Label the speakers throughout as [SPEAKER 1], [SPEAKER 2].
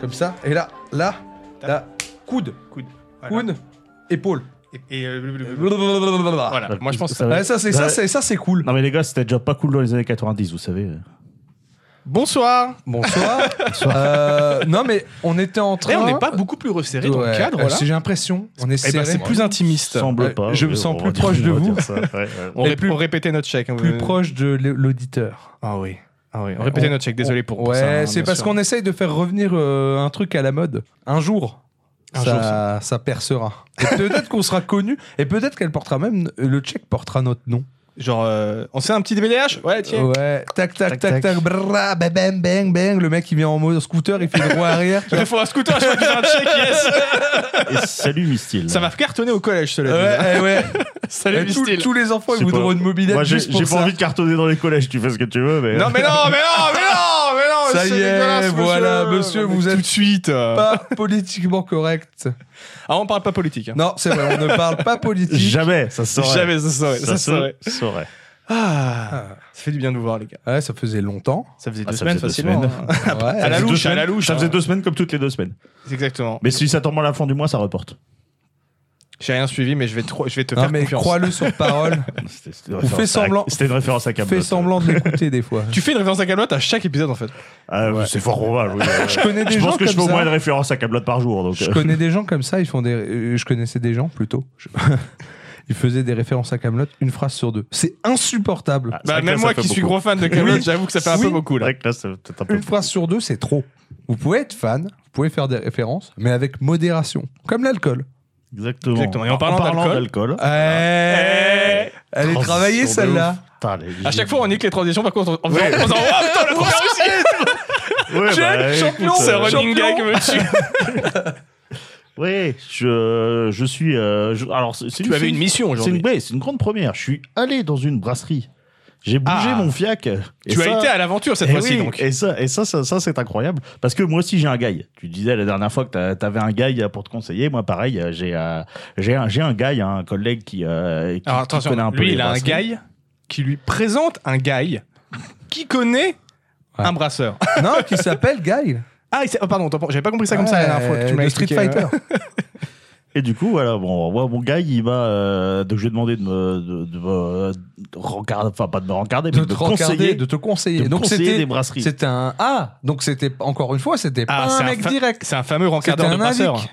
[SPEAKER 1] comme ça. Et là, là,
[SPEAKER 2] Tape.
[SPEAKER 1] là, coude,
[SPEAKER 2] Coude. Voilà.
[SPEAKER 1] coude, épaule.
[SPEAKER 2] Et, et, euh, blablabla.
[SPEAKER 1] Blablabla.
[SPEAKER 2] voilà. Moi, je pense que ça.
[SPEAKER 1] Ouais, ça, c'est ça,
[SPEAKER 3] Ouais.
[SPEAKER 1] c'est ça, c'est cool.
[SPEAKER 3] Non mais les gars, c'était déjà pas cool dans les années 90, vous savez.
[SPEAKER 2] Bonsoir.
[SPEAKER 1] Bonsoir. Euh, non, mais on était en train.
[SPEAKER 2] Et on n'est pas beaucoup plus resserré dans le
[SPEAKER 1] Ouais,
[SPEAKER 2] cadre.
[SPEAKER 1] euh,
[SPEAKER 2] voilà.
[SPEAKER 1] J'ai l'impression. On est
[SPEAKER 2] Eh
[SPEAKER 1] serré.
[SPEAKER 2] ben, c'est plus intimiste.
[SPEAKER 3] Semble
[SPEAKER 1] Ouais,
[SPEAKER 3] pas.
[SPEAKER 1] je me
[SPEAKER 3] ouais,
[SPEAKER 1] sens
[SPEAKER 3] on
[SPEAKER 1] plus
[SPEAKER 3] va dire-
[SPEAKER 1] proche de
[SPEAKER 3] on va
[SPEAKER 1] vous.
[SPEAKER 3] dire ça, ouais, ouais. Oh,
[SPEAKER 2] On,
[SPEAKER 1] Et
[SPEAKER 2] rép-
[SPEAKER 1] plus-
[SPEAKER 2] on répétait notre chèque. hein,
[SPEAKER 1] plus
[SPEAKER 2] vous-
[SPEAKER 1] proche de l'é- l'auditeur.
[SPEAKER 2] Ah oui. Ah oui. On répétait
[SPEAKER 1] On-
[SPEAKER 2] notre chèque. Désolé pour, pour
[SPEAKER 1] ouais,
[SPEAKER 2] ça. hein,
[SPEAKER 1] c'est
[SPEAKER 2] bien
[SPEAKER 1] parce
[SPEAKER 2] sûr.
[SPEAKER 1] qu'on essaye de faire revenir euh, un truc à la mode. Un jour,
[SPEAKER 2] Un
[SPEAKER 1] ça,
[SPEAKER 2] jour,
[SPEAKER 1] ça percera. Et peut-être qu'on sera connu. Et peut-être qu'elle portera même le check portera notre nom.
[SPEAKER 2] Genre, euh, on sait un petit DBDH Ouais, tiens.
[SPEAKER 1] Ouais, tac tac
[SPEAKER 3] Tac,
[SPEAKER 1] tac tac,
[SPEAKER 3] tac.
[SPEAKER 1] brrra, ba, bam, bang bang. Le mec il vient en mode scooter, il fait une roue arrière. tu
[SPEAKER 2] Il faut un scooter, je crois que j'ai un check, yes
[SPEAKER 3] Et salut Mistil.
[SPEAKER 2] Ça va cartonner au collège,
[SPEAKER 1] vois.
[SPEAKER 2] cela dit.
[SPEAKER 1] Ouais, eh ouais.
[SPEAKER 2] Salut,
[SPEAKER 1] Et tous-
[SPEAKER 2] Mistil.
[SPEAKER 1] tous les enfants
[SPEAKER 3] hein. Je
[SPEAKER 1] ils
[SPEAKER 3] sais
[SPEAKER 1] voudront
[SPEAKER 3] pas.
[SPEAKER 1] une mobilette
[SPEAKER 3] Moi, j'ai
[SPEAKER 1] juste
[SPEAKER 3] j'ai
[SPEAKER 1] pour
[SPEAKER 3] pas
[SPEAKER 1] ça.
[SPEAKER 3] envie de cartonner dans les collèges. Tu fais ce que tu veux, mais.
[SPEAKER 2] Non, mais non, mais non, mais non, mais non, mais
[SPEAKER 1] Ça
[SPEAKER 2] c'est
[SPEAKER 1] y est,
[SPEAKER 2] dégueulasse,
[SPEAKER 1] voilà, monsieur, vous
[SPEAKER 2] Mais
[SPEAKER 1] êtes
[SPEAKER 2] Tout de suite. euh.
[SPEAKER 1] Pas politiquement correct.
[SPEAKER 2] Ah, on parle pas politique. hein.
[SPEAKER 1] Non, c'est vrai, on ne parle pas politique.
[SPEAKER 3] jamais. Ça se saurait.
[SPEAKER 2] Jamais ça serait. Ça,
[SPEAKER 3] Ça
[SPEAKER 2] se saurait.
[SPEAKER 3] se saurait.
[SPEAKER 2] Ah,
[SPEAKER 1] Ah.
[SPEAKER 2] ça fait du bien de vous voir, les gars.
[SPEAKER 1] Ouais, ça faisait longtemps.
[SPEAKER 2] Ça faisait
[SPEAKER 3] Ah,
[SPEAKER 2] deux
[SPEAKER 3] ça
[SPEAKER 2] semaines
[SPEAKER 3] faisait deux
[SPEAKER 2] facilement.
[SPEAKER 3] semaines.
[SPEAKER 2] hein.
[SPEAKER 1] Ouais.
[SPEAKER 2] À la
[SPEAKER 3] Ça faisait
[SPEAKER 2] louche,
[SPEAKER 3] deux
[SPEAKER 2] à la
[SPEAKER 3] semaines.
[SPEAKER 2] louche,
[SPEAKER 3] Ça
[SPEAKER 2] hein.
[SPEAKER 3] faisait deux semaines comme toutes les deux semaines.
[SPEAKER 2] Exactement.
[SPEAKER 3] Mais si ça tombe à la fin du mois, ça reporte.
[SPEAKER 2] J'ai rien suivi, mais je vais, trop- je vais te
[SPEAKER 1] Non,
[SPEAKER 2] faire
[SPEAKER 1] mais
[SPEAKER 2] confiance.
[SPEAKER 1] crois-le sur parole.
[SPEAKER 3] C'était- c'était une
[SPEAKER 1] Ou
[SPEAKER 3] référence
[SPEAKER 1] fais
[SPEAKER 3] à-
[SPEAKER 1] semblant-
[SPEAKER 3] C'était une référence à Camelot.
[SPEAKER 1] Fais semblant de l'écouter des fois.
[SPEAKER 2] Tu fais une référence à Camelot à chaque épisode, en fait.
[SPEAKER 3] Ah, C'est fort probable. oui.
[SPEAKER 1] Je connais des
[SPEAKER 3] Je
[SPEAKER 1] gens
[SPEAKER 3] pense que je fais
[SPEAKER 1] comme
[SPEAKER 3] au moins
[SPEAKER 1] ça.
[SPEAKER 3] une référence à Camelot par jour. Donc,
[SPEAKER 1] Je
[SPEAKER 3] euh,
[SPEAKER 1] connais des gens comme ça, ils font des euh, je connaissais des gens plutôt. Je- Ils faisaient des références à Camelot une phrase sur deux. C'est insupportable.
[SPEAKER 3] Ah, c'est
[SPEAKER 2] Bah,
[SPEAKER 3] vrai que
[SPEAKER 2] même
[SPEAKER 3] là,
[SPEAKER 2] moi
[SPEAKER 3] ça fait
[SPEAKER 2] qui suis
[SPEAKER 3] beaucoup.
[SPEAKER 2] gros fan de Camelot,
[SPEAKER 1] Oui.
[SPEAKER 2] j'avoue que ça fait un peu
[SPEAKER 1] Oui.
[SPEAKER 2] beaucoup,
[SPEAKER 3] C'est
[SPEAKER 2] là.
[SPEAKER 3] vrai que là, c'est peut-être un peu.
[SPEAKER 1] Une phrase sur deux, c'est trop. Vous pouvez être fan, vous pouvez faire des références, mais avec modération, comme l'alcool.
[SPEAKER 3] Exactement.
[SPEAKER 2] Exactement. Et en parlant
[SPEAKER 3] d'alcool.
[SPEAKER 1] Ouais. Elle est
[SPEAKER 3] Oh,
[SPEAKER 1] travaillée
[SPEAKER 3] c'est Eh. de
[SPEAKER 1] celle-là.
[SPEAKER 3] ouf. Putain, les-
[SPEAKER 2] Eh. À chaque fois, on nique les transitions, par contre, on- on faisant, en faisant, oh putain, le premier aussi
[SPEAKER 3] Ouais,
[SPEAKER 2] Quel
[SPEAKER 3] bah,
[SPEAKER 2] champion
[SPEAKER 3] écoute,
[SPEAKER 2] Ce
[SPEAKER 3] euh,
[SPEAKER 2] running gag me tue
[SPEAKER 3] Oui, je, je suis. euh, je- alors, c'est
[SPEAKER 2] Tu avais une mission
[SPEAKER 3] C'est une,
[SPEAKER 2] aujourd'hui.
[SPEAKER 3] ouais, c'est une grande première. Je suis allé dans une brasserie. J'ai bougé
[SPEAKER 2] Ah.
[SPEAKER 3] mon fiac. eh
[SPEAKER 2] Tu as été à l'aventure cette fois-ci, donc.
[SPEAKER 3] Et ça, et ça, ça, ça, c'est incroyable. Parce que moi aussi, j'ai un guy. Tu disais la dernière fois que t'a- t'avais un guy pour te conseiller. Moi, pareil, euh, j'ai euh, j'ai un, j'ai un guy, un collègue qui, euh, qui,
[SPEAKER 2] Alors
[SPEAKER 3] qui
[SPEAKER 2] attention,
[SPEAKER 3] connaît un peu
[SPEAKER 2] lui
[SPEAKER 3] les
[SPEAKER 2] il a un
[SPEAKER 3] brasseries.
[SPEAKER 2] guy qui lui présente un guy qui connaît un brasseur.
[SPEAKER 1] Non, qui s'appelle Guy.
[SPEAKER 2] Ah, il s'est- oh, pardon, t'en- j'avais pas compris ça comme ça la dernière fois que tu
[SPEAKER 1] Euh,
[SPEAKER 2] m'as
[SPEAKER 1] de Street
[SPEAKER 2] expliqué, euh,
[SPEAKER 1] Fighter.
[SPEAKER 3] Et du coup, voilà, bon, moi, mon gars, il m'a. euh, donc, je lui ai demandé de me. de, de me- de rencarder, enfin, pas de me rencarder, mais de,
[SPEAKER 1] te
[SPEAKER 3] me
[SPEAKER 1] rencarder,
[SPEAKER 3] conseiller.
[SPEAKER 1] de te conseiller.
[SPEAKER 3] de me
[SPEAKER 1] Donc
[SPEAKER 3] conseiller
[SPEAKER 1] c'était
[SPEAKER 3] des brasseries.
[SPEAKER 1] C'était un ah, donc c'était encore une fois, c'était
[SPEAKER 2] Ah,
[SPEAKER 1] pas
[SPEAKER 2] c'est
[SPEAKER 1] un
[SPEAKER 2] un
[SPEAKER 1] mec
[SPEAKER 2] fa-
[SPEAKER 1] direct.
[SPEAKER 2] C'est un fameux
[SPEAKER 1] C'était
[SPEAKER 2] rencardeur de
[SPEAKER 1] un
[SPEAKER 2] brasseur.
[SPEAKER 1] indique.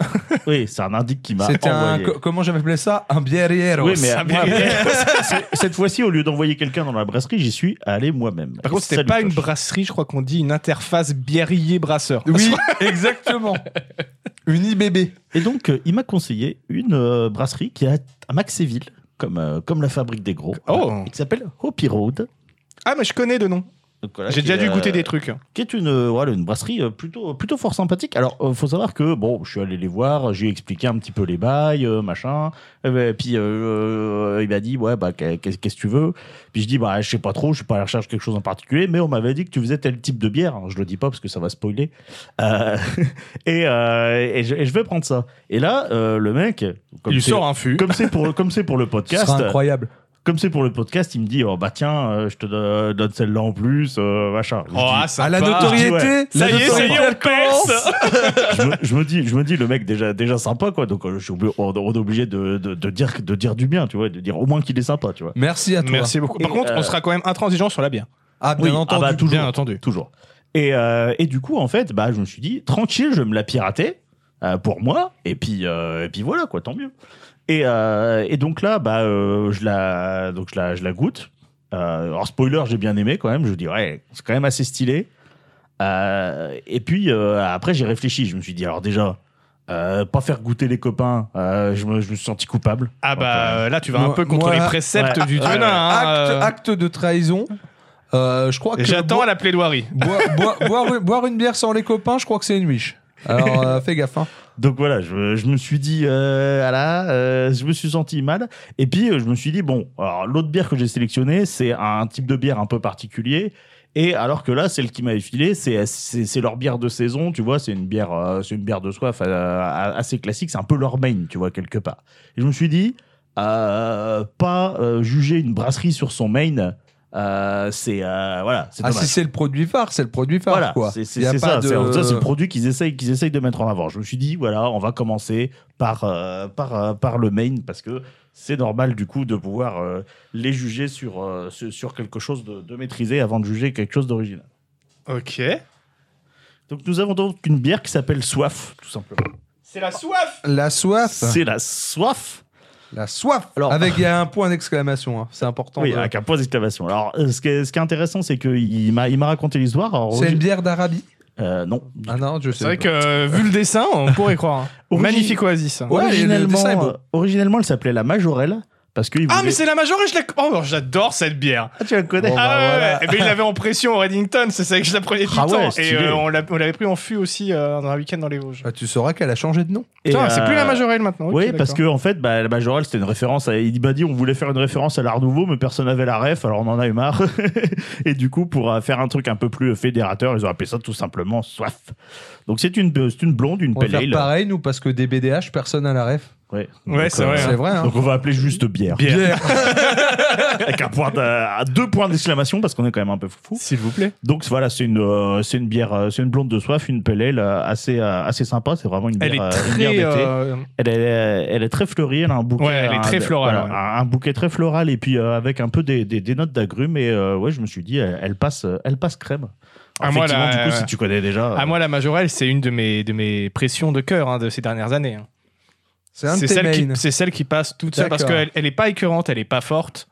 [SPEAKER 3] Oui, c'est un indique qui m'a Bah, envoyé.
[SPEAKER 1] C'était un co- comment j'avais appelé ça, un biériero.
[SPEAKER 3] Oui, mais
[SPEAKER 2] Ça
[SPEAKER 3] moi,
[SPEAKER 2] mérite.
[SPEAKER 3] après, c'est- c'est- cette fois-ci, au lieu d'envoyer quelqu'un dans la brasserie, j'y suis allé moi-même.
[SPEAKER 2] Par contre, c'était
[SPEAKER 3] Salut,
[SPEAKER 2] pas une
[SPEAKER 3] Tosh.
[SPEAKER 2] brasserie, je crois qu'on dit une interface biérier-brasseur.
[SPEAKER 1] Oui, exactement. Une IBB.
[SPEAKER 3] Et donc, euh, il m'a conseillé une euh, brasserie qui est à Maxéville, comme, euh, comme la fabrique des gros,
[SPEAKER 2] Oh.
[SPEAKER 3] euh, qui s'appelle Hopi Road.
[SPEAKER 2] Ah, mais je connais de nom.
[SPEAKER 3] Donc, voilà,
[SPEAKER 2] J'ai
[SPEAKER 3] qui
[SPEAKER 2] déjà
[SPEAKER 3] est,
[SPEAKER 2] dû goûter
[SPEAKER 3] euh,
[SPEAKER 2] des trucs.
[SPEAKER 3] qui est une, euh, voilà, une brasserie euh, plutôt, plutôt fort sympathique. Alors, euh, faut savoir que, bon, je suis allé les voir, j'ai expliqué un petit peu les bails, euh, machin. Et ben, puis, euh, euh, il m'a dit, ouais, bah, qu'est- qu'est- qu'est-ce que tu veux Puis je dis, bah, je sais pas trop, je suis pas à la recherche de quelque chose en particulier, mais on m'avait dit que tu faisais tel type de bière. Alors, je le dis pas parce que ça va spoiler. Euh, et, euh, et je, et je vais prendre ça. Et là, euh, le mec, comme
[SPEAKER 2] Il
[SPEAKER 3] c'est-
[SPEAKER 2] sort un fût.
[SPEAKER 3] comme c'est pour, comme c'est pour le
[SPEAKER 1] Ce
[SPEAKER 3] podcast,
[SPEAKER 1] sera incroyable.
[SPEAKER 3] comme c'est pour le podcast, il me dit, oh, bah, tiens, euh, je te do- donne celle-là en plus, euh, machin. Je dis,
[SPEAKER 2] Oh, ah, ça
[SPEAKER 1] à la
[SPEAKER 2] part.
[SPEAKER 1] notoriété,
[SPEAKER 3] Ouais.
[SPEAKER 1] la
[SPEAKER 2] Ça y est, ça y
[SPEAKER 1] notoriété,
[SPEAKER 2] est, on
[SPEAKER 1] elle commence.
[SPEAKER 2] perce.
[SPEAKER 3] je, me, je me dis, je me dis, le mec déjà, déjà sympa quoi. Donc euh, je suis obli- on, on est obligé de, de, de dire, de dire du bien, tu vois, de dire au moins qu'il est sympa, tu vois.
[SPEAKER 1] Merci à toi.
[SPEAKER 2] Merci beaucoup. Par
[SPEAKER 3] Et,
[SPEAKER 2] contre, on
[SPEAKER 3] euh,
[SPEAKER 2] sera quand même intransigeant sur la bière.
[SPEAKER 1] Ah bien
[SPEAKER 3] Oui, ah
[SPEAKER 1] entendu.
[SPEAKER 3] bah, toujours,
[SPEAKER 2] Bien entendu.
[SPEAKER 3] toujours. Et, euh, et du coup, en fait, bah, je me suis dit, tranquille, je vais me la pirater euh, pour moi. Et puis, euh, et puis voilà quoi, tant mieux. Et, euh, et donc là, bah, euh, je la, donc je la, je la goûte. Euh, alors spoiler, j'ai bien aimé quand même. Je dirais, c'est quand même assez stylé. Euh, et puis euh, après, j'ai réfléchi. Je me suis dit, alors déjà, euh, pas faire goûter les copains. euh, je, me, je me suis senti coupable.
[SPEAKER 2] Ah, bah euh, là, tu vas un
[SPEAKER 1] Moi-
[SPEAKER 2] peu contre
[SPEAKER 1] moi-
[SPEAKER 2] les préceptes
[SPEAKER 3] Ouais.
[SPEAKER 2] du
[SPEAKER 3] Ah,
[SPEAKER 2] Tuna.
[SPEAKER 3] ouais.
[SPEAKER 2] hein, euh.
[SPEAKER 1] acte, acte de trahison. Euh, je crois que
[SPEAKER 2] J'attends
[SPEAKER 1] bo-
[SPEAKER 2] à la plaidoirie.
[SPEAKER 1] boire, boire- boire- boire une bière sans les copains, je crois que c'est une wish. Alors euh, fais gaffe. hein.
[SPEAKER 3] Donc voilà, je, je me suis dit, euh, voilà, euh, je me suis senti mal. Et puis euh, je me suis dit, bon, alors l'autre bière que j'ai sélectionnée, c'est un type de bière un peu particulier. Et alors que là, celle qui m'avait filé, c'est c'est c'est leur bière de saison, tu vois, c'est une bière euh, c'est une bière de soif euh, assez classique, c'est un peu leur main, tu vois, quelque part. Et je me suis dit, euh, pas euh, juger une brasserie sur son main. Euh, c'est euh, voilà, c'est
[SPEAKER 1] Ah,
[SPEAKER 3] dommage.
[SPEAKER 1] si c'est le produit phare, c'est le produit phare,
[SPEAKER 3] Voilà,
[SPEAKER 1] quoi.
[SPEAKER 3] c'est c'est-
[SPEAKER 1] Y a
[SPEAKER 3] c'est ça.
[SPEAKER 1] pas de-
[SPEAKER 3] C'est en tout cas, c'est le produit qu'ils essayent, qu'ils essayent de mettre en avant. Je me suis dit, voilà, on va commencer par, euh, par, euh, par le main parce que c'est normal du coup de pouvoir euh, les juger sur, euh, sur sur quelque chose de, de maîtrisé avant de juger quelque chose d'original.
[SPEAKER 2] Ok.
[SPEAKER 3] Donc nous avons donc une bière qui s'appelle Soif, tout simplement.
[SPEAKER 2] C'est la soif
[SPEAKER 1] La soif.
[SPEAKER 3] C'est la Soif.
[SPEAKER 1] La soif.
[SPEAKER 3] Alors-
[SPEAKER 1] Avec il y a un point d'exclamation, hein. c'est important.
[SPEAKER 3] Oui,
[SPEAKER 1] de-
[SPEAKER 3] avec un point d'exclamation. Alors, euh, ce qui est, ce qui est intéressant, c'est qu'il m'a il m'a raconté l'histoire. Alors,
[SPEAKER 1] C'est
[SPEAKER 3] origi-
[SPEAKER 1] une bière d'Arabie
[SPEAKER 3] euh, non.
[SPEAKER 1] Ah non, je sais.
[SPEAKER 2] C'est vrai
[SPEAKER 1] pas.
[SPEAKER 2] que, euh, vu le dessin, on pourrait croire. hein.
[SPEAKER 3] Origi-
[SPEAKER 2] Magnifique oasis.
[SPEAKER 1] Ouais, le
[SPEAKER 3] originellement,
[SPEAKER 1] dessin est beau.
[SPEAKER 3] euh, originellement, elle s'appelait la Majorelle parce que
[SPEAKER 2] Ah, mais c'est la majorée, je la... Oh, j'adore cette bière.
[SPEAKER 3] tu la connais.
[SPEAKER 1] Bon, bah,
[SPEAKER 2] ah ouais,
[SPEAKER 1] voilà.
[SPEAKER 2] ouais, ouais. Eh ben, il l'avait en pression au Reddington, c'est ça que je la prenais tout
[SPEAKER 3] Ah
[SPEAKER 2] le
[SPEAKER 3] ouais,
[SPEAKER 2] temps.
[SPEAKER 3] stylé.
[SPEAKER 2] Et euh, on l'a- on l'avait pris en fût aussi euh, dans un week-end dans les Vosges.
[SPEAKER 1] Ah, tu sauras qu'elle a changé de nom.
[SPEAKER 3] Et,
[SPEAKER 2] Putain, c'est
[SPEAKER 3] euh,
[SPEAKER 2] plus la majorelle maintenant. ok,
[SPEAKER 3] oui, parce
[SPEAKER 2] d'accord.
[SPEAKER 3] que en fait, bah, la Majorelle, c'était une référence. À, il m'a dit, on voulait faire une référence à l'art nouveau, mais personne n'avait la ref, alors on en a eu marre. et du coup, pour euh, faire un truc un peu plus fédérateur, ils ont appelé ça tout simplement soif. Donc c'est une, euh, c'est une blonde, une
[SPEAKER 1] On va
[SPEAKER 3] pale
[SPEAKER 1] faire
[SPEAKER 3] ale.
[SPEAKER 1] pareil, nous, parce que des BDH, personne à la ref.
[SPEAKER 3] Ouais,
[SPEAKER 2] Ouais,
[SPEAKER 3] Donc,
[SPEAKER 2] c'est
[SPEAKER 3] euh,
[SPEAKER 2] vrai.
[SPEAKER 1] C'est vrai, hein.
[SPEAKER 3] Donc on va appeler juste bière,
[SPEAKER 2] Bière.
[SPEAKER 3] avec un point, d'a- à deux points d'exclamation parce qu'on est quand même un peu fou.
[SPEAKER 2] S'il vous plaît.
[SPEAKER 3] Donc voilà, c'est une, euh, c'est une bière, euh, c'est une blonde de soif, une pale ale euh, assez, euh, assez sympa. C'est vraiment une bière,
[SPEAKER 2] Elle est
[SPEAKER 3] euh, une bière
[SPEAKER 2] très.
[SPEAKER 3] d'été.
[SPEAKER 2] euh,
[SPEAKER 3] Elle est, elle est très fleurie, elle a un bouquet.
[SPEAKER 2] Ouais, elle est
[SPEAKER 3] un-
[SPEAKER 2] très florale,
[SPEAKER 3] voilà, un- Un bouquet très floral et puis euh, avec un peu des, des- des notes d'agrumes. Et euh, ouais, je me suis dit, elle, elle passe, euh, elle passe crème.
[SPEAKER 2] Ah, moi,
[SPEAKER 3] Effectivement,
[SPEAKER 2] là,
[SPEAKER 3] du coup,
[SPEAKER 2] ouais,
[SPEAKER 3] si
[SPEAKER 2] ouais.
[SPEAKER 3] tu connais déjà.
[SPEAKER 2] À
[SPEAKER 3] euh,
[SPEAKER 2] moi, la majorelle, c'est une de mes, de mes pressions de cœur hein, de ces dernières années. hein.
[SPEAKER 1] C'est un de
[SPEAKER 2] C'est
[SPEAKER 1] tes
[SPEAKER 2] celle, qui-
[SPEAKER 1] mains.
[SPEAKER 2] c'est celle qui passe toute seule parce
[SPEAKER 1] D'accord.
[SPEAKER 2] qu'elle elle est pas écœurante, elle est pas forte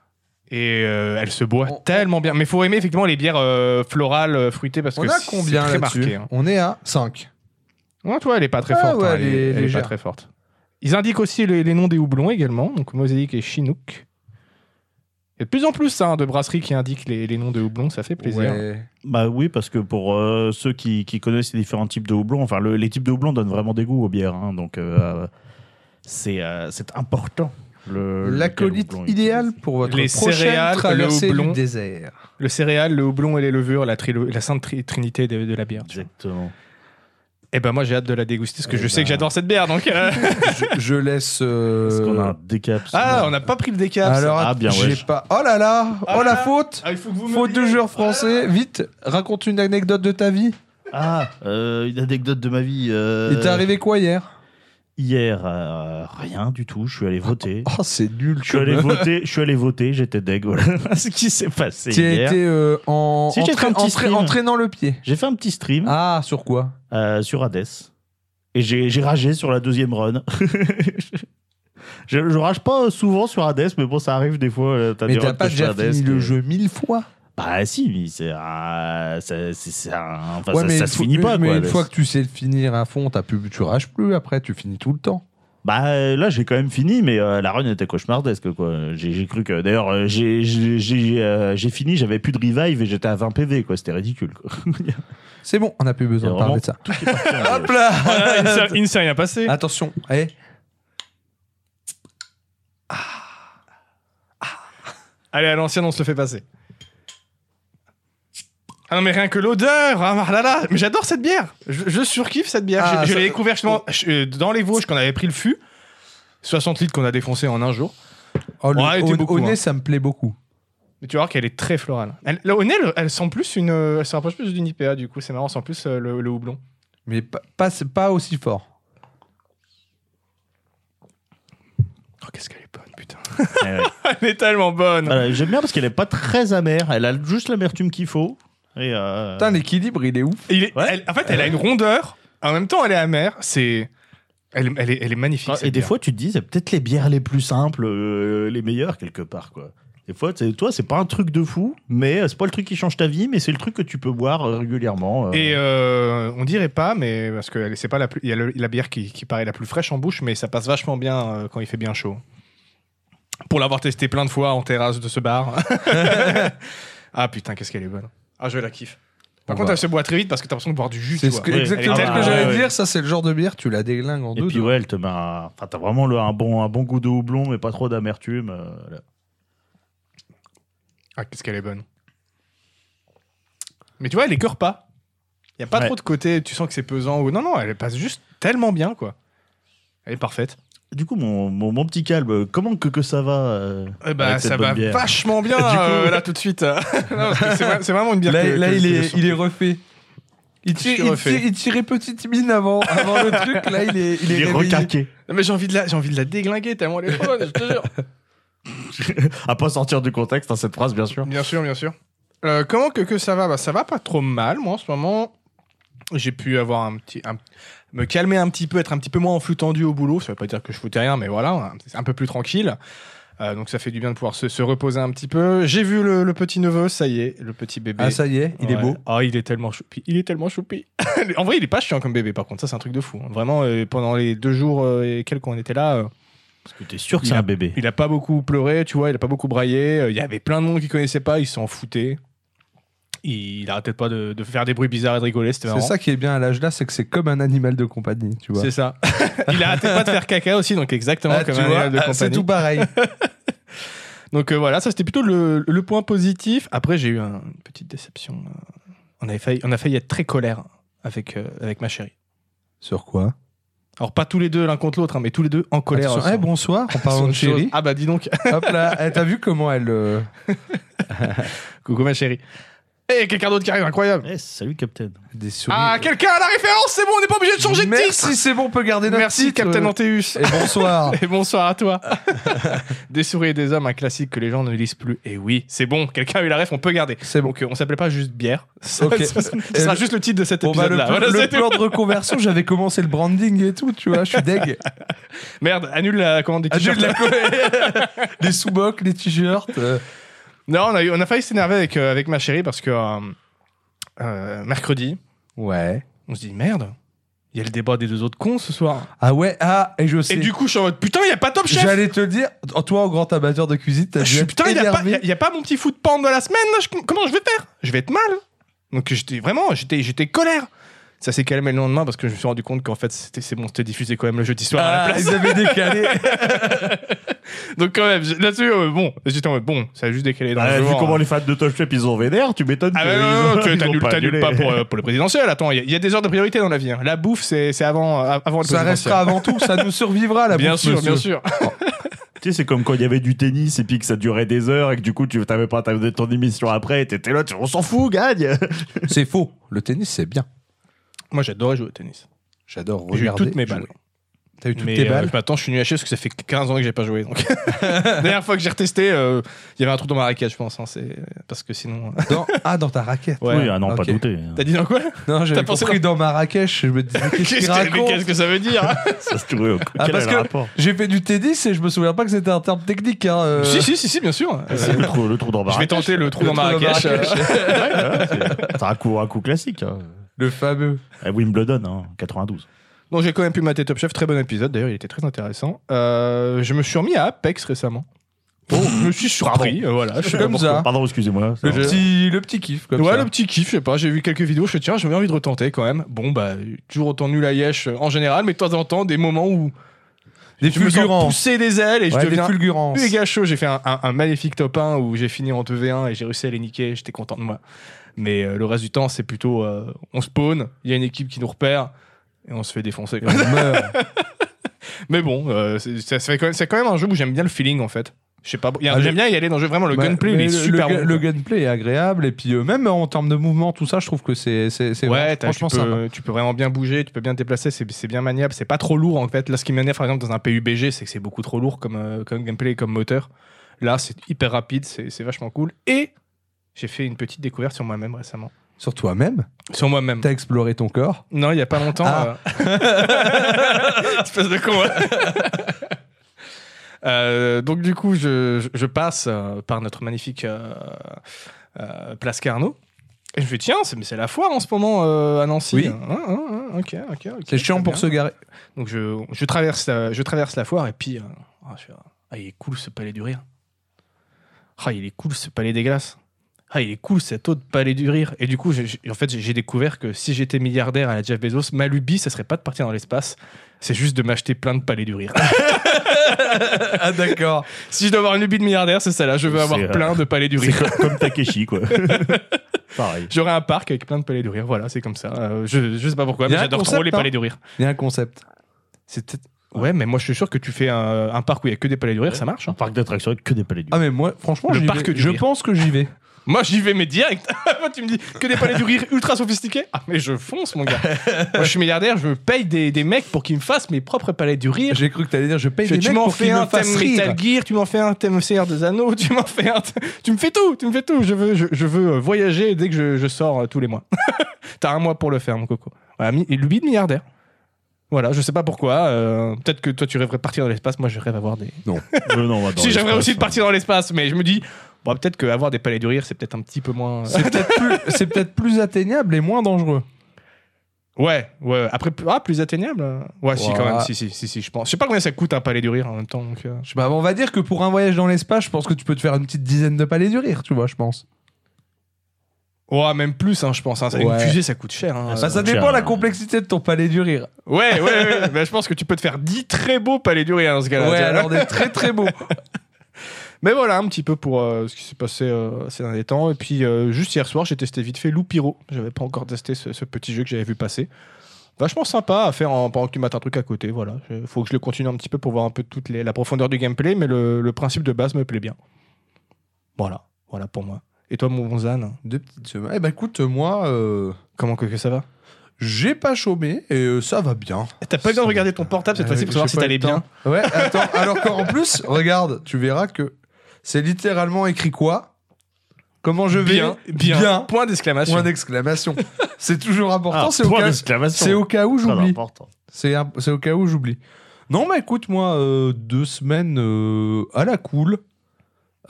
[SPEAKER 2] et euh, elle se boit
[SPEAKER 1] On- on-
[SPEAKER 2] tellement bien. Mais faut aimer effectivement les bières euh, florales, euh, fruitées parce
[SPEAKER 1] On
[SPEAKER 2] que
[SPEAKER 1] a
[SPEAKER 2] c'est c'est
[SPEAKER 1] combien
[SPEAKER 2] très
[SPEAKER 1] là-dessus
[SPEAKER 2] marqué. hein.
[SPEAKER 1] On est à 5.
[SPEAKER 2] Ouais, toi, elle est pas très
[SPEAKER 1] Ah
[SPEAKER 2] forte.
[SPEAKER 1] ouais,
[SPEAKER 2] hein,
[SPEAKER 1] elle
[SPEAKER 2] elle,
[SPEAKER 1] est
[SPEAKER 2] est, elle est
[SPEAKER 1] légère.
[SPEAKER 2] pas très forte. Ils indiquent aussi les, les noms des houblons également, donc Mosaïque et Chinook. Il y a de plus en plus ça, hein, de brasseries qui indiquent les, les noms de houblons, ça fait plaisir.
[SPEAKER 3] Bah oui, parce que pour euh, ceux qui, qui connaissent les différents types de houblon, enfin, le- les types de houblon donnent vraiment des goûts aux bières. hein, donc euh, c'est euh, c'est important. le-
[SPEAKER 1] L'acolyte
[SPEAKER 3] Euh, lequel houblon ils
[SPEAKER 1] idéal
[SPEAKER 3] utilisent.
[SPEAKER 1] pour votre
[SPEAKER 2] Les
[SPEAKER 1] prochaine
[SPEAKER 2] céréales, le
[SPEAKER 1] traversée
[SPEAKER 2] houblon.
[SPEAKER 1] du désert.
[SPEAKER 2] Le céréal, le houblon et les levures, la, trilo- la sainte tri- trinité de, de la bière.
[SPEAKER 3] Exactement.
[SPEAKER 2] Eh ben moi j'ai hâte de la déguster parce que
[SPEAKER 3] Eh
[SPEAKER 2] je sais
[SPEAKER 3] ben.
[SPEAKER 2] que j'adore cette bière donc. euh,
[SPEAKER 1] je, je laisse. euh,
[SPEAKER 3] Parce qu'on a un décap.
[SPEAKER 2] Ah on n'a pas pris le décap. ça.
[SPEAKER 1] Alors,
[SPEAKER 3] Ah, bien,
[SPEAKER 1] j'ai
[SPEAKER 3] ouais.
[SPEAKER 1] pas. Oh là là
[SPEAKER 2] Ah
[SPEAKER 1] Oh la
[SPEAKER 2] là.
[SPEAKER 1] faute
[SPEAKER 2] Ah, il faut que vous me
[SPEAKER 1] Faute
[SPEAKER 2] le
[SPEAKER 1] de
[SPEAKER 2] disiez.
[SPEAKER 1] joueur français. Vite, raconte une anecdote de ta vie.
[SPEAKER 3] Ah, euh, une anecdote de ma vie. euh,
[SPEAKER 1] Il t'est arrivé quoi hier
[SPEAKER 3] Hier, euh, rien du tout. Je suis allé voter.
[SPEAKER 1] Oh, c'est nul.
[SPEAKER 3] Je suis allé voter. Je suis allé voter. J'étais deg. Voilà ce qui euh, s'est passé
[SPEAKER 1] Tu as
[SPEAKER 3] hier.
[SPEAKER 1] été euh, en,
[SPEAKER 3] Si, j'ai fait un petit stream. Hmm.
[SPEAKER 1] entraînant le pied.
[SPEAKER 3] J'ai fait un petit stream
[SPEAKER 1] Ah, sur quoi
[SPEAKER 3] euh, sur Hades et j'ai j'ai ragé sur la deuxième run. je, je rage pas souvent sur Hades, mais bon, ça arrive des fois. euh, T'as
[SPEAKER 1] Mais
[SPEAKER 3] des
[SPEAKER 1] t'as
[SPEAKER 3] runs
[SPEAKER 1] pas
[SPEAKER 3] que je fais
[SPEAKER 1] déjà
[SPEAKER 3] Hades
[SPEAKER 1] fini
[SPEAKER 3] que-
[SPEAKER 1] le jeu mille fois
[SPEAKER 3] Bah si, mais c'est un- c'est- c'est- c'est un- enfin, ça,
[SPEAKER 1] mais
[SPEAKER 3] ça
[SPEAKER 1] une
[SPEAKER 3] se
[SPEAKER 1] fois-
[SPEAKER 3] finit pas.
[SPEAKER 1] mais
[SPEAKER 3] quoi,
[SPEAKER 1] une
[SPEAKER 3] Hades.
[SPEAKER 1] fois que tu sais le finir à fond, t'as plus, tu rages plus après, tu finis tout le temps.
[SPEAKER 3] Bah euh, là j'ai quand même fini mais euh, la run était cauchemardesque quoi. J'ai j'ai cru que d'ailleurs euh, j'ai j'ai- j'ai euh, j'ai fini, j'avais plus de revive et j'étais à 20 PV quoi, c'était ridicule quoi.
[SPEAKER 1] C'est bon, on n'a plus besoin
[SPEAKER 3] C'est
[SPEAKER 1] de parler
[SPEAKER 3] vraiment-
[SPEAKER 1] de ça.
[SPEAKER 3] Tout est parti en
[SPEAKER 1] Hop
[SPEAKER 3] live.
[SPEAKER 1] là
[SPEAKER 2] Ah, il ne s'est- il ne s'est rien passé.
[SPEAKER 1] Attention, eh,
[SPEAKER 2] Allez, à l'ancienne, on se le fait passer. Ah non, mais rien que l'odeur, hein, ah là là, mais j'adore cette bière. Je, je surkiffe cette bière.
[SPEAKER 1] Ah,
[SPEAKER 2] je je
[SPEAKER 1] ça-
[SPEAKER 2] l'ai découvert justement, je- euh, dans les Vosges quand on avait pris le fût. 60 litres qu'on a défoncé en un jour.
[SPEAKER 1] Oh, le-
[SPEAKER 2] Ouais, elle était
[SPEAKER 1] au,
[SPEAKER 2] beaucoup,
[SPEAKER 1] au nez,
[SPEAKER 2] hein.
[SPEAKER 1] ça me plaît beaucoup.
[SPEAKER 2] Mais tu vas voir qu'elle est très florale. Elle, là, au nez, elle, elle sent plus une, euh, elle se rapproche plus d'une IPA du coup. C'est marrant, elle sent plus euh, le, le houblon.
[SPEAKER 1] Mais pas, pas, c'est pas aussi fort.
[SPEAKER 2] Oh, qu'est-ce qu'elle est bonne, putain.
[SPEAKER 3] Ouais, ouais.
[SPEAKER 2] elle est tellement bonne.
[SPEAKER 3] Ah, Voilà, J'aime bien parce qu'elle est pas très amère, elle a juste l'amertume qu'il faut et euh,
[SPEAKER 1] Putain, l'équilibre, il est ouf.
[SPEAKER 2] Il est-
[SPEAKER 3] Ouais.
[SPEAKER 2] elle- en fait, elle a une rondeur. En même temps, elle est amère. C'est, elle, elle est, elle est magnifique.
[SPEAKER 3] ah,
[SPEAKER 2] cette
[SPEAKER 3] et des
[SPEAKER 2] bière.
[SPEAKER 3] fois tu te dis c'est peut-être les bières les plus simples euh, les meilleures quelque part quoi. Des fois tu sais, toi c'est pas un truc de fou mais euh, c'est pas le truc qui change ta vie mais c'est le truc que tu peux boire euh, régulièrement. euh.
[SPEAKER 2] Et euh, on dirait pas, mais parce que c'est pas la plus, il y a le- la bière qui, qui paraît la plus fraîche en bouche, mais ça passe vachement bien euh, quand il fait bien chaud. Pour l'avoir testé plein de fois en terrasse de ce bar. ah putain, qu'est-ce qu'elle est bonne. Ah, je la kiffe. Par
[SPEAKER 1] On
[SPEAKER 2] contre,
[SPEAKER 1] va-
[SPEAKER 2] elle se boit très vite parce que t'as l'impression de boire du jus.
[SPEAKER 1] bah. C'est
[SPEAKER 2] tu
[SPEAKER 1] ce
[SPEAKER 2] vois.
[SPEAKER 1] que,
[SPEAKER 3] Ouais,
[SPEAKER 1] exactement
[SPEAKER 2] elle est
[SPEAKER 1] ce que
[SPEAKER 2] pas-
[SPEAKER 1] j'allais
[SPEAKER 3] ouais, ouais.
[SPEAKER 1] dire. Ça, c'est le genre de bière, tu la déglingues en
[SPEAKER 3] Et
[SPEAKER 1] deux.
[SPEAKER 3] puis ouais, elle te met un- enfin, t'as vraiment le, un, bon, un bon goût de houblon, mais pas trop d'amertume. euh, voilà.
[SPEAKER 2] Ah, qu'est-ce qu'elle est bonne. Mais tu vois, elle écœure pas. Il y a pas
[SPEAKER 3] Ouais.
[SPEAKER 2] trop de côté, tu sens que c'est pesant ou non non, elle passe juste tellement bien quoi. Elle est parfaite.
[SPEAKER 3] du coup, mon, mon, mon petit calme, comment que, que ça va euh,
[SPEAKER 2] Eh ben,
[SPEAKER 3] avec cette
[SPEAKER 2] ça
[SPEAKER 3] bonne
[SPEAKER 2] va
[SPEAKER 3] bière
[SPEAKER 2] vachement bien euh, là tout de suite. Non, parce que c'est vrai- c'est vraiment une bière.
[SPEAKER 1] Là,
[SPEAKER 2] que-
[SPEAKER 1] là,
[SPEAKER 2] que-
[SPEAKER 1] il,
[SPEAKER 2] que je
[SPEAKER 1] est,
[SPEAKER 2] sens.
[SPEAKER 1] il est refait. Il,
[SPEAKER 2] Je suis
[SPEAKER 1] tire- il
[SPEAKER 2] refait.
[SPEAKER 1] tire- il tirait petite mine avant, avant le truc. Là, il est, il
[SPEAKER 3] Il
[SPEAKER 1] est
[SPEAKER 3] est
[SPEAKER 1] réveillé.
[SPEAKER 3] recaqué.
[SPEAKER 2] Non, Mais j'ai envie de la, j'ai envie de la déglinguer tellement elle est bonne, je te jure.
[SPEAKER 3] À pas sortir du contexte, hein, cette phrase, bien sûr.
[SPEAKER 2] Bien sûr, bien sûr. Euh, comment que, que ça va bah, Ça va pas trop mal, moi, en ce moment. J'ai pu avoir un petit. un- me calmer un petit peu, être un petit peu moins en flux tendu au boulot. Ça veut pas dire que je foutais rien, mais voilà, hein, c'est un peu plus tranquille. Euh, donc ça fait du bien de pouvoir se, se reposer un petit peu. J'ai vu le, le petit neveu, ça y est, le petit bébé.
[SPEAKER 1] Ah, ça y est, il est
[SPEAKER 2] Ouais.
[SPEAKER 1] beau.
[SPEAKER 2] Ah, il est tellement choupi. Il est tellement choupi. en vrai, il est pas chiant comme bébé, par contre. Ça, c'est un truc de fou. hein. Vraiment, euh, pendant les deux jours euh, et quelques qu'on était là, euh,
[SPEAKER 3] Parce que t'es sûr
[SPEAKER 2] Il a-
[SPEAKER 3] bébé.
[SPEAKER 2] il a pas beaucoup pleuré, tu vois. Il a pas beaucoup braillé. Euh, Il y avait plein de monde qui connaissait pas. Ils s'en foutaient. Il arrêtait pas de, de faire des bruits bizarres et de rigoler. C'était
[SPEAKER 1] C'est
[SPEAKER 2] marrant.
[SPEAKER 1] ça qui est bien à l'âge là, c'est que c'est comme un animal de compagnie, tu vois.
[SPEAKER 2] C'est ça. il arrêtait pas de faire caca aussi, donc exactement
[SPEAKER 1] Ah,
[SPEAKER 2] comme
[SPEAKER 1] tu
[SPEAKER 2] un
[SPEAKER 1] vois,
[SPEAKER 2] animal de
[SPEAKER 1] ah, c'est
[SPEAKER 2] compagnie.
[SPEAKER 1] tout pareil.
[SPEAKER 2] Donc euh, voilà, ça c'était plutôt le, le point positif. Après, j'ai eu un- une petite déception. Euh, On, avait failli, on a failli être très colère avec, euh, avec ma chérie.
[SPEAKER 1] Sur quoi
[SPEAKER 2] Alors pas tous les deux l'un contre l'autre, hein, mais tous les deux en colère.
[SPEAKER 1] Attention.
[SPEAKER 2] euh,
[SPEAKER 1] Eh,
[SPEAKER 2] sur-
[SPEAKER 1] bonsoir, en
[SPEAKER 2] sur
[SPEAKER 1] parlant de
[SPEAKER 2] une chose.
[SPEAKER 1] chérie.
[SPEAKER 2] Ah bah dis donc,
[SPEAKER 1] Hop là, eh, t'as vu comment elle. euh,
[SPEAKER 2] coucou ma chérie. Et quelqu'un d'autre qui arrive, incroyable.
[SPEAKER 3] Eh, salut, Captain.
[SPEAKER 1] des souris.
[SPEAKER 2] Ah quelqu'un a la référence, c'est bon, on n'est pas obligé de changer de titre.
[SPEAKER 1] Merci, c'est bon, on peut garder notre
[SPEAKER 2] Merci
[SPEAKER 1] titre.
[SPEAKER 2] Captain Anteus.
[SPEAKER 1] Et bonsoir.
[SPEAKER 2] Et bonsoir à toi. des souris et des hommes, un classique que les gens ne lisent plus. Et oui, c'est bon, quelqu'un a eu la ref, on peut garder.
[SPEAKER 1] C'est bon.
[SPEAKER 2] Donc euh, on s'appelait pas juste bière. Ça,
[SPEAKER 1] Ok.
[SPEAKER 2] ça- ça
[SPEAKER 1] Et
[SPEAKER 2] sera
[SPEAKER 1] le-
[SPEAKER 2] juste le titre de cet
[SPEAKER 1] Bon, bah,
[SPEAKER 2] épisode
[SPEAKER 1] le,
[SPEAKER 2] là.
[SPEAKER 1] plan-
[SPEAKER 2] Voilà,
[SPEAKER 1] le
[SPEAKER 2] c'est tout.
[SPEAKER 1] plan de reconversion, j'avais commencé le branding et tout, tu vois, je suis deg.
[SPEAKER 2] Merde, annule la commande des
[SPEAKER 1] Adieu
[SPEAKER 2] t-shirts.
[SPEAKER 1] de la co- les sous-bocs, les t-shirts. euh,
[SPEAKER 2] Non, on a, eu- on a failli s'énerver avec, euh, avec ma chérie parce que euh, euh, mercredi,
[SPEAKER 1] Ouais.
[SPEAKER 2] on se dit merde, il y a le débat des deux autres cons ce soir.
[SPEAKER 1] Ah ouais, ah, et je sais.
[SPEAKER 2] Et du coup, je suis en mode putain, il y a pas top chef. Ah,
[SPEAKER 1] J'allais te le dire, en- toi, au grand amateur de cuisine, t'as
[SPEAKER 2] Je
[SPEAKER 1] dû
[SPEAKER 2] suis
[SPEAKER 1] être
[SPEAKER 2] putain, il y a pas,
[SPEAKER 1] énervé.
[SPEAKER 2] y a- y a pas mon petit foot pan de la semaine. là, je- comment je vais faire Je vais être mal. Donc j'étais vraiment, j'étais, j'étais colère. Ça s'est calmé le lendemain parce que je me suis rendu compte qu'en fait, c'était, c'est bon, c'était diffusé quand même le jeudi soir à la
[SPEAKER 1] Ah,
[SPEAKER 2] place.
[SPEAKER 1] ils avaient décalé.
[SPEAKER 2] Donc quand même, j'ai- là-dessus, euh, bon, j'étais en mode bon, ça a juste décalé dans
[SPEAKER 3] Ah,
[SPEAKER 2] le
[SPEAKER 3] vu
[SPEAKER 2] jour. hein.
[SPEAKER 3] comment les fans de Top Chef, ils ont vénère, tu m'étonnes.
[SPEAKER 2] Ah
[SPEAKER 3] qu'ils
[SPEAKER 2] ouais, non,
[SPEAKER 3] ont-
[SPEAKER 2] non, non,
[SPEAKER 3] ils
[SPEAKER 2] tu
[SPEAKER 3] ont
[SPEAKER 2] t'annules, t'annules
[SPEAKER 3] annulé.
[SPEAKER 2] pas pour, euh, pour le présidentiel. Attends, il y, a- il y a des ordres de priorité dans la vie. hein. La bouffe, c'est c'est avant, euh, avant le
[SPEAKER 1] Ça
[SPEAKER 2] présidentiel.
[SPEAKER 1] restera avant tout, ça nous survivra, la
[SPEAKER 2] bien
[SPEAKER 1] bouffe,
[SPEAKER 2] sûr,
[SPEAKER 1] monsieur.
[SPEAKER 2] bien sûr.
[SPEAKER 3] Tu sais, c'est comme quand il y avait du tennis et puis que ça durait des heures et que du coup, tu t'avais pas t'avais ton émission après et t'étais là, tu- on s'en fout, gagne
[SPEAKER 1] C'est faux. Le tennis, c'est bien.
[SPEAKER 2] Moi, j'adorais jouer au tennis.
[SPEAKER 1] J'adore
[SPEAKER 2] J'ai eu
[SPEAKER 1] regarder.
[SPEAKER 2] toutes mes balles.
[SPEAKER 1] jouer. T'as eu toutes
[SPEAKER 2] Mais
[SPEAKER 1] tes
[SPEAKER 2] euh,
[SPEAKER 1] balles
[SPEAKER 2] je m'attends, je suis nul à chier parce que ça fait 15 ans que j'ai pas joué. Donc. La dernière fois que j'ai retesté, euh, il y avait un trou dans ma raquette, je pense. hein, c'est... Parce que sinon. euh,
[SPEAKER 1] Dans- Ah, dans ta raquette.
[SPEAKER 2] Ouais.
[SPEAKER 3] Oui, ah non,
[SPEAKER 1] Ok.
[SPEAKER 3] pas douter.
[SPEAKER 2] T'as dit dans quoi
[SPEAKER 1] Non, j'avais
[SPEAKER 2] T'as pensé
[SPEAKER 1] compris dans ma raquette, je me disais, qu'est-ce
[SPEAKER 2] qu'est-ce
[SPEAKER 1] qu'il
[SPEAKER 2] que, mais
[SPEAKER 1] raconte
[SPEAKER 2] qu'est-ce que ça veut dire
[SPEAKER 3] Ça se trouvait au
[SPEAKER 1] Ah,
[SPEAKER 3] quel
[SPEAKER 1] parce
[SPEAKER 3] est le
[SPEAKER 1] que-
[SPEAKER 3] rapport
[SPEAKER 1] J'ai fait du tennis et je me souviens pas que c'était un terme technique. Hein, euh.
[SPEAKER 2] Si, si, si, si, bien sûr.
[SPEAKER 3] Ah, c'est
[SPEAKER 2] Euh,
[SPEAKER 3] le trou, le trou dans
[SPEAKER 2] je vais
[SPEAKER 3] Marrakech.
[SPEAKER 2] tenter le trou
[SPEAKER 1] Le
[SPEAKER 2] dans ma
[SPEAKER 1] trou dans
[SPEAKER 2] raquette.
[SPEAKER 1] Marrakech.
[SPEAKER 3] Ouais, ouais, c'est- c'est un coup, un coup classique. Hein.
[SPEAKER 1] Le fameux.
[SPEAKER 3] À Wimbledon, hein, 92.
[SPEAKER 2] Donc j'ai quand même pu mater Top Chef, très bon épisode d'ailleurs, il était très intéressant. Euh, je me suis remis à Apex récemment. Oh, je me
[SPEAKER 1] Ah
[SPEAKER 2] suis surpris, euh, voilà. Je suis
[SPEAKER 1] Comme ça.
[SPEAKER 3] Pardon, excusez-moi.
[SPEAKER 1] Le
[SPEAKER 3] ça va.
[SPEAKER 1] petit, le petit kiff, comme
[SPEAKER 2] ouais,
[SPEAKER 1] ça.
[SPEAKER 2] le petit kiff, je sais pas, j'ai vu quelques vidéos, je fais tiens, j'avais envie de retenter quand même. Bon, bah, toujours autant nul à Yesh euh, en général, mais de temps en temps, des moments où
[SPEAKER 1] Des
[SPEAKER 2] je me sens
[SPEAKER 1] fulgurants.
[SPEAKER 2] pousser des ailes et
[SPEAKER 1] Ouais,
[SPEAKER 2] je
[SPEAKER 1] des
[SPEAKER 2] deviens
[SPEAKER 1] fulgurances.
[SPEAKER 2] méga chaud. J'ai fait un, un- un maléfique top 1 où j'ai fini en 2v1 et j'ai réussi à les niquer, j'étais content de moi. Mais euh, le reste du temps, c'est plutôt euh, on spawn, il y a une équipe qui nous repère et on se fait défoncer.
[SPEAKER 1] Et on meurt.
[SPEAKER 2] Mais bon, euh, c'est ça se fait quand même- c'est quand, même un jeu où j'aime bien le feeling en fait. Je sais pas, il y a-
[SPEAKER 1] Ah,
[SPEAKER 2] j'aime bien y aller dans le jeu, vraiment le
[SPEAKER 1] Ouais,
[SPEAKER 2] gunplay, il
[SPEAKER 1] mais
[SPEAKER 2] est
[SPEAKER 1] le-
[SPEAKER 2] super
[SPEAKER 1] le,
[SPEAKER 2] bon.
[SPEAKER 1] gu- le gunplay est agréable et puis euh, même en termes de mouvement, tout ça, je trouve que c'est c'est c'est
[SPEAKER 2] Ouais,
[SPEAKER 1] vraiment-
[SPEAKER 2] t'as- tu
[SPEAKER 1] franchement ça.
[SPEAKER 2] peux, tu peux vraiment bien bouger, tu peux bien te déplacer, c'est c'est bien maniable, c'est pas trop lourd en fait. Là, ce qui m'énerve par exemple dans un PUBG, c'est que c'est beaucoup trop lourd comme, euh, comme gameplay et comme moteur. Là, c'est hyper rapide, c'est c'est vachement cool. Et j'ai fait une petite découverte sur moi-même récemment.
[SPEAKER 1] Sur toi-même,
[SPEAKER 2] Sur moi-même.
[SPEAKER 1] t'as exploré ton corps.
[SPEAKER 2] Non, il y a pas longtemps.
[SPEAKER 1] Ah.
[SPEAKER 2] euh. Espèce de con. hein. Euh, donc du coup, je, je- je passe euh, par notre magnifique euh, euh, place Carnot. Et je me fais tiens, c'est mais c'est la foire en ce moment euh, à Nancy.
[SPEAKER 1] Oui.
[SPEAKER 2] Hein, hein, hein, ok, ok, ok,
[SPEAKER 1] C'est chiant
[SPEAKER 2] très
[SPEAKER 1] pour
[SPEAKER 2] bien.
[SPEAKER 1] se garer.
[SPEAKER 2] Donc je, je traverse, la, je traverse la foire et puis euh, ah, je fais, ah, il est cool ce palais du rire. Ah il est cool ce palais des glaces. Ah il est cool cet autre palais du rire. Et du coup j'ai- j'ai- en fait j'ai j'ai découvert que si j'étais milliardaire à la Jeff Bezos, ma lubie ça serait pas de partir dans l'espace, c'est juste de m'acheter plein de palais du rire.
[SPEAKER 1] Ah d'accord.
[SPEAKER 2] si je dois avoir une lubie de milliardaire c'est celle-là, je veux
[SPEAKER 3] C'est,
[SPEAKER 2] avoir
[SPEAKER 3] euh,
[SPEAKER 2] plein de palais du
[SPEAKER 3] C'est
[SPEAKER 2] rire.
[SPEAKER 3] comme, comme Takeshi, quoi. Pareil.
[SPEAKER 2] J'aurais un parc avec plein de palais du rire, voilà c'est comme ça. Euh, je, je sais pas pourquoi
[SPEAKER 1] Il y
[SPEAKER 2] mais
[SPEAKER 1] a un
[SPEAKER 2] j'adore trop
[SPEAKER 1] concept,
[SPEAKER 2] les
[SPEAKER 1] hein.
[SPEAKER 2] palais du rire.
[SPEAKER 1] Il y a un concept.
[SPEAKER 2] C'est peut-être- Ouais, mais moi je suis sûr que tu fais un, un parc où il n'y a que des palais du rire, ça marche.
[SPEAKER 3] Un
[SPEAKER 2] hein.
[SPEAKER 3] parc d'attractions avec que des palais du
[SPEAKER 1] Ah mais moi, franchement,
[SPEAKER 2] Le
[SPEAKER 1] j'y
[SPEAKER 2] parc
[SPEAKER 1] vais.
[SPEAKER 2] du
[SPEAKER 1] je
[SPEAKER 2] rire.
[SPEAKER 1] pense que j'y vais.
[SPEAKER 2] Moi j'y vais, mais direct. Moi tu me dis que des palais du rire ultra sophistiqués. Ah, mais je fonce, mon gars. moi je suis milliardaire, je paye des, des mecs pour qu'ils me fassent mes propres palais du rire.
[SPEAKER 1] J'ai cru que t'allais dire je paye
[SPEAKER 2] Tu-
[SPEAKER 1] des
[SPEAKER 2] tu
[SPEAKER 1] mecs
[SPEAKER 2] m'en
[SPEAKER 1] pour
[SPEAKER 2] fais
[SPEAKER 1] qu'ils
[SPEAKER 2] un
[SPEAKER 1] me
[SPEAKER 2] thème
[SPEAKER 1] fassent rire.
[SPEAKER 2] Metal Gear, tu m'en fais un thème CR des Anneaux, tu m'en fais un. th- Tu me fais tout, tu me fais tout. Je veux, je, je veux euh, voyager dès que je, je sors euh, tous les mois. T'as un mois pour le faire, mon coco. Voilà, mi- et lubie de milliardaire. Voilà, je sais pas pourquoi. euh, Peut-être que toi tu rêverais de partir dans l'espace, moi je rêve avoir des.
[SPEAKER 3] rire. Euh, non, on va dans
[SPEAKER 2] si j'aimerais
[SPEAKER 3] l'espace,
[SPEAKER 2] aussi de
[SPEAKER 3] hein.
[SPEAKER 2] partir dans l'espace, mais je me dis, bon, peut-être qu'avoir des palais du rire c'est peut-être un petit peu moins. euh,
[SPEAKER 1] C'est peut-être plus, c'est peut-être plus atteignable et moins dangereux.
[SPEAKER 2] Ouais, ouais. Après, plus- ah, plus atteignable. euh. Ouais, si, quand
[SPEAKER 1] Ouah.
[SPEAKER 2] même. Si, si, si, si, je pense. Je sais pas combien ça coûte un palais du rire en même temps. donc, euh,
[SPEAKER 1] Je sais pas, on va dire que pour un voyage dans l'espace, je pense que tu peux te faire une petite dizaine de palais du rire, tu vois, je pense.
[SPEAKER 2] Ouais, même plus, hein, je pense. hein. Une
[SPEAKER 1] Ouais.
[SPEAKER 2] fusée, ça coûte cher. hein.
[SPEAKER 3] Ah,
[SPEAKER 1] Bah, ça
[SPEAKER 3] coûte
[SPEAKER 1] dépend
[SPEAKER 3] cher,
[SPEAKER 1] la
[SPEAKER 3] hein.
[SPEAKER 1] complexité de ton palais du rire.
[SPEAKER 2] Ouais, ouais, ouais. Bah, je pense que tu peux te faire 10 très beaux palais du rire dans ce cas-là.
[SPEAKER 1] Ouais,
[SPEAKER 2] Tu vois.
[SPEAKER 1] alors des très très beaux.
[SPEAKER 2] Mais voilà, un petit peu pour euh, ce qui s'est passé euh, ces derniers temps. Et puis, euh, juste hier soir, j'ai testé vite fait Loupiro. J'avais pas encore testé ce, ce petit jeu que j'avais vu passer. Vachement sympa à faire en, pendant que tu mates un truc à côté. Voilà, Je- faut que je le continue un petit peu pour voir un peu toute les- la profondeur du gameplay, mais le, le principe de base me plaît bien. Voilà, voilà pour moi. Et toi, mon bon Zan,
[SPEAKER 1] Deux petites semaines. Eh ben écoute, moi, euh,
[SPEAKER 2] comment que, que ça va
[SPEAKER 1] j'ai pas chômé et euh, ça va bien.
[SPEAKER 2] Eh, T'as pas eu le temps de regarder ton portable Ah, cette
[SPEAKER 1] Euh,
[SPEAKER 2] fois-ci pour
[SPEAKER 1] j'ai
[SPEAKER 2] savoir si
[SPEAKER 1] pas eu
[SPEAKER 2] t'allais
[SPEAKER 1] le temps.
[SPEAKER 2] bien.
[SPEAKER 1] Ouais, attends, alors qu'en plus, regarde, tu verras que c'est littéralement écrit quoi Comment je vais
[SPEAKER 2] bien,
[SPEAKER 1] Bien.
[SPEAKER 2] Point d'exclamation.
[SPEAKER 1] Point d'exclamation. c'est toujours important,
[SPEAKER 3] Ah,
[SPEAKER 1] c'est au,
[SPEAKER 3] point
[SPEAKER 1] cas-
[SPEAKER 3] d'exclamation.
[SPEAKER 1] c'est au cas où
[SPEAKER 3] Très
[SPEAKER 1] j'oublie.
[SPEAKER 3] important.
[SPEAKER 1] C'est un- c'est au cas où j'oublie. Non, mais écoute, moi, euh, deux semaines euh, à la cool.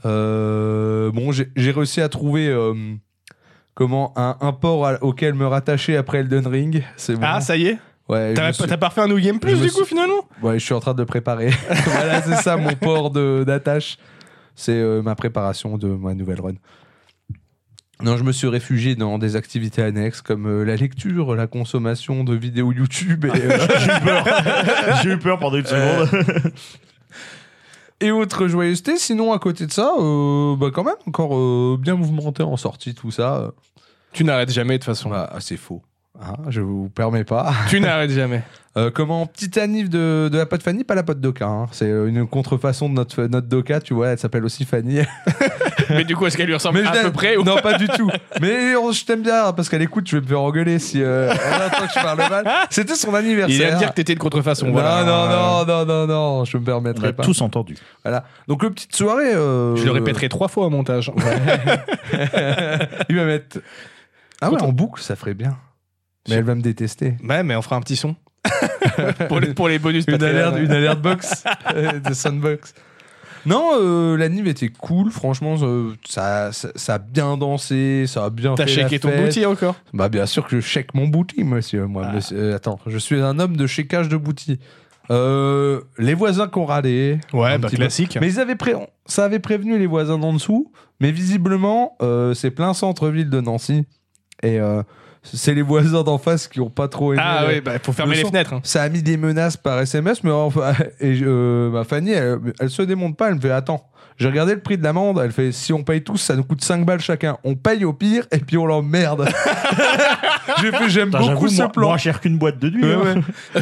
[SPEAKER 1] Euh, bon, j'ai j'ai réussi à trouver euh, comment un, un port à- auquel me rattacher après Elden Ring. C'est bon.
[SPEAKER 2] Ah, ça y est
[SPEAKER 1] ouais, je,
[SPEAKER 2] T'as
[SPEAKER 1] me suis-
[SPEAKER 2] t'as pas fait un New Game Plus
[SPEAKER 1] je me
[SPEAKER 2] du coup
[SPEAKER 1] suis-
[SPEAKER 2] finalement
[SPEAKER 1] ouais, je suis en train de le préparer. voilà, c'est ça mon port de- d'attache. C'est euh, ma préparation de ma nouvelle run. Non, je me suis réfugié dans des activités annexes comme euh, la lecture, la consommation de vidéos YouTube et, euh,
[SPEAKER 3] J'ai eu peur. J'ai eu peur pendant une seconde.
[SPEAKER 1] et autres joyeusetés. Sinon, à côté de ça, euh, bah, quand même, encore euh, bien mouvementé en sortie, tout ça. Euh,
[SPEAKER 2] Tu n'arrêtes jamais de toute façon.
[SPEAKER 1] Bah, c'est faux. Hein, je vous permets pas.
[SPEAKER 2] Tu n'arrêtes jamais.
[SPEAKER 1] Euh, comment petite anif de, de la pote Fanny, pas la pote Doka. hein. C'est euh, une contrefaçon de notre, notre Doka, tu vois, elle s'appelle aussi Fanny.
[SPEAKER 2] Mais du coup, est-ce qu'elle lui ressemble
[SPEAKER 1] Mais je
[SPEAKER 2] à
[SPEAKER 1] l'aime.
[SPEAKER 2] peu près ou...
[SPEAKER 1] Non, pas du tout. Mais on- je t'aime bien parce qu'elle écoute, je vais me faire engueuler si euh, elle entend que je parle mal. C'était son anniversaire.
[SPEAKER 2] Il vient de dire que t'étais de contrefaçon.
[SPEAKER 1] non,
[SPEAKER 2] voilà. Euh,
[SPEAKER 1] non, non, non, non, non, je me
[SPEAKER 3] On a
[SPEAKER 1] permettrai pas.
[SPEAKER 3] tous entendu.
[SPEAKER 1] Voilà. Donc, le petite soirée. euh,
[SPEAKER 2] Je le répéterai trois fois au montage.
[SPEAKER 1] Il va mettre. Ah ouais,
[SPEAKER 2] Content.
[SPEAKER 1] en boucle, ça ferait bien. Mais
[SPEAKER 2] Je-
[SPEAKER 1] elle va me détester.
[SPEAKER 2] Ouais, mais on fera un petit son. pour, les, pour les bonus
[SPEAKER 1] Une
[SPEAKER 2] Patreon.
[SPEAKER 1] alerte, une alerte box, euh, de soundbox. Non, euh, la Nive était cool, franchement, euh, ça, ça, ça a bien dansé, ça a bien
[SPEAKER 2] T'as
[SPEAKER 1] fait la
[SPEAKER 2] checké ton
[SPEAKER 1] fête.
[SPEAKER 2] bouti encore
[SPEAKER 1] Bah bien sûr que je check mon bouti, monsieur. Moi,
[SPEAKER 3] Ah.
[SPEAKER 1] monsieur- euh, attends, je suis un homme de checkage de bouti. Euh, les voisins qui ont râlé.
[SPEAKER 2] Ouais,
[SPEAKER 1] Un
[SPEAKER 2] bah
[SPEAKER 1] petit peu.
[SPEAKER 2] classique.
[SPEAKER 1] Mais ils avaient pré- ça avait prévenu les voisins d'en dessous, mais visiblement, euh, c'est plein centre-ville de Nancy. Et euh, c'est les voisins d'en face qui ont pas trop aimé.
[SPEAKER 2] Ah
[SPEAKER 1] le-
[SPEAKER 2] ouais, bah faut fermer
[SPEAKER 1] le
[SPEAKER 2] les
[SPEAKER 1] son.
[SPEAKER 2] fenêtres. hein.
[SPEAKER 1] Ça a mis des menaces par SMS, mais enfin, et je- euh, ma Fanny, elle, elle se démonte pas, elle me fait Attends, j'ai regardé le prix de l'amende, elle fait Si on paye tous, ça nous coûte 5 balles chacun. On paye au pire, et puis on l'emmerde. j'ai fait J'aime
[SPEAKER 3] Putain,
[SPEAKER 1] beaucoup
[SPEAKER 3] J'avoue,
[SPEAKER 1] ce
[SPEAKER 3] moi,
[SPEAKER 1] plan.
[SPEAKER 3] moins cher qu'une boîte de nuit.
[SPEAKER 1] Ouais,
[SPEAKER 3] hein.
[SPEAKER 1] ouais.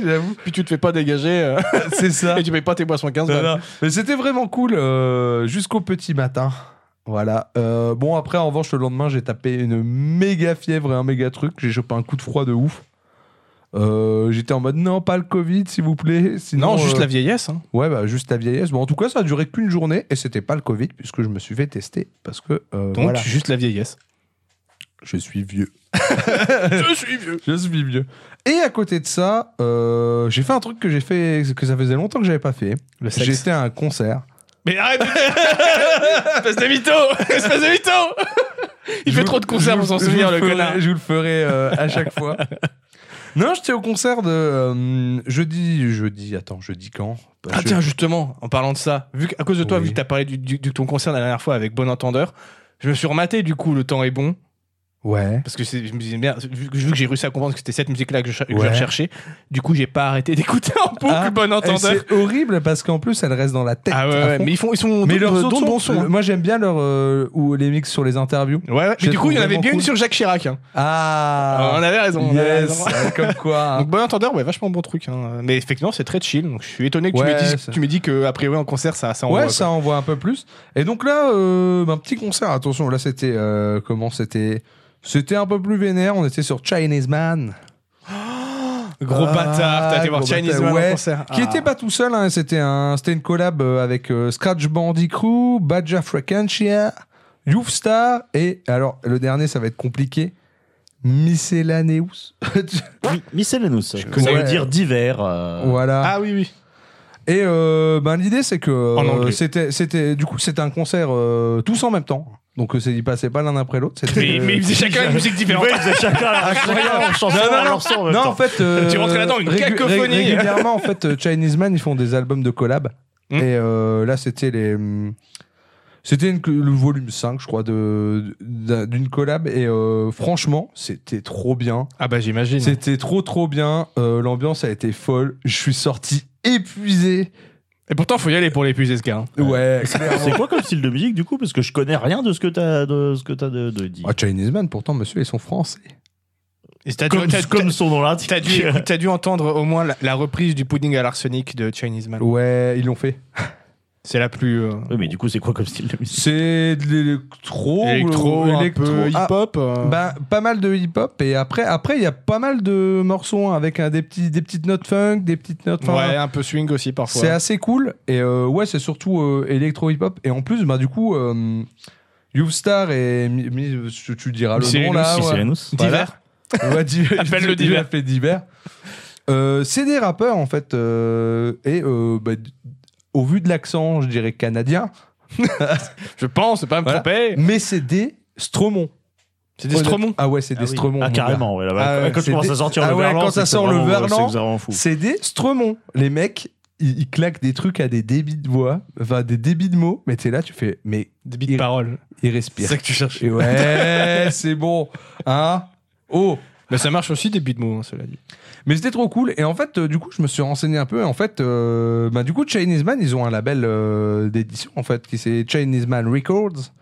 [SPEAKER 1] J'avoue,
[SPEAKER 2] Puis tu te fais pas dégager euh,
[SPEAKER 1] c'est ça.
[SPEAKER 2] et tu payes pas tes boissons 15
[SPEAKER 1] Non,
[SPEAKER 2] balles.
[SPEAKER 1] non. Mais c'était vraiment cool euh, jusqu'au petit matin. Voilà. Euh, bon, après, en revanche, le lendemain, j'ai tapé une méga fièvre et un méga truc. J'ai chopé un coup de froid de ouf. Euh, J'étais en mode non, pas le Covid, s'il vous plaît. Sinon,
[SPEAKER 2] Non, juste
[SPEAKER 1] euh,
[SPEAKER 2] la vieillesse. hein.
[SPEAKER 1] Ouais, bah, juste la vieillesse. Bon, en tout cas, ça a duré qu'une journée et c'était pas le Covid puisque je me suis fait tester parce que euh,
[SPEAKER 2] Donc,
[SPEAKER 1] voilà,
[SPEAKER 2] juste la vieillesse.
[SPEAKER 1] je suis vieux.
[SPEAKER 2] Je suis vieux.
[SPEAKER 1] Je suis vieux. Et à côté de ça, euh, j'ai fait un truc que j'ai fait que ça faisait longtemps que j'avais pas fait.
[SPEAKER 2] Le sexe.
[SPEAKER 1] J'étais à un concert.
[SPEAKER 2] Mais arrête Espèce de mytho Espèce de mytho Il
[SPEAKER 1] Je
[SPEAKER 2] fait
[SPEAKER 1] vous-
[SPEAKER 2] trop de concerts
[SPEAKER 1] je
[SPEAKER 2] pour
[SPEAKER 1] vous-
[SPEAKER 2] s'en
[SPEAKER 1] je
[SPEAKER 2] souvenir,
[SPEAKER 1] vous
[SPEAKER 2] le
[SPEAKER 1] ferai-
[SPEAKER 2] connard.
[SPEAKER 1] Je vous le ferai euh, à chaque fois. Non, j'étais au concert de euh, jeudi, jeudi, attends, jeudi quand Bah,
[SPEAKER 2] Ah
[SPEAKER 1] je-
[SPEAKER 2] tiens, justement, en parlant de ça, vu que- à cause de toi,
[SPEAKER 1] Oui.
[SPEAKER 2] vu que t'as parlé du, du- de ton concert la dernière fois avec Bon Entendeur, je me suis rematé du coup Le Temps est bon
[SPEAKER 1] Ouais.
[SPEAKER 2] Parce que c'est- je me disais, merde, vu que vu que j'ai réussi à comprendre que c'était cette musique-là que je, cher- que je
[SPEAKER 1] Ouais.
[SPEAKER 2] recherchais, du coup, j'ai pas arrêté d'écouter en boucle,
[SPEAKER 1] Ah,
[SPEAKER 2] bon
[SPEAKER 1] Et
[SPEAKER 2] entendeur.
[SPEAKER 1] C'est horrible parce qu'en plus, elle reste dans la tête.
[SPEAKER 2] Ah ouais,
[SPEAKER 1] à
[SPEAKER 2] ouais,
[SPEAKER 1] fond.
[SPEAKER 2] mais ils, font, ils sont
[SPEAKER 1] Mais
[SPEAKER 2] dans-
[SPEAKER 1] leurs
[SPEAKER 2] dans
[SPEAKER 1] autres
[SPEAKER 2] le bon
[SPEAKER 1] sont-
[SPEAKER 2] son. hein.
[SPEAKER 1] Moi, j'aime bien leur, euh, ou les mix sur les interviews.
[SPEAKER 2] Ouais, ouais.
[SPEAKER 1] Je
[SPEAKER 2] Mais du coup, il y en
[SPEAKER 1] trouve
[SPEAKER 2] avait bien
[SPEAKER 1] vraiment
[SPEAKER 2] une sur Jacques Chirac. hein.
[SPEAKER 1] Ah.
[SPEAKER 2] on avait raison. on avait
[SPEAKER 1] yes.
[SPEAKER 2] raison.
[SPEAKER 1] Comme quoi. hein.
[SPEAKER 2] Donc, bon entendeur, ouais, vachement bon truc. hein. Mais effectivement, c'est très chill. Donc, je suis étonné que tu
[SPEAKER 1] Ouais,
[SPEAKER 2] m'aies dit,
[SPEAKER 1] ça-
[SPEAKER 2] tu m'aies dit que, a priori, en concert, ça, ça envoie,
[SPEAKER 1] Ouais,
[SPEAKER 2] quoi.
[SPEAKER 1] ça envoie un peu plus. Et donc là, euh, un petit concert. Attention, là, c'était euh, comment C'était c'était un peu plus vénère. On était sur Chinese Man,
[SPEAKER 2] Gros
[SPEAKER 1] Ah,
[SPEAKER 2] bâtard, t'as été voir
[SPEAKER 1] gros
[SPEAKER 2] Chinese
[SPEAKER 1] bâtard,
[SPEAKER 2] Man en
[SPEAKER 1] ouais.
[SPEAKER 2] concert.
[SPEAKER 1] qui
[SPEAKER 2] Ah.
[SPEAKER 1] était pas tout seul. hein. C'était un, c'était une collab euh, avec euh, Scratch Bandicoot, Badja Frequentia, Youth Star et alors le dernier, ça va être compliqué. Miscellaneous. Ah,
[SPEAKER 3] Oui, Miscellaneous. Ça
[SPEAKER 1] connais.
[SPEAKER 3] veut dire divers. euh,
[SPEAKER 1] voilà.
[SPEAKER 2] Ah oui, oui.
[SPEAKER 1] Et euh, ben, l'idée, c'est que euh,
[SPEAKER 2] En anglais.
[SPEAKER 1] c'était, c'était, du coup, c'était un concert euh, tous en même temps. Donc, euh, c'est- ils passaient pas l'un après l'autre. C'était,
[SPEAKER 2] Mais,
[SPEAKER 1] euh,
[SPEAKER 2] mais ils faisaient chacun une musique différente.
[SPEAKER 3] Ouais, ils faisaient chacun chacun leur chanson
[SPEAKER 1] Non, non,
[SPEAKER 3] à leur son en même
[SPEAKER 1] non,
[SPEAKER 3] temps.
[SPEAKER 1] en fait, euh,
[SPEAKER 2] Tu rentrais là-dedans, une
[SPEAKER 1] régu-
[SPEAKER 2] cacophonie.
[SPEAKER 1] ré- régulièrement, en fait, euh, Chinese Man, ils font des albums de collab.
[SPEAKER 2] Hmm.
[SPEAKER 1] Et euh, là, c'était les, hum, c'était une- le volume 5, je crois, de, d'un- d'une collab. Et euh, franchement, c'était trop bien.
[SPEAKER 2] Ah bah j'imagine.
[SPEAKER 1] C'était trop, trop bien. Euh, l'ambiance a été folle. Je suis sorti épuisé.
[SPEAKER 2] Et pourtant, faut y aller pour l'épuiser ce gars. hein.
[SPEAKER 1] Ouais,
[SPEAKER 3] C'est quoi comme style de musique du coup Parce que je connais rien de ce que t'as de, ce que t'as de, de dit.
[SPEAKER 1] Ah, Chinese Man, pourtant, monsieur, ils sont français.
[SPEAKER 2] Et T'as dû,
[SPEAKER 3] comme,
[SPEAKER 2] t'as-
[SPEAKER 3] comme son nom l'indique.
[SPEAKER 2] t'as dû, t'as dû entendre au moins la, la reprise du pudding à l'arsenic de Chinese Man.
[SPEAKER 1] Ouais, ils l'ont fait.
[SPEAKER 2] C'est la plus euh,
[SPEAKER 3] Oui, mais du coup, c'est quoi comme style de musique
[SPEAKER 1] C'est de l'électro,
[SPEAKER 2] électro, un
[SPEAKER 1] oh, électro-
[SPEAKER 2] peu
[SPEAKER 1] Ah,
[SPEAKER 2] hip-hop. euh.
[SPEAKER 1] bah, pas mal de hip-hop et après après il y a pas mal de morceaux hein, avec hein, des petits des petites notes funk, des petites notes enfin,
[SPEAKER 2] ouais, un peu swing aussi parfois.
[SPEAKER 1] C'est assez cool et euh, ouais, c'est surtout euh, électro hip-hop et en plus bah du coup euh, Youth Star et Mi- Mi- tu, tu diras le nom
[SPEAKER 2] Miscellaneous,
[SPEAKER 1] là, ouais.
[SPEAKER 3] Miscellaneous.
[SPEAKER 2] divers.
[SPEAKER 1] Ouais, divers.
[SPEAKER 2] Appelle le
[SPEAKER 1] Tu- tu
[SPEAKER 2] divers.
[SPEAKER 1] l'appelles divers. Euh, c'est des rappeurs en fait euh, et euh, bah, d- au vu de l'accent, je dirais canadien,
[SPEAKER 2] Je pense, c'est pas me
[SPEAKER 1] Voilà.
[SPEAKER 2] tromper.
[SPEAKER 1] mais c'est des Stromons.
[SPEAKER 2] C'est des Stromons.
[SPEAKER 1] Ah ouais, c'est des
[SPEAKER 3] Ah oui.
[SPEAKER 1] Stromons.
[SPEAKER 3] Ah,
[SPEAKER 1] mon gars.
[SPEAKER 3] carrément, ouais, là-bas.
[SPEAKER 1] Ah ouais,
[SPEAKER 3] quand
[SPEAKER 1] c'est
[SPEAKER 3] tu commences
[SPEAKER 1] des-
[SPEAKER 3] à sortir
[SPEAKER 1] Ah
[SPEAKER 3] le
[SPEAKER 1] ouais,
[SPEAKER 3] verlan,
[SPEAKER 1] quand ça
[SPEAKER 3] c'est
[SPEAKER 1] sort le
[SPEAKER 3] vraiment-
[SPEAKER 1] verlan,
[SPEAKER 3] c'est que c'est vraiment fou.
[SPEAKER 1] C'est des Stromons. Les mecs, ils, ils claquent des trucs à des débits de voix, enfin des débits de mots, mais t'es là, tu fais, mais
[SPEAKER 2] Des bits de parole.
[SPEAKER 1] ils respirent.
[SPEAKER 2] que tu cherches.
[SPEAKER 1] Et ouais, c'est bon. Hein Oh
[SPEAKER 2] Mais Bah, ça marche aussi des bits de mots, hein, cela dit.
[SPEAKER 1] Mais c'était trop cool. Et en fait, euh, du coup, je me suis renseigné un peu. Et en fait, euh, bah, du coup, Chinese Man, ils ont un label euh, d'édition, en fait, qui c'est Chinese Man Records.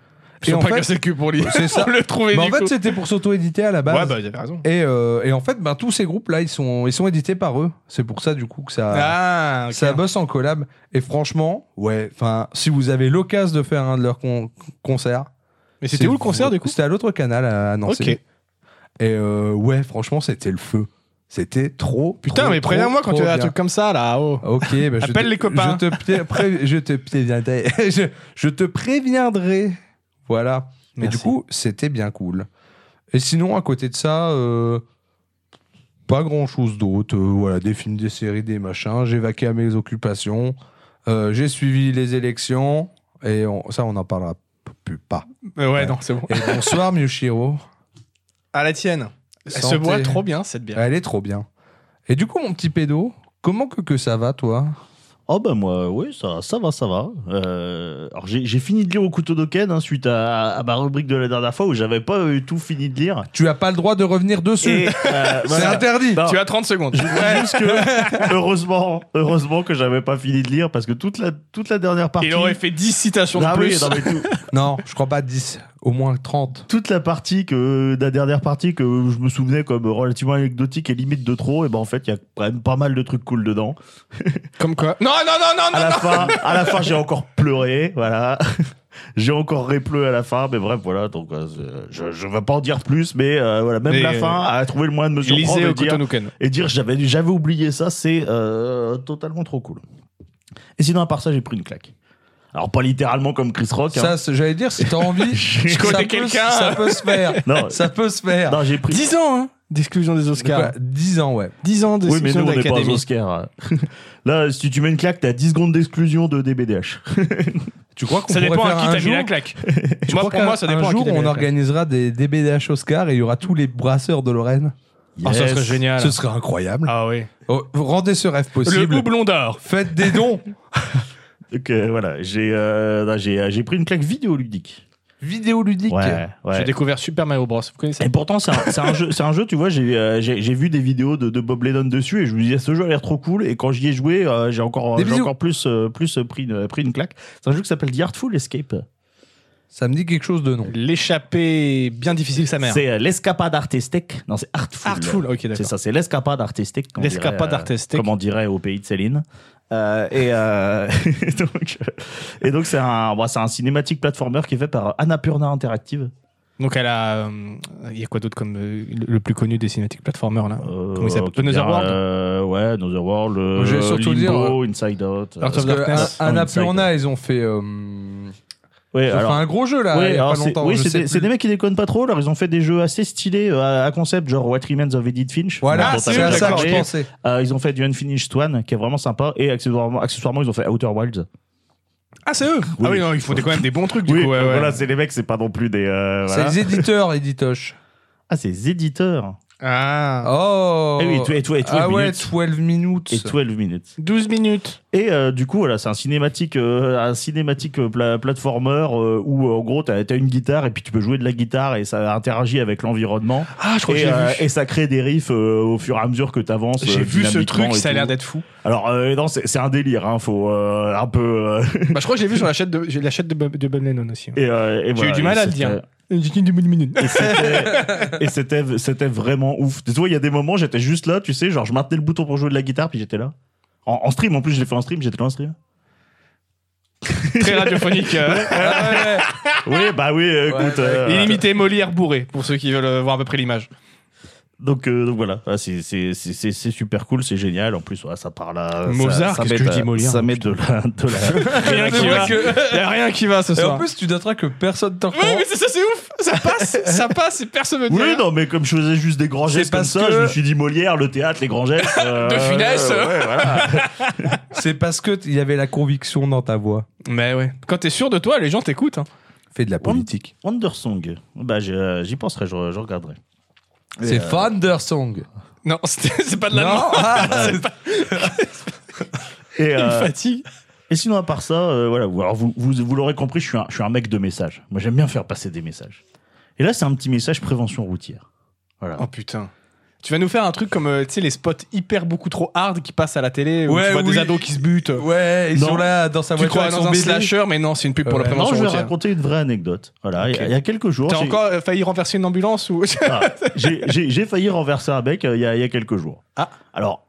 [SPEAKER 2] Ils
[SPEAKER 1] Et
[SPEAKER 2] sont
[SPEAKER 1] en
[SPEAKER 2] pas
[SPEAKER 1] fait-
[SPEAKER 2] cassés le cul pour, lui,
[SPEAKER 1] C'est ça.
[SPEAKER 2] pour le trouver
[SPEAKER 1] Bah, en
[SPEAKER 2] du
[SPEAKER 1] fait,
[SPEAKER 2] coup.
[SPEAKER 1] c'était pour s'auto-éditer à la base.
[SPEAKER 2] Ouais, bah, vous avez raison.
[SPEAKER 1] Et, euh, et en fait, ben, tous ces groupes-là, ils sont, ils sont édités par eux. C'est pour ça, du coup, que ça,
[SPEAKER 2] Ah, ok.
[SPEAKER 1] ça bosse en collab. Et franchement, ouais, enfin, si vous avez l'occasion de faire un de leurs con- concerts.
[SPEAKER 2] Mais c'était où le
[SPEAKER 1] c'est-
[SPEAKER 2] concert du coup
[SPEAKER 1] C'était à l'autre canal à Nancy.
[SPEAKER 2] Ok.
[SPEAKER 1] Et euh, ouais, franchement, c'était le feu. C'était trop.
[SPEAKER 2] Putain,
[SPEAKER 1] trop,
[SPEAKER 2] mais
[SPEAKER 1] trop,
[SPEAKER 2] préviens-moi quand
[SPEAKER 1] trop
[SPEAKER 2] tu as un
[SPEAKER 1] bien.
[SPEAKER 2] truc comme ça là. Oh.
[SPEAKER 1] Ok, ben, je
[SPEAKER 2] Appelle
[SPEAKER 1] te-
[SPEAKER 2] les copains.
[SPEAKER 1] Je te, pré- pré- je te préviendrai. je, je te préviendrai. Voilà. Mais
[SPEAKER 2] Merci.
[SPEAKER 1] du coup, c'était bien cool. Et sinon, à côté de ça, euh, pas grand chose d'autre. Euh, voilà, des films, des séries, des machins. J'ai vaqué à mes occupations. Euh, J'ai suivi les élections. Et on- ça, on n'en parlera p- plus pas.
[SPEAKER 2] Euh, ouais, non, c'est bon.
[SPEAKER 1] Et bonsoir, Miyoshiro.
[SPEAKER 2] À la tienne. Elle se
[SPEAKER 1] Santé.
[SPEAKER 2] boit trop bien cette bière.
[SPEAKER 1] Elle est trop bien. Et du coup, mon petit pédo, comment que, que ça va, toi
[SPEAKER 3] Oh bah moi, oui, ça, ça va, ça va. Euh, alors j'ai j'ai fini de lire au couteau d'Oken hein, suite à, à ma rubrique de la dernière fois où j'avais pas eu tout fini de lire.
[SPEAKER 1] Tu as pas le droit de revenir dessus.
[SPEAKER 3] Et, euh,
[SPEAKER 1] C'est
[SPEAKER 3] voilà.
[SPEAKER 1] interdit.
[SPEAKER 3] Non,
[SPEAKER 2] Tu as 30 secondes.
[SPEAKER 3] je dis juste que heureusement, heureusement que j'avais pas fini de lire parce que toute la, toute la dernière partie.
[SPEAKER 2] Il aurait fait 10 citations de
[SPEAKER 3] Ah oui,
[SPEAKER 2] plus.
[SPEAKER 3] non, mais tout-
[SPEAKER 1] Non, je crois pas 10, au moins 30.
[SPEAKER 3] toute la partie que la dernière partie que je me souvenais comme relativement anecdotique et limite de trop et ben en fait il y a quand même pas mal de trucs cool dedans
[SPEAKER 2] Comme quoi Non, non, non, non,
[SPEAKER 3] à
[SPEAKER 2] non,
[SPEAKER 3] la
[SPEAKER 2] non
[SPEAKER 3] fin à la fin j'ai encore pleuré voilà j'ai encore répleu à la fin mais bref voilà donc euh, c'est- je je vais pas en dire plus mais euh, voilà même
[SPEAKER 2] Mais,
[SPEAKER 3] la
[SPEAKER 2] euh,
[SPEAKER 3] fin a trouvé le moyen de me surprendre
[SPEAKER 2] Lisez
[SPEAKER 3] et
[SPEAKER 2] au
[SPEAKER 3] dire,
[SPEAKER 2] Kotonouken.
[SPEAKER 3] et dire j'avais j'avais oublié ça c'est euh, totalement trop cool et sinon à part ça j'ai pris une claque alors pas littéralement comme Chris Rock hein.
[SPEAKER 1] Ça, c'est- j'allais dire, si t'as envie,
[SPEAKER 2] Je
[SPEAKER 1] ça,
[SPEAKER 2] connais
[SPEAKER 1] peut,
[SPEAKER 2] quelqu'un.
[SPEAKER 1] ça peut se faire.
[SPEAKER 3] non
[SPEAKER 1] Ça peut se faire.
[SPEAKER 3] non j'ai pris
[SPEAKER 2] 10 ans, hein D'exclusion des
[SPEAKER 1] De quoi
[SPEAKER 2] Oscars.
[SPEAKER 1] 10 ans, ouais.
[SPEAKER 2] 10 ans
[SPEAKER 3] Oui, mais nous,
[SPEAKER 2] d'exclusion
[SPEAKER 3] on
[SPEAKER 2] de
[SPEAKER 3] n'est pas aux
[SPEAKER 2] l'Académie.
[SPEAKER 3] Oscars. hein. Là, si tu mets une claque, t'as 10 secondes d'exclusion de DBDH.
[SPEAKER 1] Tu crois qu'on
[SPEAKER 2] Ça
[SPEAKER 1] pourrait
[SPEAKER 2] dépend
[SPEAKER 1] faire
[SPEAKER 2] à qui
[SPEAKER 1] un
[SPEAKER 2] t'as mis
[SPEAKER 1] jour
[SPEAKER 2] la claque.
[SPEAKER 1] Tu
[SPEAKER 2] Moi,
[SPEAKER 1] crois
[SPEAKER 2] pour
[SPEAKER 1] qu'un-
[SPEAKER 2] moi, ça dépend
[SPEAKER 1] un
[SPEAKER 2] à qui
[SPEAKER 1] jour,
[SPEAKER 2] t'as mis
[SPEAKER 1] on
[SPEAKER 2] la claque.
[SPEAKER 1] organisera des DBDH Oscar et il y aura tous les brasseurs de Lorraine.
[SPEAKER 2] Ah, ça serait génial.
[SPEAKER 1] Ce serait incroyable.
[SPEAKER 2] Ah oui.
[SPEAKER 1] Oh, rendez ce rêve
[SPEAKER 2] Le
[SPEAKER 1] possible.
[SPEAKER 2] houblon d'or.
[SPEAKER 1] Faites des dons.
[SPEAKER 3] euh, Donc, euh, voilà, j'ai euh, là, j'ai- j'ai pris une claque vidéoludique.
[SPEAKER 1] vidéoludique.
[SPEAKER 3] Ouais, ouais.
[SPEAKER 2] J'ai découvert Super Mario Bros. Vous connaissez
[SPEAKER 3] Et pourtant, c'est un, c'est un jeu, c'est un jeu, tu vois, j'ai, euh, j'ai, j'ai vu des vidéos de, de Bob Ledon dessus et je me disais, ce jeu a l'air trop cool. Et quand j'y ai joué, euh, j'ai encore,
[SPEAKER 1] Des
[SPEAKER 3] j'ai
[SPEAKER 1] bisous.
[SPEAKER 3] encore plus, euh, plus pris, une, pris une claque. C'est un jeu qui s'appelle The Artful Escape.
[SPEAKER 1] Ça me dit quelque chose de non.
[SPEAKER 2] L'échappée bien difficile, sa mère.
[SPEAKER 3] C'est euh, l'escapade artistique. Non, c'est Artful.
[SPEAKER 2] Artful, ok,
[SPEAKER 3] C'est
[SPEAKER 2] d'accord.
[SPEAKER 3] ça, c'est l'escapade artistique. comme on dirait,
[SPEAKER 2] L'escapade
[SPEAKER 3] euh,
[SPEAKER 2] artistique.
[SPEAKER 3] Comme on dirait au pays de Céline. Euh, et, euh, et donc, et donc c'est un, bon, c'est un cinématique platformer qui est fait par Annapurna Interactive.
[SPEAKER 2] Donc elle a, euh, il y a quoi d'autre comme euh, le le plus connu des cinématiques platformers là
[SPEAKER 3] Euh,
[SPEAKER 2] Comment il s'appelle
[SPEAKER 3] qui
[SPEAKER 2] Another
[SPEAKER 3] vient,
[SPEAKER 2] World
[SPEAKER 3] euh, Ouais, Another World.
[SPEAKER 1] Moi, j'allais
[SPEAKER 3] Euh,
[SPEAKER 1] surtout
[SPEAKER 3] Limbo, Inside Out.
[SPEAKER 2] Art
[SPEAKER 1] Parce
[SPEAKER 2] of
[SPEAKER 1] que
[SPEAKER 2] Darkness.
[SPEAKER 1] An-
[SPEAKER 3] Inside,
[SPEAKER 1] Annapurna, ils ont fait, euh,
[SPEAKER 3] Ouais,
[SPEAKER 1] ils ont
[SPEAKER 3] alors-
[SPEAKER 1] fait un gros jeu là,
[SPEAKER 3] Ouais,
[SPEAKER 1] il y a
[SPEAKER 3] alors
[SPEAKER 1] pas
[SPEAKER 3] c'est-
[SPEAKER 1] longtemps.
[SPEAKER 3] oui,
[SPEAKER 1] je
[SPEAKER 3] c'est
[SPEAKER 1] sais
[SPEAKER 3] des, c'est
[SPEAKER 1] plus.
[SPEAKER 3] des mecs qui déconnent pas trop. Alors, ils ont fait des jeux assez stylés euh, à, à concept, genre What Remains of Edith Finch.
[SPEAKER 1] Voilà,
[SPEAKER 3] dont on
[SPEAKER 1] c'est
[SPEAKER 3] t'avait
[SPEAKER 1] à ça que je
[SPEAKER 3] parlé.
[SPEAKER 1] pensais.
[SPEAKER 3] Euh, ils ont fait du Unfinished One, qui est vraiment sympa. Et accessoirement, accessoirement ils ont fait Outer Wilds.
[SPEAKER 2] Ah c'est eux
[SPEAKER 3] Oui.
[SPEAKER 2] Ah oui, non, ils font des- quand même des bons trucs du coup. ouais, ouais.
[SPEAKER 3] c'est les mecs, c'est pas non plus des. euh,
[SPEAKER 1] C'est les éditeurs, Editoche.
[SPEAKER 3] Ah, c'est les éditeurs.
[SPEAKER 2] Ah.
[SPEAKER 1] Oh
[SPEAKER 3] Eh oui, et tout- et tout- et 12
[SPEAKER 1] Ah ouais,
[SPEAKER 3] minutes.
[SPEAKER 1] 12 minutes.
[SPEAKER 3] Et 12 minutes.
[SPEAKER 2] 12 minutes.
[SPEAKER 3] Et euh, du coup, voilà, c'est un cinématique, euh, un cinématique euh, pla- platformer euh, où, euh, en gros, t'as as une guitare et puis tu peux jouer de la guitare et ça interagit avec l'environnement.
[SPEAKER 2] Ah, je crois
[SPEAKER 3] Et,
[SPEAKER 2] que j'ai
[SPEAKER 3] euh,
[SPEAKER 2] vu.
[SPEAKER 3] et ça crée des riffs euh, au fur et à mesure que t'avances.
[SPEAKER 2] J'ai
[SPEAKER 3] euh,
[SPEAKER 2] vu ce
[SPEAKER 3] dynamiquement
[SPEAKER 2] truc,
[SPEAKER 3] et
[SPEAKER 2] ça a
[SPEAKER 3] tout.
[SPEAKER 2] l'air d'être fou.
[SPEAKER 3] Alors euh, non, c'est c'est un délire, hein, faut euh, un peu. euh,
[SPEAKER 2] bah, je crois que j'ai vu sur la chaîne de, j'ai la chaîne de, Bob- de Bob Lennon aussi. hein.
[SPEAKER 3] et, euh, et
[SPEAKER 2] J'ai
[SPEAKER 3] voilà,
[SPEAKER 2] eu du
[SPEAKER 3] et
[SPEAKER 2] mal à le
[SPEAKER 3] c'était-
[SPEAKER 2] dire. minutes.
[SPEAKER 3] et c'était- Et c'était c'était vraiment ouf. Tu vois, il y a des moments, j'étais juste là, tu sais, genre je maintenais le bouton pour jouer de la guitare, puis j'étais là. En, en stream, en plus, je l'ai fait en stream, j'étais là en stream.
[SPEAKER 2] Très radiophonique. euh,
[SPEAKER 1] Ah ouais.
[SPEAKER 3] Oui, bah oui, euh,
[SPEAKER 1] Ouais,
[SPEAKER 3] écoute.
[SPEAKER 1] bah,
[SPEAKER 3] euh,
[SPEAKER 2] illimité Molière bourré, pour ceux qui veulent euh, voir à peu près l'image.
[SPEAKER 3] donc, euh, donc voilà, Ah, c'est- c'est c'est- c'est- c'est super cool, c'est génial. En plus, ouais, ça parle à. ça-
[SPEAKER 2] Mozart,
[SPEAKER 3] ça
[SPEAKER 2] qu'est-ce
[SPEAKER 3] met
[SPEAKER 2] que je
[SPEAKER 3] de-
[SPEAKER 2] dis, Molière, hein,
[SPEAKER 3] Ça met de la. De la...
[SPEAKER 2] Rien
[SPEAKER 1] C'est
[SPEAKER 2] qui
[SPEAKER 1] vrai
[SPEAKER 2] va.
[SPEAKER 1] que-
[SPEAKER 2] Y a rien qui va ce
[SPEAKER 1] Et
[SPEAKER 2] soir.
[SPEAKER 1] en plus, tu noteras que personne t'en
[SPEAKER 2] Oui, mais c'est ça, c'est ouf. Ça passe, ça passe et personne ne dit
[SPEAKER 3] oui,
[SPEAKER 2] rien.
[SPEAKER 3] non, mais comme je faisais juste des grands
[SPEAKER 1] C'est
[SPEAKER 3] gestes comme
[SPEAKER 1] parce
[SPEAKER 3] ça,
[SPEAKER 1] que-
[SPEAKER 3] je me suis dit Molière, le théâtre, les grands gestes.
[SPEAKER 2] De
[SPEAKER 3] euh,
[SPEAKER 2] Funès.
[SPEAKER 3] ouais, voilà.
[SPEAKER 1] C'est parce que t- il y avait la conviction dans ta voix.
[SPEAKER 2] Mais ouais. Quand t'es sûr de toi, les gens t'écoutent. hein.
[SPEAKER 1] Fais de la politique.
[SPEAKER 3] Wondersong. Bah, je- j'y penserai, je, je regarderai.
[SPEAKER 1] C'est
[SPEAKER 3] Et, euh,
[SPEAKER 1] Thundersong.
[SPEAKER 2] Non, c'était- c'est pas de
[SPEAKER 1] Non,
[SPEAKER 2] l'allemand.
[SPEAKER 1] ah,
[SPEAKER 2] c'est pas
[SPEAKER 3] Et,
[SPEAKER 2] une
[SPEAKER 3] euh,
[SPEAKER 2] fatigue.
[SPEAKER 3] et sinon, à part ça, euh, voilà, vous- alors vous, vous, vous l'aurez compris, je suis, un, je suis un mec de messages. Moi, j'aime bien faire passer des messages. Et là, c'est un petit message prévention routière. Voilà.
[SPEAKER 2] Oh putain. Tu vas nous faire un truc comme euh, tu sais les spots hyper beaucoup trop hard qui passent à la télé où
[SPEAKER 1] Ouais,
[SPEAKER 2] tu vois
[SPEAKER 1] oui.
[SPEAKER 2] des ados qui se butent.
[SPEAKER 1] ouais, ils
[SPEAKER 3] Non.
[SPEAKER 1] sont là dans sa
[SPEAKER 2] Tu
[SPEAKER 1] voiture
[SPEAKER 2] crois
[SPEAKER 1] avec
[SPEAKER 2] dans
[SPEAKER 1] son
[SPEAKER 2] un
[SPEAKER 1] bébé.
[SPEAKER 2] slasher mais non, c'est une pub pour
[SPEAKER 1] Euh,
[SPEAKER 2] la
[SPEAKER 3] non,
[SPEAKER 2] prévention
[SPEAKER 3] je vais
[SPEAKER 2] routière.
[SPEAKER 3] raconter une vraie anecdote. Voilà, il y a-
[SPEAKER 2] Ok.
[SPEAKER 3] il y, a quelques jours.
[SPEAKER 2] T'as
[SPEAKER 3] j'ai-
[SPEAKER 2] encore euh, failli renverser une ambulance ou
[SPEAKER 3] Ah, j'ai- J'ai j'ai failli renverser un mec euh, il y, a, il y a quelques jours.
[SPEAKER 2] Ah.
[SPEAKER 3] Alors,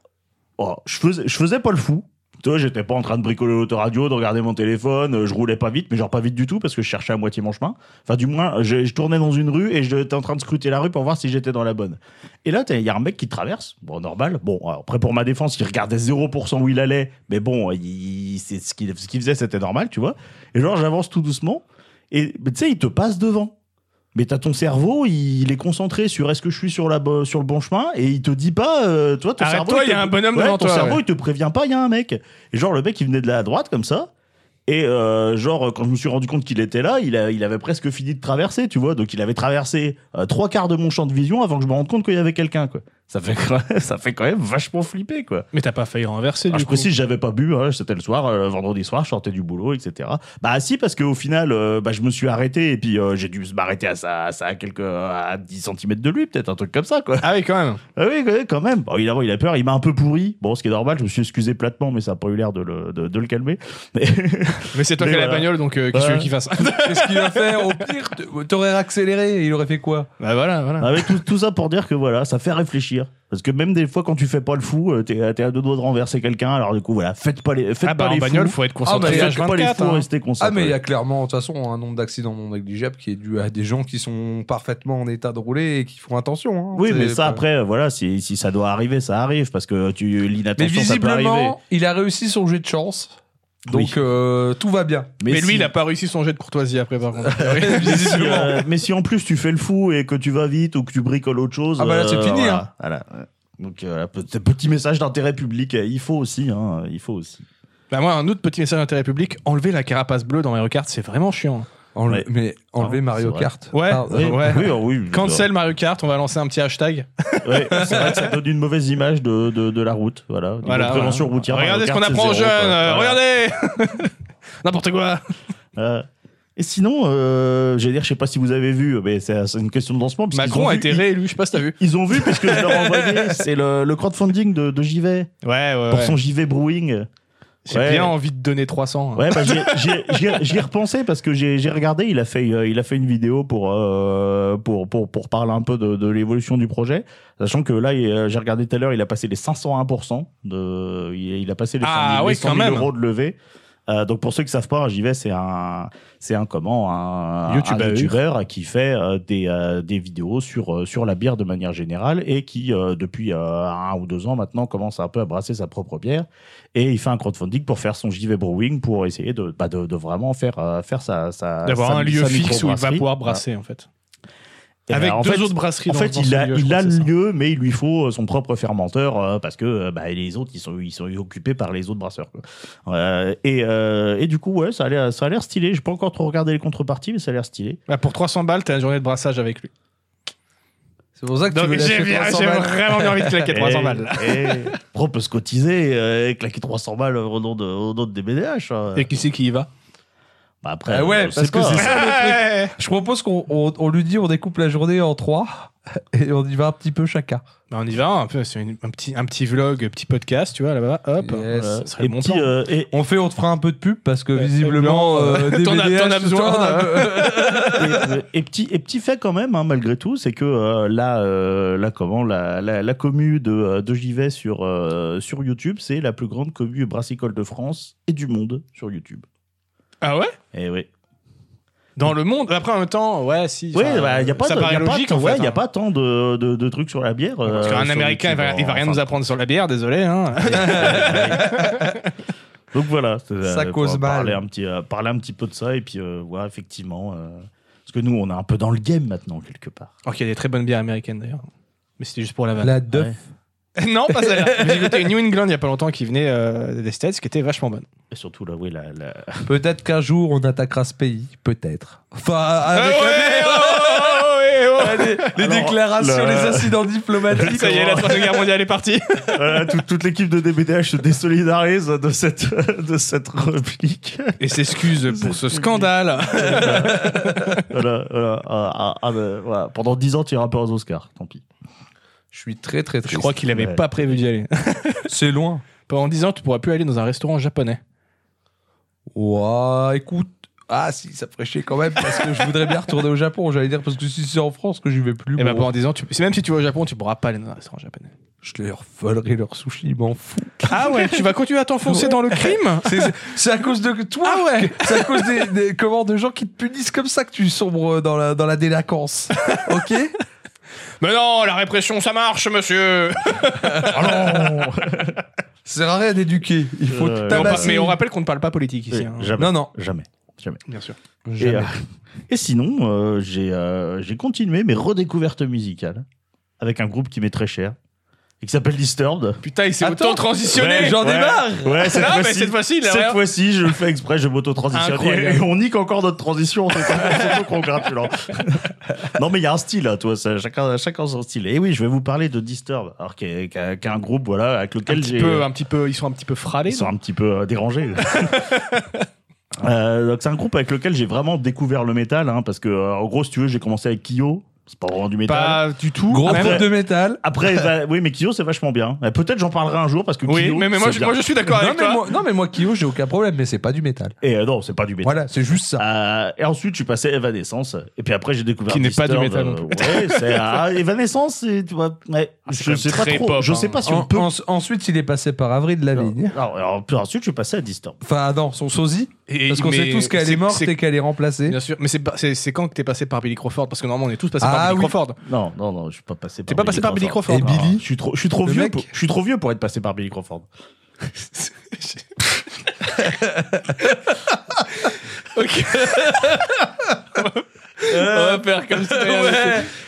[SPEAKER 3] oh, je, faisais, je faisais pas le fou. Tu vois, j'étais pas en train de bricoler l'autoradio, de regarder mon téléphone, euh, je roulais pas vite, mais genre pas vite du tout parce que je cherchais à moitié mon chemin. Enfin, du moins, je, je tournais dans une rue et j'étais en train de scruter la rue pour voir si j'étais dans la bonne. Et là, t'as- il y a un mec qui traverse, bon, normal. Bon, alors, après, pour ma défense, il regardait 0% où il allait, mais bon, il, il- c'est ce qu'il ce qu'il faisait, c'était normal, tu vois. Et genre, j'avance tout doucement et mais tu sais, il te passe devant. Mais t'as ton cerveau, il, il est concentré sur est-ce que je suis sur, la, bo- sur le bon chemin et il te dit pas, euh, toi, ton cerveau.
[SPEAKER 2] Arrête-toi,
[SPEAKER 3] te-
[SPEAKER 2] il y a un bonhomme
[SPEAKER 3] Ouais,
[SPEAKER 2] devant
[SPEAKER 3] ton
[SPEAKER 2] toi,
[SPEAKER 3] cerveau,
[SPEAKER 2] ouais.
[SPEAKER 3] il te prévient pas, il y a un mec. Et genre, le mec, il venait de la droite comme ça. Et euh, genre, quand je me suis rendu compte qu'il était là, il, a- il avait presque fini de traverser, tu vois. Donc, il avait traversé euh, trois quarts de mon champ de vision avant que je me rende compte qu'il y avait quelqu'un, quoi. Ça fait, quand- ça fait quand même vachement flipper, quoi.
[SPEAKER 2] Mais t'as pas failli renverser
[SPEAKER 3] Alors,
[SPEAKER 2] du
[SPEAKER 3] Ah, je
[SPEAKER 2] coup.
[SPEAKER 3] précise, j'avais pas bu, hein, c'était le soir, euh, vendredi soir, je sortais du boulot, etc. Bah si, parce qu'au final, euh, bah, je me suis arrêté et puis euh, j'ai dû m'arrêter à ça, à, ça, à, quelques, à 10 cm de lui, peut-être un truc comme ça, quoi.
[SPEAKER 2] Ah oui, quand même.
[SPEAKER 3] Ah oui, quand- quand même. Bon, évidemment, il a peur, il m'a un peu pourri. Bon, ce qui est normal, je me suis excusé platement, mais ça a pas eu l'air de le, de, de le calmer. Mais-
[SPEAKER 2] Mais c'est toi
[SPEAKER 3] Mais
[SPEAKER 2] qui as la
[SPEAKER 3] voilà.
[SPEAKER 2] bagnole donc euh, qu'est-ce que tu
[SPEAKER 3] Ouais.
[SPEAKER 2] veux qu'il fasse
[SPEAKER 1] Qu'est-ce qu'il va faire Au pire, t- t'aurais accéléré et il aurait fait quoi
[SPEAKER 2] Bah voilà, voilà.
[SPEAKER 3] Ah, mais tout, tout ça pour dire que voilà, ça fait réfléchir. Parce que même des fois, quand tu fais pas le fou, euh, t'es t'es à deux doigts de renverser quelqu'un. Alors du coup, voilà, faites pas les, faites
[SPEAKER 2] Ah bah
[SPEAKER 3] pas
[SPEAKER 2] en
[SPEAKER 3] les
[SPEAKER 2] bagnole,
[SPEAKER 3] fous.
[SPEAKER 2] faut être concentré
[SPEAKER 1] mais
[SPEAKER 2] à hein.
[SPEAKER 3] Faites pas les
[SPEAKER 2] 24.
[SPEAKER 3] fous, hein. restez
[SPEAKER 1] Ah, mais
[SPEAKER 3] concentrés.
[SPEAKER 1] il y a clairement, de toute façon, un nombre d'accidents non négligeable qui est dû à des gens qui sont parfaitement en état de rouler et qui font attention. hein.
[SPEAKER 3] Oui,
[SPEAKER 1] C'est
[SPEAKER 3] mais ça
[SPEAKER 1] pas-
[SPEAKER 3] après, voilà, si, si ça doit arriver, ça arrive parce que tu
[SPEAKER 1] Mais
[SPEAKER 3] l'inattention ça peut arriver.
[SPEAKER 1] visiblement, il a réussi son jet de chance. Donc
[SPEAKER 3] Oui.
[SPEAKER 1] euh, tout va bien.
[SPEAKER 2] Mais, lui,
[SPEAKER 3] si-
[SPEAKER 2] il a pas réussi son jet de courtoisie après, par contre. Ah
[SPEAKER 3] si, euh, mais si en plus tu fais le fou et que tu vas vite ou que tu bricoles autre chose.
[SPEAKER 1] Ah bah là, c'est fini,
[SPEAKER 3] voilà,
[SPEAKER 1] hein.
[SPEAKER 3] voilà. Donc euh, voilà, pe- ce petit message d'intérêt public, euh, il faut aussi, hein, il faut aussi.
[SPEAKER 2] Bah, moi, un autre petit message d'intérêt public enlever la carapace bleue dans Mario Kart, c'est vraiment chiant.
[SPEAKER 1] Enle-
[SPEAKER 3] Ouais.
[SPEAKER 1] Mais enlever
[SPEAKER 3] Ah,
[SPEAKER 1] Mario
[SPEAKER 3] c'est vrai.
[SPEAKER 1] Kart.
[SPEAKER 2] Ouais,
[SPEAKER 1] Ah,
[SPEAKER 2] bah ouais.
[SPEAKER 3] oui, oui, oui.
[SPEAKER 2] Cancel Mario Kart, on va lancer un petit hashtag.
[SPEAKER 3] Ouais, c'est vrai que ça donne une mauvaise image de, de, de la route, voilà. Niveau
[SPEAKER 2] Voilà,
[SPEAKER 3] prévention
[SPEAKER 2] voilà.
[SPEAKER 3] routière.
[SPEAKER 2] euh, Regardez
[SPEAKER 3] Mario
[SPEAKER 2] ce qu'on
[SPEAKER 3] Kart,
[SPEAKER 2] apprend aux
[SPEAKER 3] c'est
[SPEAKER 2] jeunes.
[SPEAKER 3] zéro, quoi.
[SPEAKER 2] euh,
[SPEAKER 3] Voilà.
[SPEAKER 2] Regardez N'importe quoi.
[SPEAKER 3] Euh, Et sinon, euh, j'allais dire, je sais pas si vous avez vu, mais c'est c'est une question de lancement. puisqu'ils
[SPEAKER 2] Macron
[SPEAKER 3] ont
[SPEAKER 2] a
[SPEAKER 3] vu-
[SPEAKER 2] été
[SPEAKER 3] ils-
[SPEAKER 2] réélu, je sais pas si t'as vu.
[SPEAKER 3] Ils ont vu, puisque je leur ai envoyé, c'est le, le crowdfunding de, de JV,
[SPEAKER 2] Ouais, ouais.
[SPEAKER 3] pour son JV Brewing.
[SPEAKER 2] J'ai
[SPEAKER 3] Ouais.
[SPEAKER 2] bien envie de donner 300. hein.
[SPEAKER 3] Ouais, bah, j'y ai- j'y ai- j'y ai- j'y ai repensé parce que j'ai j'ai regardé, il a, fait, euh, il a fait une vidéo pour, euh, pour, pour, pour parler un peu de, de l'évolution du projet. Sachant que là, il- euh, j'ai regardé tout à l'heure, il a passé les 501%, de, il, il a passé les 100
[SPEAKER 2] Ah
[SPEAKER 3] 000, les
[SPEAKER 2] oui,
[SPEAKER 3] 100
[SPEAKER 2] quand
[SPEAKER 3] 000
[SPEAKER 2] même.
[SPEAKER 3] euros de levée. Euh, donc pour ceux qui savent pas, JV c'est un c'est un comment un un
[SPEAKER 2] Youtubeur.
[SPEAKER 3] youtubeur qui fait euh, des, euh, des vidéos sur euh, sur la bière de manière générale et qui euh, depuis euh, un ou deux ans maintenant commence un peu à brasser sa propre bière et il fait un crowdfunding pour faire son JV Brewing pour essayer de, bah, de, de vraiment faire, euh, faire sa, sa
[SPEAKER 2] D'avoir
[SPEAKER 3] sa-
[SPEAKER 2] un lieu
[SPEAKER 3] sa
[SPEAKER 2] fixe où il va
[SPEAKER 3] microbrasserie.
[SPEAKER 2] pouvoir brasser, en fait.
[SPEAKER 3] Et
[SPEAKER 2] Avec
[SPEAKER 3] alors, Eh ben, en
[SPEAKER 2] deux
[SPEAKER 3] fait,
[SPEAKER 2] autres brasseries
[SPEAKER 3] En
[SPEAKER 2] dans-
[SPEAKER 3] fait,
[SPEAKER 2] dans
[SPEAKER 3] il
[SPEAKER 2] ce
[SPEAKER 3] a,
[SPEAKER 2] lieu, je
[SPEAKER 3] il
[SPEAKER 2] crois
[SPEAKER 3] a
[SPEAKER 2] que
[SPEAKER 3] le
[SPEAKER 2] c'est ça.
[SPEAKER 3] lieu, mais il lui faut euh, son propre fermenteur euh, parce que euh, bah, les autres, ils sont, ils sont occupés par les autres brasseurs. quoi. Euh, et, euh, et du coup, ouais, ça a l'air ça a l'air stylé. J'ai pas encore trop regardé les contreparties, mais ça a l'air stylé.
[SPEAKER 2] Bah, pour 300 balles, t'as une journée de brassage avec lui.
[SPEAKER 1] C'est pour ça que tu
[SPEAKER 2] Donc,
[SPEAKER 1] veux
[SPEAKER 2] j'ai
[SPEAKER 1] lâcher
[SPEAKER 2] bien-
[SPEAKER 1] 300
[SPEAKER 2] j'ai
[SPEAKER 1] balles.
[SPEAKER 2] vraiment bien envie de claquer 300
[SPEAKER 3] Eh.
[SPEAKER 2] balles.
[SPEAKER 3] Et, on peut se cotiser euh, et claquer 300 balles au nom de, au nom de DBDH. hein.
[SPEAKER 2] Et qui c'est qui y va
[SPEAKER 3] Bah, après,
[SPEAKER 1] Ah ouais,
[SPEAKER 3] je sais
[SPEAKER 1] parce que
[SPEAKER 3] pas. hein.
[SPEAKER 1] c'est ça. Je propose qu'on on- on lui dit on découpe la journée en trois et on y va un petit peu chacun.
[SPEAKER 2] Bah, on y va, un, peu, c'est une- un, petit, un petit vlog, petit podcast, tu vois, là-bas, hop.
[SPEAKER 1] Yes.
[SPEAKER 3] Euh,
[SPEAKER 2] Ce serait
[SPEAKER 3] et
[SPEAKER 2] bon
[SPEAKER 3] puis,
[SPEAKER 2] plan.
[SPEAKER 3] euh, et-
[SPEAKER 1] On fait, on te fera un peu de pub parce que
[SPEAKER 2] Ouais,
[SPEAKER 1] visiblement,
[SPEAKER 2] blanc,
[SPEAKER 1] euh,
[SPEAKER 2] euh, t'en as-
[SPEAKER 1] DVDH,
[SPEAKER 2] t'en as besoin,
[SPEAKER 1] toi, euh,
[SPEAKER 3] et, et petit, et petit fait quand même, hein, malgré tout, c'est que euh, là, euh, là, comment, la, la, la commu de, euh, de JV sur, euh, sur YouTube, c'est la plus grande commu brassicole de France et du monde sur YouTube.
[SPEAKER 2] Ah ouais
[SPEAKER 3] Et oui.
[SPEAKER 2] Dans le monde Après, en même temps, ouais, si.
[SPEAKER 3] Oui,
[SPEAKER 2] enfin,
[SPEAKER 3] il n'y a pas,
[SPEAKER 2] ça
[SPEAKER 3] de-
[SPEAKER 2] paraît
[SPEAKER 3] bah, y a pas
[SPEAKER 2] logique,
[SPEAKER 3] tant-
[SPEAKER 2] en fait.
[SPEAKER 3] ouais, y a
[SPEAKER 2] hein.
[SPEAKER 3] pas tant de, de, de trucs sur la bière.
[SPEAKER 2] Parce qu'un Américain, il va, il va rien nous apprendre sur la bière, désolé. Hein.
[SPEAKER 3] Donc voilà, c'est,
[SPEAKER 1] Ça
[SPEAKER 3] pour
[SPEAKER 1] cause mal.
[SPEAKER 3] Parler un, petit, euh, parler un petit peu de ça et puis euh, ouais, effectivement, euh, parce que nous, on est un peu dans le game maintenant quelque part.
[SPEAKER 2] Alors qu'il y a des très bonnes bières américaines d'ailleurs. Mais c'était juste pour la vanne.
[SPEAKER 1] La Duff.
[SPEAKER 3] Ouais.
[SPEAKER 2] non, pas celle-là. J'ai goûté une New England il y a pas longtemps qui venait euh, des States, qui était vachement bonne.
[SPEAKER 3] Et surtout là, oui, la, la,
[SPEAKER 1] Peut-être qu'un jour on attaquera ce pays, peut-être. Enfin,
[SPEAKER 2] Ah
[SPEAKER 1] avec la mer,
[SPEAKER 2] oh
[SPEAKER 1] les
[SPEAKER 3] Alors,
[SPEAKER 1] déclarations,
[SPEAKER 3] le-
[SPEAKER 1] les incidents diplomatiques.
[SPEAKER 2] Ça y est, la Troisième Guerre mondiale est partie.
[SPEAKER 3] Voilà, Euh, tout- toute l'équipe de DBDH se désolidarise de cette, de cette réplique.
[SPEAKER 2] Et s'excuse pour ce scandale.
[SPEAKER 3] Voilà, voilà, ah, ah, ah, ben, voilà. Pendant 10 ans, tu iras pas aux Oscars, tant pis.
[SPEAKER 1] Je suis très très triste.
[SPEAKER 2] Je crois qu'il avait
[SPEAKER 3] Ouais.
[SPEAKER 2] pas prévu d'y aller.
[SPEAKER 1] c'est loin.
[SPEAKER 2] Pendant 10 ans, tu pourras plus aller dans un restaurant japonais.
[SPEAKER 1] Ouah, écoute. Ah si, ça ferait chier quand même parce que je voudrais bien retourner au Japon. J'allais dire parce que si c'est en France que j'y vais plus,
[SPEAKER 2] Et ben
[SPEAKER 1] bon,
[SPEAKER 2] pendant 10 ans, tu... même si tu vas au Japon, tu pourras pas aller dans un restaurant japonais.
[SPEAKER 1] je leur volerai leur sushi, ils m'en fous.
[SPEAKER 2] Ah ouais, tu vas continuer à t'enfoncer dans le crime
[SPEAKER 1] C'est- c'est- C'est à cause de toi.
[SPEAKER 2] Ah ouais.
[SPEAKER 1] que- C'est à cause des, des- comment de gens qui te punissent comme ça que tu sombres dans la dans la délinquance. Ok.
[SPEAKER 2] Mais non, la répression, ça marche, monsieur.
[SPEAKER 1] C'est rien d'éduquer. Il faut
[SPEAKER 3] Euh,
[SPEAKER 2] Mais on,
[SPEAKER 1] tabasser.
[SPEAKER 2] par- mais on rappelle qu'on ne parle pas politique ici.
[SPEAKER 3] Oui,
[SPEAKER 2] hein.
[SPEAKER 3] jamais.
[SPEAKER 1] Non non.
[SPEAKER 3] Jamais.
[SPEAKER 2] Bien sûr.
[SPEAKER 3] Et, euh, et sinon, euh, j'ai euh, j'ai continué mes redécouvertes musicales avec un groupe qui m'est très cher et qui s'appelle Disturbed.
[SPEAKER 2] Putain, il s'est
[SPEAKER 1] Attends.
[SPEAKER 2] autant transitionné.
[SPEAKER 3] Ouais,
[SPEAKER 1] J'en
[SPEAKER 3] ouais.
[SPEAKER 1] démarre.
[SPEAKER 3] Ouais, cette
[SPEAKER 2] Non, Ah, mais
[SPEAKER 3] fois-ci,
[SPEAKER 2] cette fois-ci, il a
[SPEAKER 3] cette
[SPEAKER 2] rien.
[SPEAKER 3] fois-ci, je le fais exprès, je m'auto-transitionne.
[SPEAKER 2] Incroyable.
[SPEAKER 3] Et, et on nique encore notre transition en tant qu'autocongratulant. non, mais il y a un style, là, toi. ça- Chacun, chacun son style. Et oui, je vais vous parler de Disturb, alors qu'il y a- qu'il y a- qu'il y a un groupe voilà, avec
[SPEAKER 2] Un
[SPEAKER 3] lequel
[SPEAKER 2] petit,
[SPEAKER 3] j'ai.
[SPEAKER 2] peu, un petit peu, ils sont un petit peu fralés.
[SPEAKER 3] Ils sont un petit peu euh, dérangés. Euh, donc c'est un groupe avec lequel j'ai vraiment découvert le métal, hein, parce que euh, en gros, si tu veux, j'ai commencé avec Kyo, c'est pas vraiment du métal.
[SPEAKER 2] Pas du tout. Ah,
[SPEAKER 1] Gros
[SPEAKER 2] même.
[SPEAKER 1] groupe de métal.
[SPEAKER 3] Après, bah, oui, mais Kyo, c'est vachement bien. Euh, Peut-être j'en parlerai un jour parce que
[SPEAKER 2] Oui,
[SPEAKER 3] Kyo,
[SPEAKER 2] mais, mais moi,
[SPEAKER 3] c'est
[SPEAKER 2] je,
[SPEAKER 3] bien.
[SPEAKER 2] moi, je suis d'accord
[SPEAKER 1] Non
[SPEAKER 2] avec
[SPEAKER 1] mais,
[SPEAKER 2] toi.
[SPEAKER 1] moi, non mais moi Kyo j'ai aucun problème mais c'est pas du métal.
[SPEAKER 3] Et euh, non, c'est pas du métal.
[SPEAKER 1] Voilà c'est juste ça.
[SPEAKER 3] Euh, et ensuite, je suis passé à Evanescence. Et puis après, j'ai découvert.
[SPEAKER 2] Qui n'est pas du
[SPEAKER 3] Disturbed,
[SPEAKER 2] métal
[SPEAKER 3] euh,
[SPEAKER 2] non Ah,
[SPEAKER 3] ouais, c'est ah, Evanescence. c'est- tu vois, ouais,
[SPEAKER 2] c'est
[SPEAKER 3] je
[SPEAKER 2] quand
[SPEAKER 3] sais
[SPEAKER 2] même
[SPEAKER 3] pas
[SPEAKER 2] très
[SPEAKER 3] trop.
[SPEAKER 2] pop,
[SPEAKER 3] je
[SPEAKER 2] hein.
[SPEAKER 3] sais pas si
[SPEAKER 1] En-
[SPEAKER 3] on peut.
[SPEAKER 1] en- ensuite il est passé par Avril Lavigne.
[SPEAKER 3] Alors, alors, puis ensuite, je suis passé à Disturbed.
[SPEAKER 1] Enfin ah non son sosie.
[SPEAKER 2] Et-
[SPEAKER 1] Parce qu'on
[SPEAKER 2] mais
[SPEAKER 1] sait tous qu'elle
[SPEAKER 2] c'est-
[SPEAKER 1] est morte
[SPEAKER 2] c'est-
[SPEAKER 1] et qu'elle est remplacée.
[SPEAKER 2] Bien sûr, mais c'est pas- c'est c'est quand que t'es passé par Billy Crawford Parce que normalement, on est tous passés
[SPEAKER 1] Ah
[SPEAKER 2] par Billy
[SPEAKER 1] oui.
[SPEAKER 2] Crawford.
[SPEAKER 3] Non, non, non, je suis pas passé.
[SPEAKER 2] T'es pas passé par Billy Crawford.
[SPEAKER 1] Et
[SPEAKER 3] Non,
[SPEAKER 1] Billy
[SPEAKER 3] Je suis trop, je suis trop
[SPEAKER 1] Le
[SPEAKER 3] vieux.
[SPEAKER 1] mec
[SPEAKER 3] pour- je suis trop vieux pour être passé par Billy Crawford.
[SPEAKER 2] ok. On
[SPEAKER 1] Euh,
[SPEAKER 2] va faire comme ça.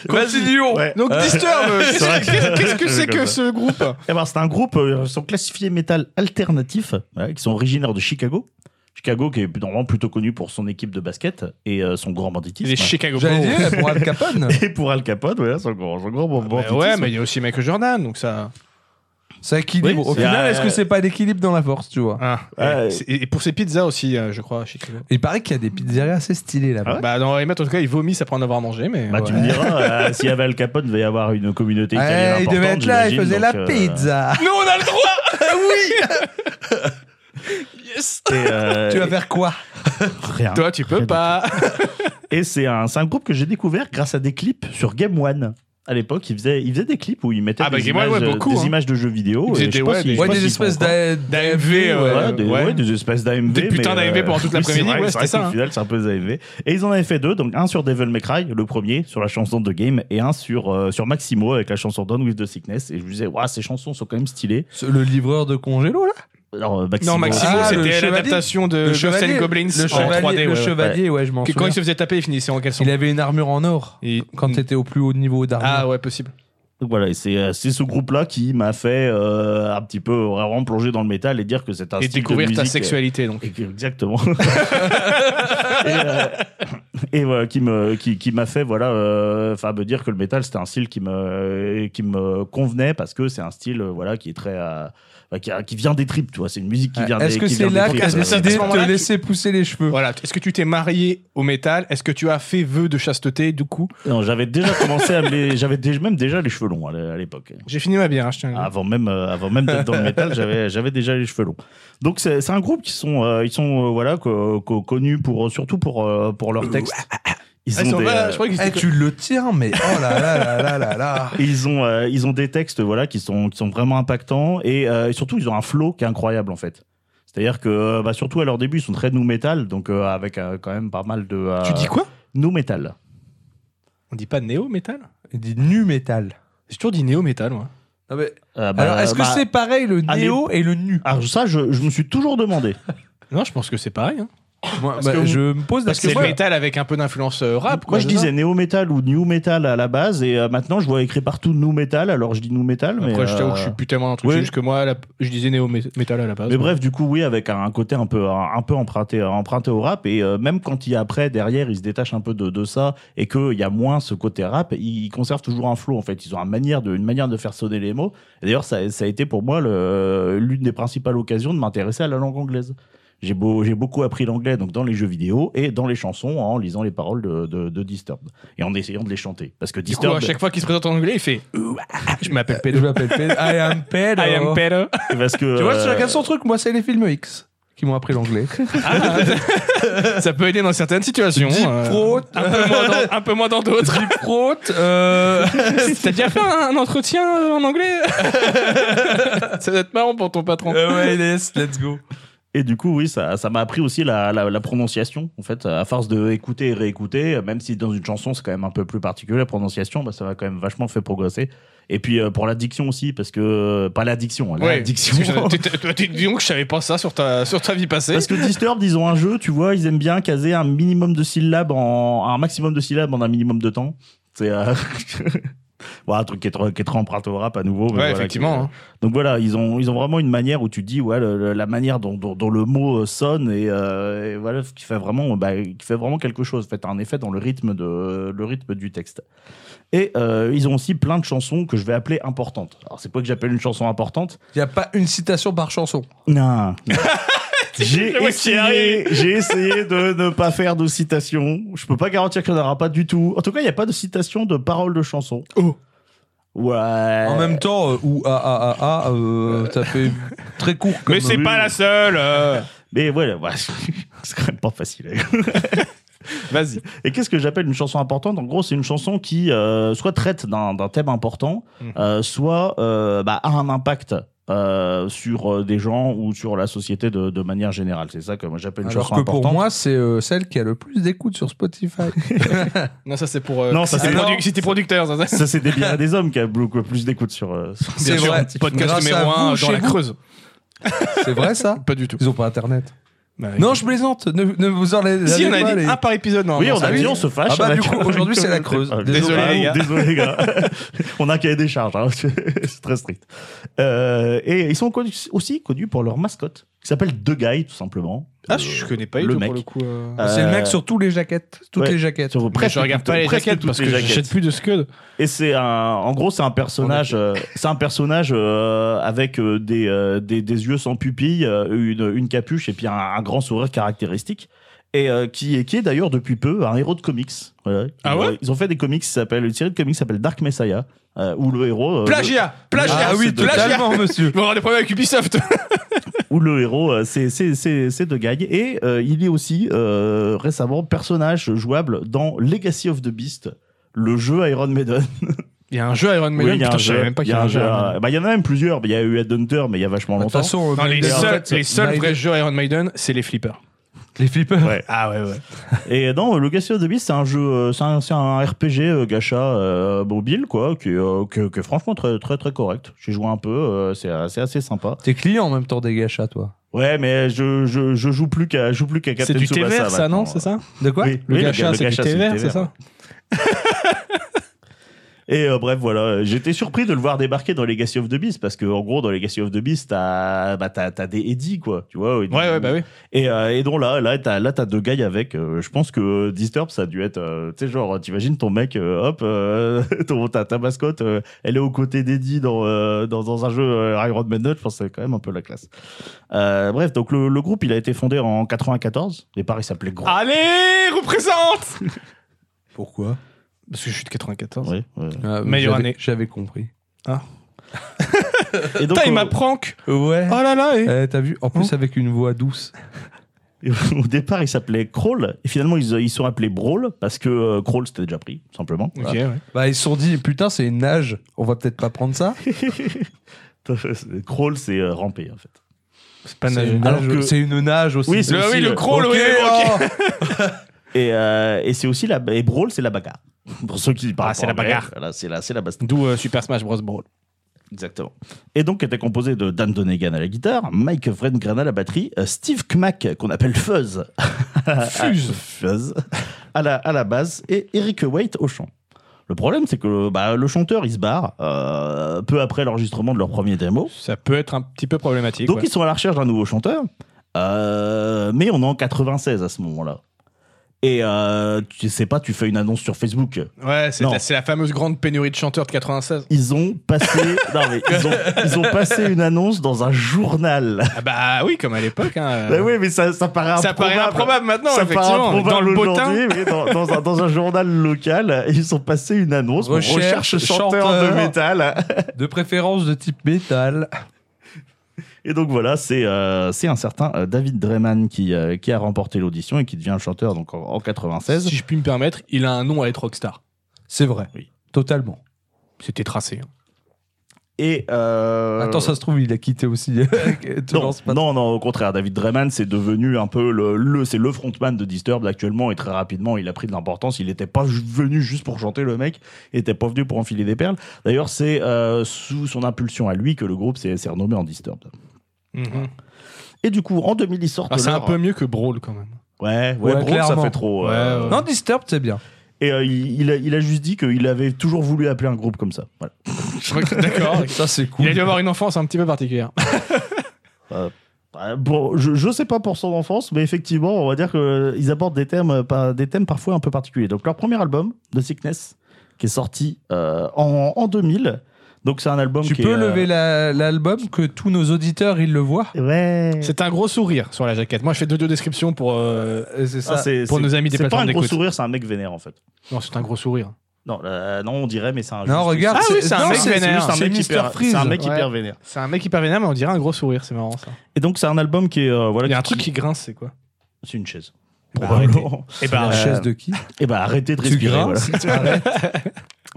[SPEAKER 1] Continuons.
[SPEAKER 3] Ouais.
[SPEAKER 2] Donc,
[SPEAKER 3] Euh,
[SPEAKER 2] Disturb,
[SPEAKER 3] c'est vrai que-
[SPEAKER 2] qu'est-ce qu'est-ce que c'est
[SPEAKER 3] Comme
[SPEAKER 2] que
[SPEAKER 3] ça.
[SPEAKER 2] ce groupe
[SPEAKER 3] Eh ben, c'est un groupe, euh, ils sont classifiés métal alternatif, voilà, qui sont originaires de Chicago. Chicago, qui est normalement plutôt connu pour son équipe de basket et euh, son grand banditisme.
[SPEAKER 2] Les Chicago
[SPEAKER 1] J'allais
[SPEAKER 2] Bulls.
[SPEAKER 1] dire pour Al Capone.
[SPEAKER 3] Et pour Al Capone, voilà, son grand, son grand
[SPEAKER 2] Bah
[SPEAKER 3] banditisme.
[SPEAKER 2] ouais, mais il y a aussi Michael Jordan, donc ça.
[SPEAKER 1] Ça équilibre.
[SPEAKER 3] Oui,
[SPEAKER 1] Au
[SPEAKER 3] c'est-
[SPEAKER 1] final,
[SPEAKER 3] Euh,
[SPEAKER 1] est-ce que c'est pas d'équilibre dans la force, tu vois
[SPEAKER 2] Ah,
[SPEAKER 3] Ouais.
[SPEAKER 2] et, c'est- et pour ses pizzas aussi, euh, je crois, à Chicago.
[SPEAKER 1] Il paraît qu'il y a des pizzerias assez stylées là-bas.
[SPEAKER 3] Ah
[SPEAKER 2] Bah, dans Remit, en tout cas, il vomit, ça prend en avoir mangé, mais.
[SPEAKER 3] Bah, tu me
[SPEAKER 2] ouais.
[SPEAKER 3] diras, euh, s'il y avait Al Capone, il devait y avoir une communauté italienne.
[SPEAKER 1] Eh, il devait
[SPEAKER 3] importante,
[SPEAKER 1] être là, il
[SPEAKER 3] j'imagine,
[SPEAKER 1] faisait
[SPEAKER 3] donc,
[SPEAKER 1] la
[SPEAKER 3] euh,
[SPEAKER 1] pizza.
[SPEAKER 2] Nous, on a le droit
[SPEAKER 1] oui Ah
[SPEAKER 2] Yes
[SPEAKER 3] et, euh,
[SPEAKER 1] Tu vas faire quoi
[SPEAKER 3] rien.
[SPEAKER 2] Toi, tu peux pas
[SPEAKER 3] Et c'est un, c'est un groupe que j'ai découvert grâce à des clips sur Game One. À l'époque, ils faisaient, ils faisaient des clips où ils mettaient
[SPEAKER 2] Ah bah,
[SPEAKER 3] des,
[SPEAKER 2] Game One,
[SPEAKER 3] images,
[SPEAKER 2] ouais,
[SPEAKER 3] euh,
[SPEAKER 2] beaucoup,
[SPEAKER 3] des
[SPEAKER 2] hein.
[SPEAKER 3] images de jeux vidéo.
[SPEAKER 2] Ils
[SPEAKER 3] et
[SPEAKER 2] faisaient
[SPEAKER 3] je sais
[SPEAKER 2] des-
[SPEAKER 3] pas
[SPEAKER 2] ouais,
[SPEAKER 3] s'ils- je
[SPEAKER 2] des-
[SPEAKER 3] sais
[SPEAKER 1] Ouais,
[SPEAKER 3] pas
[SPEAKER 1] des
[SPEAKER 3] s'ils font
[SPEAKER 1] espèces
[SPEAKER 3] encore.
[SPEAKER 1] d'a- d'AMV.
[SPEAKER 2] d'AMV,
[SPEAKER 1] ouais.
[SPEAKER 3] Voilà, des,
[SPEAKER 2] euh, ouais.
[SPEAKER 3] ouais, des espèces d'AMV.
[SPEAKER 2] Des putains
[SPEAKER 3] mais,
[SPEAKER 2] d'AMV pendant toute
[SPEAKER 3] oui,
[SPEAKER 2] l'après-midi,
[SPEAKER 3] c'est vrai,
[SPEAKER 2] ouais,
[SPEAKER 3] c'est
[SPEAKER 2] c'était
[SPEAKER 3] vrai
[SPEAKER 2] ça,
[SPEAKER 3] qu'au
[SPEAKER 2] hein.
[SPEAKER 3] final, c'est un peu des AMV. Et ils en avaient fait deux, donc un sur Devil May Cry, le premier, sur la chanson de Game, et un sur, euh, sur Maximo avec la chanson Done with the Sickness. Et je me disais, waouh, ces chansons sont quand même stylées.
[SPEAKER 1] Ce- Le livreur de congélo là
[SPEAKER 3] Alors, euh, Maximo,
[SPEAKER 2] Non, Maximo,
[SPEAKER 1] Ah, le
[SPEAKER 2] c'était
[SPEAKER 1] chevalier.
[SPEAKER 2] l'adaptation de Ghosts Euh, and Goblins
[SPEAKER 1] le
[SPEAKER 2] en
[SPEAKER 1] chevalier,
[SPEAKER 2] 3D.
[SPEAKER 1] le
[SPEAKER 2] ouais, ouais.
[SPEAKER 1] chevalier, ouais, je m'en
[SPEAKER 2] Que- Quand
[SPEAKER 1] souviens.
[SPEAKER 2] il se faisait taper, il finissait en caleçon.
[SPEAKER 1] Il avait une armure en or
[SPEAKER 2] Il-
[SPEAKER 1] quand t'étais au plus haut niveau d'armure.
[SPEAKER 2] Ah ouais, possible.
[SPEAKER 3] Donc voilà, et c'est euh, c'est ce groupe-là qui m'a fait euh, un petit peu vraiment plonger dans le métal et dire que
[SPEAKER 1] Ah,
[SPEAKER 3] c'est un
[SPEAKER 2] Et
[SPEAKER 3] style de
[SPEAKER 2] découvrir ta
[SPEAKER 3] musique, euh,
[SPEAKER 2] sexualité, donc.
[SPEAKER 3] Et que- Exactement. et euh, et voilà, qui me qui, qui m'a fait voilà euh, enfin me dire que le métal c'était un style qui me qui me convenait parce que c'est un style euh, voilà qui est très euh, enfin, qui, a- qui vient des tripes tu vois c'est une musique qui vient
[SPEAKER 1] Est-ce
[SPEAKER 3] des-
[SPEAKER 1] que
[SPEAKER 3] qui
[SPEAKER 1] c'est
[SPEAKER 3] vient des
[SPEAKER 1] là
[SPEAKER 3] tripes,
[SPEAKER 1] qu'a
[SPEAKER 3] euh,
[SPEAKER 1] décidé de
[SPEAKER 2] moment-là,
[SPEAKER 1] te
[SPEAKER 2] tu-
[SPEAKER 1] laisser pousser les cheveux
[SPEAKER 2] Voilà. Est-ce que tu t'es marié au métal Est-ce que tu as fait vœu de chasteté du coup
[SPEAKER 3] non j'avais déjà commencé à me les- j'avais déjà- même déjà les cheveux longs à l'é- à l'époque
[SPEAKER 2] J'ai fini ma bière, hein, je tiens à le dire.
[SPEAKER 3] Avant même, euh, avant même d'être dans le métal, j'avais, j'avais déjà les cheveux longs. Donc c'est, c'est un groupe qui sont, euh, ils sont euh, voilà, co- co- connus pour, surtout pour, euh, pour leurs textes. Ils
[SPEAKER 2] Ah, ils
[SPEAKER 3] ont
[SPEAKER 2] sont
[SPEAKER 3] des,
[SPEAKER 2] pas-
[SPEAKER 3] euh,
[SPEAKER 2] je croyais qu'ils
[SPEAKER 1] Eh,
[SPEAKER 2] étaient-
[SPEAKER 1] tu le tiens, mais oh là là là là là là.
[SPEAKER 3] ils ont, euh, ils ont des textes voilà, qui, sont, qui sont vraiment impactants et, euh, et surtout ils ont un flow qui est incroyable en fait. C'est-à-dire que, euh, bah, surtout à leur début, ils sont très nu metal, donc euh, avec euh, quand même pas mal de. euh,
[SPEAKER 2] Tu dis quoi
[SPEAKER 3] Nu metal.
[SPEAKER 2] On dit pas néo métal
[SPEAKER 1] Il dit nu métal.
[SPEAKER 2] J'ai toujours dit néo métal, moi.
[SPEAKER 1] Non, mais-
[SPEAKER 3] Euh, bah,
[SPEAKER 1] Alors, est-ce que
[SPEAKER 3] bah,
[SPEAKER 1] c'est pareil le
[SPEAKER 3] allez.
[SPEAKER 1] néo et le nu
[SPEAKER 3] alors ça, je, je me suis toujours demandé.
[SPEAKER 2] Non, je pense que c'est pareil. hein.
[SPEAKER 1] Moi,
[SPEAKER 2] que
[SPEAKER 1] bah,
[SPEAKER 2] vous-
[SPEAKER 1] Je me pose la
[SPEAKER 2] Parce que c'est
[SPEAKER 1] question.
[SPEAKER 2] le métal avec un peu d'influence euh, rap.
[SPEAKER 3] Moi,
[SPEAKER 2] quoi,
[SPEAKER 3] je
[SPEAKER 2] c'est
[SPEAKER 3] disais néo metal ou new metal à la base, et euh, maintenant je vois écrit partout new metal, alors je dis new metal.
[SPEAKER 2] ça
[SPEAKER 3] mais,
[SPEAKER 2] Après, je t'avoue
[SPEAKER 3] euh,
[SPEAKER 2] que je suis plus tellement dans le truc.
[SPEAKER 3] oui.
[SPEAKER 2] C'est juste que moi, la- je disais néo mé- métal à la base.
[SPEAKER 3] Mais bref, du coup, oui, avec un un côté un peu, un, un peu emprunté, emprunté au rap, et euh, même quand il y a après, derrière, ils se détachent un peu de, de ça, et qu'il y a moins ce côté rap, ils, ils conservent toujours un flow, en fait. Ils ont une manière de, une manière de faire sonner les mots. Et D'ailleurs, ça, ça a été pour moi le- l'une des principales occasions de m'intéresser à la langue anglaise. J'ai beau- j'ai beaucoup appris l'anglais donc dans les jeux vidéo et dans les chansons en lisant les paroles de, de, de Disturbed et en essayant de les chanter. Parce que
[SPEAKER 2] Du coup, à
[SPEAKER 3] Disturbed,
[SPEAKER 2] chaque fois qu'il se présente en anglais, il fait Je m'appelle
[SPEAKER 1] Je m'appelle Pedro. I am Pedro.
[SPEAKER 2] I am Pedro.
[SPEAKER 3] parce que,
[SPEAKER 1] Tu vois,
[SPEAKER 3] euh,
[SPEAKER 1] chacun son truc. Moi, c'est les films X qui m'ont appris l'anglais.
[SPEAKER 2] Ça peut aider dans certaines situations.
[SPEAKER 1] Deep
[SPEAKER 2] euh,
[SPEAKER 1] Throat.
[SPEAKER 2] un peu moins dans- Un peu moins dans d'autres.
[SPEAKER 1] Deep Throat. euh,
[SPEAKER 2] T'as déjà fait un, un entretien euh, en anglais Ça doit être marrant pour ton patron.
[SPEAKER 1] euh, ouais, yes, let's go.
[SPEAKER 3] Et du coup, oui, ça ça m'a appris aussi la, la, la prononciation, en fait, à force de écouter et réécouter, même si dans une chanson, c'est quand même un peu plus particulier, la prononciation, bah, ça m'a quand même vachement fait progresser. Et puis euh, pour l'addiction aussi, parce que... euh, Pas l'addiction, hein,
[SPEAKER 2] Ouais,
[SPEAKER 3] l'addiction.
[SPEAKER 2] parce que je- t'es- t'es- t'es- Dis donc, je savais pas ça sur ta, sur ta vie passée.
[SPEAKER 3] Parce que Disturbed, ils ont un jeu, tu vois, ils aiment bien caser un minimum de syllabes en un maximum de syllabes en un minimum de temps. C'est euh, bon, un truc qui est, trop- qui est trop emprunté au rap à nouveau. mais
[SPEAKER 2] ouais,
[SPEAKER 3] voilà,
[SPEAKER 2] effectivement.
[SPEAKER 3] qui-
[SPEAKER 2] hein.
[SPEAKER 3] donc voilà, ils ont, ils ont vraiment une manière où tu dis, ouais, le- le- la manière dont, dont- dont le mot euh, sonne et, euh, et voilà, qui fait vraiment, bah, qui fait vraiment quelque chose, fait un effet dans le rythme, de, le rythme du texte. Et euh, ils ont aussi plein de chansons que je vais appeler importantes. Alors c'est pas que j'appelle une chanson importante.
[SPEAKER 1] Il n'y a pas une citation par chanson.
[SPEAKER 3] Non. J'ai
[SPEAKER 2] Je vois qu'il y
[SPEAKER 3] essayé, j'ai essayé de ne pas faire de citation. Je peux pas garantir qu'il n'y en aura pas du tout. En tout cas, il n'y a pas de citation de paroles de chanson.
[SPEAKER 2] Oh.
[SPEAKER 3] Ouais.
[SPEAKER 1] En même temps, euh, ou ah ah ah ah, euh, ça fait très court. Comme
[SPEAKER 2] Mais c'est
[SPEAKER 3] oui.
[SPEAKER 2] pas la seule. euh.
[SPEAKER 3] Mais voilà, voilà. c'est quand même pas facile.
[SPEAKER 2] Vas-y.
[SPEAKER 3] Et qu'est-ce que j'appelle une chanson importante En gros, c'est une chanson qui euh, soit traite d'un d'un thème important,
[SPEAKER 2] Mhm.
[SPEAKER 3] euh, soit euh, bah, a un impact euh, sur euh, des gens ou sur la société de, de manière générale. C'est ça que moi j'appelle une
[SPEAKER 1] Alors
[SPEAKER 3] chanson
[SPEAKER 1] que
[SPEAKER 3] importante.
[SPEAKER 1] pour moi, c'est euh, celle qui a le plus d'écoutes sur Spotify.
[SPEAKER 2] Non, ça c'est pour. euh,
[SPEAKER 3] Non, ça,
[SPEAKER 2] si
[SPEAKER 3] c'est-
[SPEAKER 2] t'es
[SPEAKER 1] non.
[SPEAKER 2] produ- si t'es producteur. ça, ça.
[SPEAKER 3] ça, c'est des biens et des hommes qui a beaucoup plus d'écoute sur. euh, sur-
[SPEAKER 1] C'est
[SPEAKER 2] Bien sûr,
[SPEAKER 1] vrai.
[SPEAKER 2] Podcast
[SPEAKER 1] Grâce
[SPEAKER 2] numéro
[SPEAKER 1] à vous,
[SPEAKER 2] 1
[SPEAKER 1] chez
[SPEAKER 2] dans la
[SPEAKER 1] vous.
[SPEAKER 2] Creuse.
[SPEAKER 1] C'est vrai ça
[SPEAKER 2] Pas du tout.
[SPEAKER 1] Ils ont pas internet.
[SPEAKER 2] Bah,
[SPEAKER 1] Non, je plaisante. Ne, ne vous en allez
[SPEAKER 2] si on a
[SPEAKER 1] pas,
[SPEAKER 2] dit
[SPEAKER 1] les-
[SPEAKER 2] un par épisode, non.
[SPEAKER 3] Oui,
[SPEAKER 2] non,
[SPEAKER 3] on
[SPEAKER 2] ça
[SPEAKER 3] a
[SPEAKER 2] oui.
[SPEAKER 3] dit, on se fâche.
[SPEAKER 1] Ah bah,
[SPEAKER 3] avec-
[SPEAKER 1] du coup, aujourd'hui, c'est la Creuse.
[SPEAKER 3] Ah,
[SPEAKER 2] Désolé, les gars.
[SPEAKER 3] Désolé, les gars. on a qu'à des charges. hein. c'est très strict. Euh, et ils sont connus- aussi connus pour leur mascotte, qui s'appelle The Guy, tout simplement.
[SPEAKER 2] Ah,
[SPEAKER 3] Euh,
[SPEAKER 2] je je connais pas du
[SPEAKER 3] le
[SPEAKER 2] tout
[SPEAKER 3] mec.
[SPEAKER 2] pour le coup. euh.
[SPEAKER 3] Euh,
[SPEAKER 1] C'est le mec sur tous les jaquettes. Toutes
[SPEAKER 3] ouais.
[SPEAKER 1] les jaquettes.
[SPEAKER 3] sur
[SPEAKER 2] Après,
[SPEAKER 3] presque
[SPEAKER 2] je regarde
[SPEAKER 3] toutes-
[SPEAKER 2] pas les
[SPEAKER 3] presque
[SPEAKER 2] jaquettes
[SPEAKER 3] toutes
[SPEAKER 2] parce
[SPEAKER 3] les
[SPEAKER 2] que
[SPEAKER 3] jaquettes.
[SPEAKER 2] j'achète plus de Scud.
[SPEAKER 3] Et c'est un, en gros, c'est un personnage, euh, c'est un personnage euh, avec euh, des, euh, des, des yeux sans pupille, euh, une, une capuche et puis un, un grand sourire caractéristique. Et euh, qui est, qui est d'ailleurs depuis peu un héros de comics. Voilà.
[SPEAKER 2] Ah ouais
[SPEAKER 3] Ils ont- Ils ont fait des comics qui s'appellent, une série de comics qui s'appelle Dark Messiah, euh, où le héros. euh,
[SPEAKER 2] Plagiat Plagiat
[SPEAKER 1] Ah oui,
[SPEAKER 3] c'est total.
[SPEAKER 2] plagiat
[SPEAKER 1] totalement, monsieur.
[SPEAKER 2] On va avoir des problèmes avec Ubisoft.
[SPEAKER 3] où le héros, euh, c'est c'est- c'est- c'est de Guy. Et euh, il est aussi euh, récemment personnage jouable dans Legacy of the Beast, le jeu Iron Maiden.
[SPEAKER 2] Il y a un jeu Iron
[SPEAKER 3] Oui,
[SPEAKER 2] Maiden,
[SPEAKER 3] il y a
[SPEAKER 2] putain,
[SPEAKER 3] un
[SPEAKER 2] je savais
[SPEAKER 3] jeu,
[SPEAKER 2] même pas
[SPEAKER 3] il
[SPEAKER 2] qu'il
[SPEAKER 3] y
[SPEAKER 2] y
[SPEAKER 3] a
[SPEAKER 2] a
[SPEAKER 3] un
[SPEAKER 2] un jeu. Bah,
[SPEAKER 3] jeu,
[SPEAKER 2] Iron
[SPEAKER 3] euh,
[SPEAKER 2] Maiden.
[SPEAKER 3] bah, Il y en a même plusieurs, mais il y avait eu Headhunter, mais il y a vachement
[SPEAKER 1] De toute
[SPEAKER 3] longtemps.
[SPEAKER 1] façon, euh,
[SPEAKER 2] Non, les,
[SPEAKER 1] Maiden-
[SPEAKER 3] en
[SPEAKER 2] seuls,
[SPEAKER 3] fait,
[SPEAKER 2] les seuls
[SPEAKER 1] Maiden-
[SPEAKER 2] vrais jeux Iron Maiden, c'est les flippers.
[SPEAKER 1] les flippers.
[SPEAKER 3] Ouais.
[SPEAKER 2] Ah ouais, ouais.
[SPEAKER 3] Et non, Legacy of the Beast, c'est un jeu, euh, c'est un, c'est un RPG euh, gacha euh, mobile, quoi, qui, est, euh, que- que franchement très, très, très correct. J'ai joué un peu, euh, c'est assez, assez sympa.
[SPEAKER 1] T'es client en même temps des gachas, toi.
[SPEAKER 3] Ouais, mais je, je, je joue plus qu'à, je joue plus qu'à Captain
[SPEAKER 2] C'est du thé
[SPEAKER 3] Tsubasa
[SPEAKER 2] vert, ça,
[SPEAKER 3] maintenant.
[SPEAKER 2] non C'est ça
[SPEAKER 1] De quoi
[SPEAKER 3] Oui,
[SPEAKER 2] Le
[SPEAKER 3] oui,
[SPEAKER 2] gacha,
[SPEAKER 3] le
[SPEAKER 2] c'est du
[SPEAKER 3] gacha,
[SPEAKER 2] thé vert, c'est ça
[SPEAKER 3] Et euh, bref, voilà, euh, j'étais surpris de le voir débarquer dans Legacy of the Beast parce que en gros, dans Legacy of the Beast, t'as bah, t'as- t'as des Eddie, quoi, tu vois.
[SPEAKER 2] Ouais, ouais, bah oui.
[SPEAKER 3] Et, euh, et donc là, là, t'as là, t'as deux gars avec. euh, je pense que Disturb, ça a dû être, euh, tu sais, genre, t'imagines ton mec, euh, hop, euh, ton, ta, ta mascotte, euh, elle est aux côtés d'Eddie dans, euh, dans, dans un jeu euh, Iron Man 9, je pense que c'est quand même un peu la classe. Euh, bref, donc le, le groupe, il a été fondé en 94. Au départ, il s'appelait Gros.
[SPEAKER 2] Ah. Allez, représente
[SPEAKER 1] Pourquoi
[SPEAKER 2] Parce que je suis de 94.
[SPEAKER 3] Ouais, ouais.
[SPEAKER 2] Meilleure
[SPEAKER 1] Ah, j'avais-
[SPEAKER 2] année.
[SPEAKER 1] J'avais compris.
[SPEAKER 3] Et donc, euh,
[SPEAKER 2] Putain, il
[SPEAKER 3] au-
[SPEAKER 2] m'a prank
[SPEAKER 1] Ouais.
[SPEAKER 2] Oh là là et-
[SPEAKER 1] Eh, T'as vu En
[SPEAKER 2] Hein
[SPEAKER 1] plus, avec une voix douce.
[SPEAKER 3] au départ, il s'appelait Crawl. Et finalement, ils, ils sont appelés Brawl parce que euh, Crawl, c'était déjà pris, tout simplement.
[SPEAKER 2] Ok, ouais.
[SPEAKER 1] Bah, ils se sont dit, putain, c'est une nage. On va peut-être pas prendre ça.
[SPEAKER 3] Voilà. Crawl, c'est euh, ramper, en fait.
[SPEAKER 2] C'est pas
[SPEAKER 1] C'est
[SPEAKER 2] nager.
[SPEAKER 1] une,
[SPEAKER 3] Alors
[SPEAKER 1] nage-
[SPEAKER 3] que-
[SPEAKER 1] c'est une nage aussi.
[SPEAKER 3] Oui, c'est
[SPEAKER 2] Le-
[SPEAKER 3] aussi,
[SPEAKER 2] oui, le
[SPEAKER 3] euh,
[SPEAKER 2] crawl, oui, oui, ok.
[SPEAKER 1] oh.
[SPEAKER 3] Et, euh, et c'est aussi la et brawl, c'est la bagarre. Pour ceux qui parlent
[SPEAKER 2] Ah, c'est
[SPEAKER 3] pas
[SPEAKER 2] la
[SPEAKER 3] anglais,
[SPEAKER 2] bagarre.
[SPEAKER 3] Voilà, c'est la c'est la baston.
[SPEAKER 2] D'où euh, Super Smash Bros. Brawl.
[SPEAKER 3] Exactement. Et donc était composé de Dan Donegan à la guitare, Mike Fredgren à la batterie, euh, Steve Kmack qu'on appelle Fuzz,
[SPEAKER 2] Fuse.
[SPEAKER 3] Fuzz à la à la basse et Eric Waite au chant. Le problème, c'est que bah, le chanteur, il se barre euh, peu après l'enregistrement de leur premier démo.
[SPEAKER 2] Ça peut être un petit peu problématique.
[SPEAKER 3] Donc
[SPEAKER 2] ouais.
[SPEAKER 3] ils sont à la recherche d'un nouveau chanteur, Euh, mais on est en 96 à ce moment-là. Et euh, tu sais pas, tu fais une annonce sur Facebook.
[SPEAKER 2] Ouais, c'est
[SPEAKER 3] Non.
[SPEAKER 2] la, c'est la fameuse grande pénurie de chanteurs de 96.
[SPEAKER 3] ils ont passé, non, mais ils, ont, ils ont passé une annonce dans un journal.
[SPEAKER 2] Ah bah oui, comme à l'époque. hein.
[SPEAKER 3] Bah oui, mais ça, ça paraît
[SPEAKER 2] ça
[SPEAKER 3] improbable.
[SPEAKER 2] paraît improbable maintenant,
[SPEAKER 3] ça paraît
[SPEAKER 2] effectivement.
[SPEAKER 3] improbable
[SPEAKER 2] Dans le beau temps.
[SPEAKER 3] aujourd'hui, mais dans, dans un, dans un journal local, ils ont passé une annonce. pour
[SPEAKER 1] Recherche
[SPEAKER 3] recherche chanteur,
[SPEAKER 1] chanteur.
[SPEAKER 3] de métal.
[SPEAKER 1] De préférence de type métal.
[SPEAKER 3] Et donc voilà, c'est euh, c'est un certain euh, David Dreyman qui, euh, qui a remporté l'audition et qui devient le chanteur donc, en, en 96.
[SPEAKER 2] Si je puis me permettre, il a un nom à être rockstar.
[SPEAKER 1] C'est vrai.
[SPEAKER 3] Oui.
[SPEAKER 1] Totalement.
[SPEAKER 2] C'était tracé. hein.
[SPEAKER 3] Et euh,
[SPEAKER 1] Attends, ça se trouve, il a quitté aussi. Te
[SPEAKER 3] non,
[SPEAKER 1] lance pas.
[SPEAKER 3] non, non, au contraire, David Dreyman, c'est devenu un peu le, le- c'est le frontman de Disturbed actuellement et très rapidement, il a pris de l'importance. Il n'était pas ju- venu juste pour chanter, le mec, il n'était pas venu pour enfiler des perles. D'ailleurs, c'est euh, sous son impulsion à lui que le groupe s'est s'est renommé en Disturbed. Mhm. Et du coup, en 2000, ils sortent
[SPEAKER 2] Ah, c'est un
[SPEAKER 3] leur-
[SPEAKER 2] peu mieux que Brawl quand même.
[SPEAKER 3] Ouais,
[SPEAKER 1] Ouais,
[SPEAKER 3] ouais, Brawl, ça
[SPEAKER 1] clairement.
[SPEAKER 3] fait trop.
[SPEAKER 2] Ouais,
[SPEAKER 3] euh,
[SPEAKER 2] ouais.
[SPEAKER 1] Non, Disturbed, c'est bien.
[SPEAKER 3] Et euh, il, il a, il a juste dit qu'il avait toujours voulu appeler un groupe comme ça. Voilà.
[SPEAKER 2] D'accord.
[SPEAKER 1] Ça, c'est cool.
[SPEAKER 2] Il a dû avoir une enfance un petit peu particulière.
[SPEAKER 3] Euh, Bon, je, je sais pas pour son enfance, mais effectivement, on va dire qu'ils abordent des thèmes, euh, par- des thèmes parfois un peu particuliers. Donc, leur premier album, The Sickness, qui est sorti euh, en, en 2000. Donc, c'est un album
[SPEAKER 1] Tu
[SPEAKER 3] qui
[SPEAKER 1] peux
[SPEAKER 3] est, euh,
[SPEAKER 1] lever la- l'album, que tous nos auditeurs, ils le voient
[SPEAKER 3] Eh Ouais.
[SPEAKER 2] C'est un gros sourire sur la jaquette. Moi, je fais deux, deux descriptions pour, euh,
[SPEAKER 1] Euh, C'est
[SPEAKER 3] Ah,
[SPEAKER 1] ça.
[SPEAKER 3] c'est-
[SPEAKER 2] pour
[SPEAKER 3] c'est-
[SPEAKER 2] nos amis des
[SPEAKER 3] C'est pas
[SPEAKER 2] plateformes
[SPEAKER 3] un gros
[SPEAKER 2] d'écoute.
[SPEAKER 3] sourire, c'est un mec vénère en fait.
[SPEAKER 2] Non, c'est un gros sourire.
[SPEAKER 3] Non, euh, non on dirait, mais c'est un.
[SPEAKER 1] non,
[SPEAKER 3] juste-
[SPEAKER 1] regarde.
[SPEAKER 2] Ah oui, c'est un
[SPEAKER 1] non,
[SPEAKER 2] mec vénère.
[SPEAKER 3] juste un
[SPEAKER 1] c'est
[SPEAKER 3] mec
[SPEAKER 1] Mr.
[SPEAKER 3] hyper-
[SPEAKER 1] Freeze.
[SPEAKER 3] C'est un mec
[SPEAKER 2] Ouais.
[SPEAKER 3] hyper vénère.
[SPEAKER 2] C'est un mec hyper vénère, mais on dirait un gros sourire. C'est marrant ça.
[SPEAKER 3] Et donc, c'est un album qui est. euh, voilà,
[SPEAKER 2] Il y a un
[SPEAKER 3] qui-
[SPEAKER 2] truc qui grince, c'est quoi
[SPEAKER 3] C'est une chaise.
[SPEAKER 2] Bah,
[SPEAKER 3] Probablement.
[SPEAKER 2] Eh ben,
[SPEAKER 1] La
[SPEAKER 3] Euh,
[SPEAKER 1] chaise de qui
[SPEAKER 3] Et bah, arrêtez de respirer. voilà.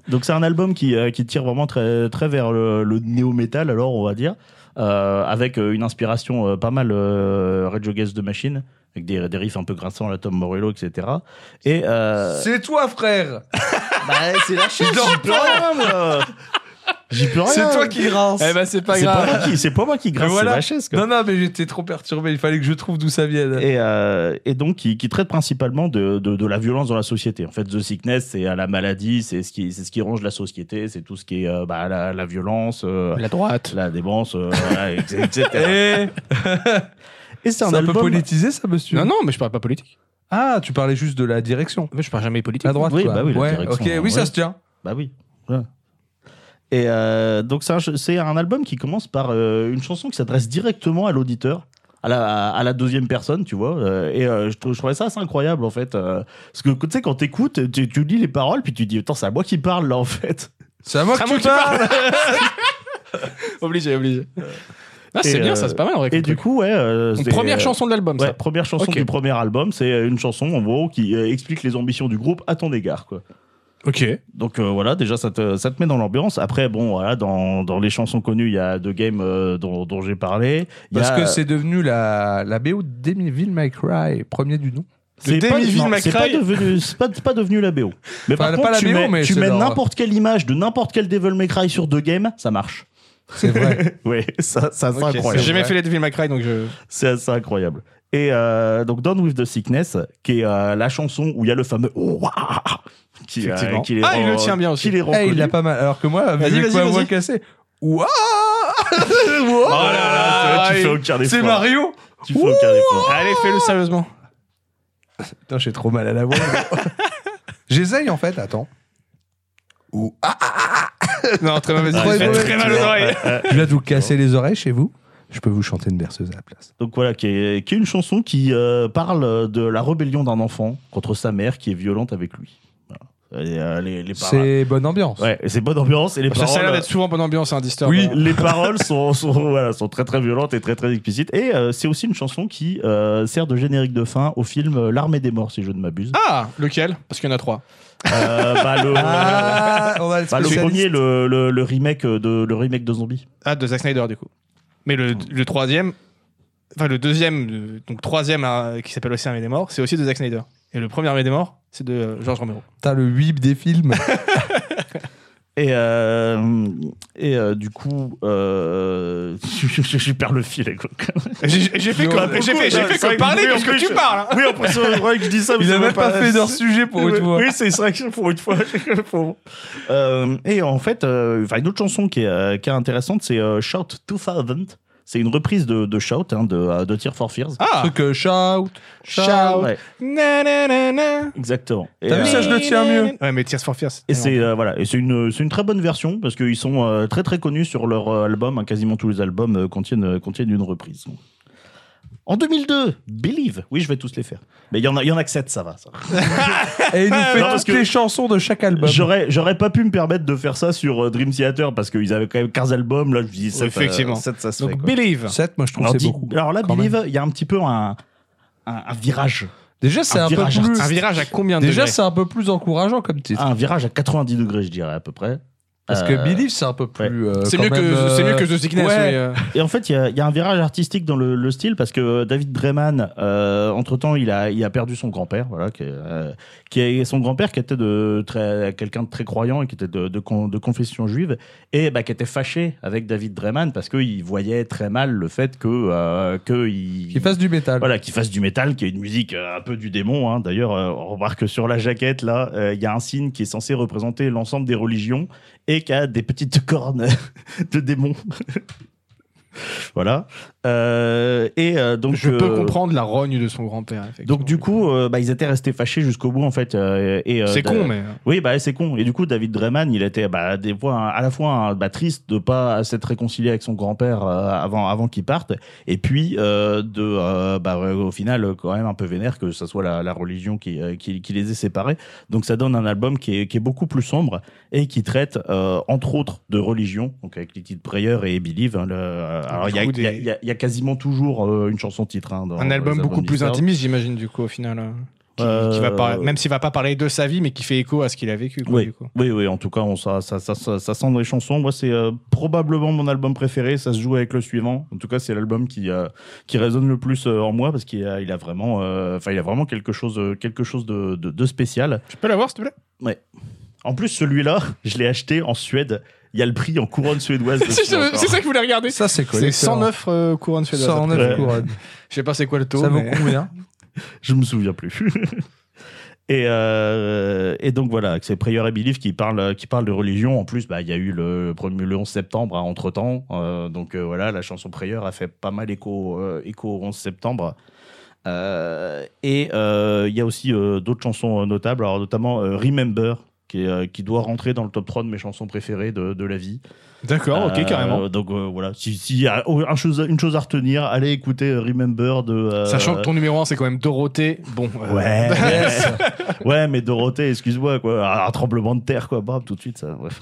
[SPEAKER 3] Donc c'est un album qui, euh, qui tire vraiment très, très vers le, le néo-metal, alors on va dire, euh, avec euh, une inspiration euh, pas mal euh, Rage Against the Machine, avec des, des riffs un peu grinçants, la Tom Morello, etc. Et euh,
[SPEAKER 1] C'est toi, frère.
[SPEAKER 3] bah, c'est la chaise,
[SPEAKER 1] dors
[SPEAKER 3] j'y peux rien, moi. J'y peux rien.
[SPEAKER 1] C'est toi qui grince.
[SPEAKER 2] Eh ben, c'est pas
[SPEAKER 3] C'est pas
[SPEAKER 2] grave.
[SPEAKER 3] moi qui, c'est pas moi qui grince,
[SPEAKER 1] voilà.
[SPEAKER 3] c'est la chaise. quoi.
[SPEAKER 1] Non, non, mais j'étais trop perturbé. Il fallait que je trouve d'où ça vient.
[SPEAKER 3] Et, euh, et donc, qui, qui traite principalement de, de, de la violence dans la société. En fait, The Sickness, c'est à la maladie, c'est ce qui, c'est ce qui ronge la société, c'est tout ce qui est euh, bah, la, la violence, euh,
[SPEAKER 2] La droite.
[SPEAKER 3] la dépense, euh, voilà, et- etc.
[SPEAKER 1] Et...
[SPEAKER 3] Et c'est
[SPEAKER 1] Eh, C'est
[SPEAKER 3] un
[SPEAKER 1] un peu
[SPEAKER 3] album.
[SPEAKER 1] politisé, ça, monsieur
[SPEAKER 2] Non, non, mais je parle pas politique.
[SPEAKER 1] Ah, tu parlais juste de la direction.
[SPEAKER 2] En fait, je parle jamais politique.
[SPEAKER 1] À droite,
[SPEAKER 3] Oui,
[SPEAKER 1] quoi.
[SPEAKER 3] bah oui, la
[SPEAKER 1] Ouais,
[SPEAKER 3] direction,
[SPEAKER 1] ok, oui,
[SPEAKER 3] ouais.
[SPEAKER 1] ça se tient.
[SPEAKER 3] Bah oui. Ouais. Et euh, donc c'est un, ch- c'est un album qui commence par euh, une chanson qui s'adresse directement à l'auditeur. À la, à la deuxième personne, tu vois. euh, et euh, je, trou- je trouvais ça assez incroyable, en fait. euh, parce que, tu sais, quand t'écoutes, tu, tu lis les paroles, puis tu dis, attends, c'est à moi qui parle, là, en fait.
[SPEAKER 1] C'est à moi
[SPEAKER 2] C'est à
[SPEAKER 1] que
[SPEAKER 2] moi
[SPEAKER 1] tu
[SPEAKER 2] qui
[SPEAKER 1] parles
[SPEAKER 2] Obligé, obligé. Ah, c'est
[SPEAKER 3] Et,
[SPEAKER 2] bien,
[SPEAKER 3] euh,
[SPEAKER 2] ça, c'est pas mal en vrai.
[SPEAKER 3] Et
[SPEAKER 2] comme
[SPEAKER 3] du
[SPEAKER 2] truc.
[SPEAKER 3] coup, ouais. euh,
[SPEAKER 2] Donc,
[SPEAKER 3] c'est-
[SPEAKER 2] première
[SPEAKER 3] euh,
[SPEAKER 2] chanson de l'album,
[SPEAKER 3] Ouais,
[SPEAKER 2] ça.
[SPEAKER 3] première chanson
[SPEAKER 2] Ok.
[SPEAKER 3] du premier album, c'est euh, une chanson en gros qui euh, explique les ambitions du groupe à ton égard. Quoi.
[SPEAKER 2] Ok.
[SPEAKER 3] Donc euh, voilà, déjà ça te, ça te met dans l'ambiance. Après, bon, voilà, dans, dans les chansons connues, il y a deux games euh, dont, dont j'ai parlé. Il y
[SPEAKER 1] Parce
[SPEAKER 3] a-
[SPEAKER 1] que c'est devenu la, la BO d'Emile McRae, premier du nom.
[SPEAKER 3] c'est
[SPEAKER 2] de
[SPEAKER 3] pas,
[SPEAKER 2] David
[SPEAKER 3] non, c'est pas
[SPEAKER 2] McRae.
[SPEAKER 3] devenu, c'est pas, c'est pas devenu la BO.
[SPEAKER 1] Enfin,
[SPEAKER 3] Mais par
[SPEAKER 1] pas
[SPEAKER 3] contre,
[SPEAKER 1] la
[SPEAKER 3] tu
[SPEAKER 1] BO,
[SPEAKER 3] mets,
[SPEAKER 1] mais
[SPEAKER 3] tu
[SPEAKER 1] c'est
[SPEAKER 3] mets
[SPEAKER 1] leur-
[SPEAKER 3] n'importe quelle image de n'importe quel Devil May Cry sur deux games, ça marche.
[SPEAKER 1] C'est vrai.
[SPEAKER 3] Ouais, ça, ça c'est
[SPEAKER 2] Ok,
[SPEAKER 3] incroyable.
[SPEAKER 2] J'ai jamais
[SPEAKER 1] Ouais.
[SPEAKER 2] fait les Devil May Cry, donc je.
[SPEAKER 3] C'est assez incroyable. Et euh, donc Down with the Sickness, qui est euh, la chanson où il y a le fameux Ouah qui, euh,
[SPEAKER 2] Effectivement.
[SPEAKER 3] qui les
[SPEAKER 2] Ah, il
[SPEAKER 3] rend-
[SPEAKER 2] le tient bien aussi.
[SPEAKER 3] qui les rend
[SPEAKER 1] Eh, il
[SPEAKER 3] connus.
[SPEAKER 1] l'a pas mal. Alors que moi,
[SPEAKER 2] Vas-y,
[SPEAKER 1] vu
[SPEAKER 2] vas-y,
[SPEAKER 1] ma
[SPEAKER 2] vas-y.
[SPEAKER 1] voix cassée. Ouah
[SPEAKER 3] Oh là là, tu, tu fais aucun effort.
[SPEAKER 1] C'est Mario
[SPEAKER 3] Tu fais aucun effort.
[SPEAKER 2] Allez, fais-le sérieusement.
[SPEAKER 1] Putain, j'ai trop mal à la voix. J'essaye en fait, attends. Ouah
[SPEAKER 2] Non, très mauvaise
[SPEAKER 1] Ouais,
[SPEAKER 2] idée.
[SPEAKER 1] ouais,
[SPEAKER 2] Très
[SPEAKER 1] ouais.
[SPEAKER 2] mal aux oreilles.
[SPEAKER 1] Je vais vous casser les oreilles chez vous. Je peux vous chanter une berceuse à la place.
[SPEAKER 3] Donc voilà, qui est, qui est une chanson qui euh, parle de la rébellion d'un enfant contre sa mère qui est violente avec lui. Voilà. Et, euh, les, les paroles.
[SPEAKER 1] C'est bonne ambiance.
[SPEAKER 3] Ouais, et c'est bonne ambiance
[SPEAKER 1] Ah,
[SPEAKER 3] et les
[SPEAKER 2] Ça, ça a l'air
[SPEAKER 3] paroles. euh,
[SPEAKER 2] d'être souvent hein, bonne ambiance, un Disturbed.
[SPEAKER 1] hein.
[SPEAKER 3] Oui, les paroles sont, sont, voilà, sont très très violentes et très très explicites. Et euh, c'est aussi une chanson qui euh, sert de générique de fin au film euh, L'Armée des Morts, si je ne m'abuse.
[SPEAKER 2] Ah, lequel Parce qu'il y en a trois.
[SPEAKER 3] Euh, bah, le,
[SPEAKER 1] Ah, on va le
[SPEAKER 3] bah, le
[SPEAKER 1] spécialiste.
[SPEAKER 3] premier, le, le, le remake de, le remake de Zombie.
[SPEAKER 2] Ah, de Zack Snyder, du coup. Mais le, le troisième, enfin le deuxième, euh, donc troisième euh, qui s'appelle aussi Armée des Morts, c'est aussi de Zack Snyder. Et le premier Armée des Morts, c'est de euh, George Romero.
[SPEAKER 1] Putain, le whip des films.
[SPEAKER 3] Et, euh, et euh, du coup, euh, je, je- je perds le fil. avec-
[SPEAKER 2] J'ai j'ai fait
[SPEAKER 1] Non,
[SPEAKER 2] comme-
[SPEAKER 1] mais
[SPEAKER 2] j'ai fait, j'ai
[SPEAKER 3] beaucoup,
[SPEAKER 2] fait
[SPEAKER 3] ça,
[SPEAKER 2] que
[SPEAKER 3] ça,
[SPEAKER 2] parler
[SPEAKER 3] oui,
[SPEAKER 2] parce
[SPEAKER 3] en
[SPEAKER 2] que
[SPEAKER 3] plus.
[SPEAKER 2] tu parles. hein.
[SPEAKER 3] Oui, après c'est vrai que je dis ça. mais
[SPEAKER 1] Il
[SPEAKER 3] ça
[SPEAKER 1] a
[SPEAKER 3] va
[SPEAKER 1] même pas fait leur sujet pour une
[SPEAKER 3] oui,
[SPEAKER 1] fois.
[SPEAKER 3] oui, c'est vrai que pour une fois. j'ai- pour- Euh, et en fait, euh, enfin, une autre chanson qui est, euh, qui est intéressante, c'est euh, Shout 2000. C'est une reprise de, de Shout, hein, de, euh, de Tear for Fears.
[SPEAKER 2] Ah,
[SPEAKER 1] Truc euh, shout.
[SPEAKER 2] Shout.
[SPEAKER 3] Ouais,
[SPEAKER 2] Na, na, na, na.
[SPEAKER 3] exactement. Et,
[SPEAKER 1] T'as vu
[SPEAKER 3] euh,
[SPEAKER 1] ça, je le tiens mieux.
[SPEAKER 2] Ouais, mais Tears for Fears.
[SPEAKER 3] Et c'est euh, voilà, et c'est une c'est une très bonne version parce qu'ils sont euh, très très connus sur leur euh, album. hein. quasiment tous les albums euh, contiennent euh, contiennent une reprise. En 2002, Believe. Oui, je vais tous les faire. Mais il y en a il y en a que 7, ça va. ça.
[SPEAKER 1] Et il nous fait
[SPEAKER 3] parce
[SPEAKER 1] toutes
[SPEAKER 3] que-
[SPEAKER 1] les chansons de chaque album.
[SPEAKER 3] J'aurais j'aurais pas pu me permettre de faire ça sur euh, Dream Theater parce qu'ils avaient quand même 15 albums là. Je me dis ça,
[SPEAKER 2] Effectivement.
[SPEAKER 3] ça, ça se
[SPEAKER 2] Donc
[SPEAKER 1] euh,
[SPEAKER 3] fait, quoi.
[SPEAKER 2] Believe.
[SPEAKER 1] 7, moi je trouve
[SPEAKER 3] Alors,
[SPEAKER 1] que c'est
[SPEAKER 3] dis-
[SPEAKER 1] beaucoup.
[SPEAKER 3] alors là,
[SPEAKER 1] quand
[SPEAKER 3] Believe, il y a un petit peu un un, un virage,
[SPEAKER 1] Déjà, c'est
[SPEAKER 3] un
[SPEAKER 1] un, peu
[SPEAKER 3] virage
[SPEAKER 1] plus.
[SPEAKER 2] Un virage à combien de
[SPEAKER 1] Déjà,
[SPEAKER 2] degrés
[SPEAKER 1] c'est un peu plus encourageant comme titre.
[SPEAKER 3] un virage à 90 degrés, je dirais à peu près.
[SPEAKER 1] Parce
[SPEAKER 3] Euh,
[SPEAKER 1] que Believe, c'est un peu plus. euh,
[SPEAKER 2] C'est
[SPEAKER 1] quand
[SPEAKER 2] mieux, que-
[SPEAKER 1] même, euh,
[SPEAKER 2] c'est mieux que The Sickness.
[SPEAKER 1] ouais.
[SPEAKER 2] mais, euh,
[SPEAKER 3] Et en fait, il y, a- il y a un virage artistique dans le, le style parce que euh, David Dreyman, euh, entre-temps, il a, il a perdu son grand-père. Voilà, qui, est, euh, qui est- son grand-père qui était de très- quelqu'un de très croyant et qui était de, de con- de confession juive et bah, qui était fâché avec David Dreyman parce qu'il voyait très mal le fait que, euh, que il,
[SPEAKER 1] Qu'il fasse du métal.
[SPEAKER 3] voilà, qu'il fasse du métal, qui est une musique euh, un peu du démon. hein. D'ailleurs, euh, on remarque que sur la jaquette, là, euh, il y a un signe qui est censé représenter l'ensemble des religions et qui a des petites cornes de démon. voilà. Euh, et euh, donc.
[SPEAKER 2] je peux
[SPEAKER 3] euh,
[SPEAKER 2] comprendre la rogne de son grand-père.
[SPEAKER 3] Donc,
[SPEAKER 2] effectivement.
[SPEAKER 3] du coup, euh, bah, ils étaient restés fâchés jusqu'au bout, en fait. euh, et, euh,
[SPEAKER 2] c'est
[SPEAKER 3] da-
[SPEAKER 2] con, mais.
[SPEAKER 3] oui, bah c'est con. Et du coup, David Dreyman, il était bah, des fois à la fois hein, bah, triste de pas s'être réconcilié avec son grand-père euh, avant avant qu'il parte, et puis euh, de euh, bah, euh, au final quand même un peu vénère que ça soit la, la religion qui, euh, qui qui les ait séparés. Donc ça donne un album qui est qui est beaucoup plus sombre et qui traite euh, entre autres de religion, donc avec les titres Prayer et Believe. hein, le- euh, alors
[SPEAKER 2] Du
[SPEAKER 3] il y a,
[SPEAKER 2] coup,
[SPEAKER 3] il y a-
[SPEAKER 2] des-
[SPEAKER 3] il y a- il y a quasiment toujours euh, une chanson titre. hein, dans
[SPEAKER 2] Un
[SPEAKER 3] les
[SPEAKER 2] album
[SPEAKER 3] albums
[SPEAKER 2] beaucoup plus
[SPEAKER 3] Disturbed.
[SPEAKER 2] intimiste, j'imagine, du coup, au final. euh, qui-
[SPEAKER 3] Euh,
[SPEAKER 2] qui va parler- même s'il va pas parler de sa vie, mais qui fait écho à ce qu'il a vécu. quoi,
[SPEAKER 3] Oui,
[SPEAKER 2] du coup.
[SPEAKER 3] oui, oui, en tout cas, on, ça, ça, ça, ça, ça sent dans les chansons. Moi, c'est euh, probablement mon album préféré. Ça se joue avec le suivant. En tout cas, c'est l'album qui, euh, qui résonne le plus euh, en moi parce qu'il a, il a vraiment, euh, enfin, il a vraiment quelque chose, euh, quelque chose de, de, de spécial.
[SPEAKER 2] Tu peux l'avoir, s'il te plaît
[SPEAKER 3] En plus, celui-là, je l'ai acheté en Suède. Il y a le prix en couronne suédoise. dessus
[SPEAKER 2] C'est
[SPEAKER 3] encore. hein.
[SPEAKER 2] c'est ça que je voulais regarder.
[SPEAKER 1] Ça, c'est
[SPEAKER 2] C'est
[SPEAKER 1] collector.
[SPEAKER 2] 109 euh, couronnes suédoises.
[SPEAKER 1] 109
[SPEAKER 3] après.
[SPEAKER 1] couronnes.
[SPEAKER 2] Je sais pas c'est quoi le taux.
[SPEAKER 1] Ça vaut
[SPEAKER 2] mais-
[SPEAKER 1] combien
[SPEAKER 3] Je me souviens plus. Et, euh, et donc voilà, c'est Prayer et Belief qui parle, qui parle de religion. En plus, bah, il y a eu le, premier- le 11 septembre hein, entre-temps. Euh, donc euh, voilà, la chanson Prayer a fait pas mal écho, euh, écho au 11 septembre. Euh, et euh, il y a aussi euh, d'autres chansons euh, notables, alors notamment euh, Remember, qui, est, euh, qui doit rentrer dans le top 3 de mes chansons préférées de, de la vie.
[SPEAKER 2] D'accord,
[SPEAKER 3] Euh,
[SPEAKER 2] Ah, ok, carrément.
[SPEAKER 3] Donc euh, voilà, s'il si y a un chose- une chose à retenir, allez écouter euh, Remember de. euh,
[SPEAKER 2] Sachant que ton numéro 1, c'est quand même Dorothée. Bon. euh,
[SPEAKER 3] Ouais, mais- ouais, mais Dorothée, excuse-moi, quoi, un tremblement de terre, quoi, bam, tout de suite, ça. Bref.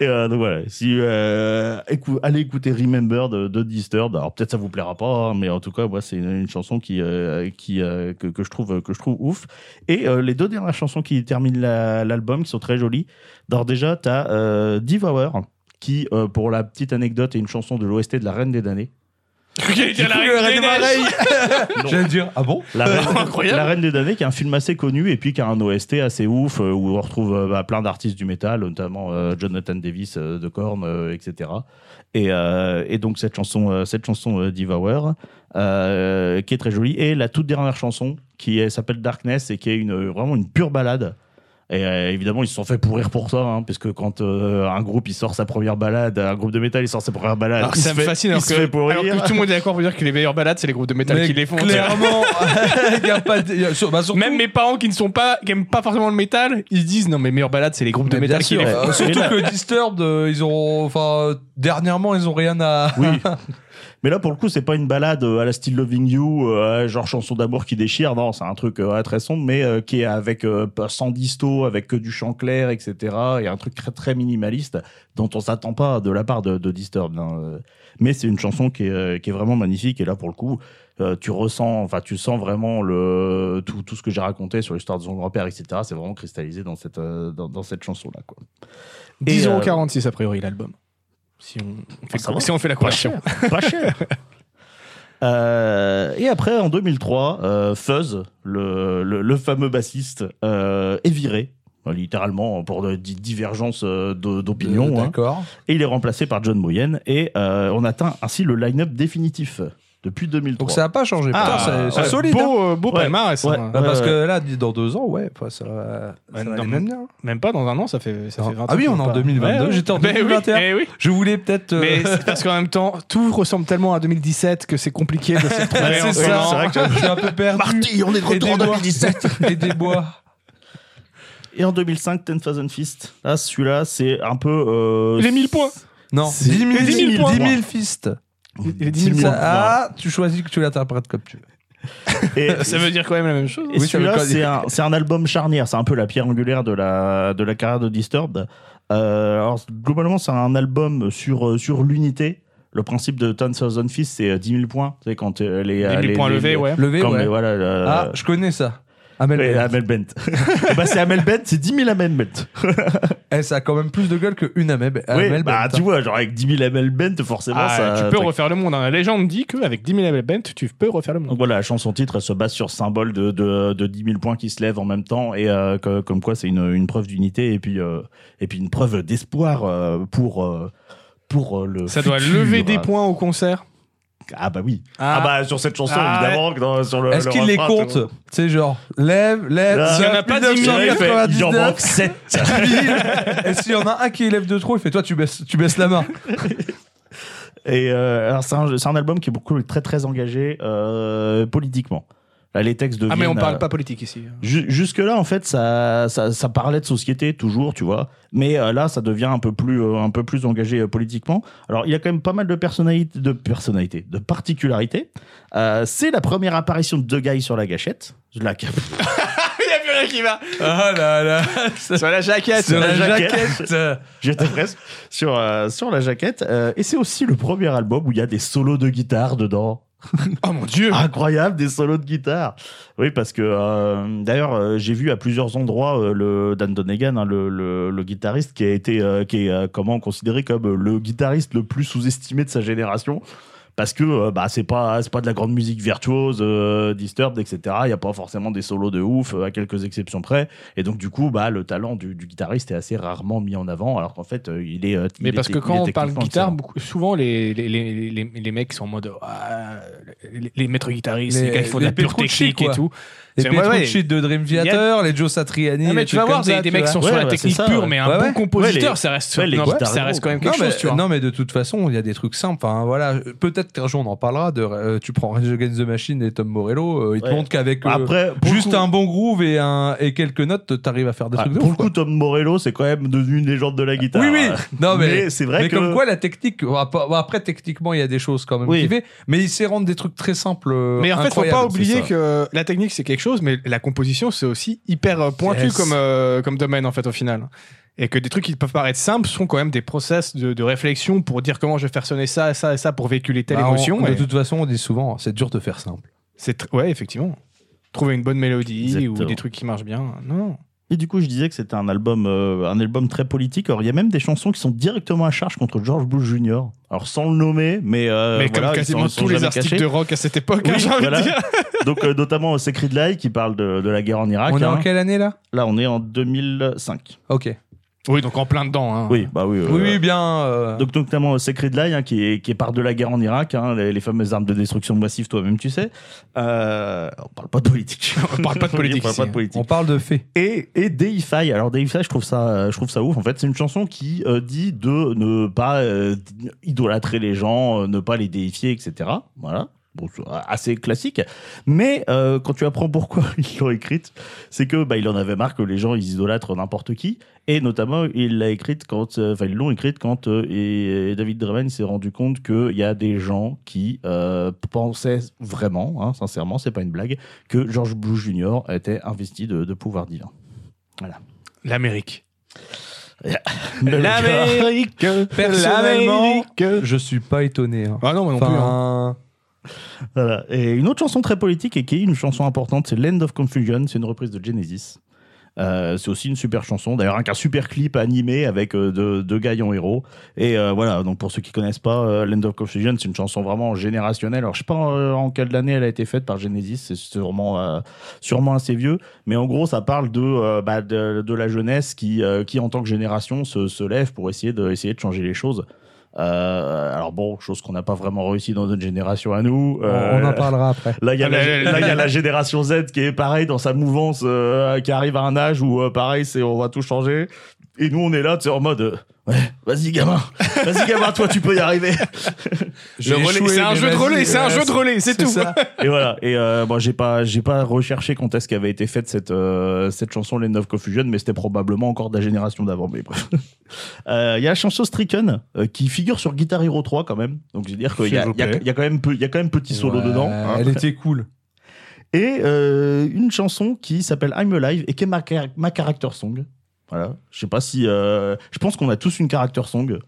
[SPEAKER 3] Et euh, donc voilà, si euh, écou- allez écouter Remember de, de Disturbed. Alors peut-être ça vous plaira pas, hein, mais en tout cas, moi, c'est une, une chanson qui, euh, qui euh, que, que je trouve que je trouve ouf. Et euh, les deux dernières chansons qui terminent la- l'album, qui sont très jolies. D'ores déjà, t'as euh, Devour, qui, euh, pour la petite anecdote, est une chanson de l'OST de La Reine des Damnés.
[SPEAKER 2] J'ai cru que le Reine des Neiges.
[SPEAKER 3] Non.
[SPEAKER 1] J'allais dire, ah bon
[SPEAKER 3] La Reine,
[SPEAKER 2] Euh, Incroyable.
[SPEAKER 3] La Reine des Damnés, qui est un film assez connu et puis qui a un OST assez ouf, euh, où on retrouve euh, bah, plein d'artistes du métal, notamment euh, Jonathan Davis euh, de Korn, euh, etc. Et, euh, et donc cette chanson, euh, cette chanson euh, Devour, euh, qui est très jolie. Et la toute dernière chanson, qui est- s'appelle Darkness, et qui est une, vraiment une pure balade. Et euh, évidemment, ils se sont fait pourrir pour ça, hein, parce que quand euh, un groupe il sort sa première balade, un groupe de métal il sort sa première balade,
[SPEAKER 2] Alors que
[SPEAKER 3] il
[SPEAKER 2] ça
[SPEAKER 3] se
[SPEAKER 2] me
[SPEAKER 3] fait-
[SPEAKER 2] fascine,
[SPEAKER 3] il
[SPEAKER 2] alors
[SPEAKER 3] se
[SPEAKER 2] que,
[SPEAKER 3] fait pourrir.
[SPEAKER 2] alors que tout le monde est d'accord pour dire que les meilleures balades, c'est les groupes de métal
[SPEAKER 1] Mais
[SPEAKER 2] qui les font.
[SPEAKER 1] Clairement, il y a pas. de- y a- sur- bah, surtout-
[SPEAKER 2] Même mes parents qui ne sont pas, qui aiment pas forcément le métal, ils se disent non, mais meilleures balades, c'est les groupes de
[SPEAKER 1] Mais
[SPEAKER 2] métal
[SPEAKER 1] bien
[SPEAKER 2] qui
[SPEAKER 1] sûr,
[SPEAKER 2] les font.
[SPEAKER 1] euh, surtout
[SPEAKER 3] Et là-
[SPEAKER 1] que Disturbed, euh, ils ont, enfin, euh, dernièrement, ils ont rien à.
[SPEAKER 3] Oui. Mais là, pour le coup, c'est pas une balade euh, à la style Loving You, euh, genre chanson d'amour qui déchire. Non, c'est un truc euh, ouais, très sombre, mais euh, qui est avec euh, pas- sans disto, avec que du chant clair, etc. Et un truc très, très minimaliste dont on s'attend pas de la part de, de Disturbed. hein. Euh, Mais c'est une chanson qui est, euh, qui est vraiment magnifique. Et là, pour le coup, euh, tu ressens, enfin, tu sens vraiment le tout, tout ce que j'ai raconté sur l'histoire de son grand-père, etc. C'est vraiment cristallisé dans cette euh, dans, dans cette chanson là, quoi. Et,
[SPEAKER 2] 10,46€ a priori l'album. Si on, on fait
[SPEAKER 3] ça
[SPEAKER 2] le-
[SPEAKER 3] va.
[SPEAKER 2] si on fait la conversion.
[SPEAKER 3] Pas cher. Euh, et après, en 2003, euh, Fuzz, le, le- le fameux bassiste, euh, est viré, euh, littéralement pour de- di- divergence euh, de- d'opinion, hein.
[SPEAKER 1] D'accord.
[SPEAKER 3] et il est remplacé par John Moyen, et euh, on atteint ainsi le line-up définitif depuis 2003.
[SPEAKER 1] Donc ça a pas changé.
[SPEAKER 2] Ah,
[SPEAKER 1] Putain, c'est- c'est
[SPEAKER 2] ouais,
[SPEAKER 1] solide. hein.
[SPEAKER 2] Beau, euh, beau
[SPEAKER 3] Ouais.
[SPEAKER 2] palmarès.
[SPEAKER 3] Ouais.
[SPEAKER 2] hein.
[SPEAKER 1] Bah, parce
[SPEAKER 3] ouais.
[SPEAKER 1] que là, dans deux ans, ouais, enfin, ça va, ça
[SPEAKER 2] Ouais,
[SPEAKER 1] va
[SPEAKER 2] non,
[SPEAKER 1] aller
[SPEAKER 2] mais-
[SPEAKER 1] même bien. hein.
[SPEAKER 2] Même pas dans un an, ça fait, ça
[SPEAKER 1] Ah,
[SPEAKER 2] fait 20
[SPEAKER 1] ah oui,
[SPEAKER 2] ans
[SPEAKER 1] on est
[SPEAKER 2] qu'on
[SPEAKER 1] en
[SPEAKER 2] parle.
[SPEAKER 1] 2022, j'étais en
[SPEAKER 2] Ben oui,
[SPEAKER 1] 2021.
[SPEAKER 2] eh oui.
[SPEAKER 1] Je voulais peut-être. euh,
[SPEAKER 2] Mais c'est parce qu'en même temps, tout ressemble tellement à 2017 que c'est compliqué de se retrouver.
[SPEAKER 1] c'est
[SPEAKER 2] en ce
[SPEAKER 1] ça.
[SPEAKER 2] moment.
[SPEAKER 1] je suis un peu perdu.
[SPEAKER 3] on est de
[SPEAKER 1] retour en 2017. Et des bois.
[SPEAKER 3] Et en 2005, Ten Thousand Fist. Là, celui-là, c'est un peu. euh,
[SPEAKER 2] Les 1000 points.
[SPEAKER 1] Non,
[SPEAKER 3] C'est-
[SPEAKER 1] 10 000,
[SPEAKER 3] 10 000
[SPEAKER 1] 10 000
[SPEAKER 3] points.
[SPEAKER 1] fistes.
[SPEAKER 2] Les 10 000
[SPEAKER 1] Ça-
[SPEAKER 2] points.
[SPEAKER 1] Ah, tu choisis que tu l'interprètes comme tu veux.
[SPEAKER 3] et-
[SPEAKER 2] Ça veut dire quand même la même chose. hein.
[SPEAKER 3] Et
[SPEAKER 1] Oui, ça veut
[SPEAKER 3] celui-là,
[SPEAKER 1] pas dire-
[SPEAKER 3] c'est un, c'est un album charnière, c'est un peu la pierre angulaire de la, de la carrière de Disturbed. Euh, alors, globalement, c'est un album sur, euh, sur l'unité. Le principe de 10,000 Fist, c'est euh, 10 000 points. Tu sais, quand euh, les,
[SPEAKER 2] Les
[SPEAKER 3] euh,
[SPEAKER 2] 1000 points
[SPEAKER 3] les-
[SPEAKER 2] levés,
[SPEAKER 3] les-
[SPEAKER 2] ouais.
[SPEAKER 1] Levé,
[SPEAKER 3] Comme les-
[SPEAKER 1] ouais.
[SPEAKER 3] voilà. euh,
[SPEAKER 1] Ah, je connais ça. Amel.
[SPEAKER 3] les Amel Bent. Eh ben, c'est Amel Bent, c'est 10 000 Amel Bent.
[SPEAKER 1] Eh, ça a quand même plus de gueule qu'une Amel.
[SPEAKER 3] Oui,
[SPEAKER 1] Amel
[SPEAKER 3] bah,
[SPEAKER 1] Bent.
[SPEAKER 3] tu vois, genre avec 10 000 Amel Bent, forcément,
[SPEAKER 2] Ah,
[SPEAKER 3] ça.
[SPEAKER 2] tu peux
[SPEAKER 3] t'as-
[SPEAKER 2] refaire le monde. hein. La légende dit qu'avec 10 000 label bent, tu peux refaire le monde.
[SPEAKER 3] Donc voilà, la chanson titre, elle se base sur symbole de, de, de 10 000 points qui se lèvent en même temps et euh, que- comme quoi c'est une, une preuve d'unité et puis euh, et puis une preuve d'espoir euh, pour euh, pour euh, le.
[SPEAKER 2] Ça doit
[SPEAKER 3] futur.
[SPEAKER 2] lever des points au concert.
[SPEAKER 3] Ah bah oui. Ah, bah sur cette chanson
[SPEAKER 2] Ah,
[SPEAKER 3] évidemment que dans- sur le.
[SPEAKER 1] Est-ce
[SPEAKER 3] le
[SPEAKER 1] qu'il les
[SPEAKER 3] refrain,
[SPEAKER 1] compte
[SPEAKER 3] tout le
[SPEAKER 1] Tu sais, genre, lève, lève.
[SPEAKER 3] Là,
[SPEAKER 2] S'il y en a pas 10 000,
[SPEAKER 3] monde- Il en manque
[SPEAKER 1] 99,
[SPEAKER 3] 7
[SPEAKER 1] Et s'il y en a un qui élève de trop, il fait toi, tu baisses, tu baisses la main.
[SPEAKER 3] Et euh, alors, c'est un, c'est un album qui est beaucoup très très engagé euh, politiquement. Là, les textes euh, de
[SPEAKER 2] Ah, mais on parle pas politique ici.
[SPEAKER 3] Ju- Jusque-là, en fait, ça, ça, ça parlait de société toujours, tu vois. Mais euh, là, ça devient un peu plus, euh, un peu plus engagé euh, politiquement. Alors, il y a quand même pas mal de personnalités, de personnalités, de particularités. Euh, c'est la première apparition de deux gars sur la gâchette. Je la cap-
[SPEAKER 2] Il n'y a plus rien qui va.
[SPEAKER 1] Ah là là. Sur la jaquette. Sur la
[SPEAKER 3] la
[SPEAKER 1] jaquette.
[SPEAKER 3] J'étais presque sur, euh, sur la jaquette. Euh, et c'est aussi le premier album où il y a des solos de guitare dedans.
[SPEAKER 2] Oh mon dieu.
[SPEAKER 3] Incroyable, des solos de guitare. Oui, parce que euh, d'ailleurs, euh, j'ai vu à plusieurs endroits euh, le Dan Donegan, hein, le, le- le guitariste euh, qui a été, euh, qui est euh, comment considéré comme le guitariste le plus sous-estimé de sa génération. parce que euh, bah, c'est pas, c'est pas de la grande musique virtuose, euh, disturbed, etc. Il n'y a pas forcément des solos de ouf, euh, à quelques exceptions près. Et donc, du coup, bah, le talent du, du guitariste est assez rarement mis en avant, alors qu'en fait, euh, il est. euh, il
[SPEAKER 2] Mais
[SPEAKER 3] est
[SPEAKER 2] parce que
[SPEAKER 3] tec- il est
[SPEAKER 2] quand on parle
[SPEAKER 3] techniquement
[SPEAKER 2] guitare,
[SPEAKER 3] excellent.
[SPEAKER 2] beaucoup- souvent les, les, les, les, les mecs sont en mode ah, les, les maîtres guitaristes, les,
[SPEAKER 1] Les-
[SPEAKER 2] gars qui font de
[SPEAKER 1] les
[SPEAKER 2] la pure
[SPEAKER 1] Petrucci,
[SPEAKER 2] technique et
[SPEAKER 1] quoi.
[SPEAKER 2] tout.
[SPEAKER 1] Les
[SPEAKER 2] C'est- ouais,
[SPEAKER 1] Petrucci de Dream
[SPEAKER 2] y a-
[SPEAKER 1] Theater, les Joe Satriani.
[SPEAKER 2] Ah, mais
[SPEAKER 1] les
[SPEAKER 2] tu vas
[SPEAKER 1] trucs
[SPEAKER 2] voir
[SPEAKER 1] comme
[SPEAKER 2] des,
[SPEAKER 1] ça,
[SPEAKER 2] des
[SPEAKER 1] tu
[SPEAKER 2] mecs
[SPEAKER 1] vois.
[SPEAKER 2] qui sont sur
[SPEAKER 3] Ouais,
[SPEAKER 2] la
[SPEAKER 3] ouais, c'est
[SPEAKER 2] technique
[SPEAKER 3] ça,
[SPEAKER 2] pure,
[SPEAKER 3] ouais.
[SPEAKER 2] mais un
[SPEAKER 1] Ouais,
[SPEAKER 2] bon
[SPEAKER 1] ouais.
[SPEAKER 2] compositeur,
[SPEAKER 3] Ouais, les-
[SPEAKER 2] ça reste,
[SPEAKER 3] ouais, les
[SPEAKER 2] non,
[SPEAKER 3] guitares
[SPEAKER 2] ça
[SPEAKER 3] héros,
[SPEAKER 2] reste quand même
[SPEAKER 3] quoi.
[SPEAKER 2] quelque
[SPEAKER 1] non,
[SPEAKER 2] chose,
[SPEAKER 1] mais,
[SPEAKER 2] tu vois.
[SPEAKER 1] non, mais de toute façon, il y a des trucs simples. Enfin, voilà, peut-être qu'un jour on en parlera. De, euh, tu prends Rage Against the Machine et Tom Morello, euh, ils te
[SPEAKER 3] Ouais.
[SPEAKER 1] montrent
[SPEAKER 2] Bah,
[SPEAKER 1] qu'avec euh,
[SPEAKER 3] Après, pour le
[SPEAKER 1] juste
[SPEAKER 3] coup-
[SPEAKER 1] un bon groove et, un, et quelques notes, t'arrives à faire des
[SPEAKER 3] Ah,
[SPEAKER 1] trucs de
[SPEAKER 3] pour
[SPEAKER 1] ouf.
[SPEAKER 3] le coup, Tom Morello, c'est quand même devenu une légende de la
[SPEAKER 1] quoi.
[SPEAKER 3] guitare.
[SPEAKER 1] oui, oui. Non, mais,
[SPEAKER 3] mais c'est vrai
[SPEAKER 1] mais
[SPEAKER 3] que.
[SPEAKER 1] comme quoi la technique. bon, ap- bon, Après, techniquement, il y a des choses quand même
[SPEAKER 3] Oui.
[SPEAKER 1] qui fait. Mais il sait rendre des trucs très simples. euh,
[SPEAKER 2] Mais en fait, faut pas
[SPEAKER 1] incroyables, c'est
[SPEAKER 2] oublier
[SPEAKER 1] ça.
[SPEAKER 2] que la technique c'est quelque chose, mais la composition c'est aussi hyper euh, pointu
[SPEAKER 1] Yes.
[SPEAKER 2] comme, euh, comme domaine en fait au final. Et que des trucs qui peuvent paraître simples sont quand même des process de, de réflexion pour dire comment je vais faire sonner ça, ça et ça pour véhiculer telle
[SPEAKER 1] Bah, on-
[SPEAKER 2] émotion.
[SPEAKER 1] De
[SPEAKER 2] et
[SPEAKER 1] toute façon, on dit souvent, c'est dur de faire simple.
[SPEAKER 2] C'est tr- ouais effectivement. Trouver une bonne mélodie ou
[SPEAKER 3] Exactement.
[SPEAKER 2] des trucs qui marchent bien. Non.
[SPEAKER 3] Et du coup, je disais que c'était un album, euh, un album très politique. Or, il y a même des chansons qui sont directement à charge contre George Bush Jr. Alors, sans le nommer, mais, euh,
[SPEAKER 2] mais
[SPEAKER 3] voilà,
[SPEAKER 2] comme
[SPEAKER 3] ils
[SPEAKER 2] quasiment
[SPEAKER 3] sont- ils sont
[SPEAKER 2] tous les
[SPEAKER 3] jamais
[SPEAKER 2] articles
[SPEAKER 3] cachés.
[SPEAKER 2] de rock à cette époque,
[SPEAKER 3] Oui,
[SPEAKER 2] hein, j'ai envie
[SPEAKER 3] voilà.
[SPEAKER 2] de dire.
[SPEAKER 3] Donc, euh, notamment euh, Secret Life qui parle de, de la guerre en Irak.
[SPEAKER 1] on est
[SPEAKER 3] hein.
[SPEAKER 1] en quelle année là
[SPEAKER 3] Là, on est en 2005.
[SPEAKER 1] Ok.
[SPEAKER 2] Euh, Oui, donc en plein dedans. hein.
[SPEAKER 3] Oui, bah oui. euh,
[SPEAKER 1] Oui, oui, bien. euh,
[SPEAKER 3] Donc notamment euh, Secret Lie, hein, qui, est, qui est part de la guerre en Irak, hein, les, les fameuses armes de destruction massive, toi-même tu sais. Euh, on parle pas de politique.
[SPEAKER 2] On parle pas de politique
[SPEAKER 3] on parle
[SPEAKER 2] ici,
[SPEAKER 3] pas de
[SPEAKER 2] hein.
[SPEAKER 3] politique.
[SPEAKER 1] on parle de faits.
[SPEAKER 3] Et, et Deify. Alors Deify, je trouve ça, euh, je trouve ça ouf. En fait, c'est une chanson qui euh, dit de ne pas euh, idolâtrer les gens, euh, ne pas les déifier, etc. Voilà. Bon, c'est assez classique. Mais euh, quand tu apprends pourquoi ils l'ont écrite, c'est que bah, il en avait marre que les gens ils idolâtrent n'importe qui. Et notamment, il l'a écrite quand, euh, enfin, ils l'ont écrite quand euh, et, et David Draven s'est rendu compte qu'il y a des gens qui euh, pensaient vraiment, hein, sincèrement, c'est pas une blague, que George Bush Jr. était investi de, de pouvoir divin.
[SPEAKER 2] hein. L'Amérique.
[SPEAKER 1] Personnellement, je suis pas étonné. hein.
[SPEAKER 2] Ah non, moi non plus. hein.
[SPEAKER 1] Enfin,
[SPEAKER 3] Voilà. Et une autre chanson très politique et qui est une chanson importante, c'est Land of Confusion, c'est une reprise de Genesis. Euh, c'est aussi une super chanson, d'ailleurs avec un super clip animé avec euh, deux, deux gars en héros. Et euh, voilà, donc pour ceux qui connaissent pas, euh, Land of Confusion, c'est une chanson vraiment générationnelle. Alors je sais pas euh, en quelle année elle a été faite par Genesis, c'est sûrement, euh, sûrement assez vieux, mais en gros ça parle de, euh, bah, de, de la jeunesse qui, euh, qui en tant que génération se, se lève pour essayer de, essayer de changer les choses. Euh, alors bon, chose qu'on n'a pas vraiment réussi dans notre génération à nous.
[SPEAKER 1] on-
[SPEAKER 3] Euh,
[SPEAKER 1] on en parlera après.
[SPEAKER 3] Là, il y a
[SPEAKER 2] Ah,
[SPEAKER 3] la,
[SPEAKER 2] là, là,
[SPEAKER 3] là, il y a
[SPEAKER 2] là.
[SPEAKER 3] la génération Z qui est pareil dans sa mouvance, euh, qui arrive à un âge où euh, pareil, c'est on va tout changer. Et nous, on est là, tu sais, en mode, euh, ouais, vas-y gamin, vas-y gamin, toi tu peux y arriver.
[SPEAKER 2] Le relais,
[SPEAKER 1] échoué,
[SPEAKER 2] c'est un
[SPEAKER 1] mais
[SPEAKER 2] jeu de
[SPEAKER 1] vas-y,
[SPEAKER 2] relais, euh, c'est un
[SPEAKER 1] ouais,
[SPEAKER 2] jeu de relais, c'est tout.
[SPEAKER 1] ça.
[SPEAKER 3] Et voilà. Et euh, bon, j'ai pas, j'ai pas recherché quand est-ce qu'avait été faite cette euh, cette chanson Land of Confusion, mais c'était probablement encore de la génération d'avant. Mais bref. Euh, Il y a la chanson Stricken euh, qui figure sur Guitar Hero 3 quand même. Donc je veux dire qu'il y a,
[SPEAKER 2] S'il vous
[SPEAKER 3] il y a-
[SPEAKER 2] plaît.
[SPEAKER 3] il y a quand même peu- il y a quand même petit solo
[SPEAKER 1] Ouais,
[SPEAKER 3] dedans. hein.
[SPEAKER 1] Elle était cool.
[SPEAKER 3] et euh, une chanson qui s'appelle I'm Alive et qui est ma, car- ma character song. Voilà. Je sais pas si. euh, je pense qu'on a tous une character song.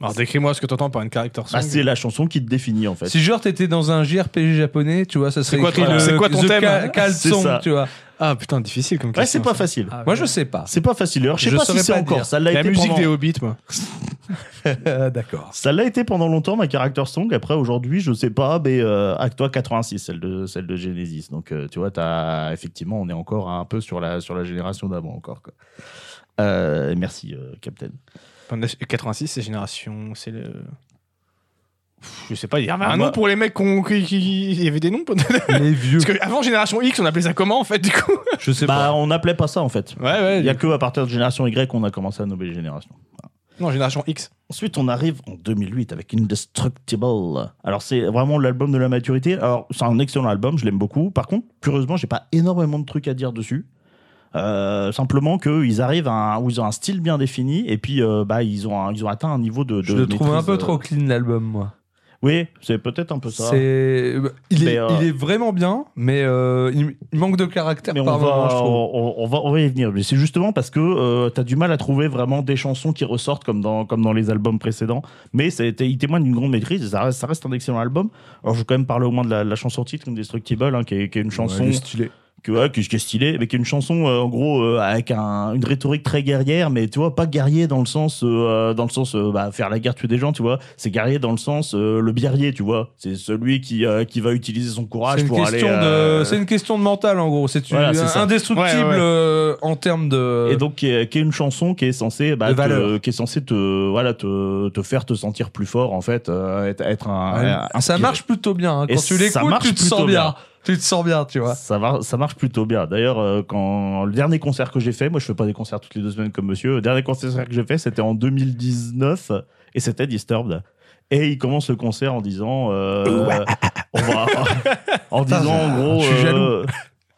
[SPEAKER 2] Alors décris-moi ce que t'entends par une character song.
[SPEAKER 3] Bah, c'est la chanson qui te définit en fait.
[SPEAKER 1] Si genre t'étais dans un JRPG japonais, tu vois, ça serait
[SPEAKER 2] quoi
[SPEAKER 1] écrit
[SPEAKER 2] ton-
[SPEAKER 1] le-
[SPEAKER 2] c'est quoi ton
[SPEAKER 1] the
[SPEAKER 2] thème
[SPEAKER 1] ca-
[SPEAKER 3] C'est ça.
[SPEAKER 1] Calzone, tu vois.
[SPEAKER 2] Ah putain, difficile comme
[SPEAKER 3] Ouais,
[SPEAKER 2] question.
[SPEAKER 3] c'est pas
[SPEAKER 2] ça.
[SPEAKER 3] facile.
[SPEAKER 2] Ah,
[SPEAKER 1] Moi
[SPEAKER 2] ouais.
[SPEAKER 1] je sais pas.
[SPEAKER 3] C'est pas facile. Alors, je sais
[SPEAKER 1] Je
[SPEAKER 3] pas si
[SPEAKER 1] saurais
[SPEAKER 3] c'est
[SPEAKER 1] pas
[SPEAKER 3] encore.
[SPEAKER 1] dire.
[SPEAKER 3] Ça l'a
[SPEAKER 2] La
[SPEAKER 3] été
[SPEAKER 2] musique
[SPEAKER 3] pendant-
[SPEAKER 2] des Hobbits, moi.
[SPEAKER 3] Ah,
[SPEAKER 1] D'accord.
[SPEAKER 3] Ça l'a été pendant longtemps, ma character song. Après, aujourd'hui, je sais pas, mais euh, Actua 86, celle de, celle de Genesis. Donc, euh, tu vois, as, effectivement, on est encore un peu sur la, sur la génération d'avant, encore. Quoi. Euh, merci, euh, Captain.
[SPEAKER 2] Enfin, la- 86, c'est génération. C'est le. Pff, Je sais pas, il y avait un
[SPEAKER 3] moi-
[SPEAKER 2] nom pour les mecs qu'on- qui, qui- qui- Il y avait des noms peut-être
[SPEAKER 1] Les vieux.
[SPEAKER 2] Parce que avant Génération X, on appelait ça comment en fait du coup
[SPEAKER 1] Je sais
[SPEAKER 3] Bah,
[SPEAKER 1] pas.
[SPEAKER 3] on n'appelait pas ça, en fait.
[SPEAKER 2] Ouais, ouais.
[SPEAKER 3] Il n'y a que à partir de génération Y qu'on a commencé à nommer les générations.
[SPEAKER 2] Non, Génération X.
[SPEAKER 3] Ensuite, on arrive en 2008 avec Indestructible. Alors, c'est vraiment l'album de la maturité. Alors, c'est un excellent album, je l'aime beaucoup. Par contre, curieusement, j'ai pas énormément de trucs à dire dessus. Euh, simplement qu'ils arrivent à un- où ils ont un style bien défini et puis euh, bah, ils, ont un- ils ont atteint un niveau de. de
[SPEAKER 1] Je le trouve un
[SPEAKER 3] maîtrise,
[SPEAKER 1] peu
[SPEAKER 3] euh,
[SPEAKER 1] trop clean l'album, moi.
[SPEAKER 3] Oui, c'est peut-être un peu ça.
[SPEAKER 1] C'est, il
[SPEAKER 3] Mais,
[SPEAKER 1] est,
[SPEAKER 3] euh,
[SPEAKER 1] il est vraiment bien, mais euh, il il manque de caractère
[SPEAKER 3] Mais on va,
[SPEAKER 1] par moment, je trouve.
[SPEAKER 3] on, on va, on va y venir. Mais c'est justement parce que tu as du mal à trouver vraiment des chansons qui ressortent comme dans, comme dans les albums précédents. Mais ça a été- il témoigne d'une grande maîtrise et ça reste, ça reste un excellent album. Alors, je vais quand même parler au moins de la, la chanson titre, Indestructible, hein, qui, est, qui est une chanson
[SPEAKER 1] Ouais, il est stylé.
[SPEAKER 3] que ouais, que, que stylé, avec une chanson euh, en gros euh, avec un- une rhétorique très guerrière, mais tu vois pas guerrier dans le sens euh, dans le sens euh, bah, faire la guerre tuer des gens, tu vois. C'est guerrier dans le sens euh, le guerrier, tu vois. C'est celui qui euh, qui va utiliser son courage
[SPEAKER 1] C'est une,
[SPEAKER 3] pour aller.
[SPEAKER 1] question
[SPEAKER 3] euh,
[SPEAKER 1] de- c'est une question de mental en gros. C'est une-
[SPEAKER 3] Voilà, c'est
[SPEAKER 1] un-
[SPEAKER 3] ça.
[SPEAKER 1] indestructible
[SPEAKER 2] Ouais, ouais.
[SPEAKER 1] euh, en termes de.
[SPEAKER 3] et donc qui est, qui est une chanson qui est censée bah,
[SPEAKER 1] De
[SPEAKER 3] te-
[SPEAKER 1] valeur.
[SPEAKER 3] qui est censée te voilà te, te faire te sentir plus fort en fait euh, être, être un,
[SPEAKER 1] Ouais. Ah,
[SPEAKER 3] un-
[SPEAKER 1] ça
[SPEAKER 3] inspiré.
[SPEAKER 1] marche plutôt bien. hein.
[SPEAKER 3] Et
[SPEAKER 1] Quand tu
[SPEAKER 3] ça
[SPEAKER 1] l'écoutes,
[SPEAKER 3] marche
[SPEAKER 1] tu te sens
[SPEAKER 3] plutôt
[SPEAKER 1] bien.
[SPEAKER 3] bien.
[SPEAKER 1] Tu te sens bien, tu vois.
[SPEAKER 3] ça, va, ça marche plutôt bien. D'ailleurs, euh, quand le dernier concert que j'ai fait, moi je fais pas des concerts toutes les deux semaines comme monsieur, le dernier concert que j'ai fait c'était en 2019 et c'était Disturbed. Et il commence le concert en disant, euh, on va- en
[SPEAKER 1] Putain,
[SPEAKER 3] disant en gros,
[SPEAKER 1] je suis jaloux.
[SPEAKER 3] euh,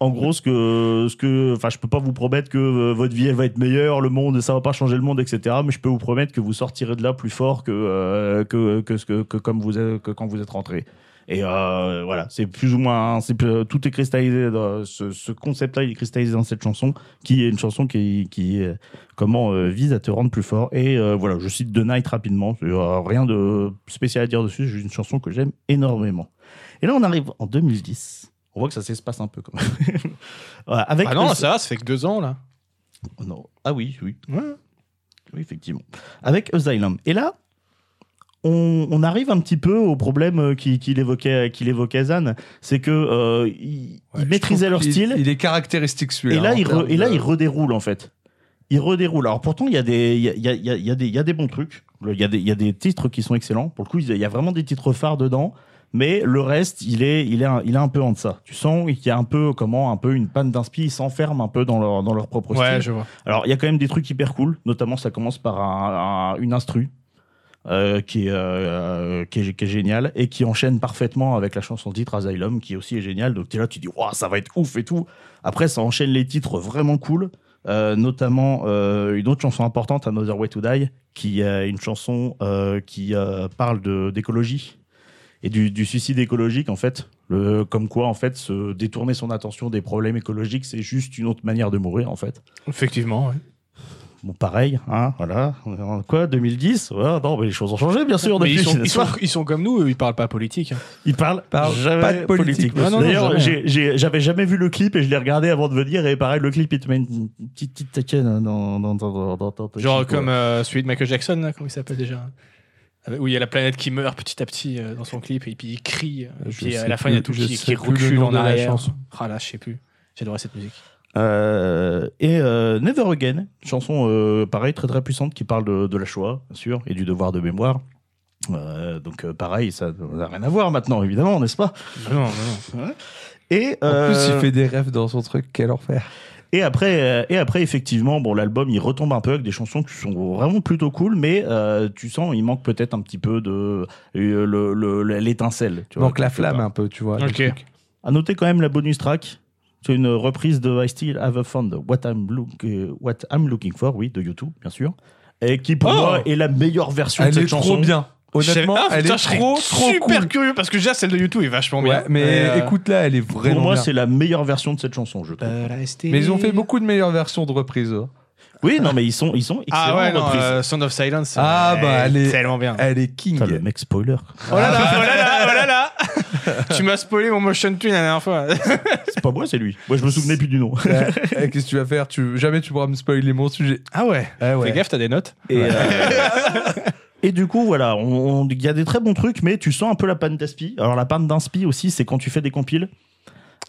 [SPEAKER 3] en gros ce que, ce que, enfin je peux pas vous promettre que euh, votre vie elle va être meilleure, le monde, ça va pas changer le monde, etc. Mais je peux vous promettre que vous sortirez de là plus fort que euh, que, que, ce que, que comme vous êtes- que quand vous êtes rentré. Et euh, voilà, c'est plus ou moins, c'est plus- tout est cristallisé. Dans, ce ce concept-là, il est cristallisé dans cette chanson, qui est une chanson qui, qui euh, comment euh, vise à te rendre plus fort. Et euh, voilà, je cite The Night rapidement. c'est, euh, rien de spécial à dire dessus. C'est juste une chanson que j'aime énormément. Et là, on arrive en 2010. On voit que ça s'espace un peu quand même. Voilà, avec
[SPEAKER 2] Ah non,
[SPEAKER 3] le-
[SPEAKER 2] ça va, ça fait que deux ans là.
[SPEAKER 3] non. Ah oui, oui.
[SPEAKER 2] Ouais.
[SPEAKER 3] Oui, effectivement. Avec Asylum. Et là, on, on arrive un petit peu au problème euh, qu'il qu'il évoquait, qu'il évoquait Zan. C'est que euh, ils, ils
[SPEAKER 1] Ouais, je
[SPEAKER 3] maîtrisaient
[SPEAKER 1] trouve
[SPEAKER 3] leur
[SPEAKER 1] qu'il-
[SPEAKER 3] style.
[SPEAKER 1] Il est caractéristique celui-là.
[SPEAKER 3] et là,
[SPEAKER 1] en
[SPEAKER 3] ils re-
[SPEAKER 1] termes
[SPEAKER 3] et là,
[SPEAKER 1] de-
[SPEAKER 3] ils redéroulent en fait. Ils redéroulent. Alors pourtant, il y a des, il y a, il y a- il y a- il y a des, il y a des bons trucs. Le- Il y a des, il y a des titres qui sont excellents. Pour le coup, il y a- il y a vraiment des titres phares dedans. Mais le reste, il est, il est, un, il est un peu en deçà. Tu sens qu'il y a un peu, comment, un peu une panne d'inspi. Ils s'enferment un peu dans leur, dans leur propre style.
[SPEAKER 2] Ouais, je vois.
[SPEAKER 3] Alors, il y a quand même des trucs hyper cool, notamment ça commence par un- un- une instru euh, qui, est, euh, qui, est, qui est géniale et qui enchaîne parfaitement avec la chanson titre Asylum qui aussi est géniale. Donc, tu es là, tu dis, waouh, ça va être ouf et tout. Après, ça enchaîne les titres vraiment cool, euh, notamment euh, une autre chanson importante, Another Way to Die, qui est une chanson euh, qui euh, parle de- d'écologie et du, du suicide écologique en fait. Le, comme quoi, en fait, se détourner son attention des problèmes écologiques, c'est juste une autre manière de mourir en fait.
[SPEAKER 2] Effectivement, ouais.
[SPEAKER 3] Bon, pareil, hein, voilà. On est en Quoi, 2010 Ouais, Non, mais les choses ont changé, bien sûr,
[SPEAKER 2] Mais
[SPEAKER 3] depuis.
[SPEAKER 2] ils, sont, ils,
[SPEAKER 3] n'est-ce pas
[SPEAKER 2] sont, ils sont comme nous, eux, ils parlent pas politique. hein.
[SPEAKER 3] Ils parlent
[SPEAKER 1] Parle-
[SPEAKER 3] jamais
[SPEAKER 1] pas de politique.
[SPEAKER 2] Non, non, non,
[SPEAKER 3] D'ailleurs,
[SPEAKER 2] jamais.
[SPEAKER 3] j'ai- j'ai- j'avais jamais vu le clip et je l'ai regardé avant de venir. Et pareil, le clip, il te met une petite, petite taquette dans, dans, dans, dans, dans- dans-
[SPEAKER 2] Genre
[SPEAKER 3] dans-
[SPEAKER 2] comme euh, celui de Michael Jackson, là, comment il s'appelle déjà Avec- Où il y a la planète qui meurt petit à petit euh, dans son clip, et puis il crie. euh, Et
[SPEAKER 1] Je
[SPEAKER 2] puis à
[SPEAKER 1] sais
[SPEAKER 2] la fin, il y a
[SPEAKER 1] plus-
[SPEAKER 2] tout
[SPEAKER 1] je
[SPEAKER 2] qui,
[SPEAKER 1] sais
[SPEAKER 2] qui
[SPEAKER 1] plus le
[SPEAKER 2] recule
[SPEAKER 1] nom
[SPEAKER 2] en
[SPEAKER 1] de la
[SPEAKER 2] arrière.
[SPEAKER 1] chanson.
[SPEAKER 2] Ah là, je sais plus. J'adorais cette musique.
[SPEAKER 3] Euh, et euh, Never Again, une chanson euh, pareil très très puissante qui parle de, de la Shoah, bien sûr, et du devoir de mémoire. Euh, donc euh, pareil, ça n'a rien à voir maintenant, évidemment, n'est-ce pas
[SPEAKER 2] non,
[SPEAKER 3] Et
[SPEAKER 1] En plus,
[SPEAKER 3] euh,
[SPEAKER 1] il fait des rêves dans son truc. Quel enfer.
[SPEAKER 3] Et après, euh, et après effectivement, bon, l'album, il retombe un peu avec des chansons qui sont vraiment plutôt cool, mais euh, tu sens, il manque peut-être un petit peu de euh, le- le- le- l'étincelle. tu vois,
[SPEAKER 1] Donc la
[SPEAKER 3] quelque
[SPEAKER 1] flamme
[SPEAKER 3] part.
[SPEAKER 1] un peu, tu vois.
[SPEAKER 2] Ok.
[SPEAKER 1] le truc.
[SPEAKER 3] À noter quand même la bonus track. C'est une reprise de I Still Have Found What I'm, Look- euh, What I'm Looking For, oui, de YouTube, bien sûr. Et qui pour
[SPEAKER 2] Oh
[SPEAKER 3] moi est la meilleure version
[SPEAKER 1] Elle
[SPEAKER 3] de cette
[SPEAKER 1] est
[SPEAKER 3] chanson.
[SPEAKER 1] trop bien. Honnêtement,
[SPEAKER 2] Ah,
[SPEAKER 1] elle est trop, trop
[SPEAKER 2] super
[SPEAKER 1] cool.
[SPEAKER 2] curieux parce que déjà celle de YouTube est vachement
[SPEAKER 1] Ouais,
[SPEAKER 2] bien. Euh,
[SPEAKER 1] mais écoute-la, elle est vraiment
[SPEAKER 3] Pour moi,
[SPEAKER 1] bien. Euh.
[SPEAKER 3] c'est la meilleure version de cette chanson, je trouve.
[SPEAKER 1] Mais ils ont fait beaucoup de meilleures versions de reprises. hein.
[SPEAKER 3] Oui, non, mais ils sont, ils sont excellents
[SPEAKER 2] Ah ouais, non,
[SPEAKER 3] reprises.
[SPEAKER 2] euh, Sound of Silence.
[SPEAKER 1] Ah,
[SPEAKER 2] euh,
[SPEAKER 1] bah, elle est-
[SPEAKER 2] tellement bien.
[SPEAKER 1] Elle est king.
[SPEAKER 3] Putain, le mec spoiler.
[SPEAKER 2] Oh là là, oh là là, oh là là. Tu m'as spoilé mon motion tune la dernière fois.
[SPEAKER 3] C'est pas moi, c'est lui. Moi, je me souvenais plus du nom.
[SPEAKER 1] Ouais. Eh, Qu'est-ce que tu vas faire tu... Jamais tu pourras me spoiler mon sujet.
[SPEAKER 2] Ah ouais.
[SPEAKER 1] Eh ouais.
[SPEAKER 2] Fais gaffe, t'as des notes.
[SPEAKER 3] Et, euh, et du coup, voilà, il on, on- il y a des très bons trucs, mais tu sens un peu la panne d'aspi. Alors, la panne d'inspi aussi, c'est quand tu fais des compiles.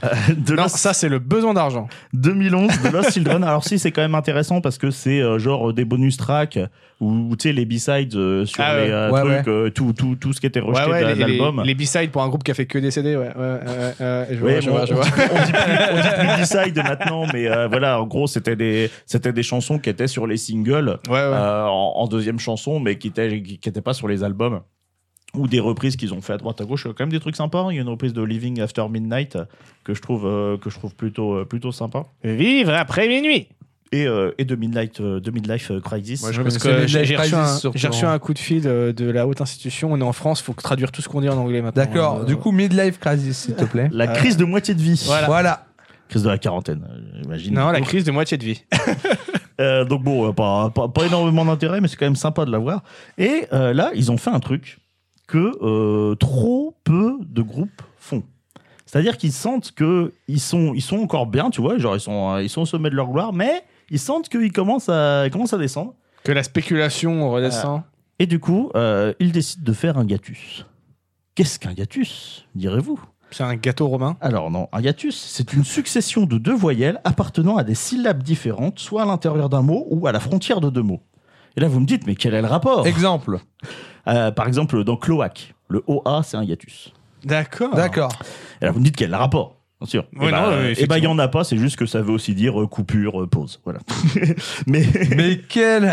[SPEAKER 3] Euh, de
[SPEAKER 2] Non,
[SPEAKER 3] Lost-
[SPEAKER 2] ça c'est le besoin d'argent.
[SPEAKER 3] 2011 de Lost Children. Alors si c'est quand même intéressant parce que c'est euh, genre des bonus tracks ou tu sais les b-sides euh, sur
[SPEAKER 2] Ah
[SPEAKER 3] les
[SPEAKER 2] ouais.
[SPEAKER 3] euh,
[SPEAKER 1] Ouais,
[SPEAKER 3] trucs, euh, tout, tout, tout ce qui était rejeté de la- de
[SPEAKER 2] les,
[SPEAKER 3] l'album.
[SPEAKER 2] les, les B-sides pour un groupe qui a fait que des CD, ouais. ouais, ouais, ouais, ouais, je vois,
[SPEAKER 3] Ouais,
[SPEAKER 2] je
[SPEAKER 3] bon,
[SPEAKER 2] vois, je
[SPEAKER 3] on,
[SPEAKER 2] vois.
[SPEAKER 3] dit- on dit plus, on dit plus B-side maintenant, mais euh, voilà, en gros, c'était des, c'était des chansons qui étaient sur les singles
[SPEAKER 2] Ouais, ouais.
[SPEAKER 1] Ah,
[SPEAKER 3] euh, en, en deuxième chanson, mais qui n'étaient qui, qui étaient pas sur les albums. Ou des reprises qu'ils ont fait à droite à gauche, quand même des trucs sympas. hein. Il y a une reprise de Living After Midnight que je trouve, euh, que je trouve plutôt, euh, plutôt sympa.
[SPEAKER 2] Vivre après minuit.
[SPEAKER 3] Et, euh, et de, Midnight, euh, de Midlife Crisis.
[SPEAKER 1] Moi, je
[SPEAKER 2] Parce
[SPEAKER 1] connaissais
[SPEAKER 2] que j'ai
[SPEAKER 1] Midlife
[SPEAKER 2] j'ai reçu,
[SPEAKER 1] Crisis
[SPEAKER 2] un-
[SPEAKER 1] surtout,
[SPEAKER 2] j'ai reçu
[SPEAKER 1] hein.
[SPEAKER 2] un coup de fil euh, de la haute institution. On est en France, faut que traduire tout ce qu'on dit en anglais maintenant.
[SPEAKER 1] D'accord.
[SPEAKER 2] Euh,
[SPEAKER 1] Du coup, midlife crisis, s'il te plaît.
[SPEAKER 3] La crise de moitié de vie.
[SPEAKER 2] Voilà.
[SPEAKER 1] Voilà.
[SPEAKER 3] Crise de la quarantaine, euh, j'imagine.
[SPEAKER 2] Non, la crise de moitié de vie.
[SPEAKER 3] Euh, donc bon, euh, pas, pas, pas énormément d'intérêt, mais c'est quand même sympa de l'avoir. Et euh, là, ils ont fait un truc que euh, trop peu de groupes font. C'est-à-dire qu'ils sentent que ils sont, ils sont encore bien, tu vois, genre ils sont, euh, ils sont au sommet de leur gloire, mais ils sentent qu'ils commencent à, ils commencent à descendre.
[SPEAKER 2] Que la spéculation redescend.
[SPEAKER 3] Et du coup, euh, ils décident de faire un hiatus. Qu'est-ce qu'un hiatus, direz-vous
[SPEAKER 2] C'est un gâteau romain.
[SPEAKER 3] Alors non, un hiatus, c'est une succession de deux voyelles appartenant à des syllabes différentes, soit à l'intérieur d'un mot ou à la frontière de deux mots. Et là, vous me dites, mais quel est le rapport
[SPEAKER 1] Exemple.
[SPEAKER 3] Euh, Par exemple, dans cloaque, le OA, c'est un hiatus. Oh.
[SPEAKER 2] D'accord.
[SPEAKER 1] D'accord.
[SPEAKER 3] Et là, vous me dites quel est le rapport Bien sûr.
[SPEAKER 2] Ouais,
[SPEAKER 3] et bah,
[SPEAKER 2] non, ouais,
[SPEAKER 3] euh, eh ben, il n'y en a pas, c'est juste que ça veut aussi dire euh, coupure, euh, pause. Voilà. mais
[SPEAKER 1] Mais quel.
[SPEAKER 2] Non,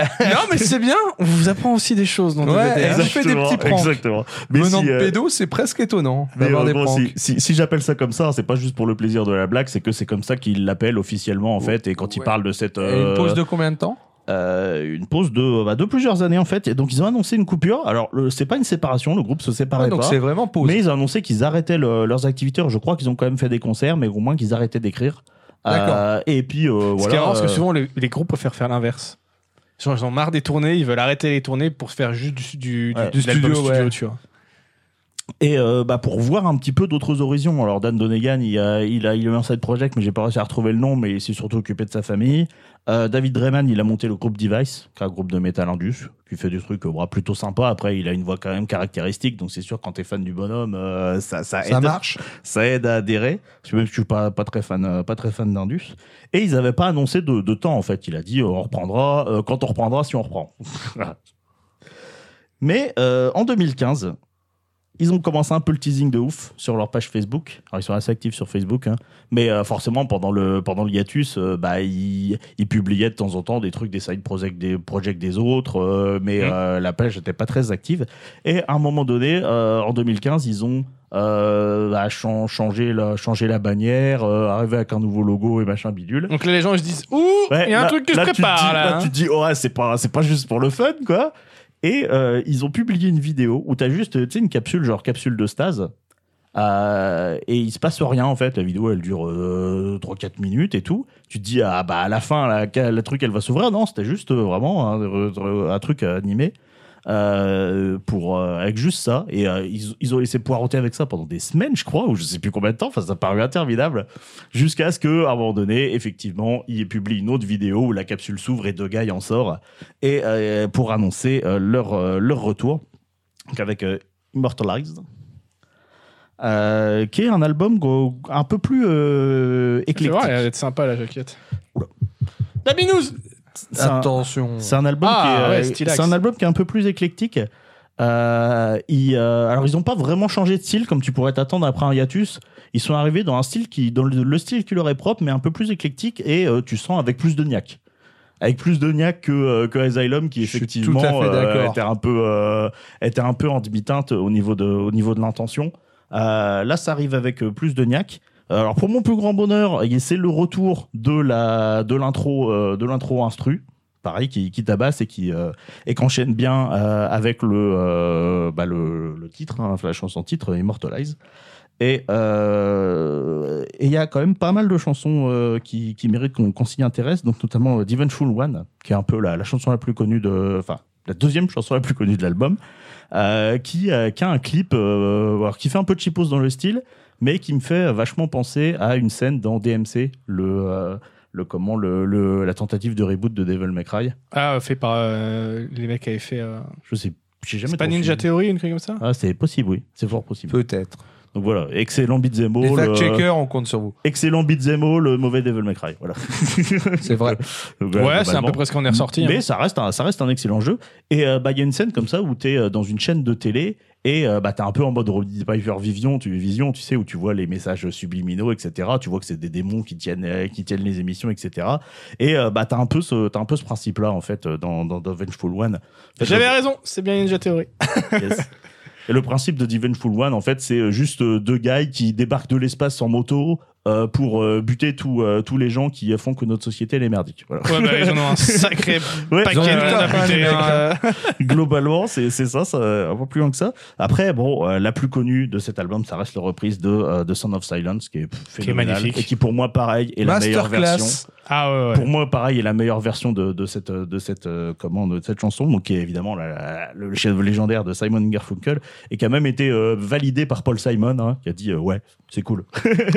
[SPEAKER 2] mais c'est bien. On vous apprend aussi des choses dans
[SPEAKER 1] Ouais,
[SPEAKER 2] DVD.
[SPEAKER 1] exact.
[SPEAKER 2] hein.
[SPEAKER 1] fait des petits pranks.
[SPEAKER 3] Exactement. Mais
[SPEAKER 1] Venant
[SPEAKER 3] si,
[SPEAKER 1] de
[SPEAKER 3] euh,
[SPEAKER 1] pédo, c'est presque étonnant
[SPEAKER 3] mais,
[SPEAKER 1] d'avoir
[SPEAKER 3] euh,
[SPEAKER 1] des
[SPEAKER 3] bon,
[SPEAKER 1] pranks.
[SPEAKER 3] si, si- si j'appelle ça comme ça, hein, c'est pas juste pour le plaisir de la blague, c'est que c'est comme ça qu'il l'appelle officiellement en fait. Et quand il
[SPEAKER 2] Ouais.
[SPEAKER 3] parle de cette
[SPEAKER 1] Et Une
[SPEAKER 3] euh,
[SPEAKER 1] pause de combien de temps
[SPEAKER 3] euh, une pause de bah, de plusieurs années en fait, et donc ils ont annoncé une coupure. Alors le- c'est pas une séparation, le groupe se séparait
[SPEAKER 1] Ouais, Ah, Donc
[SPEAKER 3] pas.
[SPEAKER 1] c'est vraiment pause.
[SPEAKER 3] Mais ils ont annoncé qu'ils arrêtaient le- leurs activités. Alors, Je crois qu'ils ont quand même fait des concerts, mais au moins qu'ils arrêtaient d'écrire.
[SPEAKER 1] D'accord.
[SPEAKER 3] Euh, et puis euh,
[SPEAKER 2] Ce
[SPEAKER 3] voilà.
[SPEAKER 2] qui est marrant, c'est
[SPEAKER 3] euh,
[SPEAKER 2] que souvent, les, les groupes préfèrent faire l'inverse. Genre, ils ont marre des tournées, ils veulent arrêter les tournées pour se faire juste du, du,
[SPEAKER 3] Ouais.
[SPEAKER 2] du-
[SPEAKER 1] Du
[SPEAKER 2] de l'album
[SPEAKER 1] studio,
[SPEAKER 2] studio,
[SPEAKER 1] ouais.
[SPEAKER 2] tu vois.
[SPEAKER 3] Et euh, bah, pour voir un petit peu d'autres horizons. Alors Dan Donegan, il a, il a, il a eu un side project, mais j'ai pas réussi à retrouver le nom, mais il s'est surtout occupé de sa famille. Euh, David Dreyman, il a monté le groupe Device, qui est un groupe de metal indus, qui fait des trucs euh, bah, plutôt sympas. Après, il a une voix quand même caractéristique, donc c'est sûr quand t'es fan du bonhomme, euh, ça, ça,
[SPEAKER 1] Ça
[SPEAKER 3] aide,
[SPEAKER 1] marche.
[SPEAKER 3] ça aide à adhérer. Parce que même si je suis pas, pas très fan, euh, pas très fan d'indus. Et ils avaient pas annoncé de, de temps en fait. Il a dit euh, on reprendra euh, quand on reprendra si on reprend. Voilà. Mais euh, en 2015, ils ont commencé un peu le teasing de ouf sur leur page Facebook. Alors ils sont assez actifs sur Facebook, hein. mais euh, forcément pendant le pendant le hiatus, euh, bah ils, ils publiaient de temps en temps des trucs, des side projects des projects des autres, euh, mais
[SPEAKER 2] Mhm.
[SPEAKER 3] euh, la page n'était pas très active. Et à un moment donné, euh, en 2015, ils ont euh, bah, chan- changé la changé la bannière, euh, arrivé avec un nouveau logo et machin bidule.
[SPEAKER 2] Donc là, les gens, ils se disent Ouh, il
[SPEAKER 3] Ouais,
[SPEAKER 2] y a un
[SPEAKER 3] là-
[SPEAKER 2] truc que je
[SPEAKER 3] là, tu te
[SPEAKER 2] prépare
[SPEAKER 3] dis-
[SPEAKER 2] là. hein.
[SPEAKER 3] tu te dis, oh, ouais, c'est pas, c'est pas juste pour le fun, quoi. Et euh, ils ont publié une vidéo où t'as juste, tu sais, une capsule, genre capsule de stase. Euh, et il se passe rien en fait. La vidéo elle dure euh, 3-4 minutes et tout. Tu te dis, ah bah à la fin, la, ca- le truc elle va s'ouvrir. Non, c'était juste euh, vraiment un, re- un truc animé. euh, pour euh, avec juste ça et euh, ils, ils ont laissé poireauter avec ça pendant des semaines je crois ou je sais plus combien de temps enfin ça a paru interminable jusqu'à ce que à un moment donné effectivement ils publient une autre vidéo où la capsule s'ouvre et deux gars y en sort et euh, pour annoncer euh, leur euh, leur retour donc avec euh, Immortalized euh, qui est un album go- un peu plus euh,
[SPEAKER 2] C'est vrai,
[SPEAKER 3] éclectique
[SPEAKER 2] elle est sympa la jaquette.
[SPEAKER 3] Oula.
[SPEAKER 2] La binouze
[SPEAKER 3] C'est un-
[SPEAKER 1] Attention.
[SPEAKER 3] c'est un album
[SPEAKER 2] Ah, ouais,
[SPEAKER 3] qui est, euh,
[SPEAKER 2] stylax.
[SPEAKER 3] c'est un album qui est un peu plus éclectique. Euh, ils, euh, alors ils n'ont pas vraiment changé de style comme tu pourrais t'attendre après un hiatus. Ils sont arrivés dans un style qui, dans le, le style qui leur est propre, mais un peu plus éclectique et euh, tu sens avec plus de niaque, avec plus de niaque que euh, que Asylum qui
[SPEAKER 1] Je suis
[SPEAKER 3] effectivement
[SPEAKER 1] tout à fait
[SPEAKER 3] euh,
[SPEAKER 1] d'accord.
[SPEAKER 3] était un peu euh, était un peu en demi-teinte au niveau de au niveau de l'intention. Euh, là, ça arrive avec euh, plus de niaque. Alors pour mon plus grand bonheur, et c'est le retour de la de l'intro euh, de l'intro instru, pareil qui, qui tabasse et qui euh, et qu'enchaîne bien euh, avec le euh, bah, le, le titre, hein, la chanson titre Immortalize. Et euh, et il y a quand même pas mal de chansons euh, qui, qui méritent qu'on qu'on s'y intéresse, donc notamment euh, Divenful One, qui est un peu la, la chanson la plus connue de, enfin la deuxième chanson la plus connue de l'album, euh, qui, euh, qui a un clip euh, alors, qui fait un peu de chipose dans le style, mais qui me fait vachement penser à une scène dans DMC, le, euh, le comment, le, le- la tentative de reboot de Devil May Cry.
[SPEAKER 2] Ah, fait par euh, les mecs qui avaient fait. euh,
[SPEAKER 3] Je sais, j'ai jamais.
[SPEAKER 2] C'est pas
[SPEAKER 3] trop
[SPEAKER 2] Ninja
[SPEAKER 3] suivi.
[SPEAKER 2] Theory, une truc comme ça
[SPEAKER 3] Ah, c'est possible, oui, c'est fort possible.
[SPEAKER 1] Peut-être.
[SPEAKER 3] Donc voilà, excellent beat'em
[SPEAKER 1] Les
[SPEAKER 3] all, euh,
[SPEAKER 1] fact-checkers, on compte sur vous.
[SPEAKER 3] excellent beat'em all, mauvais Devil May Cry, voilà.
[SPEAKER 1] C'est vrai.
[SPEAKER 3] Donc
[SPEAKER 2] Ouais,
[SPEAKER 3] voilà,
[SPEAKER 2] c'est à peu
[SPEAKER 3] globalement.
[SPEAKER 2] près ce qu'on est ressorti.
[SPEAKER 3] Mais
[SPEAKER 2] hein.
[SPEAKER 3] ça reste un, ça reste un excellent jeu. Et euh, bah, il y a une scène comme ça où tu es dans une chaîne de télé et euh, bah, t'es un peu en mode Roddy Piper Vision, tu, Vision, tu sais, où tu vois les messages subliminaux, etc. Tu vois que c'est des démons qui tiennent, euh, qui tiennent les émissions, etc. Et euh, bah, t'as un peu ce, t'as un peu ce principe-là, en fait, euh, dans, dans, dans Vengeful One. En fait,
[SPEAKER 2] J'avais raison, c'est bien Ninja Theory.
[SPEAKER 3] Yes. Et le principe de Divenful One, en fait, c'est juste euh, deux gars qui débarquent de l'espace en moto euh, pour euh, buter tous euh, tous les gens qui font que notre société elle est merdique. Voilà.
[SPEAKER 2] Ouais, bah, ils en ont un sacré
[SPEAKER 3] Ouais.
[SPEAKER 2] paquet
[SPEAKER 1] Ils en ont
[SPEAKER 2] de
[SPEAKER 1] tout un,
[SPEAKER 2] putain,
[SPEAKER 1] les mecs,
[SPEAKER 2] hein.
[SPEAKER 3] Globalement, c'est c'est ça, ça, un peu plus loin que ça. Après, bon, euh, la plus connue de cet album, ça reste la reprise de, euh, de Sound of Silence, qui est, pff,
[SPEAKER 2] est
[SPEAKER 3] phénoménale,
[SPEAKER 2] magnifique.
[SPEAKER 3] Et qui, pour moi, pareil, est la meilleure version.
[SPEAKER 1] Masterclass.
[SPEAKER 2] Ah ouais, ouais.
[SPEAKER 3] Pour moi, pareil, est la meilleure version de, de cette, de, cette, euh, comment, de cette chanson, donc, qui est évidemment la- la- le chef légendaire de Simon Garfunkel, et qui a même été euh, validé par Paul Simon, hein, qui a dit euh, Ouais, c'est cool.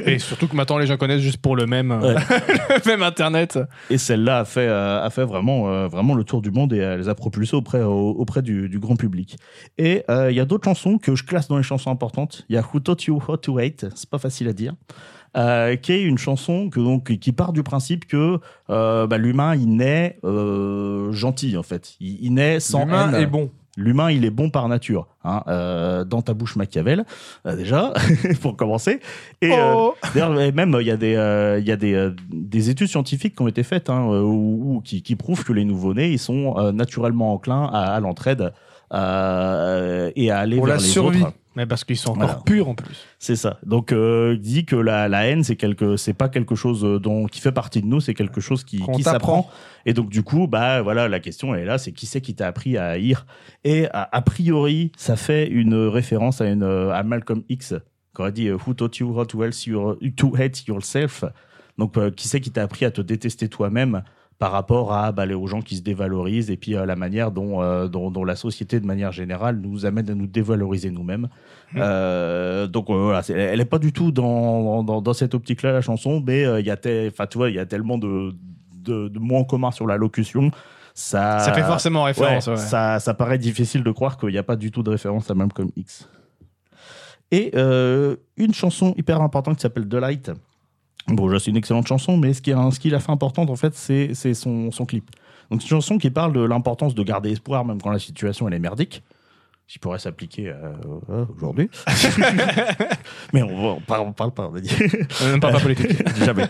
[SPEAKER 2] Et surtout que maintenant les gens connaissent juste pour le même, euh,
[SPEAKER 3] Ouais.
[SPEAKER 2] le même internet.
[SPEAKER 3] Et celle-là a fait, euh, a fait vraiment, euh, vraiment le tour du monde et elle les a propulsés auprès, au- auprès du, du grand public. Et euh, il y a d'autres chansons que je classe dans les chansons importantes. Il y a Who Taught You How to Wait, c'est pas facile à dire, euh, qui est une chanson que, donc, qui part du principe que euh, bah, l'humain, il naît euh, gentil en fait. Il, il naît sans
[SPEAKER 1] L'humain
[SPEAKER 3] haine.
[SPEAKER 1] est bon.
[SPEAKER 3] L'humain, il est bon par nature. hein. Euh, dans ta bouche, Machiavel, euh, déjà, pour commencer. Et, euh,
[SPEAKER 2] Oh.
[SPEAKER 3] D'ailleurs, et même, il y a, des, euh, il y a des, euh, des études scientifiques qui ont été faites hein, euh, ou, ou qui, qui prouvent que les nouveau-nés, ils sont euh, naturellement enclins à, à l'entraide euh, et à aller
[SPEAKER 1] Pour
[SPEAKER 3] vers
[SPEAKER 1] la
[SPEAKER 3] les
[SPEAKER 1] survie.
[SPEAKER 3] autres.
[SPEAKER 2] Mais parce qu'ils sont encore
[SPEAKER 3] Voilà.
[SPEAKER 2] purs en plus.
[SPEAKER 3] C'est ça. Donc, euh, il dit que la, la haine, c'est quelque, c'est pas quelque chose dont qui fait partie de nous, c'est quelque chose qui,
[SPEAKER 1] Qu'on
[SPEAKER 3] qui
[SPEAKER 1] t'apprend.
[SPEAKER 3] s'apprend. Et donc, du coup, bah voilà, la question elle est là, c'est qui c'est qui t'a appris à haïr Et euh, a, a priori, ça fait une référence à une euh, à Malcolm X qui aurait dit euh, Who taught you how to, else your- to hate yourself Donc, euh, qui c'est qui t'a appris à te détester toi-même par rapport à bah, les- aux gens qui se dévalorisent et puis euh, la manière dont, euh, dont, dont la société de manière générale nous amène à nous dévaloriser nous-mêmes.
[SPEAKER 2] Mmh.
[SPEAKER 3] Euh, donc euh, voilà, c'est- elle est pas du tout dans, dans, dans cette optique-là la chanson, mais euh, il y a tel- enfin tu vois, il y a tellement de, de, de mots en commun sur la locution, ça
[SPEAKER 2] Ça fait forcément
[SPEAKER 3] Euh, Ouais,
[SPEAKER 2] référence. ouais.
[SPEAKER 3] Ça, ça paraît difficile de croire qu'il n'y a pas du tout de référence à Malcolm X. Et euh, une chanson hyper importante qui s'appelle The Light. Bon, déjà, c'est une excellente chanson, mais ce qui, a, ce qui l'a fait importante, en fait, c'est, c'est son, son clip. Donc, c'est une chanson qui parle de l'importance de garder espoir, même quand la situation elle est merdique. Qui pourrait s'appliquer euh, aujourd'hui. mais on, va- on parle, on parle pas, on a dit.
[SPEAKER 2] Euh, Même pas, pas politique.
[SPEAKER 3] Jamais.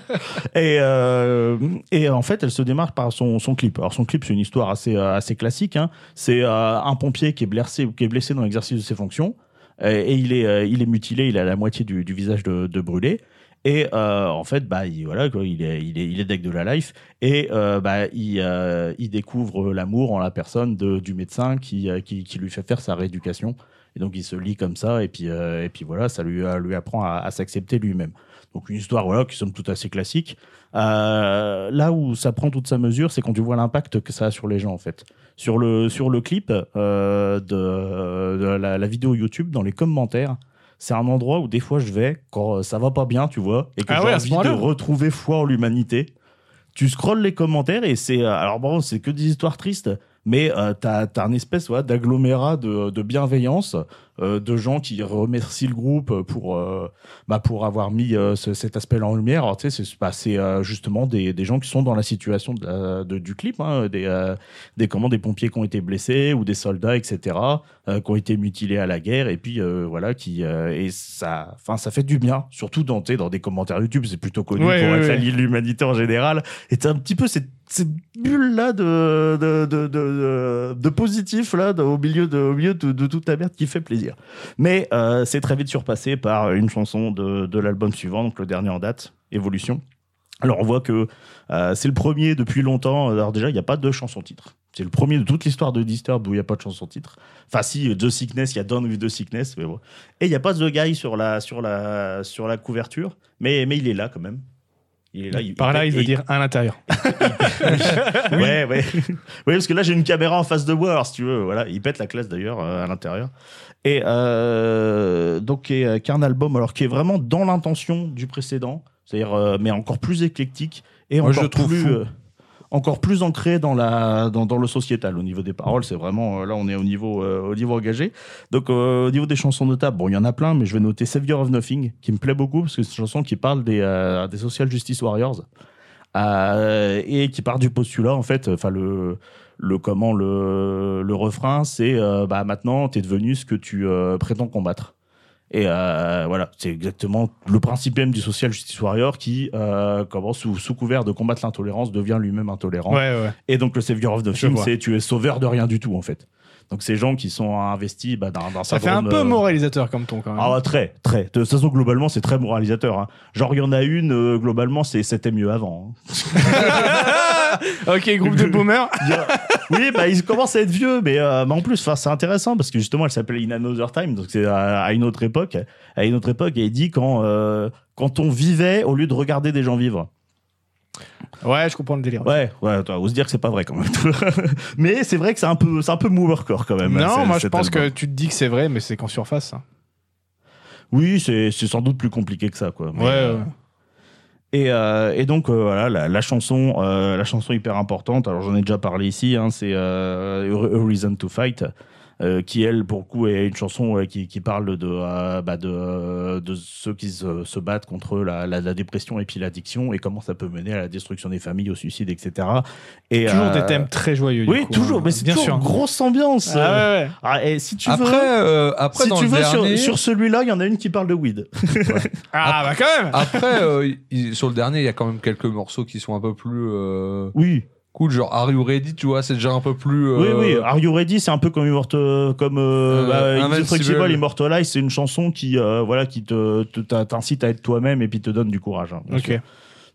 [SPEAKER 3] Et, euh, et en fait, elle se démarque par son, son clip. Alors, son clip, c'est une histoire assez, euh, assez classique. hein. C'est euh, un pompier qui est blessé, qui est blessé dans l'exercice de ses fonctions. Et, et il, est, euh, il est mutilé, il a la moitié du, du visage de, de brûlé. Et euh, en fait, bah, il, voilà, quoi, il, est, il, est, il est deck de la life. Et euh, bah, il, euh, il découvre l'amour en la personne de- du médecin qui, euh, qui, qui lui fait faire sa rééducation. Et donc, il se lie comme ça. Et puis, euh, et puis voilà, ça lui, euh, lui apprend à- à s'accepter lui-même. Donc une histoire voilà, qui somme tout assez classique. Euh, là où ça prend toute sa mesure, c'est quand tu vois l'impact que ça a sur les gens en fait. Sur le, sur le clip euh, de, de la, la vidéo YouTube, dans les commentaires, c'est un endroit où des fois je vais quand euh, ça va pas bien, tu vois, et que
[SPEAKER 2] Ah
[SPEAKER 3] j'ai
[SPEAKER 2] ouais, à ce
[SPEAKER 3] envie de
[SPEAKER 2] point-là
[SPEAKER 3] retrouver foi en l'humanité. Tu scrolles les commentaires et c'est euh, alors bon, c'est que des histoires tristes, mais euh, t'as t'as un espèce voilà, d'agglomérat de, de bienveillance, euh, de gens qui remercient le groupe pour euh, bah, pour avoir mis euh, ce- cet aspect-là en lumière. Alors, tu sais, c'est bah, c'est, euh, justement des, des gens qui sont dans la situation de la- de- du clip, hein, des, euh, des, comment, des pompiers qui ont été blessés ou des soldats, etc., euh, qui ont été mutilés à la guerre. Et puis, euh, voilà, qui, euh, et ça, enfin, ça fait du bien, surtout dans, tu sais, dans des commentaires YouTube, c'est plutôt connu
[SPEAKER 2] Ouais,
[SPEAKER 3] pour
[SPEAKER 2] ouais,
[SPEAKER 3] être
[SPEAKER 2] ouais.
[SPEAKER 3] la ligne de l'humanité en général. Et t'as un petit peu cette, cette bulle-là de, de, de, de, de positif là, de- au milieu, de, au milieu de, de toute la merde qui fait plaisir. Mais euh, c'est très vite surpassé par une chanson de, de l'album suivant, donc le dernier en date, Évolution. Alors on voit que euh, c'est le premier depuis longtemps. Alors déjà, il n'y a pas de chanson-titre. C'est le premier de toute l'histoire de Disturbed où il n'y a pas de chanson-titre. Enfin si, The Sickness, il y a Down with The Sickness, mais bon. Et il n'y a pas The Guy sur la, sur la, sur la couverture, mais, mais il est là quand même. Il est là.
[SPEAKER 2] Par là, il veut
[SPEAKER 3] et-
[SPEAKER 2] dire à l'intérieur.
[SPEAKER 3] Ouais, ouais. oui, parce que là, j'ai une caméra en face de moi, alors, si tu veux. Voilà, il pète la classe d'ailleurs euh, à l'intérieur. Et euh, donc, et, euh, qu'un album, alors qui est vraiment dans l'intention du précédent, c'est-à-dire, euh, mais encore plus éclectique et
[SPEAKER 1] Moi, je
[SPEAKER 3] encore
[SPEAKER 1] le trouve
[SPEAKER 3] plus.
[SPEAKER 1] fou.
[SPEAKER 3] euh, encore plus ancré dans, la, dans, dans le sociétal au niveau des paroles, c'est vraiment euh, là on est au niveau, euh, au niveau engagé. Donc euh, au niveau des chansons notables, bon il y en a plein, mais je vais noter Savior of Nothing qui me plaît beaucoup parce que c'est une chanson qui parle des, euh, des Social Justice Warriors. Euh, et qui part du postulat en fait enfin le le comment le, le refrain c'est euh, bah maintenant t'es devenu ce que tu euh, prétends combattre et euh, voilà c'est exactement le principe même du social justice warrior qui euh, comment sous, sous couvert de combattre l'intolérance devient lui-même intolérant
[SPEAKER 2] Ouais, ouais.
[SPEAKER 3] et donc le savior of the
[SPEAKER 2] Je
[SPEAKER 3] film
[SPEAKER 2] vois.
[SPEAKER 3] c'est tu es sauveur de rien du tout en fait donc ces gens qui sont investis bah, dans, dans
[SPEAKER 2] Ça fait un
[SPEAKER 3] syndrome,
[SPEAKER 2] peu hein.
[SPEAKER 3] euh,
[SPEAKER 2] moralisateur comme ton quand même.
[SPEAKER 3] ah ouais, très, très. De toute façon, globalement, c'est très moralisateur. hein. Genre, il y en a une, euh, globalement, c'est c'était mieux avant. hein.
[SPEAKER 2] ok, groupe de boomers.
[SPEAKER 3] Il y a- oui, bah, il commence à être vieux, mais, euh, mais en plus, enfin, c'est intéressant parce que justement, elle s'appelle In Another Time, donc c'est à, à une autre époque. À une autre époque, et il dit quand, euh, quand on vivait au lieu de regarder des gens vivre.
[SPEAKER 2] Ouais, je comprends le délire.
[SPEAKER 3] Ouais, ouais, toi, ose dire que c'est pas vrai quand même. mais c'est vrai que c'est un peu, c'est un peu movercore quand même. hein,
[SPEAKER 2] non,
[SPEAKER 3] c'est-
[SPEAKER 2] moi je
[SPEAKER 3] cet
[SPEAKER 2] pense
[SPEAKER 3] album.
[SPEAKER 2] que tu te dis que c'est vrai, mais c'est qu'en surface. hein.
[SPEAKER 3] Oui, c'est c'est sans doute plus compliqué que ça, quoi. Mais,
[SPEAKER 2] Ouais,
[SPEAKER 3] euh,
[SPEAKER 2] ouais.
[SPEAKER 3] Et, euh, et donc euh, voilà la, la chanson, euh, la chanson hyper importante. Alors j'en ai déjà parlé ici. hein, c'est euh, A Reason to Fight, euh, qui elle pour le coup est une chanson euh, qui, qui parle de euh, bah, de, euh, de ceux qui se, se battent contre la, la- la dépression et puis l'addiction et comment ça peut mener à la destruction des familles, au suicide, etc. Et
[SPEAKER 2] Toujours
[SPEAKER 3] euh,
[SPEAKER 2] des thèmes très joyeux. du
[SPEAKER 3] Oui,
[SPEAKER 2] coup,
[SPEAKER 3] toujours.
[SPEAKER 2] hein.
[SPEAKER 3] Mais c'est
[SPEAKER 2] bien
[SPEAKER 3] toujours
[SPEAKER 2] sûr.
[SPEAKER 3] une grosse ambiance.
[SPEAKER 2] Ah
[SPEAKER 3] euh.
[SPEAKER 2] ouais, ouais.
[SPEAKER 3] Ah, et si tu
[SPEAKER 1] après,
[SPEAKER 3] veux,
[SPEAKER 1] euh, après
[SPEAKER 3] si
[SPEAKER 1] dans
[SPEAKER 3] tu
[SPEAKER 1] le
[SPEAKER 3] veux
[SPEAKER 1] dernier,
[SPEAKER 3] sur, sur celui-là, il y en a une qui parle de weed.
[SPEAKER 2] Ah, bah quand même
[SPEAKER 1] après euh, il- sur le dernier, il y a quand même quelques morceaux qui sont un peu plus euh,
[SPEAKER 3] Oui.
[SPEAKER 1] cool, genre Are You Ready, tu vois, c'est déjà un peu plus. euh,
[SPEAKER 3] Oui, oui, Are You Ready, c'est un peu comme, Immortal, comme euh,
[SPEAKER 1] Euh,
[SPEAKER 3] bah,
[SPEAKER 1] Invincible.
[SPEAKER 3] Indestructible, Immortalize, c'est une chanson qui, euh, voilà, qui te, te- t'a- t'incite à être toi-même et puis te donne du courage. hein, bien
[SPEAKER 2] Ok.
[SPEAKER 3] sûr.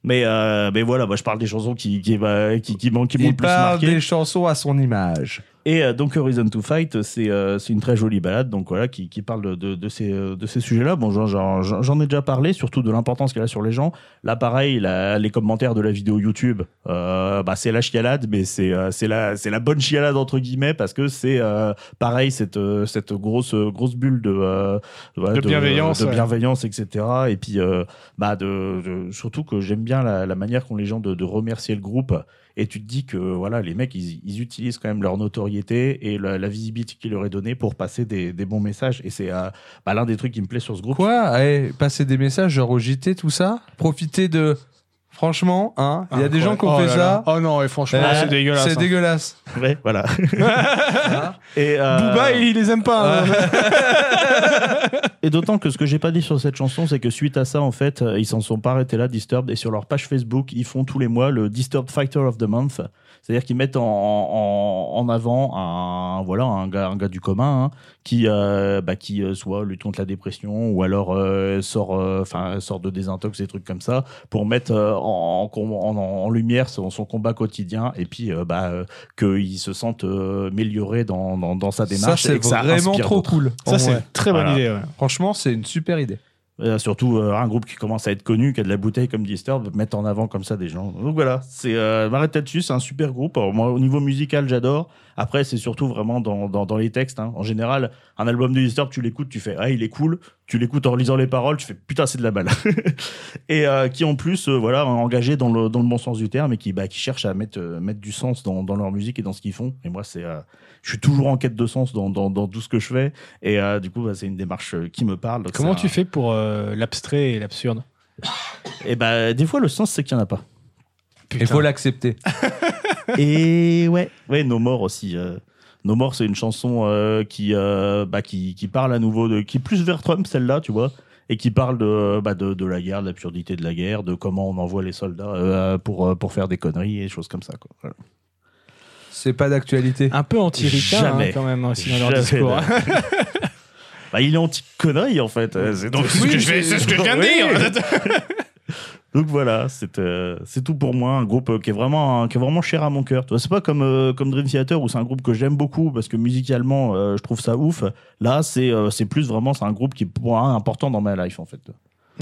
[SPEAKER 3] Mais, euh, mais voilà, moi je parle des chansons qui, qui, bah, qui, qui, m'ont- qui m'ont le
[SPEAKER 1] Il
[SPEAKER 3] plus
[SPEAKER 1] parle
[SPEAKER 3] marqué.
[SPEAKER 1] des chansons à son image.
[SPEAKER 3] Et euh, donc Horizon to Fight, c'est euh, c'est une très jolie balade, donc voilà, qui, qui parle de, de, de ces, euh, de ces sujets-là. Bon, j'en- j'en j'en ai déjà parlé, surtout de l'importance qu'elle a sur les gens. Là, pareil, la- les commentaires de la vidéo YouTube, euh, bah, c'est la chialade, mais c'est euh, c'est la, c'est la bonne chialade entre guillemets parce que c'est euh, pareil cette, euh, cette grosse grosse bulle de, euh, voilà,
[SPEAKER 2] De bienveillance,
[SPEAKER 3] de
[SPEAKER 2] ouais.
[SPEAKER 3] bienveillance, etc. Et puis euh, bah de, de- surtout que j'aime bien la, la manière qu'ont les gens de, de remercier le groupe et tu te dis que voilà les mecs ils, ils utilisent quand même leur notoriété et la, la visibilité qu'ils leur est donnée pour passer des, des bons messages et c'est euh, bah, l'un des trucs qui me plaît sur ce groupe
[SPEAKER 1] Quoi Eh, Passer des messages, genre au JT, tout ça Profiter de. Franchement, hein, il y a des gens qui ont
[SPEAKER 2] Oh
[SPEAKER 1] fait
[SPEAKER 2] là
[SPEAKER 1] ça.
[SPEAKER 2] là. Oh non, et franchement,
[SPEAKER 1] Euh,
[SPEAKER 2] c'est dégueulasse.
[SPEAKER 1] C'est
[SPEAKER 2] hein.
[SPEAKER 1] dégueulasse.
[SPEAKER 3] Ouais, voilà
[SPEAKER 1] Hein
[SPEAKER 3] et, euh,
[SPEAKER 2] Booba, il, il les aime pas. hein.
[SPEAKER 3] et d'autant que ce que j'ai pas dit sur cette chanson c'est que suite à ça en fait euh, ils s'en sont pas arrêtés là Disturbed et sur leur page Facebook ils font tous les mois le Disturbed Fighter of the Month c'est-à-dire qu'ils mettent en, en, en avant un voilà un gars, un gars du commun hein, qui euh, bah, qui euh, soit lutte contre la dépression ou alors euh, sort euh, enfin sort de désintox des trucs comme ça pour mettre euh, en, en, en- en lumière son, son combat quotidien et puis euh, bah euh, qu'il se sente euh, amélioré dans, dans, dans sa
[SPEAKER 1] ça,
[SPEAKER 3] démarche et
[SPEAKER 1] c'est
[SPEAKER 3] que ça
[SPEAKER 1] vraiment
[SPEAKER 3] inspire
[SPEAKER 1] trop
[SPEAKER 3] d'autres.
[SPEAKER 1] cool.
[SPEAKER 2] hein. ça, c'est
[SPEAKER 1] Ouais.
[SPEAKER 2] une très bonne
[SPEAKER 3] Voilà.
[SPEAKER 2] idée. ouais.
[SPEAKER 1] Franchement, c'est une super idée.
[SPEAKER 3] Euh, surtout euh, un groupe qui commence à être connu, qui a de la bouteille comme Disturbed, mettre en avant comme ça des gens. Donc voilà, c'est euh, m'arrête là-dessus, c'est un super groupe. Alors, moi, au niveau musical, j'adore. Après, c'est surtout vraiment dans, dans, dans les textes. hein. En général, un album de Disturbed, tu l'écoutes, tu fais ah il est cool. Tu l'écoutes en lisant les paroles, tu fais putain c'est de la balle. et euh, qui en plus, euh, voilà, engagé dans le, dans le bon sens du terme et qui bah, qui cherche à mettre euh, mettre du sens dans, dans leur musique et dans ce qu'ils font. Et moi, c'est euh, je suis toujours en quête de sens dans, dans, dans tout ce que je fais. Et euh, du coup, bah, c'est une démarche euh, qui me parle. Donc,
[SPEAKER 2] Comment
[SPEAKER 3] c'est
[SPEAKER 2] tu
[SPEAKER 3] un-
[SPEAKER 2] fais pour euh, l'abstrait et l'absurde
[SPEAKER 3] et bah, des fois, le sens, c'est qu'il n'y en a pas.
[SPEAKER 1] Il faut l'accepter.
[SPEAKER 3] Et ouais. Ouais, No More aussi. euh. No More, c'est une chanson euh, qui, euh, bah, qui, qui parle à nouveau de. qui est plus vers Trump, celle-là, tu vois. Et qui parle de, bah, de, de la guerre, de l'absurdité de la guerre, de comment on envoie les soldats euh, pour, euh, pour faire des conneries et des choses comme ça. Quoi. Voilà.
[SPEAKER 1] C'est pas d'actualité.
[SPEAKER 2] Un peu anti-ricain, hein,
[SPEAKER 3] Jamais.
[SPEAKER 2] quand même, aussi, dans leur
[SPEAKER 3] Jamais
[SPEAKER 2] discours.
[SPEAKER 3] de- Bah, il est anti-connerie, en fait. Euh, c'est- Donc,
[SPEAKER 2] Oui, c'est-
[SPEAKER 3] Oui. Donc voilà, c'est euh, c'est tout pour moi. Un groupe euh, qui est vraiment, qui est vraiment cher à mon cœur. Tu vois, C'est pas comme, euh, comme Dream Theater où c'est un groupe que j'aime beaucoup parce que musicalement, euh, je trouve ça ouf. Là, c'est euh, c'est plus vraiment, c'est un groupe qui est pour moi, important dans ma life en fait.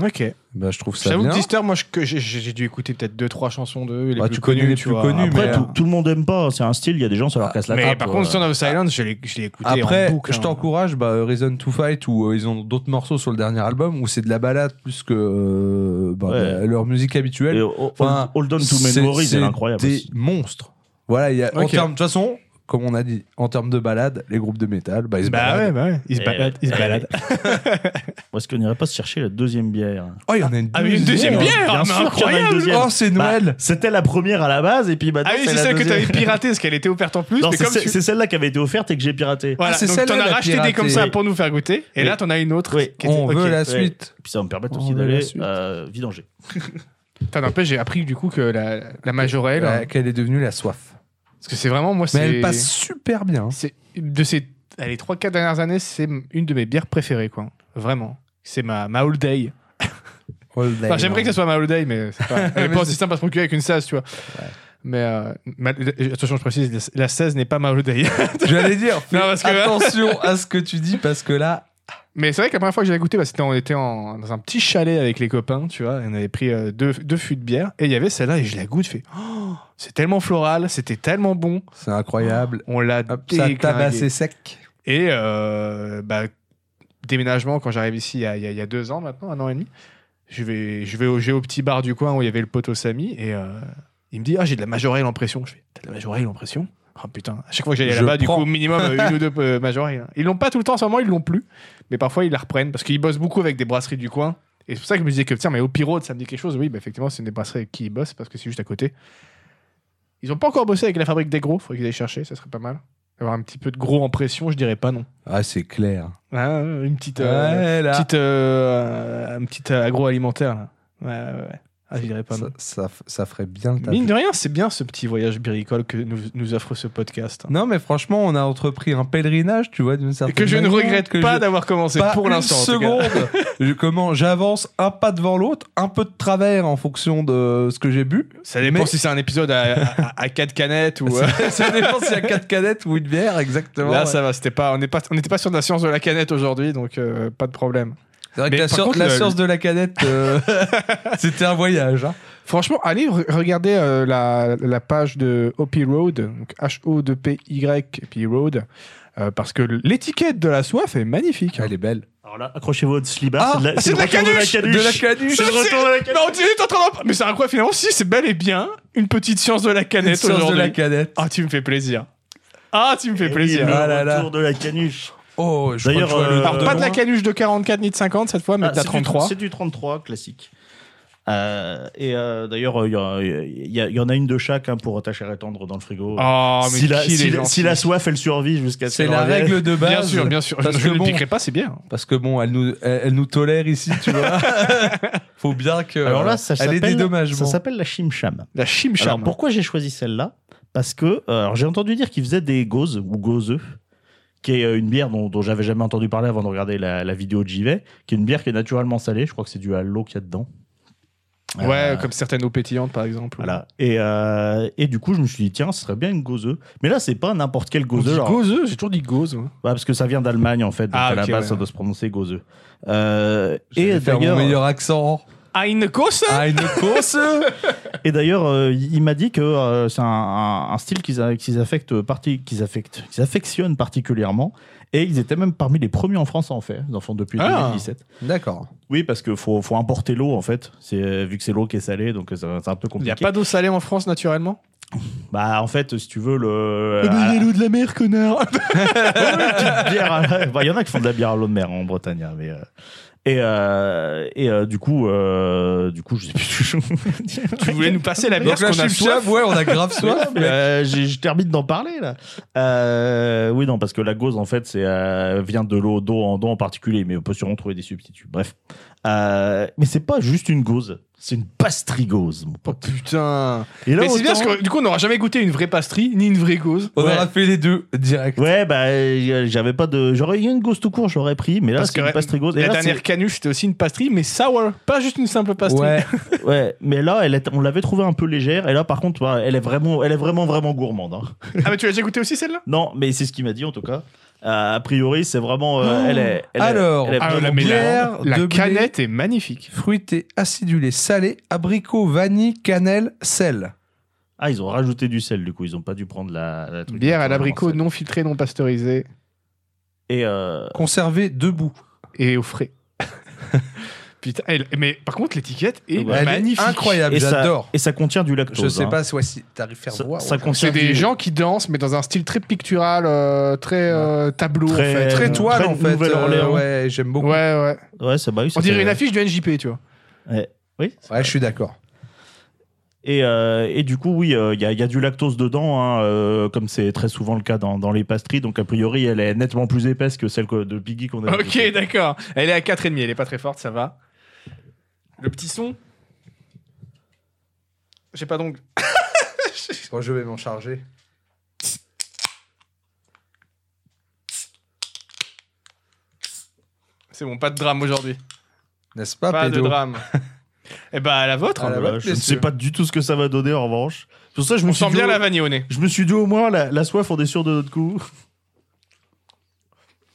[SPEAKER 2] Ok.
[SPEAKER 1] Bah, je trouve ça
[SPEAKER 2] J'avoue
[SPEAKER 1] bien.
[SPEAKER 2] que Disturbed, moi, je- que j'ai- j'ai j'ai dû écouter peut-être deux, trois chansons d'eux. Les
[SPEAKER 1] Bah,
[SPEAKER 2] plus
[SPEAKER 1] tu connais
[SPEAKER 2] connues,
[SPEAKER 1] les
[SPEAKER 2] tu
[SPEAKER 1] plus
[SPEAKER 2] vois.
[SPEAKER 1] connues,
[SPEAKER 3] Après,
[SPEAKER 1] mais, euh,
[SPEAKER 3] tout, tout le monde aime pas. C'est un style. Il y a des gens, ça leur casse la
[SPEAKER 2] euh, Mais
[SPEAKER 3] tête.
[SPEAKER 2] par contre, Sound of Silence, je l'ai je l'ai écouté
[SPEAKER 1] Après,
[SPEAKER 2] en boucle.
[SPEAKER 1] je
[SPEAKER 2] hein.
[SPEAKER 1] t'encourage, bah, euh, Reason to Fight, où euh, ils ont d'autres morceaux sur le dernier album, où c'est de la balade plus que euh, bah,
[SPEAKER 3] Ouais.
[SPEAKER 1] la- leur musique habituelle. enfin,
[SPEAKER 3] Hold On to
[SPEAKER 1] C'est-
[SPEAKER 3] Memories, c'est incroyable.
[SPEAKER 1] Des
[SPEAKER 3] aussi.
[SPEAKER 1] monstres. Voilà, il y a, en
[SPEAKER 2] Ok.
[SPEAKER 1] termes, de toute façon, comme on a dit, en termes de balade, les groupes de métal, bah, ils se
[SPEAKER 2] Bah
[SPEAKER 1] baladent.
[SPEAKER 2] ouais, bah ouais. Ils se
[SPEAKER 3] Eh
[SPEAKER 2] baladent. Ils se
[SPEAKER 3] ouais.
[SPEAKER 2] baladent.
[SPEAKER 3] Ou Est-ce qu'on n'irait pas se chercher la deuxième bière
[SPEAKER 1] Oh, il y en a une
[SPEAKER 2] Ah, mais une deuxième
[SPEAKER 3] Bien
[SPEAKER 2] bière mais
[SPEAKER 3] sûr qu'il y en a une
[SPEAKER 2] incroyable
[SPEAKER 3] deuxième.
[SPEAKER 1] Oh, c'est
[SPEAKER 3] Bah,
[SPEAKER 1] Noël
[SPEAKER 3] C'était la première à la base et puis maintenant
[SPEAKER 2] Ah oui,
[SPEAKER 3] c'est
[SPEAKER 2] c'est
[SPEAKER 3] la
[SPEAKER 2] celle que
[SPEAKER 3] deuxième.
[SPEAKER 2] t'avais piratée, parce qu'elle était offerte en plus.
[SPEAKER 3] Non,
[SPEAKER 2] mais
[SPEAKER 3] c'est
[SPEAKER 2] comme
[SPEAKER 3] ce-
[SPEAKER 2] tu-
[SPEAKER 3] c'est celle-là qui avait été offerte et que j'ai piratée.
[SPEAKER 2] Voilà,
[SPEAKER 1] Ah, c'est
[SPEAKER 2] donc
[SPEAKER 1] celle-là,
[SPEAKER 2] t'en as
[SPEAKER 1] la
[SPEAKER 2] racheté des
[SPEAKER 1] piratée.
[SPEAKER 2] comme ça pour nous faire goûter. Et
[SPEAKER 3] Oui.
[SPEAKER 2] là, t'en as une autre.
[SPEAKER 3] Oui.
[SPEAKER 2] qui était-
[SPEAKER 1] On
[SPEAKER 2] ok.
[SPEAKER 1] veut la suite.
[SPEAKER 3] Puis ça me permet
[SPEAKER 1] On
[SPEAKER 3] aussi
[SPEAKER 1] veut la
[SPEAKER 3] d'aller
[SPEAKER 1] suite.
[SPEAKER 3] euh, vidanger.
[SPEAKER 2] Putain, n'empêche, j'ai appris du coup que la, la majorelle,
[SPEAKER 1] Ouais, Qu'elle est devenue la soif.
[SPEAKER 2] parce que c'est vraiment moi, ben. c'est.
[SPEAKER 1] Mais elle passe hein. super bien.
[SPEAKER 2] c'est- de ces allez, les 3-4 dernières années, c'est une de mes bières préférées, quoi. Vraiment. C'est ma, ma all day. Enfin, j'aimerais que ce soit ma all day, mais c'est pas, elle est
[SPEAKER 1] Mais
[SPEAKER 2] pas
[SPEAKER 1] c'est-
[SPEAKER 2] aussi simple à se procurer qu'une 16, tu vois. Mais euh, ma- attention, je précise, la 16 n'est pas ma all day.
[SPEAKER 1] J'allais dire, fais
[SPEAKER 2] parce que-
[SPEAKER 1] attention à ce que tu dis parce que là,
[SPEAKER 2] Mais c'est vrai que la première fois que j'ai goûté, bah, c'était on était en- dans un petit chalet avec les copains, tu vois. et On avait pris euh, deux, deux fûts de bière et il y avait celle-là et je la goûte, je fais Oh, c'est tellement floral, c'était tellement bon.
[SPEAKER 1] C'est incroyable.
[SPEAKER 2] On l'a
[SPEAKER 1] Hop, ça
[SPEAKER 2] déglingué.
[SPEAKER 1] tabassé sec.
[SPEAKER 2] Et euh, bah, déménagement, quand j'arrive ici il y, a, il y a- il y a deux ans maintenant, un an et demi, je vais, je vais au, j'ai au petit bar du coin où il y avait le poteau Samy et euh, il me dit Ah, j'ai de la majorelle en pression. Je fais T'as de la majorelle en pression Oh putain, à chaque fois que j'allais
[SPEAKER 1] Je
[SPEAKER 2] là-bas, du
[SPEAKER 1] prends.
[SPEAKER 2] coup, au minimum euh, une ou deux euh, majorelles. hein. Ils l'ont pas tout le temps en ce moment, ils l'ont plus, mais parfois ils la reprennent parce qu'ils bossent beaucoup avec des brasseries du coin. Et c'est pour ça que je me disais que tiens, mais au Pirate, ça me dit quelque chose. Oui, bah, effectivement, c'est une des brasseries avec qui ils bossent parce que c'est juste à côté. Ils ont pas encore bossé avec la fabrique des gros, faudrait qu'ils aillent chercher, ça serait pas mal. Avoir un petit peu de gros en pression, je dirais pas non.
[SPEAKER 1] Ah, c'est clair.
[SPEAKER 2] Hein, une petite, euh,
[SPEAKER 1] Ouais, là.
[SPEAKER 2] petite, euh, un petit euh, agroalimentaire. Là. Ouais, ouais, ouais. Ah, je dirais pas.
[SPEAKER 1] ça,
[SPEAKER 2] non.
[SPEAKER 1] ça, f- ça ferait bien le taf.
[SPEAKER 2] Mine de rien, c'est bien ce petit voyage biricole que nous, nous offre ce podcast. hein.
[SPEAKER 1] Non, mais franchement, on a entrepris un pèlerinage, tu vois, d'une certaine
[SPEAKER 2] que je ne
[SPEAKER 1] manière,
[SPEAKER 2] regrette
[SPEAKER 1] que
[SPEAKER 2] pas
[SPEAKER 1] je-
[SPEAKER 2] d'avoir commencé
[SPEAKER 1] pas
[SPEAKER 2] pour
[SPEAKER 1] une
[SPEAKER 2] l'instant. en tout cas.
[SPEAKER 1] seconde. Je- Comment j'avance un pas devant l'autre, un peu de travers en fonction de ce que j'ai bu.
[SPEAKER 2] Ça dépend
[SPEAKER 1] Mais-
[SPEAKER 2] si c'est un épisode à, à, à quatre canettes ou. euh,
[SPEAKER 1] ça, ça dépend s'il y a quatre canettes ou une bière, exactement.
[SPEAKER 2] Là,
[SPEAKER 1] ouais.
[SPEAKER 2] ça va, c'était pas, on n'est pas, on n'était pas sur de la science de la canette aujourd'hui, donc euh, pas de problème.
[SPEAKER 1] C'est vrai que
[SPEAKER 2] Mais
[SPEAKER 1] la,
[SPEAKER 2] par
[SPEAKER 1] science-
[SPEAKER 2] contre,
[SPEAKER 1] la
[SPEAKER 2] le-
[SPEAKER 1] science de la canette, euh, c'était un voyage. hein.
[SPEAKER 2] Franchement, allez re- regarder euh, la, la page de Hopi Road, donc H-O-P-Y, puis Road, euh, parce que l'étiquette de la soif est magnifique.
[SPEAKER 3] Ah,
[SPEAKER 1] Elle est belle.
[SPEAKER 3] Alors là, accrochez-vous à votre
[SPEAKER 1] Ah,
[SPEAKER 3] slibard. c'est de la,
[SPEAKER 2] c'est
[SPEAKER 3] c'est
[SPEAKER 2] de
[SPEAKER 3] le
[SPEAKER 2] la
[SPEAKER 3] retour de la
[SPEAKER 2] canuche,
[SPEAKER 3] canuche.
[SPEAKER 1] De la canuche.
[SPEAKER 3] C'est le
[SPEAKER 2] Je sais.
[SPEAKER 3] retour de la canuche.
[SPEAKER 2] Non, tu es en train d'en- Mais c'est incroyable, finalement, si, c'est bel et bien une petite science de la
[SPEAKER 1] La
[SPEAKER 2] canette
[SPEAKER 1] science de la
[SPEAKER 2] aujourd'hui.
[SPEAKER 1] canette.
[SPEAKER 2] Ah, tu me fais plaisir. Ah, tu me fais
[SPEAKER 3] Et
[SPEAKER 2] plaisir.
[SPEAKER 3] Le
[SPEAKER 1] Ah là là.
[SPEAKER 3] retour de la canuche.
[SPEAKER 1] Oh, je
[SPEAKER 3] D'ailleurs,
[SPEAKER 1] crois que je vois
[SPEAKER 3] euh,
[SPEAKER 1] le
[SPEAKER 2] Alors,
[SPEAKER 1] de
[SPEAKER 2] pas de la
[SPEAKER 1] loin.
[SPEAKER 2] canuche de 44 ni de 50 cette fois, mais
[SPEAKER 3] Ah,
[SPEAKER 2] de la
[SPEAKER 3] c'est du-
[SPEAKER 2] 33.
[SPEAKER 3] C'est du 33 classique. Euh, et euh, d'ailleurs, il y, a- il y a- il y en a une de chaque hein, pour ta chair et tendre dans le frigo.
[SPEAKER 1] Ah,
[SPEAKER 2] Oh, mais
[SPEAKER 3] si, la,
[SPEAKER 2] qui
[SPEAKER 3] si
[SPEAKER 2] les
[SPEAKER 3] la-
[SPEAKER 2] gens
[SPEAKER 3] si la soif, elle survit jusqu'à ce
[SPEAKER 1] C'est
[SPEAKER 3] qu'elle
[SPEAKER 1] la
[SPEAKER 3] revienne.
[SPEAKER 1] règle de base.
[SPEAKER 2] Bien sûr, bien sûr.
[SPEAKER 1] Parce
[SPEAKER 2] je
[SPEAKER 1] que
[SPEAKER 2] ne
[SPEAKER 1] bon.
[SPEAKER 2] piquerai pas, c'est bien.
[SPEAKER 1] Parce que bon, elle nous, elle, elle nous tolère ici, tu vois. Faut bien que. euh,
[SPEAKER 3] Alors là, ça
[SPEAKER 1] elle est
[SPEAKER 3] s'appelle-
[SPEAKER 1] dédommagement.
[SPEAKER 3] ça s'appelle la chimcham.
[SPEAKER 2] La chim
[SPEAKER 3] Alors
[SPEAKER 2] charme.
[SPEAKER 3] pourquoi j'ai choisi celle-là Parce que euh, alors, j'ai entendu dire qu'ils faisaient des gauzes ou gauzeux, qui est euh, une bière dont, dont j'avais jamais entendu parler avant de regarder la, la vidéo de Jivet, qui est une bière qui est naturellement salée. Je crois que c'est dû à l'eau qu'il y a dedans.
[SPEAKER 2] Ouais,
[SPEAKER 3] Euh,
[SPEAKER 2] comme certaines eaux pétillantes, par exemple.
[SPEAKER 3] Voilà. Et, euh, et du coup, je me suis dit, tiens, ce serait bien une gauzeux. Mais là, c'est pas n'importe quelle
[SPEAKER 2] On dit
[SPEAKER 3] gauzeux. alors-
[SPEAKER 2] gauzeux, j'ai toujours dit gauze. moi.
[SPEAKER 3] Ouais, parce que ça vient d'Allemagne, en fait. Donc
[SPEAKER 2] Ah,
[SPEAKER 3] à la
[SPEAKER 2] ok,
[SPEAKER 3] base,
[SPEAKER 2] ouais.
[SPEAKER 3] ça doit se prononcer gauzeux. Euh,
[SPEAKER 1] Et
[SPEAKER 3] et
[SPEAKER 1] faire mon
[SPEAKER 3] d'ailleurs,
[SPEAKER 1] meilleur accent.
[SPEAKER 2] Eine Gose
[SPEAKER 1] Ah, une course
[SPEAKER 3] et d'ailleurs, euh, il il m'a dit que euh, c'est un, un- un style qu'ils a- qu'ils affectent, parti- qu'ils affectent, qu'ils affectionnent particulièrement. Et ils étaient même parmi les premiers en France à en faire, les enfants depuis
[SPEAKER 2] Ah.
[SPEAKER 3] 2017.
[SPEAKER 1] D'accord.
[SPEAKER 3] Oui, parce que faut, faut importer l'eau, en fait. C'est euh, vu que c'est l'eau qui est salée, donc euh, ça- c'est un peu
[SPEAKER 2] Il
[SPEAKER 3] compliqué.
[SPEAKER 2] n'y a pas d'eau salée en France, naturellement
[SPEAKER 3] Bah, en fait, si tu veux
[SPEAKER 2] Euh,
[SPEAKER 3] le. euh, à-
[SPEAKER 2] l'eau de la mer, connard
[SPEAKER 3] bière à la- Bah, Il y en a qui font de la bière à l'eau de mer en Bretagne. hein, Mais, euh, Et, euh, et euh, du coup, euh, du coup, je sais plus ce que je
[SPEAKER 2] Tu voulais nous passer la bière
[SPEAKER 1] Donc là,
[SPEAKER 2] Eh qu'on a
[SPEAKER 1] je suis
[SPEAKER 2] soif
[SPEAKER 1] ouais, on a grave soif.
[SPEAKER 3] Mais, euh, j'ai- je termine d'en parler là. Euh, oui, non, parce que la gauze en fait, c'est euh, vient de l'eau d'eau en d'eau en particulier, mais on peut sûrement trouver des substituts. Bref, Euh, mais c'est pas juste une gauze, c'est une pastry gauze. mon
[SPEAKER 2] Oh
[SPEAKER 3] pote.
[SPEAKER 2] putain
[SPEAKER 3] Et là,
[SPEAKER 2] Mais c'est bien
[SPEAKER 3] autant-
[SPEAKER 2] parce que du coup, on n'aura jamais goûté une vraie pastry ni une vraie gauze.
[SPEAKER 1] On
[SPEAKER 3] Ouais.
[SPEAKER 1] aura fait les deux direct.
[SPEAKER 3] Ouais, bah euh, j'avais pas de, j'aurais eu une gauze tout court, j'aurais pris, mais là
[SPEAKER 2] Parce
[SPEAKER 3] c'est
[SPEAKER 2] que
[SPEAKER 3] une pastry gauze. Et
[SPEAKER 2] la
[SPEAKER 3] là, c'est-
[SPEAKER 2] dernière canuche, c'était aussi une pastry, mais sour, pas juste une simple pastry.
[SPEAKER 1] Ouais.
[SPEAKER 3] Ouais, mais là, elle est- on l'avait trouvée un peu légère. Et là, par contre, bah, elle est vraiment, elle est vraiment, vraiment gourmande. hein.
[SPEAKER 2] Ah, mais tu l'as déjà goûté aussi celle-là
[SPEAKER 3] Non, mais c'est ce qu'il m'a dit en tout cas. Euh, a priori, c'est vraiment, euh,
[SPEAKER 1] Oh.
[SPEAKER 3] elle est. elle est-
[SPEAKER 1] Alors,
[SPEAKER 3] elle est
[SPEAKER 1] Ah,
[SPEAKER 3] vraiment
[SPEAKER 1] la mélange.
[SPEAKER 3] gourmande.
[SPEAKER 1] bière de blé.
[SPEAKER 2] est magnifique.
[SPEAKER 1] Fruité, acidulé, salé, abricot, vanille, cannelle, sel.
[SPEAKER 3] Ah, ils ont rajouté du sel du coup. Ils ont pas dû prendre la. la truc
[SPEAKER 2] Bière à
[SPEAKER 3] naturellement
[SPEAKER 2] l'abricot
[SPEAKER 3] sel.
[SPEAKER 2] non filtrée, non pasteurisée
[SPEAKER 3] Et euh,
[SPEAKER 1] Conservé debout.
[SPEAKER 2] et au frais. Putain, elle- mais par contre, l'étiquette est
[SPEAKER 3] Ouais.
[SPEAKER 1] Elle est
[SPEAKER 2] magnifique.
[SPEAKER 1] incroyable,
[SPEAKER 3] et ça,
[SPEAKER 1] j'adore.
[SPEAKER 3] et ça contient du lactose.
[SPEAKER 1] Je sais
[SPEAKER 3] hein.
[SPEAKER 1] pas si- ouais, si t'arrives à faire
[SPEAKER 3] Ça,
[SPEAKER 1] voir.
[SPEAKER 3] ça
[SPEAKER 1] ouais.
[SPEAKER 3] contient
[SPEAKER 2] C'est des
[SPEAKER 3] du-
[SPEAKER 2] gens qui dansent, mais dans un style très pictural, euh, très euh, tableau. en
[SPEAKER 3] Très-
[SPEAKER 2] fait.
[SPEAKER 1] Très
[SPEAKER 3] euh,
[SPEAKER 1] toile
[SPEAKER 3] très
[SPEAKER 1] en fait. euh,
[SPEAKER 3] Nouvelle-Orléans.
[SPEAKER 1] ouais, j'aime beaucoup.
[SPEAKER 2] Ouais, ouais.
[SPEAKER 3] Ouais, ça bah oui,
[SPEAKER 2] On
[SPEAKER 3] ça
[SPEAKER 2] dirait
[SPEAKER 3] fait-
[SPEAKER 2] une affiche du NJP, tu vois.
[SPEAKER 3] Ouais. Oui. c'est
[SPEAKER 1] Ouais, je suis d'accord.
[SPEAKER 3] Et, euh, et du coup, oui, euh, il y, a- il y a du lactose dedans, hein, euh, comme c'est très souvent le cas dans, dans les pastries. Donc, a priori, elle est nettement plus épaisse que celle que- de Piggy qu'on a
[SPEAKER 2] Ok, d'accord. Elle est à 4,5, elle est pas très forte, ça va. Le petit son J'ai pas d'ongle.
[SPEAKER 1] Bon, je vais m'en charger.
[SPEAKER 2] C'est bon, pas de drame aujourd'hui.
[SPEAKER 1] N'est-ce pas,
[SPEAKER 2] pas de
[SPEAKER 1] Pédo
[SPEAKER 2] drame. Ah, Eh bah, à la vôtre.
[SPEAKER 1] À la
[SPEAKER 2] hein.
[SPEAKER 1] vôtre.
[SPEAKER 3] Voilà, Ah, je ne
[SPEAKER 1] Messieurs.
[SPEAKER 3] sais pas du tout ce que ça va donner en revanche. C'est Pour ça, que je
[SPEAKER 2] On
[SPEAKER 3] me suis
[SPEAKER 2] sent
[SPEAKER 3] dit oh,
[SPEAKER 2] bien
[SPEAKER 3] au-
[SPEAKER 2] la vanille au nez.
[SPEAKER 3] Je me suis dit au moins la, la soif, on est sûr de notre coup.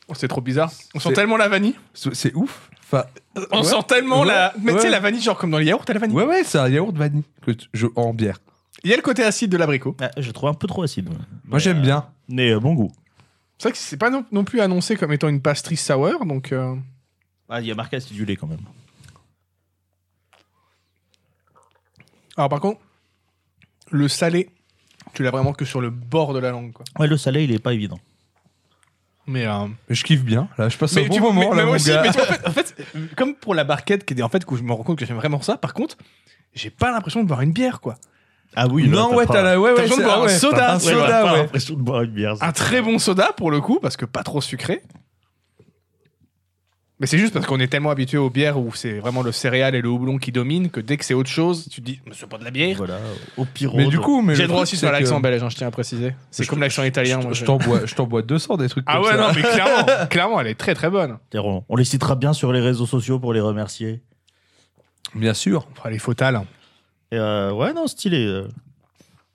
[SPEAKER 2] Oh, C'est trop bizarre. On sent
[SPEAKER 1] C'est-
[SPEAKER 2] tellement la vanille.
[SPEAKER 1] C'est c'est ouf. Enfin,
[SPEAKER 2] On
[SPEAKER 1] ouais.
[SPEAKER 2] sent tellement
[SPEAKER 1] Ouais.
[SPEAKER 2] la. Mais tu sais,
[SPEAKER 1] Ouais.
[SPEAKER 2] la vanille, genre comme dans les yaourts, t'as la vanille.
[SPEAKER 1] Ouais, ouais, c'est un yaourt vanille que tu- je, en bière.
[SPEAKER 2] Il y a le côté acide de l'abricot.
[SPEAKER 3] Ah, je le trouve un peu trop acide. ouais.
[SPEAKER 1] Moi, j'aime
[SPEAKER 3] euh,
[SPEAKER 1] bien.
[SPEAKER 3] Mais euh, bon goût.
[SPEAKER 2] C'est vrai que c'est pas non, non plus annoncé comme étant une pastry sour, donc. euh,
[SPEAKER 3] Ah, il y a marqué acidulé quand même.
[SPEAKER 2] Alors par contre, le salé, tu l'as vraiment que sur le bord de la langue, quoi.
[SPEAKER 3] Ouais, le salé, il est pas évident.
[SPEAKER 2] Mais. euh,
[SPEAKER 1] Je kiffe bien. Là, je passe un
[SPEAKER 2] mais
[SPEAKER 1] bon
[SPEAKER 2] tu-
[SPEAKER 1] moment.
[SPEAKER 2] mais-
[SPEAKER 1] là,
[SPEAKER 2] mais
[SPEAKER 1] mon
[SPEAKER 2] aussi,
[SPEAKER 1] gars.
[SPEAKER 2] mais tu vois, en fait, en fait, comme pour la barquette, qui est en fait, que je me rends compte que j'aime vraiment ça. Par contre, j'ai pas l'impression de boire une bière, quoi.
[SPEAKER 3] Ah oui,
[SPEAKER 1] non, ouais, t'as la. Ouais, ouais,
[SPEAKER 2] l'impression de
[SPEAKER 1] c'est-
[SPEAKER 2] boire
[SPEAKER 1] ah
[SPEAKER 2] un
[SPEAKER 1] ouais,
[SPEAKER 2] soda.
[SPEAKER 1] Un
[SPEAKER 2] Ouais, bah,
[SPEAKER 1] soda, ouais.
[SPEAKER 3] l'impression de boire une bière.
[SPEAKER 2] Un très bon soda pour le coup, parce que pas trop sucré. Mais c'est juste parce qu'on est tellement habitué aux bières où c'est vraiment le céréal et le houblon qui dominent que dès que c'est autre chose, tu te dis, mais c'est pas de la bière.
[SPEAKER 3] Voilà, au pyro.
[SPEAKER 1] Mais du coup, mais
[SPEAKER 2] J'ai
[SPEAKER 1] le
[SPEAKER 2] le droit
[SPEAKER 1] truc,
[SPEAKER 2] aussi
[SPEAKER 1] c'est
[SPEAKER 2] sur l'accent
[SPEAKER 1] que-
[SPEAKER 2] belge, hein, je tiens à préciser. C'est
[SPEAKER 1] Je-
[SPEAKER 2] comme l'accent italien. moi,
[SPEAKER 1] Je,
[SPEAKER 2] je-
[SPEAKER 1] je t'envoie, je t'envoie 200 des trucs
[SPEAKER 2] Ah
[SPEAKER 1] comme
[SPEAKER 2] ouais,
[SPEAKER 1] ça.
[SPEAKER 2] non, mais clairement, clairement, elle est très très bonne.
[SPEAKER 3] on, on les citera bien sur les réseaux sociaux pour les remercier.
[SPEAKER 1] Bien sûr.
[SPEAKER 2] Oh, les fautales.
[SPEAKER 3] Et, euh, ouais, non, stylé. euh.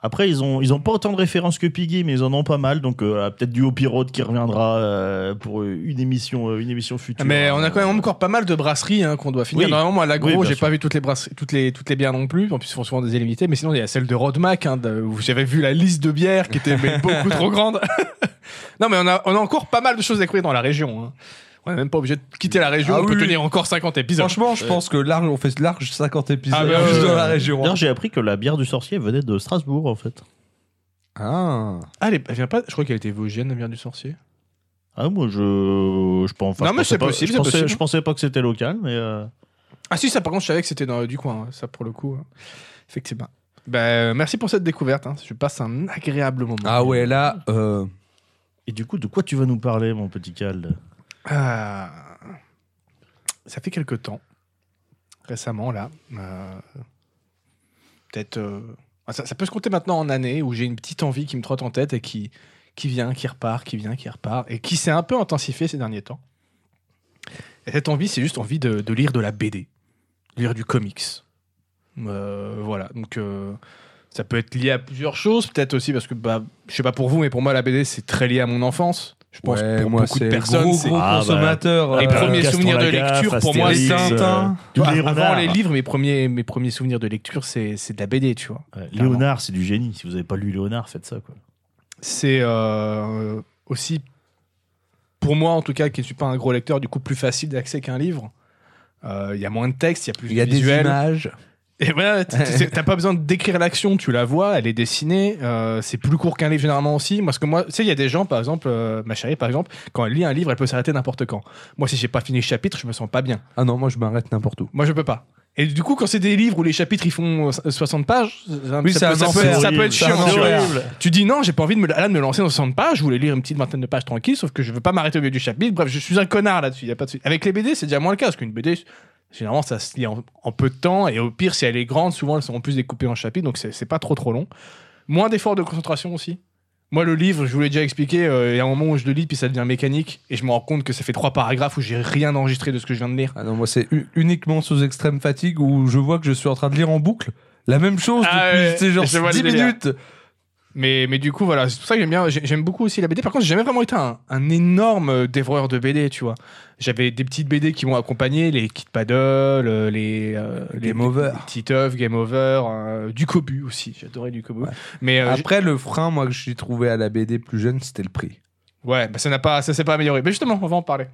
[SPEAKER 3] Après, ils ont, ils ont pas autant de références que Piggy, mais ils en ont pas mal. Donc, euh, peut-être du haut pirate qui reviendra euh, pour euh, une émission, euh, une émission future.
[SPEAKER 2] Ah, Mais on a quand même encore pas mal de brasseries hein, qu'on doit finir.
[SPEAKER 3] Oui.
[SPEAKER 2] Normalement, moi, à l'agro,
[SPEAKER 3] Oui, bien
[SPEAKER 2] j'ai
[SPEAKER 3] sûr.
[SPEAKER 2] pas vu toutes les, brasseries, toutes, les, toutes les bières non plus. En plus, ils font souvent des illimités. Mais sinon, il y a celle de Rodmac, hein, de- où j'avais vu la liste de bières qui était mais, beaucoup trop grande. non, mais on a, on a encore pas mal de choses à découvrir dans la région. hein. On n'est même pas obligé de quitter la région.
[SPEAKER 1] Ah
[SPEAKER 2] on peut
[SPEAKER 1] oui.
[SPEAKER 2] tenir encore 50 épisodes.
[SPEAKER 1] Franchement, je
[SPEAKER 3] Ouais.
[SPEAKER 1] pense que large, on fait large 50 épisodes
[SPEAKER 2] Ah, bah,
[SPEAKER 1] juste
[SPEAKER 2] ouais,
[SPEAKER 1] dans
[SPEAKER 2] ouais,
[SPEAKER 1] la
[SPEAKER 2] ouais.
[SPEAKER 1] région.
[SPEAKER 3] D'ailleurs, j'ai appris que la bière du sorcier venait de Strasbourg, en fait.
[SPEAKER 1] Ah.
[SPEAKER 2] Ah, elle est- elle vient pas. Je crois qu'elle était vosgienne, la bière du sorcier.
[SPEAKER 3] Ah, moi, je, je, pense, enfin,
[SPEAKER 2] Non,
[SPEAKER 3] je
[SPEAKER 2] mais
[SPEAKER 3] pensais
[SPEAKER 2] c'est
[SPEAKER 3] pas-
[SPEAKER 2] possible,
[SPEAKER 3] Je
[SPEAKER 2] c'est
[SPEAKER 3] pensais,
[SPEAKER 2] possible.
[SPEAKER 3] je pensais pas que c'était local, mais. euh,
[SPEAKER 2] Ah, si, ça, par contre, je savais que c'était dans- du coin. hein. Ça, pour le coup. hein. Effectivement. Ben, merci pour cette découverte. hein. Je passe un agréable moment.
[SPEAKER 1] Ah ouais, là, euh,
[SPEAKER 3] Et du coup, de quoi tu vas nous parler, mon petit Cal
[SPEAKER 2] Ah. ça fait quelque temps, récemment là, euh, peut-être, euh, ah, ça, ça peut se compter maintenant en années où j'ai une petite envie qui me trotte en tête et qui qui vient, qui repart, qui vient, qui repart et qui s'est un peu intensifiée ces derniers temps. Et cette envie, c'est juste envie de, de lire de la BD, lire du comics. Euh, voilà, donc euh, ça peut être lié à plusieurs choses, peut-être aussi parce que bah, je sais pas pour vous, mais pour moi la BD c'est très lié à mon enfance. Je pense
[SPEAKER 1] ouais,
[SPEAKER 2] pour
[SPEAKER 1] moi,
[SPEAKER 2] beaucoup de
[SPEAKER 1] c'est
[SPEAKER 2] personnes,
[SPEAKER 1] gros,
[SPEAKER 2] c'est-
[SPEAKER 1] gros
[SPEAKER 3] Ah, bah,
[SPEAKER 1] consommateur.
[SPEAKER 2] les
[SPEAKER 1] euh,
[SPEAKER 2] premiers
[SPEAKER 3] Gaston
[SPEAKER 2] souvenirs de
[SPEAKER 3] Lagaffe,
[SPEAKER 2] lecture, pour moi,
[SPEAKER 3] Astérix,
[SPEAKER 1] c'est Tintin.
[SPEAKER 3] tous
[SPEAKER 2] Bah,
[SPEAKER 3] les
[SPEAKER 2] avant
[SPEAKER 3] renards.
[SPEAKER 2] les livres, mes premiers, mes premiers souvenirs de lecture, c'est c'est de la BD, tu vois.
[SPEAKER 3] Ouais, Léonard, c'est du génie. Si vous avez pas lu Léonard, faites ça, quoi.
[SPEAKER 2] C'est euh, aussi, pour moi en tout cas, qui ne suis pas un gros lecteur, du coup plus facile d'accès qu'un livre. Euh, Il y a moins de texte, il y a plus
[SPEAKER 1] Il y a
[SPEAKER 2] de
[SPEAKER 1] des
[SPEAKER 2] visuels.
[SPEAKER 1] images.
[SPEAKER 2] Et voilà, t- t- t'as pas besoin de décrire l'action, tu la vois, elle est dessinée, euh, c'est plus court qu'un livre généralement aussi. Moi, ce que moi, tu sais, il y a des gens, par exemple, euh, ma chérie, par exemple, quand elle lit un livre, elle peut s'arrêter n'importe quand. Moi, si j'ai pas fini le chapitre, je me sens pas bien.
[SPEAKER 1] Ah non, moi, je m'arrête n'importe où.
[SPEAKER 2] Moi, je peux pas. Et du coup, quand c'est des livres où les chapitres ils font euh, 60 pages, ça,
[SPEAKER 1] Oui, c'est
[SPEAKER 2] ça, peut,
[SPEAKER 1] un
[SPEAKER 2] ça peut-
[SPEAKER 1] enfer.
[SPEAKER 2] ça peut être
[SPEAKER 1] C'est un
[SPEAKER 2] chiant.
[SPEAKER 1] enfer.
[SPEAKER 2] tu vois.
[SPEAKER 1] horrible.
[SPEAKER 2] Tu dis non, j'ai pas envie de me, là, de me lancer dans 60 pages, je voulais lire une petite vingtaine de pages tranquille, sauf que je veux pas m'arrêter au milieu du chapitre. Bref, je suis un connard là-dessus. y a pas de... Avec les BD, c'est déjà moins le cas, parce qu'une BD, généralement, ça se lit en, en peu de temps, et au pire, si elle est grande, souvent elles sont en plus découpées en chapitres, donc c'est c'est pas trop trop long. Moins d'efforts de concentration aussi. Moi, le livre, je vous l'ai déjà expliqué, euh, il y a un moment où je le lis, puis ça devient mécanique, et je me rends compte que ça fait trois paragraphes où j'ai rien enregistré de ce que je viens de lire.
[SPEAKER 1] Ah non, moi, c'est u- uniquement sous extrême fatigue où je vois que je suis en train de lire en boucle la même chose
[SPEAKER 2] Ah
[SPEAKER 1] depuis
[SPEAKER 2] ouais,
[SPEAKER 1] c'est genre
[SPEAKER 2] je vois le
[SPEAKER 1] 10
[SPEAKER 2] délire.
[SPEAKER 1] minutes.
[SPEAKER 2] Mais, mais du coup, voilà, c'est pour ça que j'aime bien, j'ai- j'aime beaucoup aussi la BD. Par contre, j'ai jamais vraiment été un, un énorme euh, dévoreur de BD, tu vois. J'avais des petites BD qui m'ont accompagné, les Kid Paddle, euh, les, euh, les,
[SPEAKER 1] Game Over.
[SPEAKER 2] Titeuf, Game Over, euh, du Cobu aussi. J'adorais du Cobu.
[SPEAKER 1] Ouais.
[SPEAKER 2] Mais euh,
[SPEAKER 1] Après, le frein, moi, que j'ai trouvé à la BD plus jeune, c'était le prix.
[SPEAKER 2] j'ai- ouais, bah, ça n'a pas, ça s'est pas amélioré. Mais justement, on va en parler.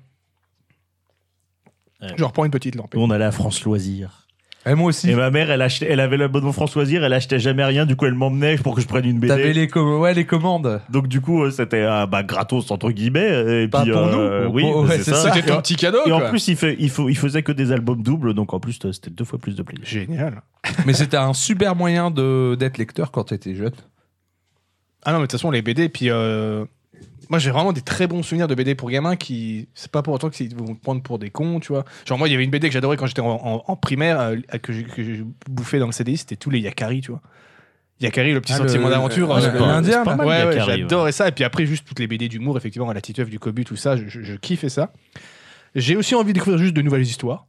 [SPEAKER 3] Ouais.
[SPEAKER 2] Je reprends une petite lampe.
[SPEAKER 3] Nous, on allait à France Loisirs.
[SPEAKER 1] Et moi aussi.
[SPEAKER 3] Et ma mère, elle, achetait, elle avait l'abonnement France Loisirs, elle achetait jamais rien, du coup, elle m'emmenait pour que je prenne une BD.
[SPEAKER 1] T'avais les, com- ouais, les commandes.
[SPEAKER 3] Donc, du coup, euh, c'était euh, bah, gratos, entre guillemets. Et
[SPEAKER 1] Pas
[SPEAKER 3] puis,
[SPEAKER 1] pour
[SPEAKER 3] euh,
[SPEAKER 1] nous.
[SPEAKER 3] Oui,
[SPEAKER 1] Ouais,
[SPEAKER 3] bah,
[SPEAKER 1] c'est ça.
[SPEAKER 2] C'était ton
[SPEAKER 3] Et,
[SPEAKER 2] petit cadeau,
[SPEAKER 3] en
[SPEAKER 2] quoi.
[SPEAKER 3] plus, il, fait, il, faut, il faisait que des albums doubles, donc en plus, c'était deux fois plus de plaisir.
[SPEAKER 2] Génial.
[SPEAKER 1] Mais c'était un super moyen de- d'être lecteur quand t'étais jeune.
[SPEAKER 2] Ah non, mais de toute façon, les BD, puis. euh, Moi, j'ai vraiment des très bons souvenirs de BD pour gamins qui. C'est pas pour autant qu'ils vont me prendre pour des cons, tu vois. Genre, moi, il y avait une BD que j'adorais quand j'étais en, en- en primaire, euh, que je, que je bouffais dans le CDI, c'était tous les Yakari, tu vois. Yakari, le petit
[SPEAKER 1] Ah, le-
[SPEAKER 2] sentiment
[SPEAKER 1] le-
[SPEAKER 2] d'aventure.
[SPEAKER 1] ah,
[SPEAKER 2] euh,
[SPEAKER 1] le- l'Indien,
[SPEAKER 3] c'est pas
[SPEAKER 1] là.
[SPEAKER 3] mal,
[SPEAKER 2] Ouais, ouais,
[SPEAKER 3] Yakari, ouais.
[SPEAKER 2] j'adorais ça. Et puis après, juste toutes les BD d'humour, effectivement, la Titeuf, du Cobu, tout ça, je, je, je kiffais ça. J'ai aussi envie de découvrir juste de nouvelles histoires.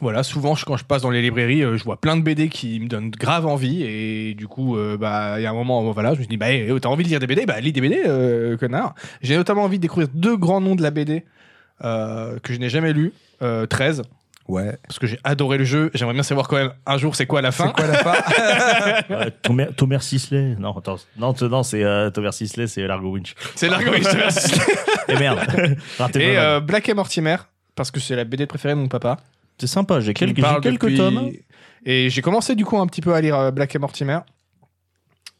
[SPEAKER 2] Voilà, souvent je- quand je passe dans les librairies, euh, je vois plein de BD qui me donnent grave envie et du coup, euh, bah il y a un moment, voilà, je me dis bah eh, t'as envie de lire des BD, bah lis des BD, euh, connard. J'ai notamment envie de découvrir deux grands noms de la BD euh, que je n'ai jamais lus, euh, 13
[SPEAKER 1] Ouais.
[SPEAKER 2] parce que j'ai adoré le jeu. J'aimerais bien savoir quand même un jour c'est quoi la fin.
[SPEAKER 1] C'est quoi la fin
[SPEAKER 3] Euh, Thomas, Thomas Sisley. Non, attends, non, t- non c'est euh, Thomas Sisley, c'est Largo Winch.
[SPEAKER 2] C'est l'argot.
[SPEAKER 3] Et merde. Raté
[SPEAKER 2] et
[SPEAKER 3] ma vanne.
[SPEAKER 2] euh, Black et Mortimer parce que c'est la BD préférée de mon papa.
[SPEAKER 3] c'est sympa, j'ai
[SPEAKER 2] qui me
[SPEAKER 3] quelques, j'ai
[SPEAKER 2] parle
[SPEAKER 3] quelques
[SPEAKER 2] depuis-
[SPEAKER 3] tomes.
[SPEAKER 2] Et j'ai commencé du coup un petit peu à lire euh, Black et Mortimer.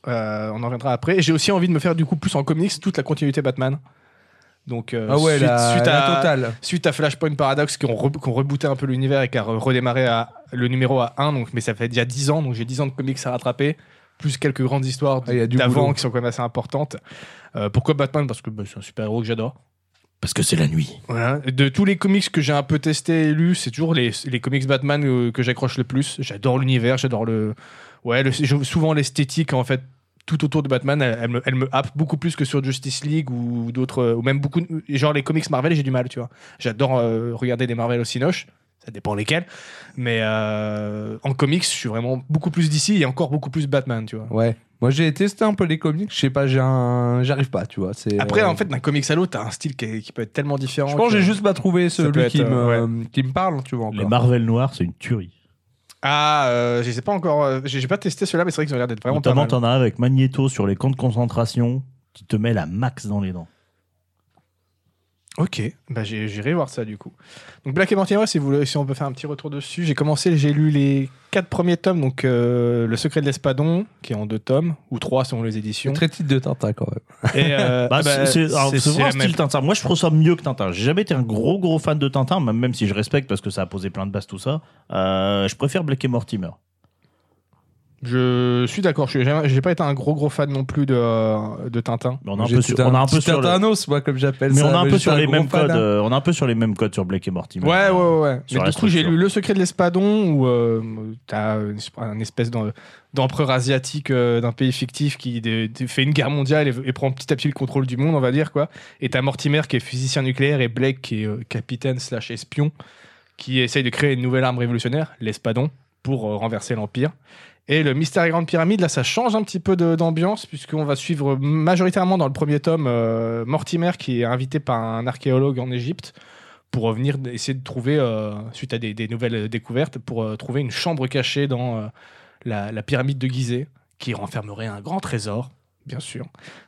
[SPEAKER 2] Euh, on en reviendra après. Et J'ai aussi envie de me faire du coup plus en comics toute la continuité Batman. Donc euh,
[SPEAKER 1] Ah ouais,
[SPEAKER 2] suite,
[SPEAKER 1] la,
[SPEAKER 2] suite
[SPEAKER 1] la
[SPEAKER 2] à,
[SPEAKER 1] totale.
[SPEAKER 2] suite à Flashpoint Paradox qui ont, re- qui ont rebooté un peu l'univers et qui a re- redémarré à, le numéro à 1 donc, mais ça fait déjà 10 ans donc j'ai 10 ans de comics à rattraper plus quelques grandes histoires
[SPEAKER 1] Ah, il y a du
[SPEAKER 2] d'avant
[SPEAKER 1] boulot.
[SPEAKER 2] qui sont quand même assez importantes. Euh, pourquoi Batman Parce que bah, c'est un super héros que j'adore.
[SPEAKER 3] Parce que c'est la nuit.
[SPEAKER 2] Voilà. De tous les comics que j'ai un peu testé et lu, c'est toujours les, les comics Batman euh, que j'accroche le plus. J'adore l'univers, j'adore le. Ouais, le- je- souvent l'esthétique, en fait, tout autour de Batman, elle, elle me, elle me happe beaucoup plus que sur Justice League ou d'autres. euh, Ou même beaucoup. de- Genre les comics Marvel, j'ai du mal, tu vois. J'adore euh, regarder des Marvel aussi noches. Ça dépend lesquels. Mais euh, en comics, je suis vraiment beaucoup plus d'ici et encore beaucoup plus Batman, tu vois.
[SPEAKER 1] Ouais. Moi, j'ai testé un peu les comics. Je sais pas, j'ai un- j'arrive pas, tu vois. c'est-
[SPEAKER 2] Après, en fait, d'un comics à l'autre, t'as un style qui, est- qui peut être tellement différent.
[SPEAKER 1] euh, je pense que
[SPEAKER 2] que-
[SPEAKER 1] j'ai juste pas trouvé
[SPEAKER 2] Ça peut
[SPEAKER 1] celui
[SPEAKER 2] être,
[SPEAKER 1] qui, me,
[SPEAKER 2] euh,
[SPEAKER 1] qui me parle, tu vois.
[SPEAKER 3] Les
[SPEAKER 1] Encore.
[SPEAKER 3] Marvel noirs, c'est une tuerie.
[SPEAKER 2] Ah, euh, je sais pas encore. euh, J'ai j'ai pas testé ceux-là, mais c'est vrai qu'ils ont l'air d'être vraiment
[SPEAKER 3] Notamment,
[SPEAKER 2] pas mal.
[SPEAKER 3] t'en as un avec Magneto sur les camps de concentration qui te met la max dans les dents. hein.
[SPEAKER 2] Ok, bah j'ai- j'irai voir ça du coup. Donc Black et Mortimer, si, vous, voulez- si on peut faire un petit retour dessus, j'ai commencé, j'ai lu les quatre premiers tomes, donc euh, Le Secret de l'Espadon, qui est en deux tomes, ou trois selon les éditions.
[SPEAKER 1] Très titre de Tintin quand même.
[SPEAKER 2] Et, euh,
[SPEAKER 3] Bah,
[SPEAKER 2] ah bah,
[SPEAKER 3] c'est c'est- alors,
[SPEAKER 2] c'est-
[SPEAKER 3] c'est
[SPEAKER 2] c'est
[SPEAKER 3] vraiment
[SPEAKER 2] la
[SPEAKER 3] style
[SPEAKER 2] même-
[SPEAKER 3] Tintin. Moi, je trouve ça mieux que Tintin. J'ai jamais été un gros gros fan de Tintin, même même si je respecte parce que ça a posé plein de bases tout ça. Euh, je préfère Black et Mortimer.
[SPEAKER 2] Je suis d'accord, je suis jamais- j'ai pas été un gros gros fan non plus de, euh, de Tintin.
[SPEAKER 3] Mais on a un peu sur, on a un peu sur le-
[SPEAKER 1] Tintanos, moi, comme j'appelle
[SPEAKER 3] mais
[SPEAKER 1] ça.
[SPEAKER 3] on a un peu
[SPEAKER 1] j'étais
[SPEAKER 3] sur les
[SPEAKER 1] gros
[SPEAKER 3] mêmes
[SPEAKER 1] fan,
[SPEAKER 3] codes.
[SPEAKER 1] hein.
[SPEAKER 3] euh, on a un peu sur les mêmes codes sur Black et Mortimer.
[SPEAKER 2] Ouais, ouais, ouais. ouais.
[SPEAKER 3] sur
[SPEAKER 2] Mais
[SPEAKER 3] la
[SPEAKER 2] du coup, j'ai
[SPEAKER 3] structure.
[SPEAKER 2] lu Le Secret de l'Espadon, où euh, t'as une esp- un espèce d'en- d'empereur asiatique euh, d'un pays fictif qui dé- dé- fait une guerre mondiale et, et prend petit à petit le contrôle du monde, on va dire, quoi. Et t'as Mortimer qui est physicien nucléaire et Blake qui est euh, capitaine slash espion qui essaye de créer une nouvelle arme révolutionnaire, l'Espadon, pour euh, renverser l'Empire. Et le Mystère et Grande Pyramide, là, ça change un petit peu de- d'ambiance, puisqu'on va suivre majoritairement dans le premier tome euh, Mortimer, qui est invité par un archéologue en Égypte pour revenir d- essayer de trouver, euh, suite à des, des nouvelles découvertes, pour euh, trouver une chambre cachée dans euh, la, la pyramide de Gizeh, qui renfermerait un grand trésor, bien sûr.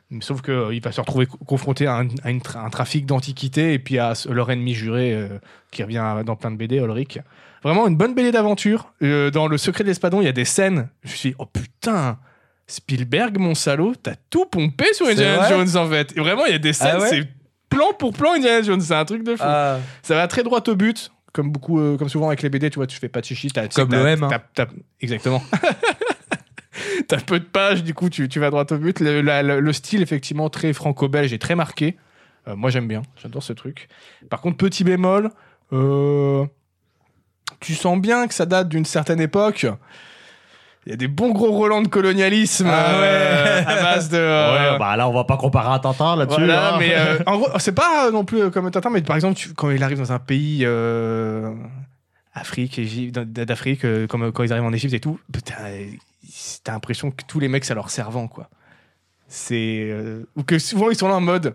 [SPEAKER 2] Mais Sauf qu'il va se retrouver co- confronté à un, à une tra- un trafic d'antiquités et puis à s- leur ennemi juré, euh, qui revient à- dans plein de BD, Ulrich. Vraiment une bonne BD d'aventure. Euh, dans Le Secret de l'Espadon, il y a des scènes. Je me suis dit, oh putain Spielberg, mon salaud, t'as tout pompé sur
[SPEAKER 1] C'est
[SPEAKER 2] Indiana
[SPEAKER 1] vrai
[SPEAKER 2] Jones en fait. Et vraiment, il y a des scènes,
[SPEAKER 1] Ah ouais
[SPEAKER 2] c'est plan pour plan Indiana Jones, c'est un truc de fou.
[SPEAKER 1] Ah,
[SPEAKER 2] Ça va très droit au but, comme beaucoup, euh, comme souvent avec les BD, tu vois, tu fais pas de chichi, t'as, tu sais
[SPEAKER 1] Comme
[SPEAKER 2] que t'as-
[SPEAKER 1] le M, hein.
[SPEAKER 2] t'as- t'as- exactement. t'as peu de pages, du coup, tu, tu vas droit au but. Le, la- le- le style, effectivement, très franco-belge et très marqué. Euh, moi, j'aime bien, j'adore ce truc. Par contre, petit bémol, euh, tu sens bien que ça date d'une certaine époque. Il y a des bons gros relents de colonialisme
[SPEAKER 1] Ah
[SPEAKER 2] euh,
[SPEAKER 1] ouais.
[SPEAKER 2] à base de.
[SPEAKER 3] Ouais,
[SPEAKER 2] euh,
[SPEAKER 3] bah là, on va pas comparer à Tintin là-dessus.
[SPEAKER 2] voilà,
[SPEAKER 3] hein.
[SPEAKER 2] mais euh, en gros, c'est pas euh, non plus euh, comme Tintin, mais par exemple, tu- quand il arrive dans un pays euh, Afrique, Égypte, d'un- d'Afrique, euh, comme euh, quand ils arrivent en Égypte et tout, putain, euh, ils- t'as l'impression que tous les mecs, ça leur servant, quoi. C'est. euh, ou que souvent, ils sont là en mode.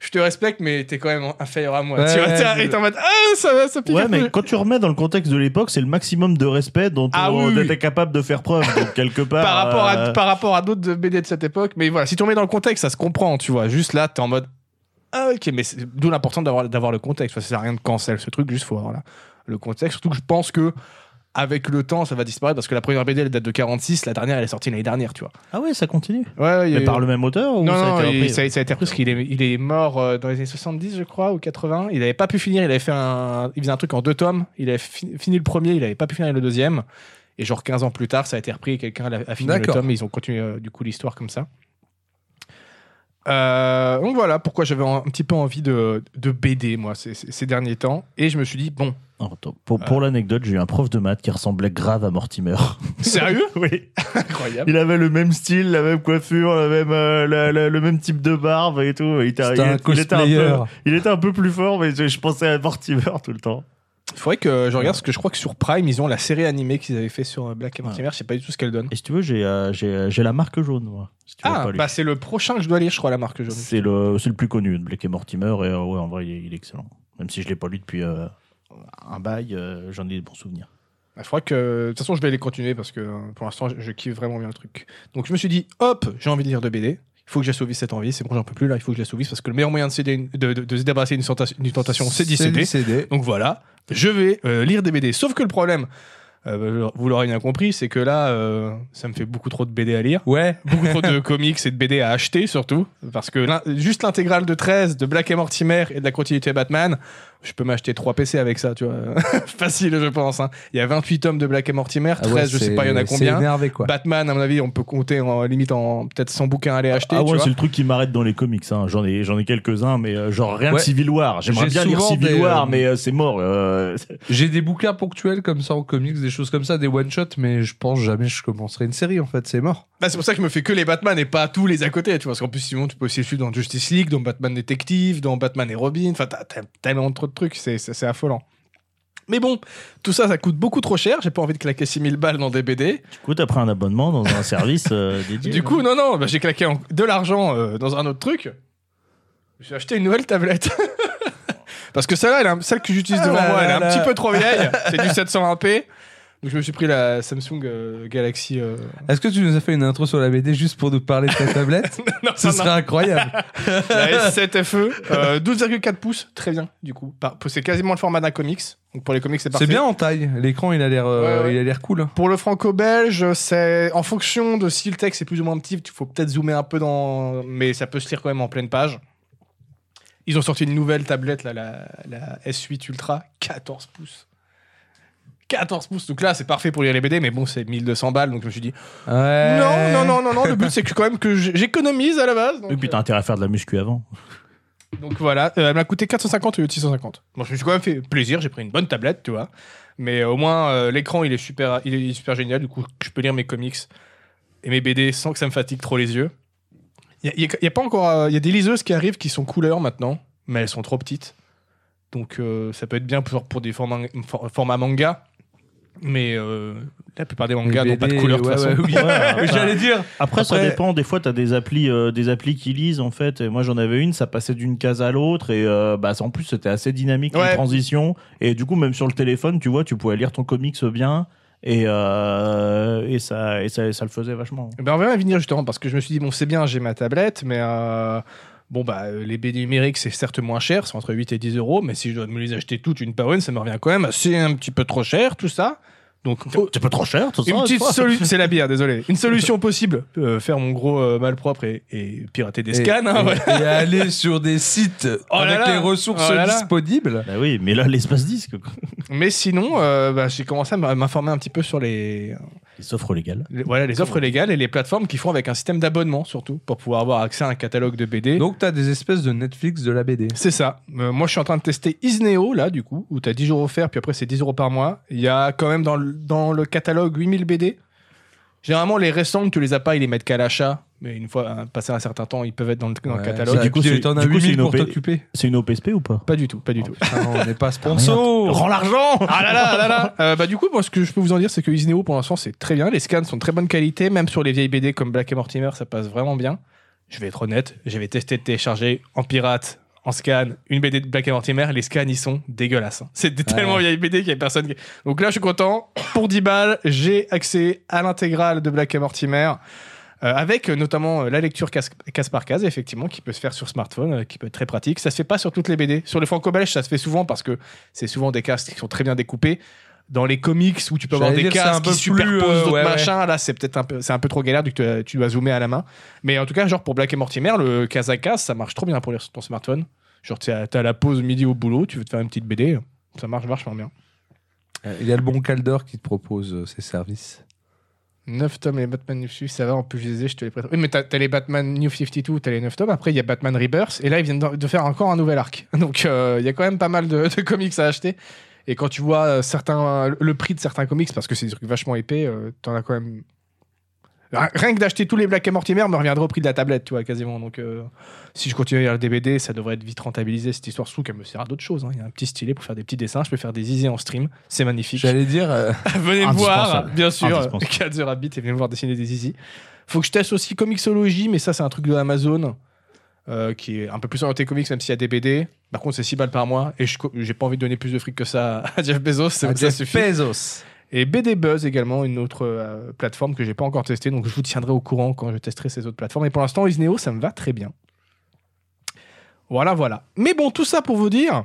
[SPEAKER 2] Je te respecte, mais t'es quand même inférieur à moi.
[SPEAKER 1] Ouais,
[SPEAKER 2] tu vois, t'es-
[SPEAKER 1] je-
[SPEAKER 2] et t'es en mode Ah, ça va, ça pique.
[SPEAKER 3] Ouais,
[SPEAKER 2] un peu.
[SPEAKER 3] mais quand tu remets dans le contexte de l'époque, c'est le maximum de respect dont
[SPEAKER 2] Ah
[SPEAKER 3] on
[SPEAKER 2] oui, oui.
[SPEAKER 3] était capable de faire preuve. Donc, quelque part.
[SPEAKER 2] par, rapport à,
[SPEAKER 3] euh,
[SPEAKER 2] par rapport à d'autres BD de cette époque. Mais voilà, si tu remets dans le contexte, ça se comprend, tu vois. Juste là, t'es en mode. Ah, ok, mais c'est- d'où l'important d'avoir, d'avoir le contexte. Enfin, ça sert à rien de cancel ce truc, juste faut avoir là, le contexte. Surtout que je pense que. Avec le temps, ça va disparaître parce que la première BD elle date de 46, la dernière elle est sortie l'année dernière, tu vois.
[SPEAKER 3] Ah ouais, ça continue.
[SPEAKER 2] Ouais, ouais, il y a
[SPEAKER 3] Mais
[SPEAKER 2] eu-
[SPEAKER 3] par le même auteur ou
[SPEAKER 2] non,
[SPEAKER 3] ça a
[SPEAKER 2] non,
[SPEAKER 3] été
[SPEAKER 2] il-
[SPEAKER 3] repris
[SPEAKER 2] ça, a- ça a été repris parce qu'il est, il est mort euh, dans les années 70, je crois, ou 80. Il n'avait pas pu finir. Il avait fait un, il faisait un truc en deux tomes. Il avait fi- fini le premier, il n'avait pas pu finir le deuxième. Et genre 15 ans plus tard, ça a été repris et quelqu'un l'a- a fini le
[SPEAKER 1] D'accord.
[SPEAKER 2] tome. Et ils ont continué euh, du coup l'histoire comme ça. Euh, donc voilà pourquoi j'avais un, un petit peu envie de, de BD moi ces, ces- ces derniers temps. Et je me suis dit bon,
[SPEAKER 3] Non, Ah, attends, pour
[SPEAKER 2] Euh.
[SPEAKER 3] pour l'anecdote, j'ai eu un prof de maths qui ressemblait grave à Mortimer.
[SPEAKER 2] Ah sérieux,
[SPEAKER 3] oui.
[SPEAKER 2] incroyable.
[SPEAKER 3] Il avait le même style, la même coiffure, la même, euh, la- la- le même type de barbe et tout. Il, était-
[SPEAKER 1] C'était
[SPEAKER 3] il-
[SPEAKER 1] un
[SPEAKER 3] il était un peu,
[SPEAKER 1] cosplayer.
[SPEAKER 3] il était un peu plus fort, mais je, je pensais à Mortimer tout le temps.
[SPEAKER 2] Il faudrait que je regarde, parce que je crois que sur Prime, ils ont la série animée qu'ils avaient fait sur euh, Black Mirror.
[SPEAKER 3] Ouais.
[SPEAKER 2] Je sais pas du tout ce qu'elle donne.
[SPEAKER 3] Et si tu veux, j'ai euh, j'ai- j'ai la marque jaune, moi. si tu veux
[SPEAKER 2] Ah,
[SPEAKER 3] pas lui.
[SPEAKER 2] bah c'est le prochain que je dois lire, je crois, la marque jaune.
[SPEAKER 3] c'est le, c'est le plus connu de Blake et Mortimer, et euh, ouais, en vrai, il est, il est excellent. Même si je l'ai pas lu depuis euh, un bail, euh, j'en ai des bons souvenirs.
[SPEAKER 2] Il Bah, faudrait que. De toute façon, je vais les continuer parce que euh, pour l'instant, je, je kiffe vraiment bien le truc. Donc, je me suis dit, hop, j'ai envie de lire de BD. Il faut que j'assouvisse cette envie. C'est bon, j'en peux plus là. Il faut que j'assouvisse parce que le meilleur moyen de, céder une- de, de- de se débarrasser d'une tentation, d'une tentation, c'est d'y céder.
[SPEAKER 1] CD.
[SPEAKER 2] Donc voilà, je vais euh, lire des BD. Sauf que le problème, euh, vous l'aurez bien compris, c'est que là, euh, ça me fait beaucoup trop de BD à lire.
[SPEAKER 1] Ouais.
[SPEAKER 2] Beaucoup trop de comics et de BD à acheter surtout. Parce que l'in- juste l'intégrale de 13 de Black et Mortimer et de la continuité Batman, je peux m'acheter 3 PC avec ça, tu vois. Facile, je pense. hein. Il y a 28 tomes de Black et Mortimer,
[SPEAKER 3] Ah
[SPEAKER 2] 13, je sais pas, il y en a
[SPEAKER 1] C'est
[SPEAKER 2] combien.
[SPEAKER 1] énervé, quoi.
[SPEAKER 2] Batman, à mon avis, on peut compter en limite en peut-être 100 bouquins à aller acheter.
[SPEAKER 3] Ah
[SPEAKER 2] tu
[SPEAKER 3] ouais,
[SPEAKER 2] vois.
[SPEAKER 3] c'est le truc qui m'arrête dans les comics. hein. J'en ai, j'en ai quelques-uns, mais euh, genre rien
[SPEAKER 1] Ouais.
[SPEAKER 3] de Civil War. J'aimerais
[SPEAKER 1] J'ai
[SPEAKER 3] bien lire
[SPEAKER 1] souvent
[SPEAKER 3] Civil
[SPEAKER 1] des,
[SPEAKER 3] War,
[SPEAKER 1] euh,
[SPEAKER 3] mais euh, c'est mort. euh, c'est-
[SPEAKER 1] J'ai des bouquins ponctuels comme ça en comics, des choses comme ça, des one-shots, mais je pense jamais je commencerai une série, en fait, c'est mort.
[SPEAKER 2] Bah, c'est pour ça que je me fais que les Batman et pas tous les à côté, tu vois. Parce qu'en plus, sinon, tu peux aussi le suivre dans Justice League, dans Batman Détective, dans Batman et Robin. Enfin, t'as t'as tellement trop de trucs, c'est- c'est c'est affolant. Mais bon, tout ça, ça coûte beaucoup trop cher. J'ai pas envie de claquer 6000 balles dans des BD.
[SPEAKER 3] Du coup, t'as pris un abonnement dans un service euh, dédié.
[SPEAKER 2] Du coup, non, non, bah, j'ai claqué en- de l'argent euh, dans un autre truc. J'ai acheté une nouvelle tablette. Parce que celle-là, elle est un- celle que j'utilise
[SPEAKER 1] Ah
[SPEAKER 2] devant
[SPEAKER 1] là
[SPEAKER 2] moi, elle est
[SPEAKER 1] là
[SPEAKER 2] un
[SPEAKER 1] là.
[SPEAKER 2] petit peu trop vieille. C'est du 720p. Donc je me suis pris la Samsung euh, Galaxy. euh,
[SPEAKER 1] Est-ce que tu nous as fait une intro sur la BD juste pour nous parler de ta tablette
[SPEAKER 2] non,
[SPEAKER 1] Ce
[SPEAKER 2] non, non.
[SPEAKER 1] serait incroyable.
[SPEAKER 2] La S7 FE, euh, 12,4 pouces, très bien du coup. Par- C'est quasiment le format d'un comics. Donc pour les comics, c'est parfait.
[SPEAKER 1] C'est bien en taille. L'écran, il a l'air, euh,
[SPEAKER 2] Ouais, ouais.
[SPEAKER 1] il a l'air cool. hein.
[SPEAKER 2] Pour le franco-belge, c'est en fonction de si le texte est plus ou moins petit, il faut peut-être zoomer un peu dans, mais ça peut se lire quand même en pleine page. Ils ont sorti une nouvelle tablette là, la, la S8 Ultra, 14 pouces. 14 pouces, donc là c'est parfait pour lire les BD, mais bon c'est 1200 balles, donc je me suis dit Euh.
[SPEAKER 1] Ouais.
[SPEAKER 2] non non non non non, le but c'est que quand même que j'- j'économise à la base. donc,
[SPEAKER 3] Et puis t'as intérêt à faire de la muscu avant.
[SPEAKER 2] Donc voilà, euh, elle m'a coûté 450 au lieu de 650. Bon, je me suis quand même fait plaisir, j'ai pris une bonne tablette, tu vois. Mais euh, au moins, euh, l'écran, il est super il est super génial. Du coup, je peux lire mes comics et mes BD sans que ça me fatigue trop les yeux. Il y, a- il y a- il y a pas encore... euh, Il y a des liseuses qui arrivent qui sont couleurs maintenant, mais elles sont trop petites. Donc euh, ça peut être bien pour, pour des formats, for- formats manga, mais euh, la plupart des mangas
[SPEAKER 1] Les
[SPEAKER 2] n'ont pas de
[SPEAKER 1] BD,
[SPEAKER 2] couleur de
[SPEAKER 1] ouais,
[SPEAKER 2] toute façon.
[SPEAKER 1] ouais, oui.
[SPEAKER 3] Ouais, après-
[SPEAKER 1] J'allais dire.
[SPEAKER 3] Après, ça
[SPEAKER 1] Après-
[SPEAKER 3] dépend. Des fois, t'as des applis, euh, des applis qui lisent en fait. Et moi, j'en avais une, ça passait d'une case à l'autre et euh, bah en plus c'était assez dynamique
[SPEAKER 2] Ouais.
[SPEAKER 3] les transitions. Et du coup, même sur le téléphone, tu vois, tu pouvais lire ton comics bien et euh, et ça et ça, ça le faisait vachement.
[SPEAKER 2] Eh Ben on va y venir justement parce que je me suis dit bon c'est bien j'ai ma tablette mais euh, bon bah euh, les BD numériques c'est certes moins cher c'est entre 8 et 10 euros mais si je dois me les acheter toutes une par une ça me revient quand même assez un petit peu trop cher tout ça donc oh,
[SPEAKER 3] C'est pas trop cher, tout ça.
[SPEAKER 2] une petite
[SPEAKER 3] toi.
[SPEAKER 2] solution c'est la bière désolé une solution possible euh, faire mon gros euh, malpropre et, et pirater des scans hein,
[SPEAKER 1] et,
[SPEAKER 2] ouais.
[SPEAKER 1] et aller sur des sites
[SPEAKER 2] Oh là
[SPEAKER 1] avec
[SPEAKER 2] là.
[SPEAKER 1] les ressources
[SPEAKER 2] Oh là là.
[SPEAKER 1] disponibles.
[SPEAKER 3] Bah oui, mais là l'espace disque, quoi.
[SPEAKER 2] mais sinon euh, bah, j'ai commencé à m- m'informer un petit peu sur les
[SPEAKER 3] les offres légales.
[SPEAKER 2] les- voilà les offres légales et les plateformes qui font avec un système d'abonnement surtout pour pouvoir avoir accès à un catalogue de BD
[SPEAKER 1] Donc t'as des espèces de Netflix de la BD.
[SPEAKER 2] C'est ça. Euh, moi, je suis en train de tester Isneo, là, du coup, où tu as 10 jours offerts, puis après, c'est 10 euros par mois. Il y a quand même dans le, dans le catalogue 8000 BD. Généralement, les récents, tu les as pas, ils les mettent qu'à l'achat. Mais une fois euh, passé un certain temps, ils peuvent être dans le, dans le
[SPEAKER 1] Ouais,
[SPEAKER 2] catalogue.
[SPEAKER 1] ça,
[SPEAKER 3] Du coup,
[SPEAKER 1] puis
[SPEAKER 3] c'est-
[SPEAKER 1] t'en as
[SPEAKER 3] du coup,
[SPEAKER 1] 8000
[SPEAKER 3] c'est une Ah
[SPEAKER 1] pour
[SPEAKER 3] OP.
[SPEAKER 1] t'occuper.
[SPEAKER 3] C'est une OPSP ou pas
[SPEAKER 2] Pas du tout, pas du tout.
[SPEAKER 1] Putain, on n'est pas sponsor.
[SPEAKER 3] Rends l'argent.
[SPEAKER 2] Ah là là, ah là là. Euh, bah, du coup, moi, ce que je peux vous en dire, c'est que Isneo, pour l'instant, c'est très bien. Les scans sont de très bonne qualité. Même sur les vieilles BD comme Black et Mortimer, ça passe vraiment bien. Je vais être honnête, j'avais testé de télécharger en pirate, en scan, une BD de Black et Mortimer. Les scans, ils sont dégueulasses. hein. C'est des
[SPEAKER 3] Ah
[SPEAKER 2] tellement vieilles BD qu'il y a personne qui- Donc là, je suis content. Pour 10 balles, j'ai accès à l'intégrale de Black et Mortimer. euh, avec euh, notamment euh, la lecture case, case par case, effectivement, qui peut se faire sur smartphone, euh, qui peut être très pratique. Ça se fait pas sur toutes les BD. Sur le franco-belge, ça se fait souvent parce que c'est souvent des cases qui sont très bien découpées. Dans les comics où tu peux avoir
[SPEAKER 1] J'allais
[SPEAKER 2] des
[SPEAKER 1] dire, c'est
[SPEAKER 2] cases
[SPEAKER 1] un
[SPEAKER 2] qui
[SPEAKER 1] peu plus,
[SPEAKER 2] superposent
[SPEAKER 1] euh,
[SPEAKER 2] d'autres
[SPEAKER 1] ouais, ouais.
[SPEAKER 2] machins, là c'est peut-être un peu, c'est un peu trop galère du que tu as- tu dois zoomer à la main. Mais en tout cas, genre pour Black et Mortimer, le case à case, ça marche trop bien pour lire sur ton smartphone. Genre t'as t'as la pause midi au boulot, tu veux te faire une petite BD, ça marche vachement bien.
[SPEAKER 1] Euh, Il y a le bon Calder qui te propose euh, ses services.
[SPEAKER 2] 9 tomes et les Batman New 52, ça va, en plus je les ai, je te les prête. Oui, mais t'as t'as les Batman New 52, t'as les 9 tomes, après il y a Batman Rebirth, et là ils viennent de de faire encore un nouvel arc. Donc euh, il y a quand même pas mal de, de comics à acheter. Et quand tu vois euh, certains, le prix de certains comics, parce que c'est des trucs vachement épais, euh, t'en as quand même. Rien rien que d'acheter tous les Black et Mortimer me reviendrait au prix de la tablette, tu vois, quasiment. Donc, euh, si je continue à lire le DVD, ça devrait être vite rentabilisé. Cette histoire, surtout qu'elle me sert à d'autres choses. hein. Il y a un petit stylet pour faire des petits dessins. Je peux faire des isées en stream. C'est magnifique.
[SPEAKER 1] J'allais dire. euh,
[SPEAKER 2] venez me voir,
[SPEAKER 3] Indispensable.
[SPEAKER 2] bien sûr.
[SPEAKER 3] Indispensable.
[SPEAKER 2] 4 heures Rabbit et venez me voir dessiner des easy. Faut que je teste aussi Comixology, mais ça, c'est un truc de Amazon euh, qui est un peu plus orienté comics, même s'il y a des BD. Par contre, c'est 6 balles par mois et je co- j'ai pas envie de donner plus de fric que ça à Jeff Bezos. Ça, ça
[SPEAKER 1] Jeff
[SPEAKER 2] suffit.
[SPEAKER 1] Bezos.
[SPEAKER 2] Et BD Buzz également, une autre euh, plateforme que j'ai pas encore testée, donc je vous tiendrai au courant quand je testerai ces autres plateformes. Et pour l'instant, Isneo, ça me va très bien. Voilà, voilà. Mais bon, tout ça pour vous dire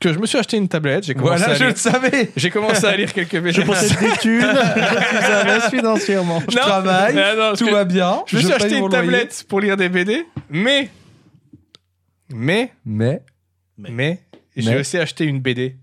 [SPEAKER 2] que je me suis acheté une tablette. J'ai commencé,
[SPEAKER 1] Voilà,
[SPEAKER 2] à
[SPEAKER 1] je
[SPEAKER 2] lire-
[SPEAKER 1] le savais.
[SPEAKER 2] j'ai commencé à lire quelques BD.
[SPEAKER 3] Je possède des thunes, je suis à l'aise financièrement.
[SPEAKER 1] Je
[SPEAKER 2] Non.
[SPEAKER 1] travaille,
[SPEAKER 2] Ah non, parce
[SPEAKER 1] tout
[SPEAKER 2] que
[SPEAKER 1] va bien.
[SPEAKER 2] Je me suis
[SPEAKER 1] paye
[SPEAKER 2] acheté
[SPEAKER 1] mon
[SPEAKER 2] une
[SPEAKER 1] loyer.
[SPEAKER 2] tablette pour lire des BD, mais. Mais.
[SPEAKER 1] Mais,
[SPEAKER 2] Mais.
[SPEAKER 3] Mais.
[SPEAKER 2] J'ai
[SPEAKER 1] Mais.
[SPEAKER 2] aussi acheté une BD.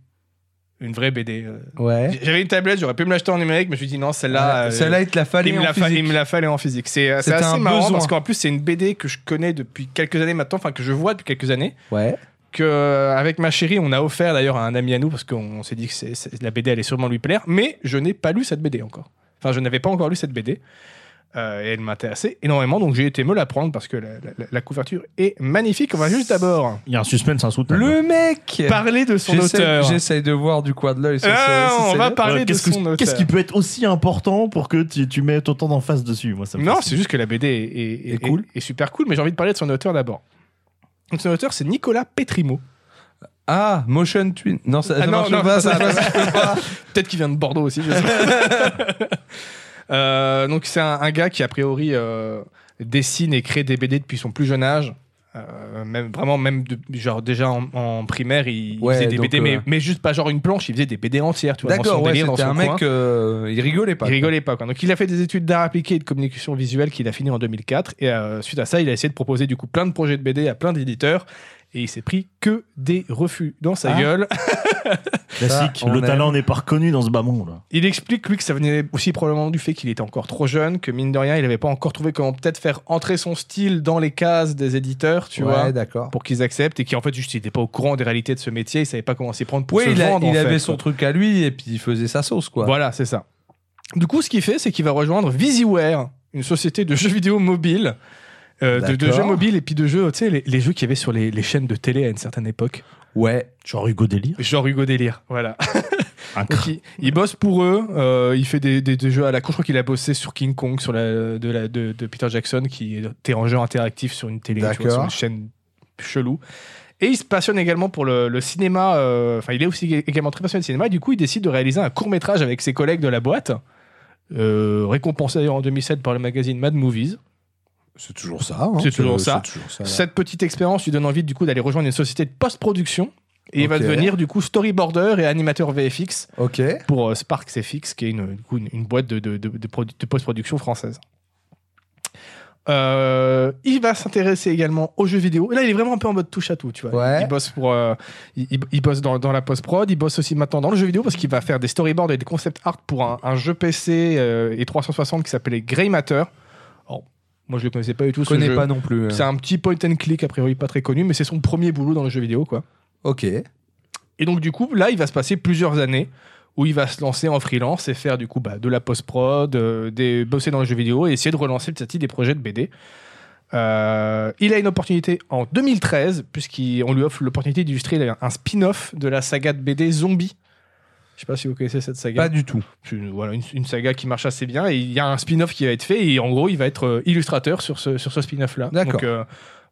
[SPEAKER 2] Une vraie BD. euh.
[SPEAKER 1] ouais.
[SPEAKER 2] J'avais une tablette, j'aurais pu me l'acheter en numérique, mais je me suis dit non, celle-là.
[SPEAKER 1] Ouais,
[SPEAKER 2] euh,
[SPEAKER 1] Celle-là, il te la fallait.
[SPEAKER 2] il me
[SPEAKER 1] en
[SPEAKER 2] la fa-
[SPEAKER 1] physique.
[SPEAKER 2] il me la fallait en physique. C'est euh, c'est
[SPEAKER 1] C'était
[SPEAKER 2] assez
[SPEAKER 1] un
[SPEAKER 2] marrant
[SPEAKER 1] besoin.
[SPEAKER 2] parce qu'en plus, c'est une BD que je connais depuis quelques années maintenant, enfin que je vois depuis quelques années.
[SPEAKER 1] Ouais.
[SPEAKER 2] Que, euh, avec ma chérie, on a offert d'ailleurs à un ami à nous parce qu'on s'est dit que c'est- c'est- la BD allait sûrement lui plaire, mais je n'ai pas lu cette BD encore. Enfin, je n'avais pas encore lu cette BD. Euh, et elle m'intéressait énormément, donc j'ai été me la prendre parce que la, la- la couverture est magnifique. On va juste d'abord
[SPEAKER 3] Il y a un suspense insoutenable.
[SPEAKER 1] Le mec
[SPEAKER 2] parler de son
[SPEAKER 1] J'essaie-
[SPEAKER 2] auteur.
[SPEAKER 1] J'essaye de voir du coin de l'œil. sur
[SPEAKER 2] Ah,
[SPEAKER 1] ce- sur
[SPEAKER 2] on
[SPEAKER 1] ces
[SPEAKER 2] va
[SPEAKER 1] lettres.
[SPEAKER 2] parler
[SPEAKER 3] Ouais,
[SPEAKER 2] de
[SPEAKER 3] Euh, qu'est-ce que-
[SPEAKER 2] son auteur.
[SPEAKER 3] Qu'est-ce qui peut être aussi important pour que tu, tu mettes autant d'emphase dessus moi, ça me
[SPEAKER 2] Non,
[SPEAKER 3] fascine.
[SPEAKER 2] c'est juste que la BD est, est-
[SPEAKER 3] Et
[SPEAKER 2] est-
[SPEAKER 3] cool.
[SPEAKER 2] est super cool, mais j'ai envie de parler de son auteur d'abord. Donc, son auteur, c'est Nicolas Petrimo.
[SPEAKER 1] Ah, Motion Twin. Non, ça,
[SPEAKER 2] Ah
[SPEAKER 1] ça
[SPEAKER 2] non,
[SPEAKER 1] marche
[SPEAKER 2] non,
[SPEAKER 1] pas.
[SPEAKER 2] ça-
[SPEAKER 1] Ça, marche pas.
[SPEAKER 2] Peut-être qu'il vient de Bordeaux aussi. je sais pas. Euh, donc c'est un, un gars qui a priori euh, dessine et crée des BD depuis son plus jeune âge. Euh, même vraiment même de- genre déjà en, en primaire il, il
[SPEAKER 1] Ouais,
[SPEAKER 2] faisait des
[SPEAKER 1] donc,
[SPEAKER 2] BD mais,
[SPEAKER 1] euh,
[SPEAKER 2] mais juste pas genre une planche il faisait des BD entières tu vois dans son
[SPEAKER 1] D'accord, ouais,
[SPEAKER 2] délire, dans
[SPEAKER 1] c'était
[SPEAKER 2] son
[SPEAKER 1] un mec.
[SPEAKER 2] coin.
[SPEAKER 1] euh, il rigolait pas.
[SPEAKER 2] il rigolait pas quoi. donc il a fait des études d'art appliqué et de communication visuelle qu'il a fini en 2004 et euh, suite à ça il a essayé de proposer du coup plein de projets de BD à plein d'éditeurs et il s'est pris que des refus dans sa
[SPEAKER 1] Ah.
[SPEAKER 2] gueule
[SPEAKER 3] classique.
[SPEAKER 1] Ça, on
[SPEAKER 3] le
[SPEAKER 1] aime.
[SPEAKER 3] talent n'est pas reconnu dans ce bas monde. là.
[SPEAKER 2] Il explique, lui, que ça venait aussi probablement du fait qu'il était encore trop jeune, que mine de rien, il n'avait pas encore trouvé comment peut-être faire entrer son style dans les cases des éditeurs, tu
[SPEAKER 1] ouais,
[SPEAKER 2] vois,
[SPEAKER 1] d'accord.
[SPEAKER 2] pour qu'ils acceptent, et qu'en fait, juste, il n'était pas au courant des réalités de ce métier, il savait pas comment s'y prendre pour
[SPEAKER 1] Oui,
[SPEAKER 2] se
[SPEAKER 1] il, a-
[SPEAKER 2] vendre.
[SPEAKER 1] il
[SPEAKER 2] en
[SPEAKER 1] avait
[SPEAKER 2] fait,
[SPEAKER 1] son
[SPEAKER 2] quoi.
[SPEAKER 1] truc à lui et puis il faisait sa sauce, quoi.
[SPEAKER 2] Voilà, c'est ça. Du coup, ce qu'il fait, c'est qu'il va rejoindre VisiWare, une société de jeux vidéo mobile. euh, de, de
[SPEAKER 1] D'accord.
[SPEAKER 2] jeux mobiles et puis de jeux, tu sais, les, les jeux qu'il y avait sur les, les chaînes de télé à une certaine époque.
[SPEAKER 1] Ouais.
[SPEAKER 3] Genre Hugo Délire.
[SPEAKER 2] Genre Hugo Délire, voilà.
[SPEAKER 3] Un
[SPEAKER 2] Donc,
[SPEAKER 3] cr-
[SPEAKER 2] il, il bosse pour eux, euh, il fait des, des- des jeux à la con. Je crois qu'il a bossé sur King Kong sur la, de, la- de- de Peter Jackson, qui était en jeu interactif sur une télé, tu vois,
[SPEAKER 1] D'accord.
[SPEAKER 2] sur une chaîne chelou. Et il se passionne également pour le, le cinéma, euh, enfin il est aussi également très passionné de cinéma, et du coup il décide de réaliser un court métrage avec ses collègues de la boîte, euh, récompensé d'ailleurs en 2007 par le magazine Mad Movies.
[SPEAKER 1] C'est toujours ça. hein.
[SPEAKER 2] C'est toujours ça.
[SPEAKER 1] toujours ça, là.
[SPEAKER 2] Cette petite expérience lui donne envie du coup d'aller rejoindre une société de post-production, et il va
[SPEAKER 1] Ok.
[SPEAKER 2] devenir du coup storyboarder et animateur VFX
[SPEAKER 1] Ok.
[SPEAKER 2] pour euh, Sparks FX, qui est une, du coup, une- une boîte de, de- de- de produ- de post-production française. Euh, il va s'intéresser également aux jeux vidéo. Et là, il est vraiment un peu en mode touche à tout, tu vois.
[SPEAKER 1] Ouais.
[SPEAKER 2] Il, il bosse pour, euh, il, il- il bosse dans, dans la post-prod, il bosse aussi maintenant dans le jeu vidéo parce qu'il va faire des storyboards et des concept art pour un, un jeu PC euh, et 360 qui s'appelait Greymatter. Alors, moi, je le connaissais pas du tout.
[SPEAKER 1] Je
[SPEAKER 2] ce
[SPEAKER 1] connais
[SPEAKER 2] jeu.
[SPEAKER 1] pas non plus. euh.
[SPEAKER 2] C'est un petit point and click, a priori pas très connu, mais c'est son premier boulot dans le jeu vidéo, quoi.
[SPEAKER 1] euh. Ok.
[SPEAKER 2] Et donc, du coup, là, il va se passer plusieurs années où il va se lancer en freelance et faire du coup bah, de la post-prod, euh, des, bosser dans les jeux vidéo et essayer de relancer petit à petit des projets de BD. Euh, il a une opportunité en 2013, puisqu'on lui offre l'opportunité d'illustrer un- un spin-off de la saga de BD Zombie. Je sais pas si vous connaissez cette saga.
[SPEAKER 1] Pas du tout.
[SPEAKER 2] C'est une, voilà, une, une saga qui marche assez bien. Et il y a un spin-off qui va être fait. Et en gros, il va être euh, illustrateur sur ce, sur ce spin-off-là.
[SPEAKER 1] D'accord.
[SPEAKER 2] Donc, euh,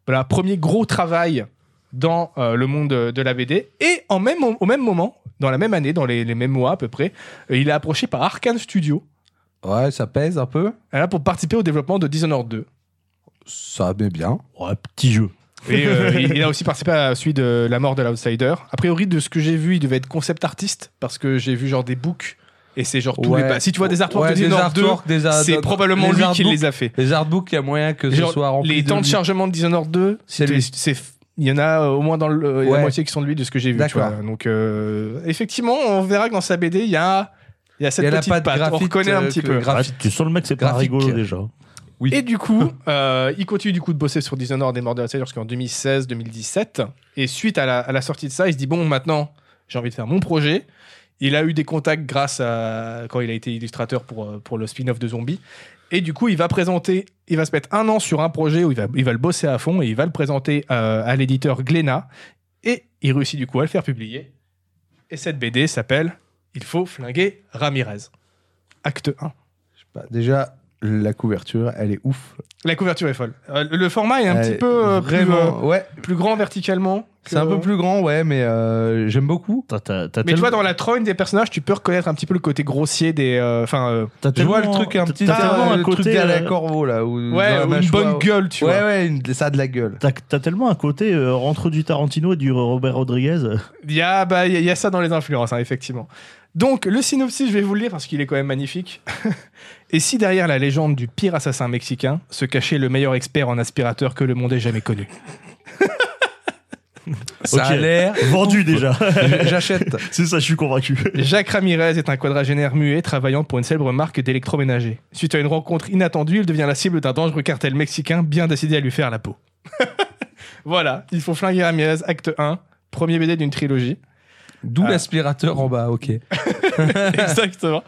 [SPEAKER 2] voilà, premier gros travail dans euh, le monde euh, de la BD. Et en même, au au même moment, dans la même année, dans les, les mêmes mois à peu près, euh, il est approché par Arkane Studio
[SPEAKER 1] Ouais, ça pèse un peu.
[SPEAKER 2] euh, là, pour participer au développement de Dishonored 2.
[SPEAKER 1] Ça met bien.
[SPEAKER 3] Ouais, oh, petit jeu.
[SPEAKER 2] Et euh, il, il a aussi participé à celui de La mort de l'Outsider. A priori, de ce que j'ai vu, il devait être concept artiste parce que j'ai vu genre des books. Et c'est genre tous
[SPEAKER 1] Ouais.
[SPEAKER 2] les. bah, si tu vois des artworks
[SPEAKER 1] Ouais,
[SPEAKER 2] de
[SPEAKER 1] des
[SPEAKER 2] Dishonored 2,
[SPEAKER 1] artworks, des ar-
[SPEAKER 2] c'est
[SPEAKER 1] des-
[SPEAKER 2] probablement
[SPEAKER 1] les
[SPEAKER 2] lui qui
[SPEAKER 1] artbooks.
[SPEAKER 2] les a fait.
[SPEAKER 1] Les artbooks, il y a moyen que ce
[SPEAKER 2] Genre,
[SPEAKER 1] soit rempli.
[SPEAKER 2] les temps de
[SPEAKER 1] lui.
[SPEAKER 2] chargement de Dishonored 2,
[SPEAKER 1] C'est
[SPEAKER 2] c'est
[SPEAKER 1] lui.
[SPEAKER 2] c'est- il y en a euh, au moins dans le, euh, il y a la
[SPEAKER 1] Ouais.
[SPEAKER 2] moitié qui sont de lui de ce que j'ai vu. tu
[SPEAKER 1] D'accord.
[SPEAKER 2] vois. Donc euh, effectivement, on verra que dans sa BD, il y a il y a cette
[SPEAKER 1] Il y a la
[SPEAKER 2] petite
[SPEAKER 1] patte
[SPEAKER 2] patte, on
[SPEAKER 1] graphite,
[SPEAKER 2] reconnaît un
[SPEAKER 1] euh,
[SPEAKER 2] petit
[SPEAKER 1] que-
[SPEAKER 2] peu.
[SPEAKER 1] Graphique.
[SPEAKER 3] Ouais, tu sens le mec, c'est pas
[SPEAKER 1] Graphique.
[SPEAKER 3] rigolo déjà.
[SPEAKER 2] Et du coup, euh, il continue du coup de bosser sur Dishonored et Murder Outsider jusqu'en 2016-2017. Et suite à la, à la sortie de ça, il se dit bon, maintenant, j'ai envie de faire mon projet. Il a eu des contacts grâce à quand il a été illustrateur pour, euh, pour le spin-off de Zombie. Et du coup, il va présenter, il va se mettre un an sur un projet où il va, il va le bosser à fond et il va le présenter euh, à l'éditeur Glénat. Et il réussit du coup à le faire publier. Et cette BD s'appelle Il faut flinguer Ramirez. Acte 1.
[SPEAKER 1] Bah, déjà, la couverture, elle est ouf.
[SPEAKER 2] La couverture est folle. Euh, le format est un
[SPEAKER 1] Elle
[SPEAKER 2] petit
[SPEAKER 1] est
[SPEAKER 2] peu euh, plus,
[SPEAKER 1] vraiment. ouais,
[SPEAKER 2] euh, plus grand verticalement. que-
[SPEAKER 1] c'est un peu plus grand, ouais, mais euh, j'aime beaucoup.
[SPEAKER 3] T'as- t'as- t'as
[SPEAKER 2] Mais tu
[SPEAKER 3] tellement-
[SPEAKER 2] vois, dans la trogne des personnages, tu peux reconnaître un petit peu le côté grossier des. euh, Enfin, euh,
[SPEAKER 3] t'as
[SPEAKER 1] Je vois le
[SPEAKER 3] tellement-
[SPEAKER 1] truc un petit
[SPEAKER 3] t'as
[SPEAKER 1] euh,
[SPEAKER 3] tellement un
[SPEAKER 1] le truc
[SPEAKER 3] côté,
[SPEAKER 1] derrière
[SPEAKER 3] euh,
[SPEAKER 1] la corbeau là. Où,
[SPEAKER 2] ouais,
[SPEAKER 1] dans la
[SPEAKER 2] une
[SPEAKER 1] mâchoire,
[SPEAKER 2] bonne
[SPEAKER 1] ouais.
[SPEAKER 2] gueule, tu
[SPEAKER 1] ouais,
[SPEAKER 2] vois.
[SPEAKER 1] ouais, une- ça a de la gueule.
[SPEAKER 3] T'as t'as tellement un côté euh, entre du Tarantino et du Robert Rodriguez. euh,
[SPEAKER 2] Il y, a, bah, il y a- il y a ça dans les influences, hein, effectivement. Donc, le synopsis, je vais vous le lire parce qu'il est quand même magnifique. Et si derrière la légende du pire assassin mexicain se cachait le meilleur expert en aspirateur que le monde ait jamais connu
[SPEAKER 1] Ça
[SPEAKER 3] Ok.
[SPEAKER 1] a l'air.
[SPEAKER 3] Vendu déjà.
[SPEAKER 1] J'achète.
[SPEAKER 3] C'est ça, je suis convaincu.
[SPEAKER 2] Jacques Ramirez est un quadragénaire muet travaillant pour une célèbre marque d'électroménager. Suite à une rencontre inattendue, il devient la cible d'un dangereux cartel mexicain bien décidé à lui faire la peau. voilà, il faut flinguer Ramirez, acte 1, premier BD d'une trilogie.
[SPEAKER 1] D'où
[SPEAKER 2] Ah.
[SPEAKER 1] l'aspirateur en bas, ok.
[SPEAKER 2] Exactement.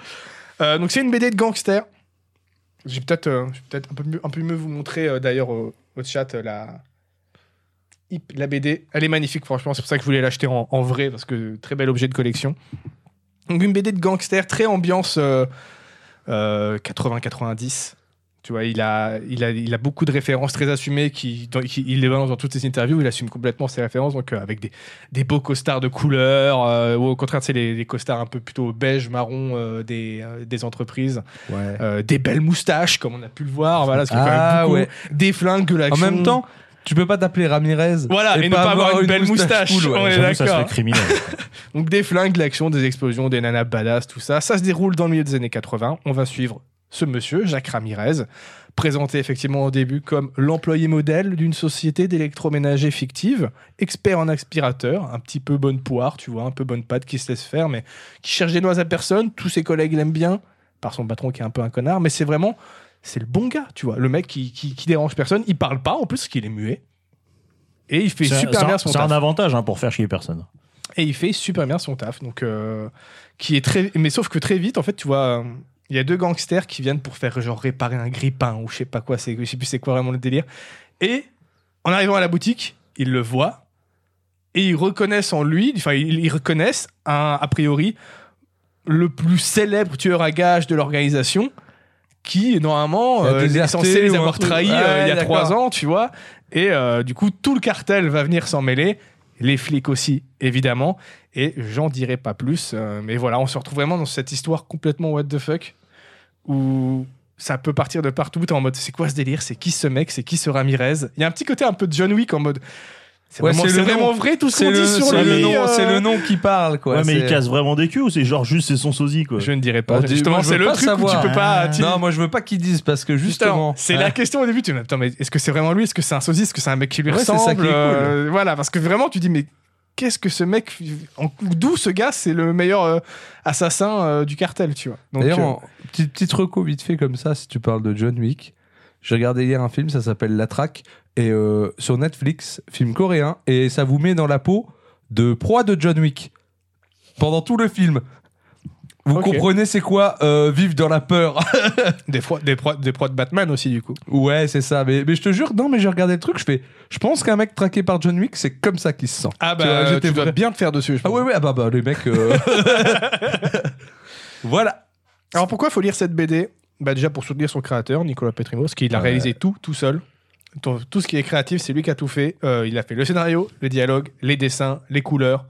[SPEAKER 2] Euh, donc c'est une BD de gangster. J'ai peut-être euh, je vais peut-être un peu mieux, un peu mieux vous montrer euh, d'ailleurs au, au chat euh, la hip- la BD. Elle est magnifique franchement, c'est pour ça que je voulais l'acheter en, en vrai parce que euh, très bel objet de collection. Donc une BD de gangster très ambiance euh, euh, 80-90. Tu vois, il a, il, a, il a beaucoup de références très assumées, qui, dans- qui- il les balance dans toutes ses interviews, il assume complètement ses références, donc euh, avec des, des beaux costards de couleur, euh, ou au contraire, c'est les, les costards un peu plutôt beige, marron euh, des, euh, des entreprises,
[SPEAKER 1] Ouais.
[SPEAKER 2] Euh, des belles moustaches, comme on a pu le voir, voilà, ce qui est
[SPEAKER 1] Ah,
[SPEAKER 2] quand même
[SPEAKER 1] ouais.
[SPEAKER 2] beaucoup, des flingues, de
[SPEAKER 1] En
[SPEAKER 2] l'action.
[SPEAKER 1] même temps, tu peux pas t'appeler Ramirez.
[SPEAKER 2] Voilà, et, ne pas avoir une, belle moustache.
[SPEAKER 1] cool, ouais.
[SPEAKER 2] on est
[SPEAKER 3] J'avoue, ça serait
[SPEAKER 2] d'accord. hein.
[SPEAKER 3] criminel.
[SPEAKER 2] Donc des flingues, de l'action, des explosions, des nanas badass, tout ça. Ça se déroule dans le milieu des années 80. On va suivre ce monsieur, Jacques Ramirez, présenté effectivement au début comme l'employé modèle d'une société d'électroménager fictive, expert en aspirateur, un petit peu bonne poire, tu vois, un peu bonne patte qui se laisse faire, mais qui cherche des noises à personne. Tous ses collègues l'aiment bien, par son patron qui est un peu un connard, mais c'est vraiment... C'est le bon gars, tu vois. Le mec qui, qui, qui dérange personne, il parle pas en plus, parce qu'il est muet. Et il fait
[SPEAKER 3] C'est un-
[SPEAKER 2] super
[SPEAKER 3] c'est un-
[SPEAKER 2] bien son
[SPEAKER 3] C'est
[SPEAKER 2] taf.
[SPEAKER 3] un avantage hein, pour faire chier personne.
[SPEAKER 2] Et il fait super bien son taf. Donc, euh, qui est très, mais sauf que très vite, en fait, tu vois, euh, il y a deux gangsters qui viennent pour faire genre réparer un grippin ou je sais pas quoi, c'est, je sais plus c'est quoi vraiment le délire. Et en arrivant à la boutique, ils le voient et ils reconnaissent en lui, enfin, ils, ils reconnaissent un, a priori le plus célèbre tueur à gages de l'organisation qui, normalement,
[SPEAKER 1] Il a
[SPEAKER 2] euh, est
[SPEAKER 1] déserté
[SPEAKER 2] censé les
[SPEAKER 1] ou un
[SPEAKER 2] avoir
[SPEAKER 1] truc.
[SPEAKER 2] trahis euh,
[SPEAKER 1] Ouais,
[SPEAKER 2] il y a
[SPEAKER 1] d'accord.
[SPEAKER 2] trois ans, tu vois. Et euh, du coup, tout le cartel va venir s'en mêler, les flics aussi, évidemment. Et j'en dirai pas plus. euh, mais voilà, on se retrouve vraiment dans cette histoire complètement what the fuck, où ça peut partir de partout. T'es en mode, c'est quoi ce délire C'est qui ce mec C'est qui ce Ramirez Il y a un petit côté un peu de John Wick en mode. C'est
[SPEAKER 1] Ouais,
[SPEAKER 2] vraiment,
[SPEAKER 1] c'est
[SPEAKER 2] c'est
[SPEAKER 1] le nom.
[SPEAKER 2] vraiment vrai tout ce qu'on
[SPEAKER 1] C'est
[SPEAKER 2] dit
[SPEAKER 1] le,
[SPEAKER 2] sur
[SPEAKER 1] c'est
[SPEAKER 2] lui.
[SPEAKER 1] le nom,
[SPEAKER 2] euh,
[SPEAKER 1] c'est le nom qui parle, quoi.
[SPEAKER 3] ouais, mais il
[SPEAKER 1] C'est-
[SPEAKER 3] casse vraiment des culs ou c'est genre juste c'est son sosie quoi
[SPEAKER 2] Je ne dirais pas.
[SPEAKER 1] Oh, dis-
[SPEAKER 2] Justement,
[SPEAKER 1] moi, je
[SPEAKER 2] c'est
[SPEAKER 1] veux
[SPEAKER 2] le
[SPEAKER 1] pas
[SPEAKER 2] truc où
[SPEAKER 1] savoir.
[SPEAKER 2] tu peux pas.
[SPEAKER 3] Ah.
[SPEAKER 2] tu-
[SPEAKER 1] Non, moi je veux pas qu'ils disent parce que justement. euh,
[SPEAKER 2] Justement, c'est
[SPEAKER 1] Ouais.
[SPEAKER 2] la question au début. Tu me dis, attends, mais est-ce que c'est vraiment lui Est-ce que c'est un sosie Est-ce que c'est un mec qui lui
[SPEAKER 1] Ouais, c'est ça
[SPEAKER 2] ressemble
[SPEAKER 1] qui est cool.
[SPEAKER 2] Euh, Voilà, parce que vraiment, tu dis, mais qu'est-ce que ce mec en- D'où ce gars C'est le meilleur euh, assassin euh, du cartel, tu vois. Donc,
[SPEAKER 1] D'ailleurs,
[SPEAKER 2] euh,
[SPEAKER 1] en- petite, petite reco vite fait comme ça, si tu parles de John Wick. J'ai regardé hier un film, ça s'appelle La Traque, et euh, sur Netflix, film coréen, et ça vous met dans la peau de proie de John Wick pendant tout le film. Vous
[SPEAKER 2] Ok.
[SPEAKER 1] comprenez c'est quoi euh, vivre dans la peur
[SPEAKER 2] des, proies, des, proies- des proies de Batman aussi, du coup.
[SPEAKER 1] Ouais, c'est ça. Mais, mais je te jure, non, mais j'ai regardé le truc, je fais. Je pense qu'un mec traqué par John Wick, c'est comme ça qu'il se sent.
[SPEAKER 2] Ah
[SPEAKER 1] bah, euh, tu dois
[SPEAKER 2] bien te faire dessus, je
[SPEAKER 1] Ah ouais, ouais, ah bah, bah les mecs. euh, voilà.
[SPEAKER 2] Alors pourquoi faut lire cette BD bah Déjà pour soutenir son créateur, Nicolas Petrimos, qui il a
[SPEAKER 1] Ouais.
[SPEAKER 2] réalisé tout, tout seul. Tout, tout ce qui est créatif, c'est lui qui a tout fait. Euh, il a fait le scénario, les dialogues, les dessins, les couleurs.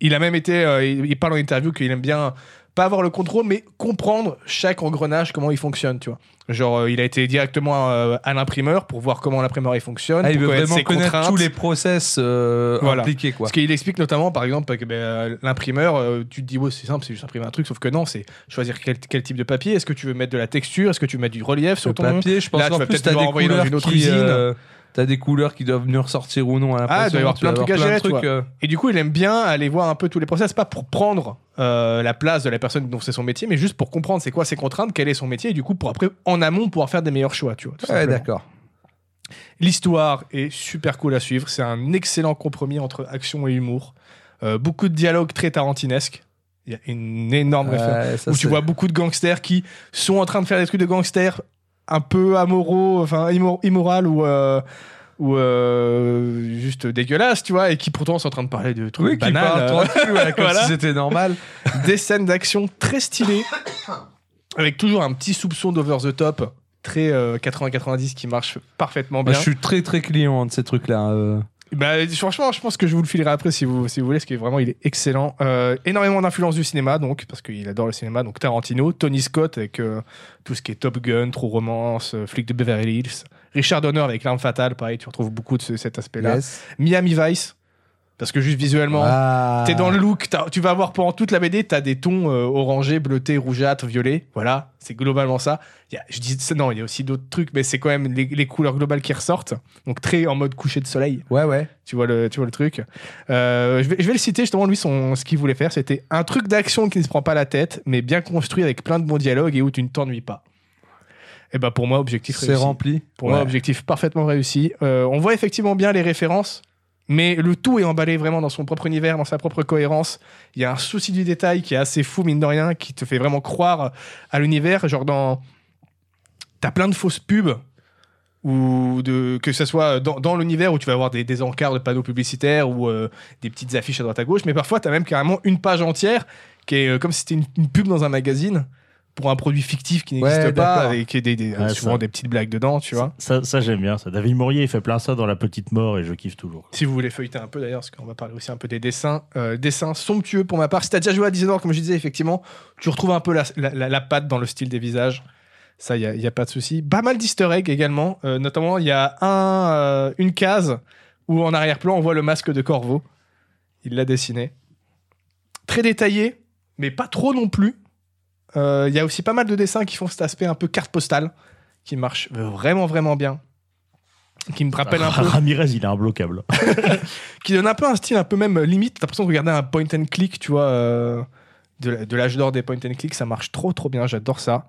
[SPEAKER 2] Il a même été, euh, il, il parle en interview qu'il aime bien pas avoir le contrôle, mais comprendre chaque engrenage, comment il fonctionne, tu vois. Genre, euh, il a été directement euh, à l'imprimeur pour voir comment l'imprimeur il fonctionne,
[SPEAKER 1] Ah, il
[SPEAKER 2] pour
[SPEAKER 1] veut
[SPEAKER 2] connaître
[SPEAKER 1] vraiment
[SPEAKER 2] ses
[SPEAKER 1] connaître
[SPEAKER 2] contraintes.
[SPEAKER 1] tous les process euh,
[SPEAKER 2] Voilà.
[SPEAKER 1] impliqués, quoi.
[SPEAKER 2] Parce qu'il explique notamment, par exemple, que ben, euh, l'imprimeur, euh, tu te dis, ouais, c'est simple, c'est juste imprimer un truc, sauf que non, c'est choisir quel, quel type de papier. Est-ce que tu veux mettre de la texture Est-ce que tu veux mettre du relief sur
[SPEAKER 1] le
[SPEAKER 2] ton
[SPEAKER 1] papier, je pense
[SPEAKER 2] Là, tu
[SPEAKER 1] qu'en
[SPEAKER 2] vas
[SPEAKER 1] plus
[SPEAKER 2] peut-être
[SPEAKER 1] t'as
[SPEAKER 2] devoir
[SPEAKER 1] des
[SPEAKER 2] envoyer dans
[SPEAKER 1] couleurs
[SPEAKER 2] une autre
[SPEAKER 1] qui,
[SPEAKER 2] usine.
[SPEAKER 1] euh, t'as des couleurs qui doivent venir sortir ou non à
[SPEAKER 2] Ah,
[SPEAKER 1] la
[SPEAKER 2] il
[SPEAKER 1] pression,
[SPEAKER 2] doit y avoir
[SPEAKER 1] tu
[SPEAKER 2] plein de
[SPEAKER 1] vas
[SPEAKER 2] trucs à
[SPEAKER 1] avoir
[SPEAKER 2] gérer, tu
[SPEAKER 1] plein de
[SPEAKER 2] vois.
[SPEAKER 1] euh,
[SPEAKER 2] Et du coup, il aime bien aller voir un peu tous les process, pas pour prendre euh, la place de la personne dont c'est son métier, mais juste pour comprendre c'est quoi ses contraintes, quel est son métier, et du coup, pour après, en amont, pouvoir faire des meilleurs choix, tu vois. tout
[SPEAKER 1] Ouais,
[SPEAKER 2] simplement.
[SPEAKER 1] d'accord.
[SPEAKER 2] L'histoire est super cool à suivre. C'est un excellent compromis entre action et humour. Euh, beaucoup de dialogues très tarantinesques. Il y a une énorme référence.
[SPEAKER 1] Ouais, ça,
[SPEAKER 2] où tu
[SPEAKER 1] c'est-
[SPEAKER 2] vois beaucoup de gangsters qui sont en train de faire des trucs de gangsters un peu amoraux, enfin immo- immoral ou euh, ou euh, juste dégueulasses, tu vois, et qui pourtant sont en train de parler de trucs
[SPEAKER 1] Oui, qui
[SPEAKER 2] banals,
[SPEAKER 1] parle
[SPEAKER 2] euh,
[SPEAKER 1] tranquille, ouais, comme
[SPEAKER 2] Voilà.
[SPEAKER 1] si c'était normal.
[SPEAKER 2] des scènes d'action très stylées, avec toujours un petit soupçon d'over the top très euh, 80-90 qui marche parfaitement
[SPEAKER 1] Moi,
[SPEAKER 2] bien.
[SPEAKER 1] je suis très très client de ces trucs-là. euh.
[SPEAKER 2] Bah, franchement, je pense que je vous le filerai après si vous, si vous voulez, parce que vraiment, il est excellent. Euh, énormément d'influence du cinéma, donc, parce qu'il adore le cinéma. Donc, Tarantino, Tony Scott avec euh, tout ce qui est Top Gun, True Romance, euh, Flic de Beverly Hills. Richard Donner avec L'Arme Fatale, pareil, tu retrouves beaucoup de ce- cet aspect-là.
[SPEAKER 1] Yes.
[SPEAKER 2] Miami Vice, parce que juste visuellement,
[SPEAKER 1] Ah.
[SPEAKER 2] t'es dans le look, t'as- tu vas voir pendant toute la BD, t'as des tons euh, orangés, bleutés, rougeâtres, violets. Voilà, c'est globalement ça. Il y a- je dis ça, non, il y a aussi d'autres trucs, mais c'est quand même les- les couleurs globales qui ressortent. Donc, très en mode coucher de soleil.
[SPEAKER 1] Ouais, ouais.
[SPEAKER 2] Tu vois le, tu vois le truc. Euh, je, vais, je vais le citer justement, lui, son, ce qu'il voulait faire. C'était un truc d'action qui ne se prend pas la tête, mais bien construit avec plein de bons dialogues et où tu ne t'ennuies pas. Et ben pour moi, objectif
[SPEAKER 1] C'est
[SPEAKER 2] réussi.
[SPEAKER 1] rempli.
[SPEAKER 2] Pour
[SPEAKER 1] Ouais.
[SPEAKER 2] moi, objectif parfaitement réussi. Euh, on voit effectivement bien les références, mais le tout est emballé vraiment dans son propre univers, dans sa propre cohérence. Il y a un souci du détail qui est assez fou, mine de rien, qui te fait vraiment croire à l'univers. Genre dans... T'as plein de fausses pubs, ou de... que ce soit dans, dans l'univers où tu vas avoir des, des encarts de panneaux publicitaires ou euh, des petites affiches à droite à gauche, mais parfois t'as même carrément une page entière qui est euh, comme si c'était une, une pub dans un magazine pour un produit fictif qui
[SPEAKER 1] Ouais,
[SPEAKER 2] n'existe pas,
[SPEAKER 1] d'accord.
[SPEAKER 2] avec des, des-
[SPEAKER 3] Ouais,
[SPEAKER 2] souvent
[SPEAKER 3] ça.
[SPEAKER 2] des petites blagues dedans, tu vois.
[SPEAKER 3] Ça, ça j'aime bien. Ça. David Maurier, il fait plein ça dans La Petite Mort et je kiffe toujours.
[SPEAKER 2] Si vous voulez feuilleter un peu d'ailleurs, parce qu'on va parler aussi un peu des dessins, euh, dessins somptueux pour ma part. Si t'as déjà joué à Dishonored, comme je disais, effectivement, tu retrouves un peu la, la, la- la patte dans le style des visages. Ça, il n'y a, pas de souci. Pas mal d'easter eggs également. Euh, notamment, il y a un, euh, une case où en arrière-plan, on voit le masque de Corvo. Il l'a dessiné. Très détaillé, mais pas trop non plus. Euh, Il y a aussi pas mal de dessins qui font cet aspect un peu carte postale, qui marche vraiment, vraiment bien. Qui me rappelle un
[SPEAKER 3] Ah,
[SPEAKER 2] peu
[SPEAKER 3] Ramirez, il est imbloquable.
[SPEAKER 2] qui donne un peu un style un peu même euh, limite. T'as l'impression de regarder un point and click, tu vois, euh, de, la- de l'âge d'or des point and click. Ça marche trop, trop bien. J'adore ça.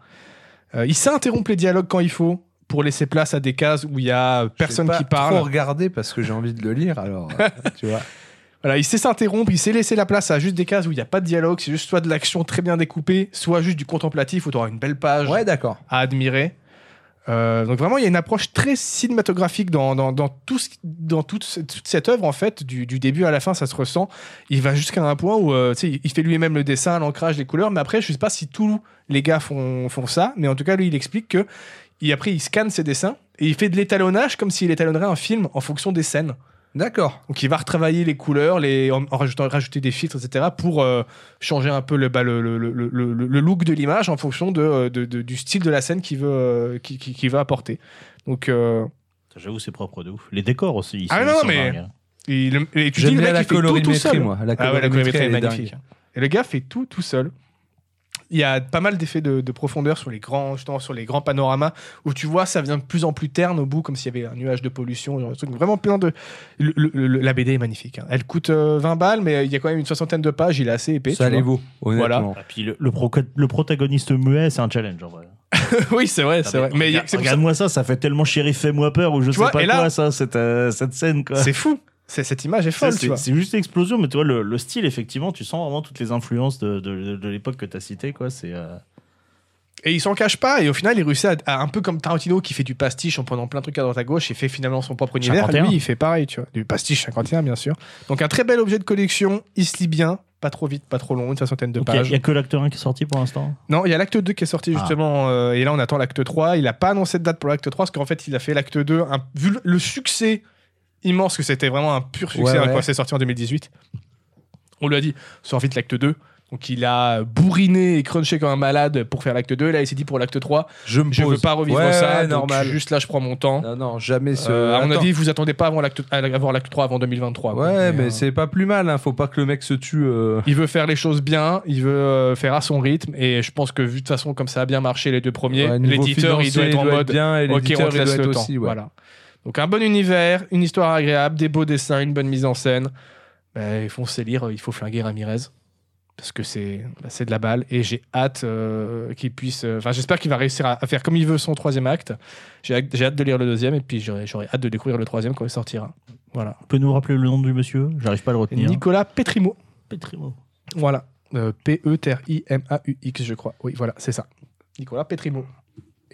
[SPEAKER 2] Euh, il sait interrompre les dialogues quand il faut pour laisser place à des cases où il y a euh, personne
[SPEAKER 1] Je vais
[SPEAKER 2] qui
[SPEAKER 1] pas
[SPEAKER 2] parle.
[SPEAKER 1] Trop regarder parce que j'ai envie de le lire. Alors, euh, tu vois.
[SPEAKER 2] Voilà, il sait s'interrompre, il sait laisser la place à juste des cases où il n'y a pas de dialogue. C'est juste soit de l'action très bien découpée, soit juste du contemplatif où tu auras une belle page.
[SPEAKER 1] Ouais, d'accord.
[SPEAKER 2] à admirer. Euh, donc vraiment, il y a une approche très cinématographique dans, dans, dans, tout ce- dans toute, ce- toute cette œuvre, en fait, du, du début à la fin, ça se ressent. Il va jusqu'à un point où euh, tu sais, il- il fait lui-même le dessin, l'ancrage, les couleurs, mais après, je sais pas si tous les gars font, font ça, mais en tout cas, lui, il explique que il, après, il scanne ses dessins et il fait de l'étalonnage comme s'il étalonnerait un film en fonction des scènes.
[SPEAKER 1] D'accord.
[SPEAKER 2] Donc il va retravailler les couleurs, les, en, en rajoutant, rajouter des filtres, etc. pour euh, changer un peu le, bah, le, le, le, le- le look de l'image en fonction de, euh, de- de- du style de la scène qu'il veut, euh, qui, qui, qui veut apporter. Donc euh,
[SPEAKER 3] J'avoue, c'est propre de ouf. Les décors aussi. Ils
[SPEAKER 2] Ah
[SPEAKER 3] sont-
[SPEAKER 2] non,
[SPEAKER 3] ils sont
[SPEAKER 2] mais-
[SPEAKER 3] dingues, hein.
[SPEAKER 2] il, et tu dis
[SPEAKER 1] J'aime
[SPEAKER 2] le
[SPEAKER 1] bien
[SPEAKER 2] mec
[SPEAKER 1] la
[SPEAKER 2] il fait tout tout
[SPEAKER 1] colorimétrie,
[SPEAKER 2] seul.
[SPEAKER 1] moi. La
[SPEAKER 2] Ah ouais, la colorimétrie
[SPEAKER 1] colorimétrie,
[SPEAKER 2] est
[SPEAKER 1] elle est dingue.
[SPEAKER 2] magnifique. Et le gars fait tout tout seul. Il y a pas mal d'effets de, de profondeur sur les grands justement, sur les grands panoramas où tu vois ça vient de plus en plus terne au bout comme s'il y avait un nuage de pollution genre de truc vraiment plein de le- le- le- la BD est magnifique hein. elle coûte euh, 20 balles mais il y a quand même une soixantaine de pages il est assez épais
[SPEAKER 1] Ça
[SPEAKER 2] tu
[SPEAKER 1] les
[SPEAKER 2] vois.
[SPEAKER 1] vaut, honnêtement.
[SPEAKER 3] Ah, puis le, le proca- le protagoniste muet, c'est un challenge en vrai.
[SPEAKER 2] oui c'est vrai
[SPEAKER 3] Ah,
[SPEAKER 2] c'est
[SPEAKER 3] mais
[SPEAKER 2] vrai mais il y a-
[SPEAKER 3] regarde-
[SPEAKER 2] c'est pour ça-
[SPEAKER 3] regarde-moi ça, ça fait tellement shérif fais-moi peur ou je
[SPEAKER 2] Tu
[SPEAKER 3] sais
[SPEAKER 2] vois,
[SPEAKER 3] pas
[SPEAKER 2] et là-
[SPEAKER 3] quoi ça, cette, euh, cette scène quoi.
[SPEAKER 2] C'est fou. C'est cette image est
[SPEAKER 3] Ça,
[SPEAKER 2] folle, tu
[SPEAKER 3] C'est
[SPEAKER 2] vois.
[SPEAKER 3] c'est juste l'explosion, mais tu vois, le, le style, effectivement, tu sens vraiment toutes les influences de, de- de- de l'époque que tu as citée. quoi, c'est, euh,
[SPEAKER 2] Et il s'en cache pas. Et au final, il réussit à, à- un peu comme Tarantino qui fait du pastiche en prenant plein de trucs à droite à gauche et fait finalement son propre univers.
[SPEAKER 3] 51.
[SPEAKER 2] Lui, il fait pareil, tu vois. Du pastiche 51, bien sûr. Donc un très bel objet de collection. Il se lit bien, pas trop vite, pas trop long, une soixantaine de
[SPEAKER 3] Donc, Il
[SPEAKER 2] pages.
[SPEAKER 3] n'y a, que l'acteur 1 qui est sorti pour l'instant.
[SPEAKER 2] Non, il y a l'acte 2 qui est sorti
[SPEAKER 3] Ah.
[SPEAKER 2] justement, euh, et là on attend l'acte 3. Il n'a pas annoncé de date pour l'acte 3, parce qu'en fait il a fait l'acte 2, un- vu le- le succès immense, que c'était vraiment un pur succès
[SPEAKER 1] Ouais,
[SPEAKER 2] hein,
[SPEAKER 1] ouais.
[SPEAKER 2] quand c'est sorti en 2018. On lui a dit, sors vite l'acte 2. Donc il a bourriné et crunché comme un malade pour faire l'acte 2. Là il s'est dit pour l'acte 3,
[SPEAKER 1] Je me pose.
[SPEAKER 2] je veux pas revivre
[SPEAKER 1] Ouais,
[SPEAKER 2] ça,
[SPEAKER 1] ouais,
[SPEAKER 2] donc
[SPEAKER 1] normal.
[SPEAKER 2] juste là je prends mon temps.
[SPEAKER 1] Non, non, jamais ce.
[SPEAKER 2] Euh, à mon
[SPEAKER 1] Attends.
[SPEAKER 2] avis, vous attendez pas avant l'acte à avoir l'acte 3 avant 2023. quoi.
[SPEAKER 1] Ouais, mais
[SPEAKER 2] euh,
[SPEAKER 1] c'est pas plus mal. Hein. Faut pas que le mec se tue. euh.
[SPEAKER 2] il veut faire les choses bien, il veut euh, faire à son rythme, et je pense que vu de toute façon comme ça a bien marché les deux premiers,
[SPEAKER 1] Ouais, niveau
[SPEAKER 2] l'éditeur il doit
[SPEAKER 1] financier,
[SPEAKER 2] être en mode
[SPEAKER 1] bien et
[SPEAKER 2] Ok,
[SPEAKER 1] l'éditeur
[SPEAKER 2] on te
[SPEAKER 1] il
[SPEAKER 2] laisse
[SPEAKER 1] doit
[SPEAKER 2] le
[SPEAKER 1] être
[SPEAKER 2] temps.
[SPEAKER 1] aussi. ouais.
[SPEAKER 2] Voilà. Donc un bon univers, une histoire agréable, des beaux dessins, une bonne mise en scène. Ben, foncez lire, il faut flinguer Ramirez. Parce que c'est bah, c'est de la balle. Et j'ai hâte euh, qu'il puisse. euh, Enfin, j'espère qu'il va réussir à, à faire comme il veut son troisième acte. J'ai hâte, j'ai hâte de lire le deuxième et puis j'aurai j'aurai hâte de découvrir le troisième quand il sortira. Voilà.
[SPEAKER 3] Tu peux nous rappeler le nom du monsieur J'arrive pas à le retenir.
[SPEAKER 2] Nicolas Petrimo.
[SPEAKER 3] Petrimo.
[SPEAKER 2] Voilà. euh, P-E-T-R-I-M-A-U-X, je crois. Oui, voilà, c'est ça. Nicolas Petrimo.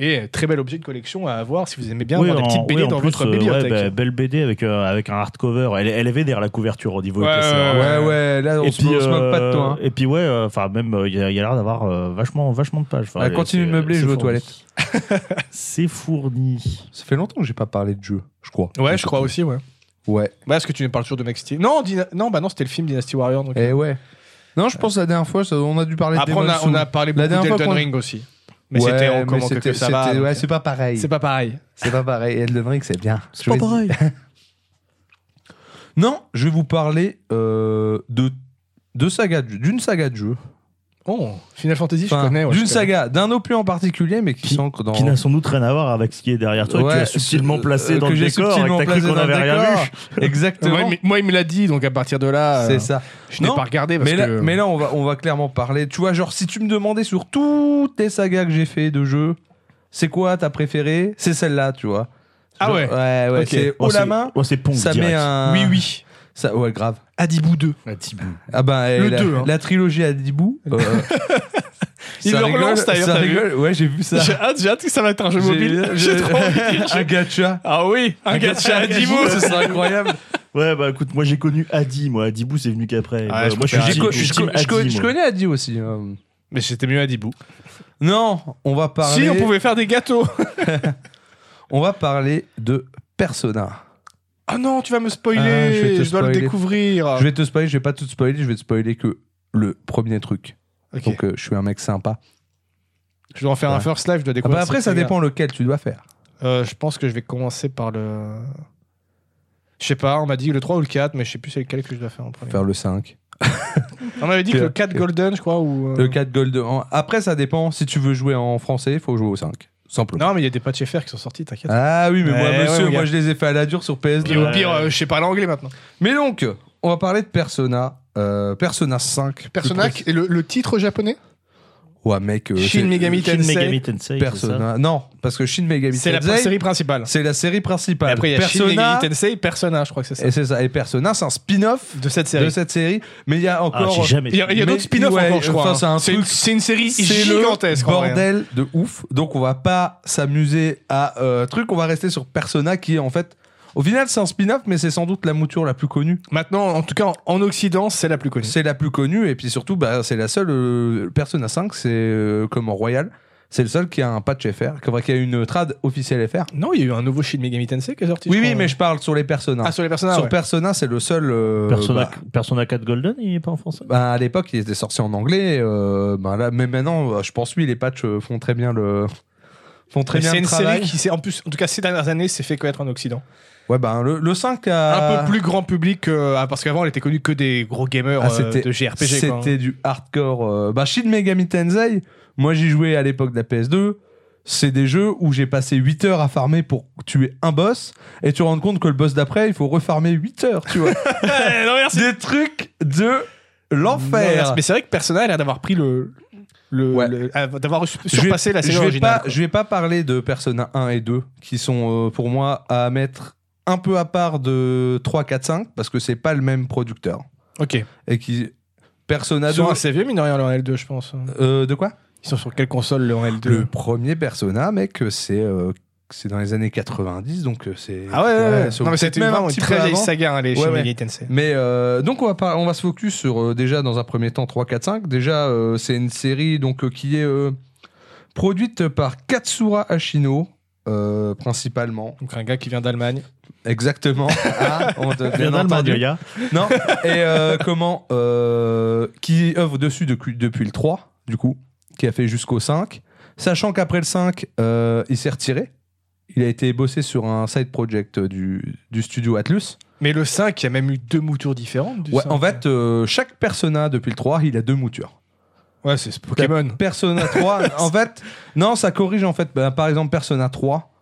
[SPEAKER 2] Et euh, très bel objet de collection à avoir si vous aimez bien
[SPEAKER 3] Oui,
[SPEAKER 2] avoir
[SPEAKER 3] en-
[SPEAKER 2] des petites BD
[SPEAKER 3] oui, en
[SPEAKER 2] dans
[SPEAKER 3] plus,
[SPEAKER 2] votre
[SPEAKER 3] euh, ouais,
[SPEAKER 2] bibliothèque.
[SPEAKER 3] bah, belle BD avec, euh, avec un hardcover. Elle, elle est vénère la couverture au niveau
[SPEAKER 2] Ouais,
[SPEAKER 3] épaisseur.
[SPEAKER 2] ouais,
[SPEAKER 1] Ouais, ouais, là, on, se, on se moque pas de toi. hein.
[SPEAKER 3] euh, Et puis ouais, euh, enfin même euh, il y a, il y a l'air d'avoir euh, vachement, vachement de pages. Enfin,
[SPEAKER 1] Ah,
[SPEAKER 3] elle-
[SPEAKER 1] continue de
[SPEAKER 3] c'est-
[SPEAKER 1] meubler,
[SPEAKER 3] c'est
[SPEAKER 1] je vais aux
[SPEAKER 3] fourni. c'est fourni.
[SPEAKER 1] Ça fait longtemps que j'ai pas parlé de jeu, je crois.
[SPEAKER 2] Ouais, je crois aussi, ouais.
[SPEAKER 1] Ouais.
[SPEAKER 2] euh, Bah, est-ce que tu nous parles toujours de Max Steel Non, Dyna- non, bah non, c'était le film Dynasty Warrior. donc- euh.
[SPEAKER 1] Et ouais. Non, je pense la dernière fois, ça- on a dû parler
[SPEAKER 2] Après,
[SPEAKER 1] de
[SPEAKER 2] on a,
[SPEAKER 1] Demon's
[SPEAKER 2] on a parlé beaucoup
[SPEAKER 1] dernière fois
[SPEAKER 2] d'Elden
[SPEAKER 1] qu'on-
[SPEAKER 2] Ring aussi. Mais
[SPEAKER 1] Souls. Ouais,
[SPEAKER 2] c'était en comment que,
[SPEAKER 1] c'était-
[SPEAKER 2] que ça va.
[SPEAKER 1] c'était-
[SPEAKER 2] donc, euh,
[SPEAKER 1] Ouais, c'est pas pareil.
[SPEAKER 2] c'est pas pareil.
[SPEAKER 1] C'est pas pareil. Elden Ring, c'est bien. Je vais- Non, je vais vous parler euh, de de saga de- d'une saga de jeu.
[SPEAKER 2] Oh, Final Fantasy,
[SPEAKER 1] Enfin,
[SPEAKER 2] je connais. ouais, je
[SPEAKER 1] d'une
[SPEAKER 2] connais.
[SPEAKER 1] saga, d'un opus en particulier, mais qui,
[SPEAKER 3] Qui-
[SPEAKER 1] sont dans
[SPEAKER 3] Qui n'a sans doute rien à voir avec ce qui est derrière toi, que tu
[SPEAKER 1] Ouais,
[SPEAKER 3] as subtilement
[SPEAKER 1] euh,
[SPEAKER 3] placé dans
[SPEAKER 1] que
[SPEAKER 3] le
[SPEAKER 1] j'ai
[SPEAKER 3] décor et que
[SPEAKER 1] subtilement
[SPEAKER 3] t'as cru
[SPEAKER 1] placé
[SPEAKER 3] qu'on
[SPEAKER 1] dans le
[SPEAKER 3] n'avait rien
[SPEAKER 1] décor.
[SPEAKER 3] vu.
[SPEAKER 1] Exactement.
[SPEAKER 2] Moi, il me- moi, il me l'a dit, donc à partir de là,
[SPEAKER 1] c'est
[SPEAKER 2] euh,
[SPEAKER 1] ça.
[SPEAKER 2] je n'ai
[SPEAKER 1] Non,
[SPEAKER 2] pas regardé. Parce
[SPEAKER 1] Mais là,
[SPEAKER 2] que...
[SPEAKER 1] mais là, on va, on va clairement parler. Tu vois, genre, si tu me demandais sur toutes les sagas que j'ai fait de jeux, c'est quoi ta préférée C'est celle-là, tu vois.
[SPEAKER 2] Ah
[SPEAKER 1] Genre-
[SPEAKER 2] ouais.
[SPEAKER 1] Ouais, ouais.
[SPEAKER 2] Ok.
[SPEAKER 1] C'est haut
[SPEAKER 3] Oh,
[SPEAKER 1] la
[SPEAKER 3] c'est-
[SPEAKER 1] main.
[SPEAKER 3] oh, c'est Pong.
[SPEAKER 1] Ça met
[SPEAKER 3] direct.
[SPEAKER 1] un.
[SPEAKER 2] Oui, oui.
[SPEAKER 1] Ça, ouais, grave.
[SPEAKER 2] Euh, Adibou 2.
[SPEAKER 1] Ah ben, eh,
[SPEAKER 2] Le
[SPEAKER 1] la,
[SPEAKER 2] deux, hein.
[SPEAKER 1] la trilogie à Dibou. euh,
[SPEAKER 2] Il
[SPEAKER 1] ça
[SPEAKER 2] le
[SPEAKER 1] rigole,
[SPEAKER 2] relance, d'ailleurs,
[SPEAKER 1] ça
[SPEAKER 2] t'as vu
[SPEAKER 1] rigole. Ouais, j'ai vu ça.
[SPEAKER 2] J'ai hâte, j'ai hâte que ça va être un jeu mobile. J'ai trop envie de dire.
[SPEAKER 1] un gacha.
[SPEAKER 2] Ah oui, un gacha à Adibou.
[SPEAKER 1] ce serait incroyable.
[SPEAKER 3] Ouais, bah écoute, moi j'ai connu Adi, moi Adibou c'est venu qu'après.
[SPEAKER 2] Ah,
[SPEAKER 3] Ouais,
[SPEAKER 2] je
[SPEAKER 3] moi
[SPEAKER 2] préfère
[SPEAKER 1] J'ai
[SPEAKER 3] team-
[SPEAKER 1] co-
[SPEAKER 2] Adibou.
[SPEAKER 3] je
[SPEAKER 1] Je
[SPEAKER 3] team
[SPEAKER 1] co- je co-
[SPEAKER 3] Adi,
[SPEAKER 1] je
[SPEAKER 3] moi.
[SPEAKER 1] connais Adi aussi. euh.
[SPEAKER 2] Mais c'était mieux Adibou.
[SPEAKER 1] Non, on va parler.
[SPEAKER 2] Si, on pouvait faire des gâteaux.
[SPEAKER 1] On va parler de Persona.
[SPEAKER 2] Ah non, tu vas me spoiler.
[SPEAKER 1] Ah, je vais te
[SPEAKER 2] je, dois le
[SPEAKER 1] spoiler.
[SPEAKER 2] découvrir.
[SPEAKER 1] Je vais te spoiler, je vais pas tout spoiler, je vais te spoiler que le premier truc.
[SPEAKER 2] Ok.
[SPEAKER 1] Donc euh, je suis un mec sympa.
[SPEAKER 2] Je dois en faire un
[SPEAKER 1] Ouais.
[SPEAKER 2] first live, je dois
[SPEAKER 1] Ah bah
[SPEAKER 2] découvrir.
[SPEAKER 1] après
[SPEAKER 2] cette
[SPEAKER 1] ça
[SPEAKER 2] saga.
[SPEAKER 1] dépend lequel tu dois faire.
[SPEAKER 2] Euh, je pense que je vais commencer par le. Je sais pas, on m'a dit le 3 ou le 4, mais je sais plus c'est lequel que je dois faire en premier.
[SPEAKER 1] Faire le 5.
[SPEAKER 2] On m'avait dit que le 4 Golden, je crois, ou. euh,
[SPEAKER 1] Le 4 gold. en- Après ça dépend si tu veux jouer en français, il faut jouer au 5. Simplement.
[SPEAKER 2] Non, mais il y a des patchs FR qui sont sortis, t'inquiète.
[SPEAKER 1] Ah oui, mais moi
[SPEAKER 2] Ouais,
[SPEAKER 1] monsieur,
[SPEAKER 2] ouais, mon
[SPEAKER 1] moi
[SPEAKER 2] gars.
[SPEAKER 1] je les ai fait à la dure sur PS2.
[SPEAKER 2] Puis au pire, euh, je sais pas l'anglais maintenant.
[SPEAKER 1] Mais donc, on va parler de Persona euh, Persona 5. plus
[SPEAKER 2] Persona,
[SPEAKER 1] précis.
[SPEAKER 2] et le, le titre japonais
[SPEAKER 1] Ouais, mec, euh,
[SPEAKER 2] Shin
[SPEAKER 1] c'est-
[SPEAKER 2] Megami
[SPEAKER 3] Shin
[SPEAKER 2] Tensei.
[SPEAKER 3] Megami Tensei. c'est ça.
[SPEAKER 1] Persona. Non, parce que Shin Megami
[SPEAKER 2] C'est la
[SPEAKER 1] Tensei,
[SPEAKER 2] série principale.
[SPEAKER 1] c'est la série
[SPEAKER 2] Et
[SPEAKER 1] principale.
[SPEAKER 2] après, il y a Shin
[SPEAKER 1] Persona
[SPEAKER 2] Megami Tensei, Persona, je crois que c'est ça.
[SPEAKER 1] et c'est ça. Et Persona, c'est un spin-off
[SPEAKER 2] De cette
[SPEAKER 1] de
[SPEAKER 2] série.
[SPEAKER 1] cette série, mais il y a
[SPEAKER 3] Ah,
[SPEAKER 1] encore
[SPEAKER 3] j'ai jamais.
[SPEAKER 2] Il y a, il y a
[SPEAKER 1] Mais-
[SPEAKER 2] d'autres spin-offs
[SPEAKER 1] ouais,
[SPEAKER 2] encore, je
[SPEAKER 1] enfin,
[SPEAKER 2] crois.
[SPEAKER 1] c'est un
[SPEAKER 2] hein.
[SPEAKER 1] truc-
[SPEAKER 2] une- c'est une série
[SPEAKER 1] C'est
[SPEAKER 2] gigantesque.
[SPEAKER 1] le
[SPEAKER 2] en vrai, hein.
[SPEAKER 1] bordel de ouf. Donc on va pas s'amuser à euh, truc, on va rester sur Persona qui est en fait au final c'est un spin-off mais c'est sans doute la mouture la plus connue.
[SPEAKER 2] Maintenant, en tout cas, en, en Occident, c'est la plus connue.
[SPEAKER 1] C'est la plus connue et puis surtout bah, c'est la seule euh, Persona 5 c'est euh, comme en Royal, c'est le seul qui a un patch FR, qui- enfin, qui a une trad officielle FR.
[SPEAKER 2] Non, il y a eu un nouveau Shin Megami Tensei qui est sorti.
[SPEAKER 1] Oui
[SPEAKER 2] je
[SPEAKER 1] oui,
[SPEAKER 2] crois. hein.
[SPEAKER 1] mais je parle sur les Persona.
[SPEAKER 2] Ah, sur les personnages.
[SPEAKER 1] sur
[SPEAKER 2] ouais.
[SPEAKER 1] Persona, c'est le seul euh,
[SPEAKER 3] Persona,
[SPEAKER 1] bah,
[SPEAKER 3] Persona 4 Golden, il est pas en français.
[SPEAKER 1] bah, à l'époque, il était sorti en anglais. euh, bah, là, mais maintenant, bah, je pense oui, les patchs euh, font très bien le font très
[SPEAKER 2] Mais
[SPEAKER 1] bien
[SPEAKER 2] C'est
[SPEAKER 1] le
[SPEAKER 2] une
[SPEAKER 1] travail.
[SPEAKER 2] série qui, s'est- en plus, en tout cas, ces dernières années, s'est fait connaître en Occident.
[SPEAKER 1] Ouais, ben le, le 5 a.
[SPEAKER 2] Un peu plus grand public, que- ah, parce qu'avant, elle était connue que des gros gamers
[SPEAKER 1] Ah,
[SPEAKER 2] euh,
[SPEAKER 1] c'était-
[SPEAKER 2] de JRPG. quoi, hein.
[SPEAKER 1] C'était du hardcore. euh, Bah, Shin Megami Tensei, moi j'y jouais à l'époque de la PS2. C'est des jeux où j'ai passé 8 heures à farmer pour tuer un boss et tu te rends compte que le boss d'après, il faut refarmer 8 heures, tu vois.
[SPEAKER 2] Ouais, non, merci.
[SPEAKER 1] des trucs de
[SPEAKER 2] Non, merci.
[SPEAKER 1] l'enfer.
[SPEAKER 2] Mais c'est vrai que Persona, elle a l'air d'avoir pris le. le-
[SPEAKER 1] Ouais.
[SPEAKER 2] le- ah, d'avoir su-
[SPEAKER 1] Je vais-
[SPEAKER 2] surpassé la série
[SPEAKER 1] je vais
[SPEAKER 2] originale.
[SPEAKER 1] Pas,
[SPEAKER 2] quoi.
[SPEAKER 1] je vais pas parler de Persona 1 et 2, qui sont euh, pour moi à mettre un peu à part de 3, 4, 5, parce que c'est pas le même producteur.
[SPEAKER 2] Ok.
[SPEAKER 1] Et qui. Persona
[SPEAKER 2] Ils
[SPEAKER 1] 2.
[SPEAKER 2] sont assez vieux, mine de rien, le L2, je pense.
[SPEAKER 1] Euh, de quoi
[SPEAKER 2] Ils sont sur quelle console, le L2
[SPEAKER 1] Le premier Persona, mec, c'est euh, c'est dans les années 90, donc euh, c'est.
[SPEAKER 2] Ah ouais, ouais, ouais.
[SPEAKER 1] c'est
[SPEAKER 2] Non, mais
[SPEAKER 1] peut-être
[SPEAKER 2] c'était
[SPEAKER 1] même un
[SPEAKER 2] vraiment une
[SPEAKER 1] petit
[SPEAKER 2] très
[SPEAKER 1] peu
[SPEAKER 2] vieille
[SPEAKER 1] avant.
[SPEAKER 2] saga, hein, les
[SPEAKER 1] Ouais,
[SPEAKER 2] Shin
[SPEAKER 1] ouais.
[SPEAKER 2] Megami Tensei.
[SPEAKER 1] Mais euh, donc on va pas, on va se focus sur euh, déjà dans un premier temps 3, 4, 5. Déjà euh, c'est une série donc euh, qui est euh, produite par Katsura Ashino euh, principalement.
[SPEAKER 2] Donc un gars qui vient d'Allemagne.
[SPEAKER 1] Exactement. Ah, on te- bien
[SPEAKER 3] Bien
[SPEAKER 1] entendu.
[SPEAKER 3] entendu, il y a.
[SPEAKER 1] Non. Et euh, comment euh, qui œuvre dessus depuis, depuis le 3, du coup, qui a fait jusqu'au 5, sachant qu'après le 5, euh, il s'est retiré. Il a été bossé sur un side project du, du studio Atlus.
[SPEAKER 2] Mais le 5, il y a même eu deux moutures différentes. Du
[SPEAKER 1] Ouais,
[SPEAKER 2] cinq.
[SPEAKER 1] en fait, euh, chaque persona depuis le 3, il a deux moutures.
[SPEAKER 2] Ouais, c'est ce Pokémon.
[SPEAKER 1] Persona 3, en fait, non, ça corrige en fait. Ben, par exemple, Persona 3,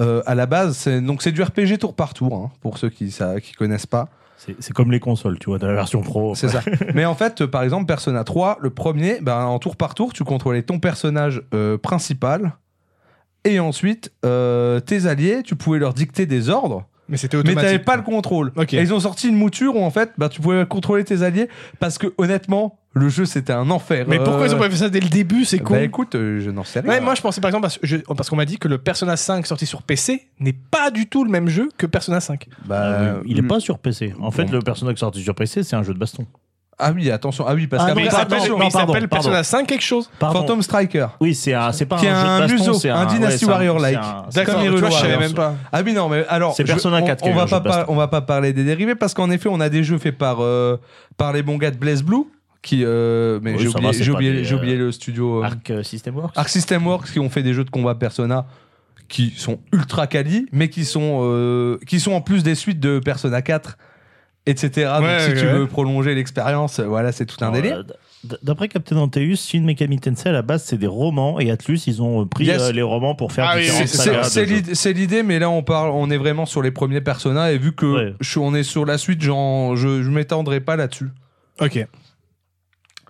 [SPEAKER 1] euh, à la base, c'est donc c'est du RPG tour par tour, hein, pour ceux qui ça, qui connaissent pas.
[SPEAKER 3] C'est c'est comme les consoles, tu vois, t'as la version pro.
[SPEAKER 1] C'est ça. Mais en fait, euh, par exemple, Persona 3, le premier, ben, en tour par tour, tu contrôlais ton personnage euh, principal. Et ensuite, euh, tes alliés, tu pouvais leur dicter des ordres,
[SPEAKER 2] Mais c'était
[SPEAKER 1] mais
[SPEAKER 2] automatique.
[SPEAKER 1] t'avais pas le contrôle.
[SPEAKER 2] Ok.
[SPEAKER 1] Et ils ont sorti une mouture où en fait, ben, tu pouvais contrôler tes alliés parce que honnêtement, Le jeu, c'était un enfer.
[SPEAKER 2] Mais pourquoi
[SPEAKER 1] Euh,
[SPEAKER 2] ils ont pas fait ça dès le début C'est con.
[SPEAKER 1] Bah écoute, euh, je n'en sais rien.
[SPEAKER 2] Ouais, moi je pensais par exemple parce, que je- parce qu'on m'a dit que le Persona 5 sorti sur PC n'est pas du tout le même jeu que Persona 5.
[SPEAKER 1] Bah,
[SPEAKER 2] Ah
[SPEAKER 3] il est
[SPEAKER 1] le-
[SPEAKER 3] pas sur PC. Euh, hmm. En fait, le personnage sorti sur PC, c'est un jeu de baston.
[SPEAKER 1] Ah oui, attention. Ah oui, parce
[SPEAKER 3] Ah
[SPEAKER 1] qu'après,
[SPEAKER 3] oui,
[SPEAKER 2] il
[SPEAKER 1] ça
[SPEAKER 3] pardon,
[SPEAKER 2] s'appelle
[SPEAKER 1] s'appelle
[SPEAKER 3] non,
[SPEAKER 2] mais il
[SPEAKER 3] pardon,
[SPEAKER 2] s'appelle
[SPEAKER 3] pardon.
[SPEAKER 2] Persona 5 quelque chose.
[SPEAKER 3] Pardon.
[SPEAKER 1] Phantom Striker.
[SPEAKER 3] Oui, c'est un- c'est pas
[SPEAKER 1] Qui est
[SPEAKER 3] un
[SPEAKER 1] un
[SPEAKER 3] jeu de baston,
[SPEAKER 1] museau,
[SPEAKER 3] c'est
[SPEAKER 1] un Dynasty
[SPEAKER 3] c'est un-
[SPEAKER 1] Warrior-like.
[SPEAKER 3] c'est un-
[SPEAKER 1] D'accord,
[SPEAKER 3] c'est un-
[SPEAKER 1] mais
[SPEAKER 2] tu vois, je savais
[SPEAKER 1] Warriors.
[SPEAKER 2] même pas.
[SPEAKER 1] Ah oui, non, mais alors.
[SPEAKER 3] C'est
[SPEAKER 1] je-
[SPEAKER 3] Persona
[SPEAKER 1] on-
[SPEAKER 3] 4 qui
[SPEAKER 1] on,
[SPEAKER 3] est un
[SPEAKER 1] va
[SPEAKER 3] jeu
[SPEAKER 1] pas
[SPEAKER 3] de baston.
[SPEAKER 1] par- on va pas parler des dérivés parce qu'en effet, on a des jeux faits par, euh, par les bons gars de Blaze Blue. Qui, euh, mais
[SPEAKER 3] Oui,
[SPEAKER 1] j'ai
[SPEAKER 3] ça
[SPEAKER 1] oublié,
[SPEAKER 3] va, c'est
[SPEAKER 1] j'ai
[SPEAKER 3] pas
[SPEAKER 1] oublié-
[SPEAKER 3] des,
[SPEAKER 1] j'ai oublié le studio. euh,
[SPEAKER 3] Arc euh, System Works.
[SPEAKER 1] Arc System Works qui ont fait des jeux de combat Persona qui sont ultra quali, mais qui sont, euh, qui sont en plus des suites de Persona 4, etc. Donc
[SPEAKER 2] Ouais,
[SPEAKER 1] si tu
[SPEAKER 2] ouais.
[SPEAKER 1] veux prolonger l'expérience, euh, voilà, c'est tout un
[SPEAKER 3] Alors,
[SPEAKER 1] délire.
[SPEAKER 3] euh, d- D'après Captain Anteus, Shin Megami Tensei à la base c'est des romans et Atlus ils ont euh, pris
[SPEAKER 1] Yes.
[SPEAKER 3] euh, les romans pour faire
[SPEAKER 2] Ah oui,
[SPEAKER 1] C'est-
[SPEAKER 3] différentes
[SPEAKER 1] C'est
[SPEAKER 3] sagas
[SPEAKER 1] c'est
[SPEAKER 3] de jeux.
[SPEAKER 1] l'id- c'est l'idée, mais là on parle, on est vraiment sur les premiers Persona et vu que
[SPEAKER 3] Ouais.
[SPEAKER 1] je- on est sur la suite, j'en- je, je m'étendrai pas là-dessus.
[SPEAKER 2] Ok.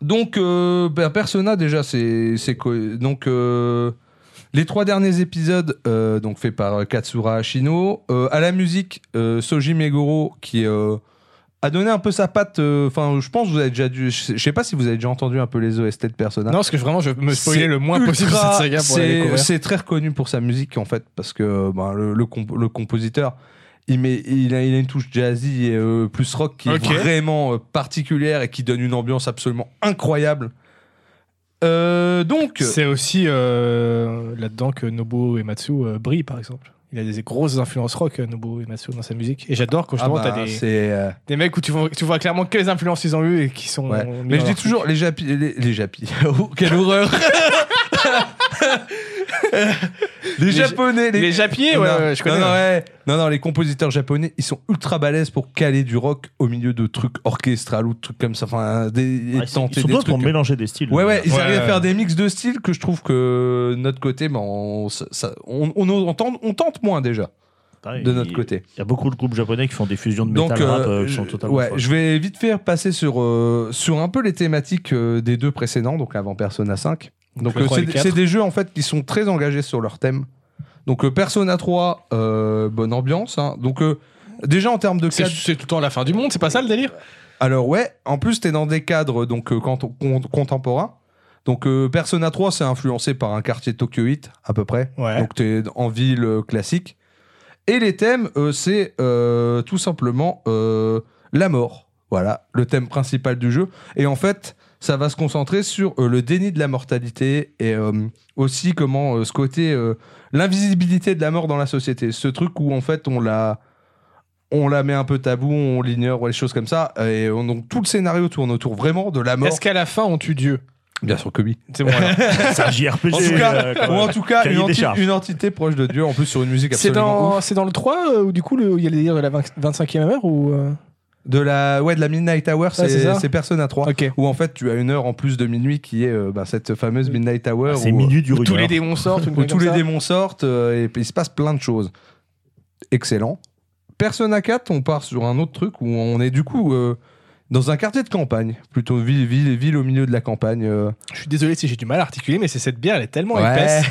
[SPEAKER 1] Donc, euh, bah, Persona, déjà, c'est. c'est co- Donc, euh, les trois derniers épisodes, euh, donc faits par euh, Katsura Ashino, euh, à la musique, euh, Soji Meguro, qui euh, a donné un peu sa patte. euh, Enfin, je pense que vous avez déjà dû. Je sais- je sais pas si vous avez déjà entendu un peu les OST de Persona.
[SPEAKER 2] Non, parce que vraiment je me spoilais
[SPEAKER 1] C'est
[SPEAKER 2] le moins
[SPEAKER 1] ultra-
[SPEAKER 2] possible cette saga pour la
[SPEAKER 1] c'est-
[SPEAKER 2] découvrir.
[SPEAKER 1] C'est très reconnu pour sa musique en fait, parce que ben, le, le comp- le compositeur, il, met, il, a, il a une touche jazzy et euh, plus rock qui
[SPEAKER 2] Ok.
[SPEAKER 1] est vraiment euh, particulière et qui donne une ambiance absolument incroyable. Euh, donc,
[SPEAKER 2] C'est aussi euh, là-dedans que Nobuo Ematsu euh, brille, par exemple. Il a des grosses influences rock, euh, Nobuo Ematsu, dans sa musique. Et j'adore quand
[SPEAKER 1] ah
[SPEAKER 2] justement
[SPEAKER 1] bah,
[SPEAKER 2] t'as des,
[SPEAKER 1] c'est, euh,
[SPEAKER 2] des mecs où tu vois, tu vois clairement quelles influences ils ont eues et qui sont.
[SPEAKER 1] ouais.
[SPEAKER 2] mis
[SPEAKER 1] Mais
[SPEAKER 2] dans
[SPEAKER 1] je dis
[SPEAKER 2] leur-
[SPEAKER 1] toujours les japis, les, les japis. Oh, quelle horreur Les,
[SPEAKER 2] Les ja-
[SPEAKER 1] japonais,
[SPEAKER 2] Les japiers, ouais,
[SPEAKER 1] non,
[SPEAKER 2] ouais, je connais.
[SPEAKER 1] Non, non, ouais. Non, non, les compositeurs japonais, ils sont ultra balèzes pour caler du rock au milieu de trucs orchestral ou de trucs comme ça. Enfin, des, et
[SPEAKER 3] Ouais, c'est-
[SPEAKER 1] tenter
[SPEAKER 3] Ah, Ils sont
[SPEAKER 1] des
[SPEAKER 3] doués
[SPEAKER 1] trucs.
[SPEAKER 3] pour mélanger des styles.
[SPEAKER 1] Ouais, ouais, ils
[SPEAKER 2] Ouais,
[SPEAKER 1] arrivent
[SPEAKER 2] ouais.
[SPEAKER 1] à faire des mix de styles que je trouve que de notre côté, ben, on, ça- ça- on, on- on tente, on tente moins déjà
[SPEAKER 3] Pareil,
[SPEAKER 1] de notre
[SPEAKER 3] il-
[SPEAKER 1] côté.
[SPEAKER 3] Il y a beaucoup de groupes japonais qui font des fusions de
[SPEAKER 1] Donc,
[SPEAKER 3] métal rap
[SPEAKER 1] euh,
[SPEAKER 3] euh, qui sont
[SPEAKER 1] je-
[SPEAKER 3] totalement.
[SPEAKER 1] ouais,
[SPEAKER 3] folles.
[SPEAKER 1] je vais vite faire passer sur, euh, sur un peu les thématiques euh, des deux précédents, donc avant Persona 5. Donc
[SPEAKER 2] le
[SPEAKER 1] euh,
[SPEAKER 2] trois et le
[SPEAKER 1] c'est
[SPEAKER 2] quatre.
[SPEAKER 1] c'est des jeux en fait qui sont très engagés sur leur thème. Donc euh, Persona 3, euh, bonne ambiance. hein. Donc euh, déjà en termes de
[SPEAKER 2] C'est
[SPEAKER 1] cadre.
[SPEAKER 2] c'est tout le temps la fin du monde, c'est pas ça le délire
[SPEAKER 1] Alors ouais, en plus t'es dans des cadres donc euh, quand- con- contemporains. Donc euh, Persona 3 c'est influencé par un quartier tokyoïte à peu près.
[SPEAKER 2] Ouais.
[SPEAKER 1] Donc t'es en ville euh, classique. Et les thèmes euh, c'est euh, tout simplement euh, la mort. Voilà le thème principal du jeu. Et en fait ça va se concentrer sur euh, le déni de la mortalité et euh, aussi comment euh, ce côté euh, l'invisibilité de la mort dans la société. Ce truc où en fait on la on la met un peu tabou, on l'ignore, ou les choses comme ça. Et on- donc tout le scénario tourne autour vraiment de la mort.
[SPEAKER 2] Est-ce qu'à la fin on tue Dieu
[SPEAKER 1] Bien sûr que oui.
[SPEAKER 2] C'est bon, alors.
[SPEAKER 3] C'est un JRPG.
[SPEAKER 1] En tout cas,
[SPEAKER 3] euh, quand
[SPEAKER 1] Ou en
[SPEAKER 3] même.
[SPEAKER 1] tout cas,
[SPEAKER 3] Cahier
[SPEAKER 1] une,
[SPEAKER 3] des
[SPEAKER 1] enti-
[SPEAKER 3] charges.
[SPEAKER 1] une entité proche de Dieu, en plus sur une musique
[SPEAKER 2] C'est
[SPEAKER 1] absolument ouf.
[SPEAKER 2] dans, c'est dans le 3 euh, où du coup le- il y a le délire de la 20 25e heure ou. euh,
[SPEAKER 1] De la, ouais, de la Midnight Hour,
[SPEAKER 2] c'est
[SPEAKER 1] c'est
[SPEAKER 2] ça.
[SPEAKER 1] c'est Persona 3.
[SPEAKER 2] Ok.
[SPEAKER 1] Où en fait, tu as une heure en plus de minuit qui est euh, bah, cette fameuse Midnight
[SPEAKER 2] Ah,
[SPEAKER 1] Hour.
[SPEAKER 3] C'est
[SPEAKER 1] où,
[SPEAKER 3] minuit du
[SPEAKER 2] Où tous
[SPEAKER 3] rudoir.
[SPEAKER 2] les démons sortent, une
[SPEAKER 1] où
[SPEAKER 2] connerie
[SPEAKER 1] tous
[SPEAKER 2] comme
[SPEAKER 1] les
[SPEAKER 2] ça.
[SPEAKER 1] démons sortent euh, et puis il se passe plein de choses. Excellent. Persona 4, on part sur un autre truc où on est du coup euh, dans un quartier de campagne, plutôt ville, ville, ville au milieu de la campagne. euh.
[SPEAKER 2] Je suis désolé si j'ai du mal à articuler, mais c'est cette bière, elle est tellement épaisse.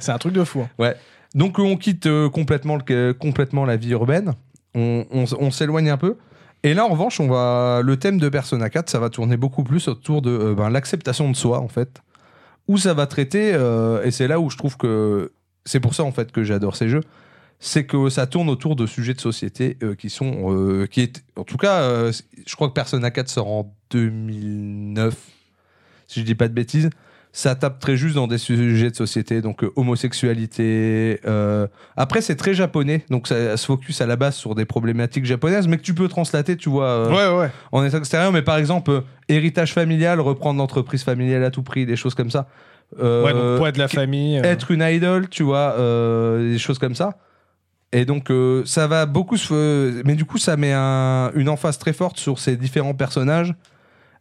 [SPEAKER 2] C'est un truc de fou. hein.
[SPEAKER 1] Donc euh, on quitte euh, complètement, le- euh, complètement la vie urbaine, on, on s- on s'éloigne un peu. Et là en revanche, on va le thème de Persona 4, ça va tourner beaucoup plus autour de euh, ben, l'acceptation de soi en fait, où ça va traiter, euh, et c'est là où je trouve que c'est pour ça en fait que j'adore ces jeux, c'est que ça tourne autour de sujets de société euh, qui sont, euh, qui est, en tout cas, euh, c- je crois que Persona 4 sort en 2009, si je dis pas de bêtises ça tape très juste dans des sujets de société, donc euh, homosexualité. euh, Après, c'est très japonais, donc ça se focus à la base sur des problématiques japonaises, mais que tu peux translater, tu vois, euh,
[SPEAKER 2] Ouais, ouais.
[SPEAKER 1] en état extérieur. Mais par exemple, euh, héritage familial, reprendre l'entreprise familiale à tout prix, des choses comme ça. Euh,
[SPEAKER 2] Ouais, donc poids de la
[SPEAKER 1] qui-
[SPEAKER 2] famille. euh.
[SPEAKER 1] être une idole, tu vois, euh, des choses comme ça. Et donc, euh, ça va beaucoup se. euh, Mais du coup, ça met un- une emphase très forte sur ces différents personnages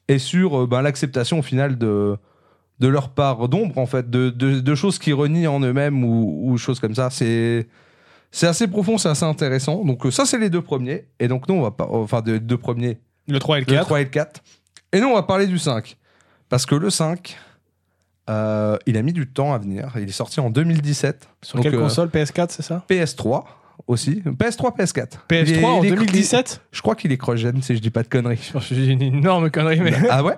[SPEAKER 1] et sur euh, ben, l'acceptation au final de, de leur part d'ombre, en fait, de, de- de choses qu'ils renient en eux-mêmes ou, ou choses comme ça. C'est. C'est assez profond, c'est assez intéressant. Donc, euh, ça, c'est les deux premiers. Et donc, nous, on va pas. Enfin, de- deux premiers
[SPEAKER 2] Le 3 et le
[SPEAKER 1] le
[SPEAKER 2] 4.
[SPEAKER 1] 3 et le 4. Et nous, on va parler du 5. Parce que le 5, euh, il a mis du temps à venir. Il est sorti en 2017.
[SPEAKER 2] Sur
[SPEAKER 1] Donc,
[SPEAKER 2] quelle
[SPEAKER 1] euh,
[SPEAKER 2] console PS4, c'est ça
[SPEAKER 1] PS3. aussi. PS3, PS4.
[SPEAKER 2] PS3
[SPEAKER 1] Il est-
[SPEAKER 2] en
[SPEAKER 1] il est-
[SPEAKER 2] 2017
[SPEAKER 1] il- je crois qu'il est cross-gen, si je dis pas de conneries.
[SPEAKER 2] Je suis une énorme connerie, mais.
[SPEAKER 1] ah ouais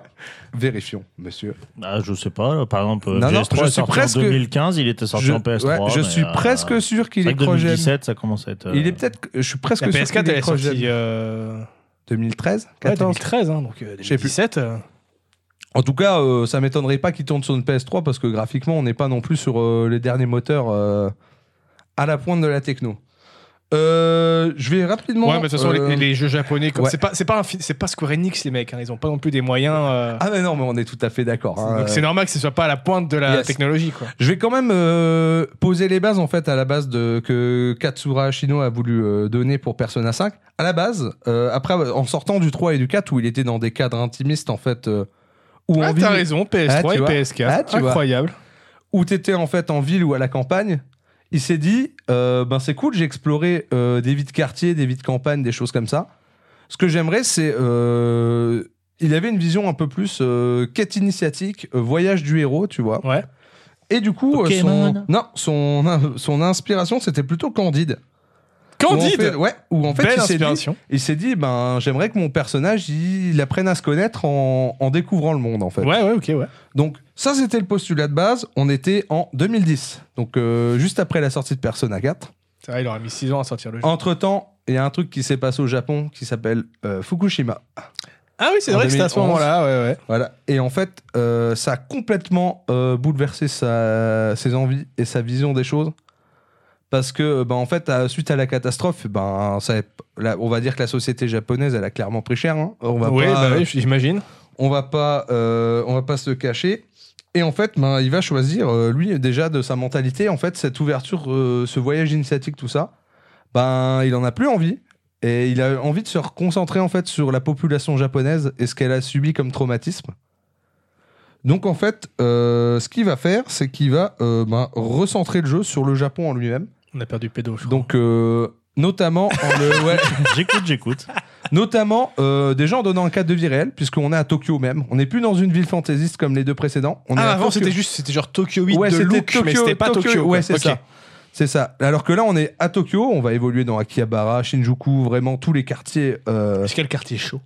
[SPEAKER 1] Vérifions, monsieur.
[SPEAKER 3] Ah, je sais pas, là, par exemple,
[SPEAKER 1] Non, non,
[SPEAKER 3] PS3
[SPEAKER 1] je
[SPEAKER 3] est
[SPEAKER 1] suis
[SPEAKER 3] sorti
[SPEAKER 1] presque-
[SPEAKER 3] en 2015, il était sorti
[SPEAKER 1] je
[SPEAKER 3] en PS3.
[SPEAKER 1] ouais, je
[SPEAKER 3] mais,
[SPEAKER 1] suis
[SPEAKER 3] euh,
[SPEAKER 1] presque
[SPEAKER 3] c'est
[SPEAKER 1] sûr qu'il
[SPEAKER 3] vrai
[SPEAKER 1] est
[SPEAKER 3] que
[SPEAKER 1] cross-gen.
[SPEAKER 3] 2017, ça commence à être. euh,
[SPEAKER 1] Il est peut-être. Je suis presque
[SPEAKER 2] La
[SPEAKER 1] sûr
[SPEAKER 2] PS4,
[SPEAKER 1] qu'il
[SPEAKER 2] elle
[SPEAKER 1] est
[SPEAKER 2] est sortie.
[SPEAKER 1] cross-gen.
[SPEAKER 2] euh,
[SPEAKER 1] 2013
[SPEAKER 2] ouais,
[SPEAKER 1] 14
[SPEAKER 2] 2013, hein, donc euh,
[SPEAKER 1] Je sais plus.
[SPEAKER 2] 2017. euh,
[SPEAKER 1] En tout cas, euh, ça m'étonnerait pas qu'il tourne sur une PS3 parce que graphiquement, on n'est pas non plus sur euh, les derniers moteurs euh, à la pointe de la techno. Euh, je vais rapidement.
[SPEAKER 2] Ouais, mais de toute façon,
[SPEAKER 1] euh,
[SPEAKER 2] les, les jeux japonais, comme-
[SPEAKER 1] ouais.
[SPEAKER 2] c'est pas, c'est pas, un fi- c'est pas Square Enix, les mecs. hein, ils ont pas non plus des moyens. euh,
[SPEAKER 1] Ah, mais non, mais on est tout à fait d'accord. hein.
[SPEAKER 2] donc c'est normal que ce soit pas à la pointe de la
[SPEAKER 1] Yes.
[SPEAKER 2] technologie, quoi.
[SPEAKER 1] Je vais quand même euh, poser les bases en fait à la base de que Katsura Ashino a voulu euh, donner pour Persona 5. À la base, euh, après en sortant du 3 et du 4 où il était dans des cadres intimistes en fait euh, où
[SPEAKER 2] Ah,
[SPEAKER 1] on vit-
[SPEAKER 2] t'as raison, PS3
[SPEAKER 1] Ah, tu
[SPEAKER 2] et
[SPEAKER 1] vois.
[SPEAKER 2] PS4.
[SPEAKER 1] Ah, tu vois.
[SPEAKER 2] Incroyable.
[SPEAKER 1] où t'étais en fait en ville ou à la campagne, il s'est dit euh, ben c'est cool, j'ai exploré euh, des vies de quartier, des vies de campagne, des choses comme ça. Ce que j'aimerais, c'est euh, il avait une vision un peu plus euh, quête initiatique, euh, voyage du héros, tu vois.
[SPEAKER 2] Ouais.
[SPEAKER 1] Et du coup, euh, son,
[SPEAKER 3] Pokémon.
[SPEAKER 1] non, son, son inspiration, c'était plutôt Candide. Où en
[SPEAKER 2] Candide
[SPEAKER 1] fait- ouais, où en fait,
[SPEAKER 2] Belle
[SPEAKER 1] il s'est dit,
[SPEAKER 2] inspiration.
[SPEAKER 1] il s'est dit, ben, j'aimerais que mon personnage, il apprenne à se connaître en, en découvrant le monde, en fait.
[SPEAKER 2] Ouais, ouais, ok, ouais.
[SPEAKER 1] Donc ça c'était le postulat de base, on était en 2010, donc euh, juste après la sortie de Persona 4.
[SPEAKER 2] C'est vrai, il aura mis 6 ans à sortir le jeu.
[SPEAKER 1] Entre-temps, il y a un truc qui s'est passé au Japon qui s'appelle euh, Fukushima.
[SPEAKER 2] Ah oui, c'est
[SPEAKER 1] en
[SPEAKER 2] vrai que c'était à ce
[SPEAKER 1] 2011.
[SPEAKER 2] moment-là, ouais, ouais.
[SPEAKER 1] Voilà. Et en fait, euh, ça a complètement euh, bouleversé sa- ses envies et sa vision des choses. Parce que, ben, en fait, à- suite à la catastrophe, ben, ça, la- on va dire que la société japonaise, elle a clairement pris cher. hein. On va
[SPEAKER 2] oui,
[SPEAKER 1] pas,
[SPEAKER 2] bah oui, j'imagine.
[SPEAKER 1] on va pas euh, on va pas se cacher et en fait ben, il va choisir euh, lui déjà de sa mentalité en fait cette ouverture euh, ce voyage initiatique tout ça ben il en a plus envie et il a envie de se reconcentrer en fait sur la population japonaise et ce qu'elle a subi comme traumatisme donc en fait euh, ce qu'il va faire c'est qu'il va euh, ben, recentrer le jeu sur le Japon en lui-même
[SPEAKER 2] On a perdu pédo, je crois.
[SPEAKER 1] donc euh, notamment en le ouais,
[SPEAKER 3] J'écoute, j'écoute.
[SPEAKER 1] Notamment euh, des gens donnant un cadre de vie réelle, puisqu'on est à Tokyo même. On n'est plus dans une ville fantaisiste comme les deux précédents. On est
[SPEAKER 2] ah,
[SPEAKER 1] à
[SPEAKER 2] avant,
[SPEAKER 1] Tokyo.
[SPEAKER 2] c'était juste, c'était genre Tokyo 8
[SPEAKER 1] ouais,
[SPEAKER 2] de
[SPEAKER 1] c'était
[SPEAKER 2] look,
[SPEAKER 1] Tokyo,
[SPEAKER 2] mais c'était pas Tokyo.
[SPEAKER 1] ouais,
[SPEAKER 2] quoi.
[SPEAKER 1] c'est
[SPEAKER 2] Ok.
[SPEAKER 1] ça. C'est ça. Alors que là, on est à Tokyo, on va évoluer dans Akihabara, Shinjuku, vraiment tous les quartiers, euh,
[SPEAKER 2] Parce qu'il y a le quartier chaud.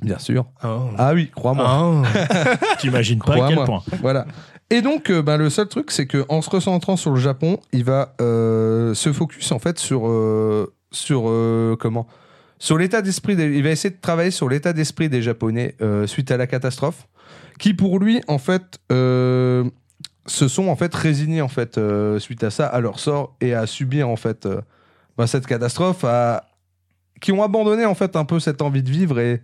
[SPEAKER 1] bien sûr.
[SPEAKER 2] Oh.
[SPEAKER 1] Ah oui, crois-moi.
[SPEAKER 2] Ah.
[SPEAKER 3] T'imagines pas à quel
[SPEAKER 1] Crois-moi.
[SPEAKER 3] point.
[SPEAKER 1] Voilà. Et donc, euh, bah, le seul truc, c'est que en se recentrant sur le Japon, il va euh, se focus en fait sur euh, sur euh, comment sur l'état d'esprit. des- Il va essayer de travailler sur l'état d'esprit des Japonais euh, suite à la catastrophe, qui pour lui en fait euh, se sont en fait résignés en fait euh, suite à ça à leur sort et à subir en fait euh, bah, cette catastrophe, à... qui ont abandonné en fait un peu cette envie de vivre et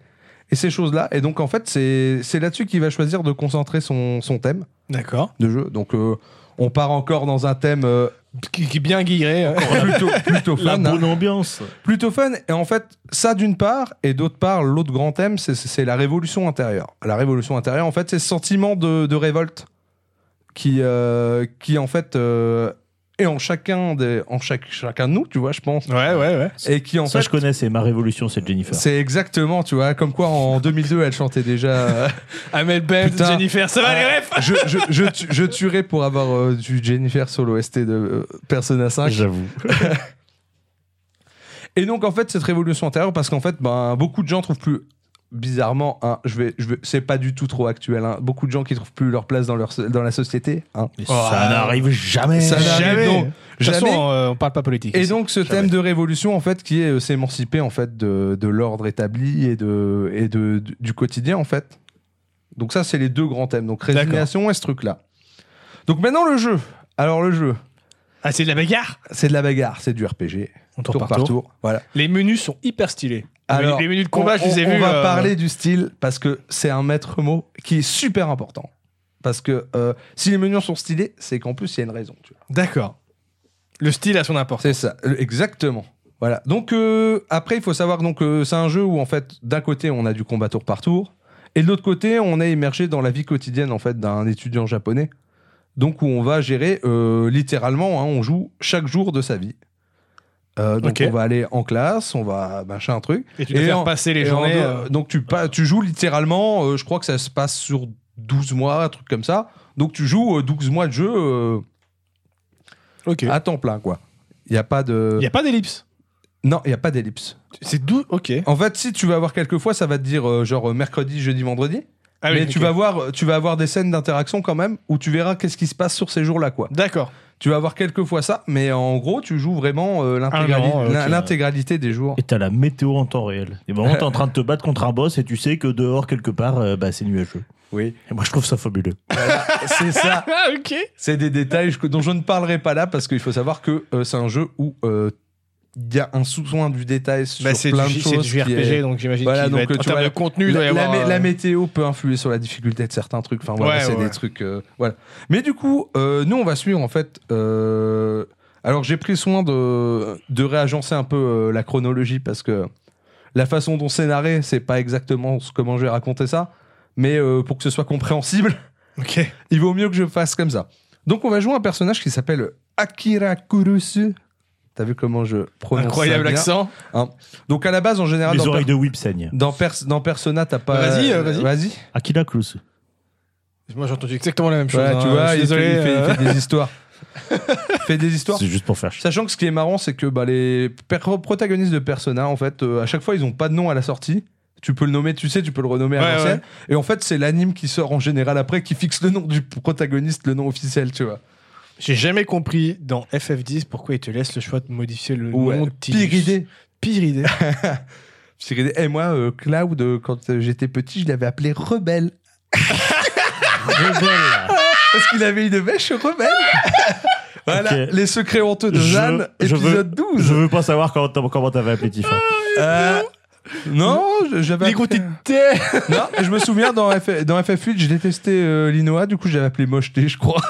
[SPEAKER 1] et ces choses-là. Et donc, en fait, c'est c'est là-dessus qu'il va choisir de concentrer son, son thème
[SPEAKER 2] D'accord.
[SPEAKER 1] de jeu. Donc, euh, on part encore dans un thème euh,
[SPEAKER 2] Qui qui est bien guiré. hein.
[SPEAKER 1] plutôt, plutôt
[SPEAKER 3] La
[SPEAKER 1] fun. hein.
[SPEAKER 3] bonne ambiance.
[SPEAKER 1] Plutôt fun. Et en fait, ça d'une part, et d'autre part, l'autre grand thème, c'est- c'est la révolution intérieure. La révolution intérieure, en fait, c'est ce sentiment de, de révolte qui, euh, qui en fait, euh, est en chacun, des, en chaque, chacun de nous, tu vois, je pense.
[SPEAKER 2] Ouais, ouais, ouais.
[SPEAKER 1] Et qui, en
[SPEAKER 3] ça,
[SPEAKER 1] fait,
[SPEAKER 3] je connais, c'est ma révolution, c'est Jennifer.
[SPEAKER 1] c'est exactement, tu vois, comme quoi en 2002, elle chantait déjà. euh,
[SPEAKER 2] Amel Bent,
[SPEAKER 1] Putain.
[SPEAKER 2] Ben, Jennifer, ça va
[SPEAKER 1] Ah,
[SPEAKER 2] les refs
[SPEAKER 1] je, je, je, tu- je tuerais pour avoir euh, du Jennifer sur l'OST de euh, Persona 5.
[SPEAKER 3] J'avoue.
[SPEAKER 1] Et donc, en fait, cette révolution intérieure, parce qu'en fait, ben, beaucoup de gens trouvent plus. Bizarrement, hein, je vais, je vais, c'est pas du tout trop actuel. hein, beaucoup de gens qui trouvent plus leur place dans, leur, so- dans la société. hein.
[SPEAKER 3] Mais
[SPEAKER 2] Oh,
[SPEAKER 3] ça
[SPEAKER 2] euh,
[SPEAKER 3] n'arrive jamais.
[SPEAKER 1] ça n'arrive
[SPEAKER 2] Jamais.
[SPEAKER 1] donc
[SPEAKER 2] De toute façon,
[SPEAKER 1] jamais.
[SPEAKER 2] euh, on parle pas politique.
[SPEAKER 1] Et
[SPEAKER 2] ici.
[SPEAKER 1] donc, ce thème de révolution, en fait, qui est euh, s'émanciper en fait de, de l'ordre établi et de et de, du- du quotidien, en fait. Donc ça, c'est les deux grands thèmes. Donc
[SPEAKER 2] D'accord.
[SPEAKER 1] résignation et ce truc-là. Donc maintenant le jeu. Alors le jeu,
[SPEAKER 2] Ah, c'est de la bagarre
[SPEAKER 1] c'est de la bagarre, c'est du RPG.
[SPEAKER 2] On tourne
[SPEAKER 1] tour par tour. Voilà.
[SPEAKER 2] Les menus sont hyper stylés.
[SPEAKER 1] Alors,
[SPEAKER 2] les menus de combat,
[SPEAKER 1] on,
[SPEAKER 2] je les ai
[SPEAKER 1] on-
[SPEAKER 2] vus.
[SPEAKER 1] On va
[SPEAKER 2] euh,
[SPEAKER 1] parler du style parce que c'est un maître mot qui est super important. Parce que euh, si les menus sont stylés, c'est qu'en plus il y a une raison. tu vois.
[SPEAKER 2] D'accord. Le style a son importance.
[SPEAKER 1] C'est ça, le- exactement. Voilà. Donc euh, après, il faut savoir donc euh, c'est un jeu où en fait d'un côté on a du combat tour par tour et de l'autre côté on est immergé dans la vie quotidienne en fait d'un étudiant japonais. Donc où on va gérer euh, littéralement, hein, on joue chaque jour de sa vie. Euh, donc
[SPEAKER 2] Ok.
[SPEAKER 1] on va aller en classe, on va machin un truc.
[SPEAKER 2] Et tu dois
[SPEAKER 1] Et
[SPEAKER 2] faire
[SPEAKER 1] en-
[SPEAKER 2] passer les
[SPEAKER 1] Et en
[SPEAKER 2] journées.
[SPEAKER 1] deux-
[SPEAKER 2] euh,
[SPEAKER 1] donc tu, pas, tu joues littéralement, euh, je crois que ça se passe sur 12 mois, un truc comme ça. Donc tu joues euh, 12 mois de jeu euh,
[SPEAKER 2] Ok.
[SPEAKER 1] à temps plein, quoi. Il n'y a pas de.
[SPEAKER 2] Il n'y Ah, a pas d'ellipse.
[SPEAKER 1] Non, il n'y a pas d'ellipse.
[SPEAKER 2] C'est doux, ok.
[SPEAKER 1] En fait, si tu vas voir quelques fois, ça va te dire euh, genre euh, mercredi, jeudi, vendredi.
[SPEAKER 2] Ah
[SPEAKER 1] mais tu, vas voir, euh, tu vas avoir des scènes d'interaction quand même où tu verras qu'est-ce qui se passe sur ces jours-là. quoi.
[SPEAKER 2] D'accord.
[SPEAKER 1] Tu vas avoir quelques fois ça, mais en gros, tu joues vraiment euh, l'intégrali-
[SPEAKER 2] Ah non, ok.
[SPEAKER 1] l'in- l'intégralité des jours.
[SPEAKER 3] Et t'as la météo en temps réel. Et vraiment, t'es en train de te battre contre un boss et tu sais que dehors, quelque part, euh, bah, c'est nuageux.
[SPEAKER 1] Oui.
[SPEAKER 3] Et moi, je trouve ça fabuleux.
[SPEAKER 1] C'est ça.
[SPEAKER 2] Ah, ok.
[SPEAKER 1] C'est des détails je- dont je ne parlerai pas là parce qu'il faut savoir que euh, c'est un jeu où euh, il y a un soupçon du détail sur
[SPEAKER 2] Bah, c'est
[SPEAKER 1] plein
[SPEAKER 2] du,
[SPEAKER 1] de
[SPEAKER 2] c'est
[SPEAKER 1] choses.
[SPEAKER 2] du
[SPEAKER 1] qui
[SPEAKER 2] RPG,
[SPEAKER 1] est-
[SPEAKER 2] donc j'imagine
[SPEAKER 1] Voilà,
[SPEAKER 2] qu'il
[SPEAKER 1] Bah, donc,
[SPEAKER 2] va être- en
[SPEAKER 1] tu
[SPEAKER 2] termes
[SPEAKER 1] vois,
[SPEAKER 2] de contenu, il doit y
[SPEAKER 1] la, la mé-
[SPEAKER 2] avoir...
[SPEAKER 1] la
[SPEAKER 2] euh,
[SPEAKER 1] météo peut influer sur la difficulté de certains trucs. Enfin voilà,
[SPEAKER 2] Ouais,
[SPEAKER 1] c'est
[SPEAKER 2] ouais.
[SPEAKER 1] des trucs. euh, voilà. Mais du coup, euh, nous on va suivre en fait. euh, alors j'ai pris soin de de réagencer un peu euh, la chronologie parce que la façon dont c'est narré, c'est pas exactement ce- comment j'ai raconté ça, mais euh, pour que ce soit compréhensible.
[SPEAKER 2] Ok.
[SPEAKER 1] Il vaut mieux que je fasse comme ça. Donc on va jouer un personnage qui s'appelle Akira Kurusu. T'as vu comment je prononce
[SPEAKER 2] Incroyable
[SPEAKER 1] ça bien
[SPEAKER 2] accent.
[SPEAKER 1] Donc à la base, en général,
[SPEAKER 3] Les
[SPEAKER 1] dans,
[SPEAKER 3] oreilles
[SPEAKER 1] per-
[SPEAKER 3] de Whip saignent.
[SPEAKER 1] dans, Pers- dans Persona, t'as pas...
[SPEAKER 2] Vas-y, euh, vas-y.
[SPEAKER 3] Akira Cruz.
[SPEAKER 2] Moi, j'ai entendu exactement la même chose.
[SPEAKER 1] Voilà,
[SPEAKER 2] hein.
[SPEAKER 1] tu vois,
[SPEAKER 2] Je suis
[SPEAKER 1] il,
[SPEAKER 2] désolé.
[SPEAKER 1] fait, il fait- il
[SPEAKER 2] euh,
[SPEAKER 1] fait des histoires. Il fait des histoires.
[SPEAKER 3] C'est juste pour faire chier.
[SPEAKER 1] Sachant que ce qui est marrant, c'est que bah, les per- protagonistes de Persona, en fait, euh, à chaque fois, ils ont pas de nom à la sortie. Tu peux le nommer, tu sais, tu peux le renommer
[SPEAKER 2] Ouais,
[SPEAKER 1] à l'ancienne. Et en fait, c'est l'anime qui sort en général après qui fixe le nom du protagoniste, le nom officiel, tu vois.
[SPEAKER 2] J'ai jamais compris dans FF10 pourquoi ils te laissent le choix de modifier le
[SPEAKER 1] Ouais.
[SPEAKER 2] nom de Tidus.
[SPEAKER 1] Pire idée.
[SPEAKER 2] Pire idée.
[SPEAKER 1] J'ai regardé- Et moi, euh, Cloud, euh, quand euh, j'étais petit, je l'avais appelé Rebelle.
[SPEAKER 3] Rebelle.
[SPEAKER 1] Parce qu'il avait une mèche Rebelle. voilà.
[SPEAKER 3] Ok.
[SPEAKER 1] Les secrets honteux de
[SPEAKER 3] Je-
[SPEAKER 1] Jeanne,
[SPEAKER 3] je veux-
[SPEAKER 1] épisode 12.
[SPEAKER 3] Je veux pas savoir comment t'as- comment t'avais appelé Tifa.
[SPEAKER 1] Euh, non, je- j'avais.
[SPEAKER 2] Les gros
[SPEAKER 1] appelé- Non, je me souviens, dans, FF, dans FF8, j'ai détesté euh, Linoa, du coup, j'avais appelé Mocheté, je crois.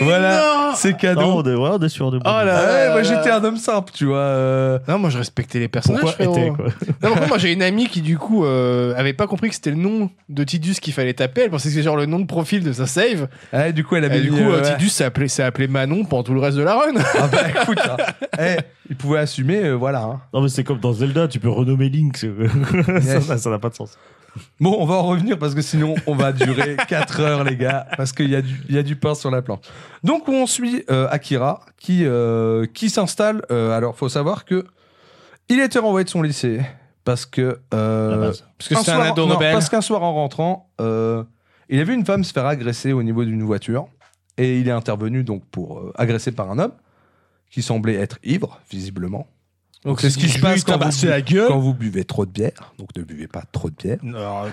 [SPEAKER 1] voilà. C'est
[SPEAKER 3] Non,
[SPEAKER 1] cadeau. Ah
[SPEAKER 3] on est, ouais, on est sur de bons
[SPEAKER 2] Oh là.
[SPEAKER 1] Ouais,
[SPEAKER 2] Euh,
[SPEAKER 1] moi, j'étais un homme simple, tu vois. euh,
[SPEAKER 2] Non, moi je respectais les personnages.
[SPEAKER 3] Pourquoi
[SPEAKER 2] frérot.
[SPEAKER 3] était, quoi
[SPEAKER 2] Non, par contre, moi j'ai une amie qui du coup euh, avait pas compris que c'était le nom de Tidus qu'il fallait taper. Elle pensait que c'était genre le nom de profil de sa save.
[SPEAKER 1] ouais, du coup, elle avait
[SPEAKER 2] Et du
[SPEAKER 1] mis,
[SPEAKER 2] coup,
[SPEAKER 1] euh,
[SPEAKER 2] euh,
[SPEAKER 1] ouais.
[SPEAKER 2] Tidus s'est appelé, s'est appelé Manon pendant tout le reste de la run.
[SPEAKER 1] Ah bah, écoute, hein. Eh, il pouvait assumer, euh, voilà. hein.
[SPEAKER 3] Non, mais c'est comme dans Zelda, tu peux renommer Link. c'est- ça-
[SPEAKER 1] Yes.
[SPEAKER 3] ça- Ça n'a pas de sens.
[SPEAKER 1] Bon, on va en revenir parce que sinon on va durer 4 heures, les gars, parce qu'il y, a du- il y a du pain sur la planche. Donc on suit euh, Akira qui, euh, qui s'installe. euh, alors, faut savoir que il était renvoyé de son lycée parce que. euh,
[SPEAKER 3] La base.
[SPEAKER 2] Parce que
[SPEAKER 1] un
[SPEAKER 2] c'est un
[SPEAKER 1] soir-
[SPEAKER 2] ado
[SPEAKER 1] non,
[SPEAKER 2] rebelle.
[SPEAKER 1] parce qu'un soir en rentrant, euh, il a vu une femme se faire agresser au niveau d'une voiture et il est intervenu donc pour euh, agresser par un homme qui semblait être ivre, visiblement. Donc c'est ce qui se passe quand vous-
[SPEAKER 2] la gueule.
[SPEAKER 1] Quand vous buvez trop de bière, donc ne buvez pas trop de bière.
[SPEAKER 2] Non,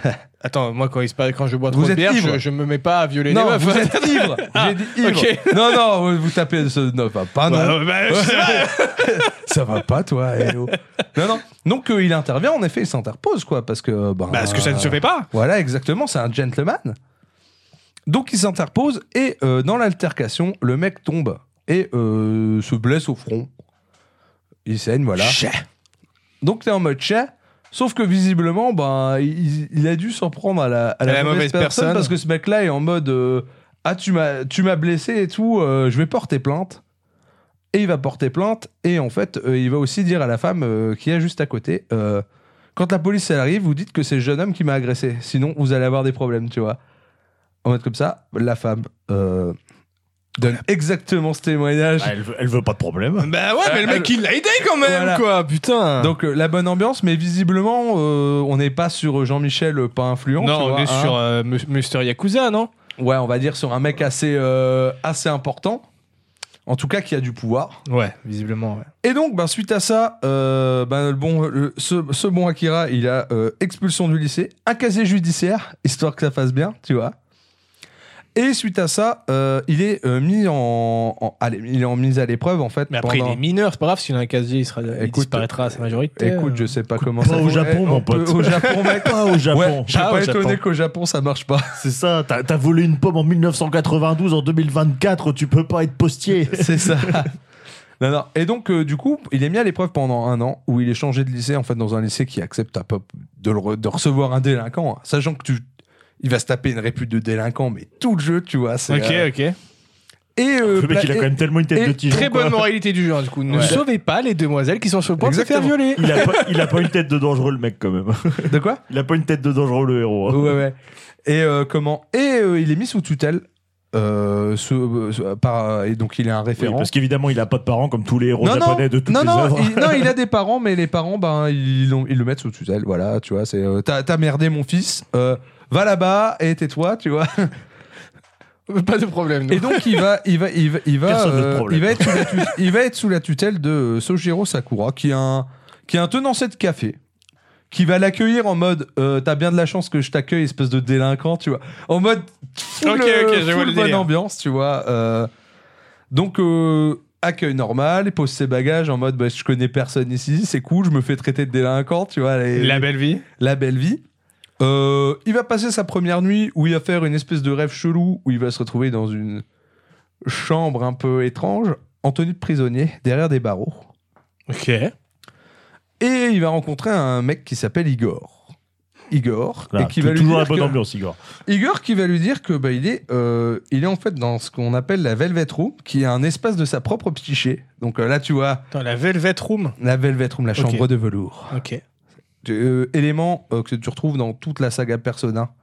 [SPEAKER 2] attends, moi quand, il se passe, quand je bois
[SPEAKER 1] Vous
[SPEAKER 2] trop de
[SPEAKER 1] êtes
[SPEAKER 2] bière,
[SPEAKER 1] ivre.
[SPEAKER 2] je, je me mets pas à violer
[SPEAKER 1] non,
[SPEAKER 2] les meufs.
[SPEAKER 1] vous êtes ivre. J'ai dit ivre.
[SPEAKER 2] ok.
[SPEAKER 1] Non, non, vous- vous tapez ce. Non, bah, pas non.
[SPEAKER 2] Bah, bah, je sais pas.
[SPEAKER 1] Ça va pas, toi. eh oh. Non, non. Donc, euh, il intervient, en effet, il s'interpose, quoi, parce que. bah,
[SPEAKER 2] Bah, parce que ça ne se fait pas.
[SPEAKER 1] Voilà, exactement, c'est un gentleman. Donc, il s'interpose, et euh, dans l'altercation, le mec tombe et euh, se blesse au front. Il saigne, voilà. Donc, t'es en mode chat. Sauf que visiblement, ben, il, il a dû s'en prendre à la, à la mauvaise, personne, parce que ce mec-là est en mode euh, Ah, tu m'as tu m'as blessé et tout, euh, je vais porter plainte. Et il va porter plainte, et en fait, euh, il va aussi dire à la femme euh, qui est juste à côté euh, Quand la police elle arrive, vous dites que c'est le jeune homme qui m'a agressé, sinon vous allez avoir des problèmes, tu vois. En mode comme ça, la femme euh, donne exactement ce témoignage.
[SPEAKER 3] Ah, elle, veut, elle veut pas de problème.
[SPEAKER 2] Bah ouais, mais le mec
[SPEAKER 1] Euh,
[SPEAKER 2] il l'a aidé quand même,
[SPEAKER 1] Voilà.
[SPEAKER 2] quoi, putain.
[SPEAKER 1] Donc euh, la bonne ambiance, mais visiblement, euh, on n'est pas sur Jean-Michel euh, pas influent. tu
[SPEAKER 2] non, on
[SPEAKER 1] vois,
[SPEAKER 2] est
[SPEAKER 1] hein.
[SPEAKER 2] sur euh, Mu- Mister Yakuza, non
[SPEAKER 1] Ouais, on va dire sur un mec assez, euh, assez important. En tout cas, qui a du pouvoir.
[SPEAKER 2] Ouais, visiblement, ouais.
[SPEAKER 1] Et donc, ben, suite à ça, euh, ben, le bon, le- ce, ce bon Akira, il a euh, expulsion du lycée, un casier judiciaire, histoire que ça fasse bien, tu vois. Et suite à ça, euh, il est euh, mis en, en- allez, il est en mise à l'épreuve en fait.
[SPEAKER 2] Mais après,
[SPEAKER 1] pendant-
[SPEAKER 2] il est mineur, c'est pas grave, s'il a un casier, il, sera, il
[SPEAKER 1] Écoute,
[SPEAKER 2] disparaîtra à sa majorité. euh.
[SPEAKER 1] Écoute, je sais pas comment
[SPEAKER 3] pas
[SPEAKER 1] ça
[SPEAKER 3] Euh, au
[SPEAKER 1] fonctionne.
[SPEAKER 3] Japon,
[SPEAKER 1] Eh,
[SPEAKER 3] mon
[SPEAKER 1] on peut-
[SPEAKER 3] pote.
[SPEAKER 1] Au Japon, mec.
[SPEAKER 3] Pas au Japon.
[SPEAKER 1] Ouais, je suis
[SPEAKER 3] Pas au
[SPEAKER 1] pas
[SPEAKER 3] Japon.
[SPEAKER 1] étonné qu'au Japon ça marche pas.
[SPEAKER 3] C'est ça, t'as t'as volé une pomme en 1992, en 2024, tu peux pas être postier.
[SPEAKER 1] C'est ça. Non, non. Et donc, euh, du coup, il est mis à l'épreuve pendant un an où il est changé de lycée, en fait, dans un lycée qui accepte à pop de, le re- de recevoir un délinquant, hein, sachant que tu. Il va se taper une répute de délinquant, mais tout le jeu, tu vois. c'est,
[SPEAKER 2] Ok,
[SPEAKER 1] euh,
[SPEAKER 2] ok.
[SPEAKER 1] Et, euh,
[SPEAKER 3] le mec, il a
[SPEAKER 1] et-
[SPEAKER 3] quand même tellement une tête
[SPEAKER 1] et
[SPEAKER 3] de tigeon.
[SPEAKER 2] Très
[SPEAKER 3] quoi.
[SPEAKER 2] bonne moralité du genre, du coup. Ne
[SPEAKER 1] Ouais.
[SPEAKER 2] sauvez pas les demoiselles qui sont sur le point de se
[SPEAKER 1] Exactement.
[SPEAKER 2] faire violer.
[SPEAKER 3] Il a, pas, il a pas une tête de dangereux, le mec, quand même.
[SPEAKER 1] De quoi
[SPEAKER 3] Il a pas une tête de dangereux, le héros. hein.
[SPEAKER 1] euh, Ouais, ouais. Et euh, comment Et euh, il est mis sous tutelle euh, ce- euh, ce- par- et donc il est un
[SPEAKER 3] Oui,
[SPEAKER 1] référent.
[SPEAKER 3] parce qu'évidemment, il a pas de parents comme tous les héros
[SPEAKER 1] non, non,
[SPEAKER 3] japonais de toutes
[SPEAKER 1] non,
[SPEAKER 3] les
[SPEAKER 1] non,
[SPEAKER 3] œuvres.
[SPEAKER 1] il, non, il a des parents, mais les parents, ben, ils, l'ont- ils le mettent sous tutelle. Voilà, tu vois, c'est euh, t'as t'as merdé mon fils, euh, va là-bas et tais-toi, tu vois.
[SPEAKER 2] Pas de problème. non.
[SPEAKER 1] Et donc il va, il va, il va, il va,
[SPEAKER 3] Personne veut de
[SPEAKER 1] euh,
[SPEAKER 3] problème.
[SPEAKER 1] il va être sous la tutelle, il va être sous la tutelle de euh, Sojiro Sakura, qui est un, qui est un tenancier de café, qui va l'accueillir en mode, euh, t'as bien de la chance que je t'accueille, espèce de délinquant, tu vois, en mode, full,
[SPEAKER 2] Ok, ok,
[SPEAKER 1] euh,
[SPEAKER 2] je vois le
[SPEAKER 1] full bonne
[SPEAKER 2] délire.
[SPEAKER 1] ambiance, tu vois. euh, donc euh, accueil normal, il pose ses bagages en mode, bah, je connais personne ici, c'est cool, je me fais traiter de délinquant, tu vois. les-
[SPEAKER 2] La belle vie.
[SPEAKER 1] la belle vie. Euh, il va passer sa première nuit où il va faire une espèce de rêve chelou où il va se retrouver dans une chambre un peu étrange, en tenue de prisonnier, derrière des barreaux.
[SPEAKER 2] Ok.
[SPEAKER 1] Et il va rencontrer un mec qui s'appelle Igor. Igor,
[SPEAKER 3] Voilà,
[SPEAKER 1] et qui
[SPEAKER 3] tout-
[SPEAKER 1] va lui
[SPEAKER 3] toujours
[SPEAKER 1] dire
[SPEAKER 3] la bonne
[SPEAKER 1] que-
[SPEAKER 3] ambiance, Igor.
[SPEAKER 1] Igor qui va lui dire que bah, il est euh, il est en fait dans ce qu'on appelle la Velvet Room, qui est un espace de sa propre psyché. Donc euh, là tu vois
[SPEAKER 2] Dans la Velvet Room.
[SPEAKER 1] la Velvet Room, la
[SPEAKER 2] Ok.
[SPEAKER 1] chambre de velours,
[SPEAKER 2] Ok.
[SPEAKER 1] Euh, élément euh, que tu retrouves dans toute la saga Persona.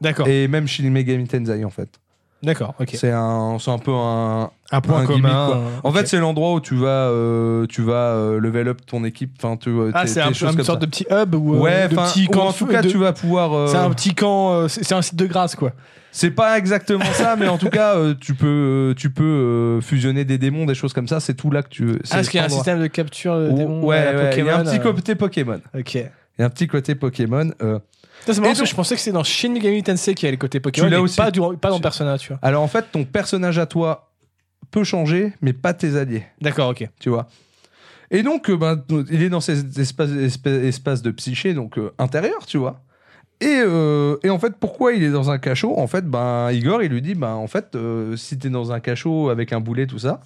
[SPEAKER 2] D'accord.
[SPEAKER 1] Et même Shin Megami Tensei, en fait.
[SPEAKER 2] D'accord. Ok.
[SPEAKER 1] C'est un, c'est un peu un.
[SPEAKER 2] Un point commun.
[SPEAKER 1] un gimmick,
[SPEAKER 2] euh,
[SPEAKER 1] En
[SPEAKER 2] ok.
[SPEAKER 1] fait, c'est l'endroit où tu vas, euh, tu vas euh, level up ton équipe. Enfin, tu. euh,
[SPEAKER 2] ah,
[SPEAKER 1] t'es-
[SPEAKER 2] c'est
[SPEAKER 1] t'es
[SPEAKER 2] un,
[SPEAKER 1] des choses
[SPEAKER 2] une
[SPEAKER 1] comme
[SPEAKER 2] sorte
[SPEAKER 1] ça.
[SPEAKER 2] de petit hub ou euh,
[SPEAKER 1] Ouais,
[SPEAKER 2] de
[SPEAKER 1] enfin,
[SPEAKER 2] petit
[SPEAKER 1] ou
[SPEAKER 2] camp.
[SPEAKER 1] en tout cas,
[SPEAKER 2] de-
[SPEAKER 1] tu vas pouvoir. euh,
[SPEAKER 2] C'est un petit camp. euh, c'est c'est un site de grâce, quoi.
[SPEAKER 1] c'est pas exactement ça, mais en tout cas, euh, tu peux, euh, tu peux euh, fusionner des démons, des choses comme ça. C'est tout là que tu. euh, c'est
[SPEAKER 2] Ah, parce qu'il y a un
[SPEAKER 1] cet endroit.
[SPEAKER 2] système de capture de
[SPEAKER 1] Ou-
[SPEAKER 2] démons.
[SPEAKER 1] ouais,
[SPEAKER 2] euh,
[SPEAKER 1] ouais, il y a un
[SPEAKER 2] Pokémon,
[SPEAKER 1] petit
[SPEAKER 2] euh,
[SPEAKER 1] côté Pokémon.
[SPEAKER 2] Ok.
[SPEAKER 1] Il y a un petit côté Pokémon. euh.
[SPEAKER 2] Ça, c'est marrant
[SPEAKER 1] Et
[SPEAKER 2] parce que
[SPEAKER 1] donc-
[SPEAKER 2] je pensais que c'est dans Shin Megami Tensei qu'il y a le côté Pokémon.
[SPEAKER 1] Tu l'as
[SPEAKER 2] mais
[SPEAKER 1] aussi.
[SPEAKER 2] Pas, du- pas dans
[SPEAKER 1] Tu-
[SPEAKER 2] Persona, tu vois.
[SPEAKER 1] Alors en fait, ton personnage à toi peut changer, mais pas tes alliés.
[SPEAKER 2] D'accord, ok.
[SPEAKER 1] tu vois. Et donc, euh, ben, il est dans ces espaces, espè- espaces de psyché, donc euh, intérieur, tu vois. Et, euh, et en fait, pourquoi il est dans un cachot En fait, ben, Igor, il lui dit, ben, en fait, euh, si t'es dans un cachot avec un boulet, tout ça,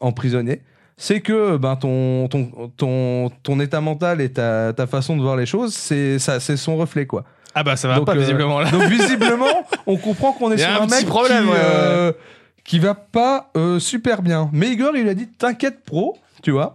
[SPEAKER 1] emprisonné, c'est que ben, ton, ton, ton, ton état mental et ta, ta façon de voir les choses, c'est ça- c'est son reflet, quoi.
[SPEAKER 2] Ah bah ça va
[SPEAKER 1] Donc,
[SPEAKER 2] pas
[SPEAKER 1] euh,
[SPEAKER 2] visiblement là.
[SPEAKER 1] Donc visiblement, on comprend qu'on est
[SPEAKER 2] Il y
[SPEAKER 1] sur
[SPEAKER 2] a
[SPEAKER 1] un,
[SPEAKER 2] un petit
[SPEAKER 1] mec
[SPEAKER 2] problème,
[SPEAKER 1] qui,
[SPEAKER 2] ouais, ouais,
[SPEAKER 1] euh, qui va pas euh, super bien. Mais Igor, il a dit t'inquiète pro, tu vois.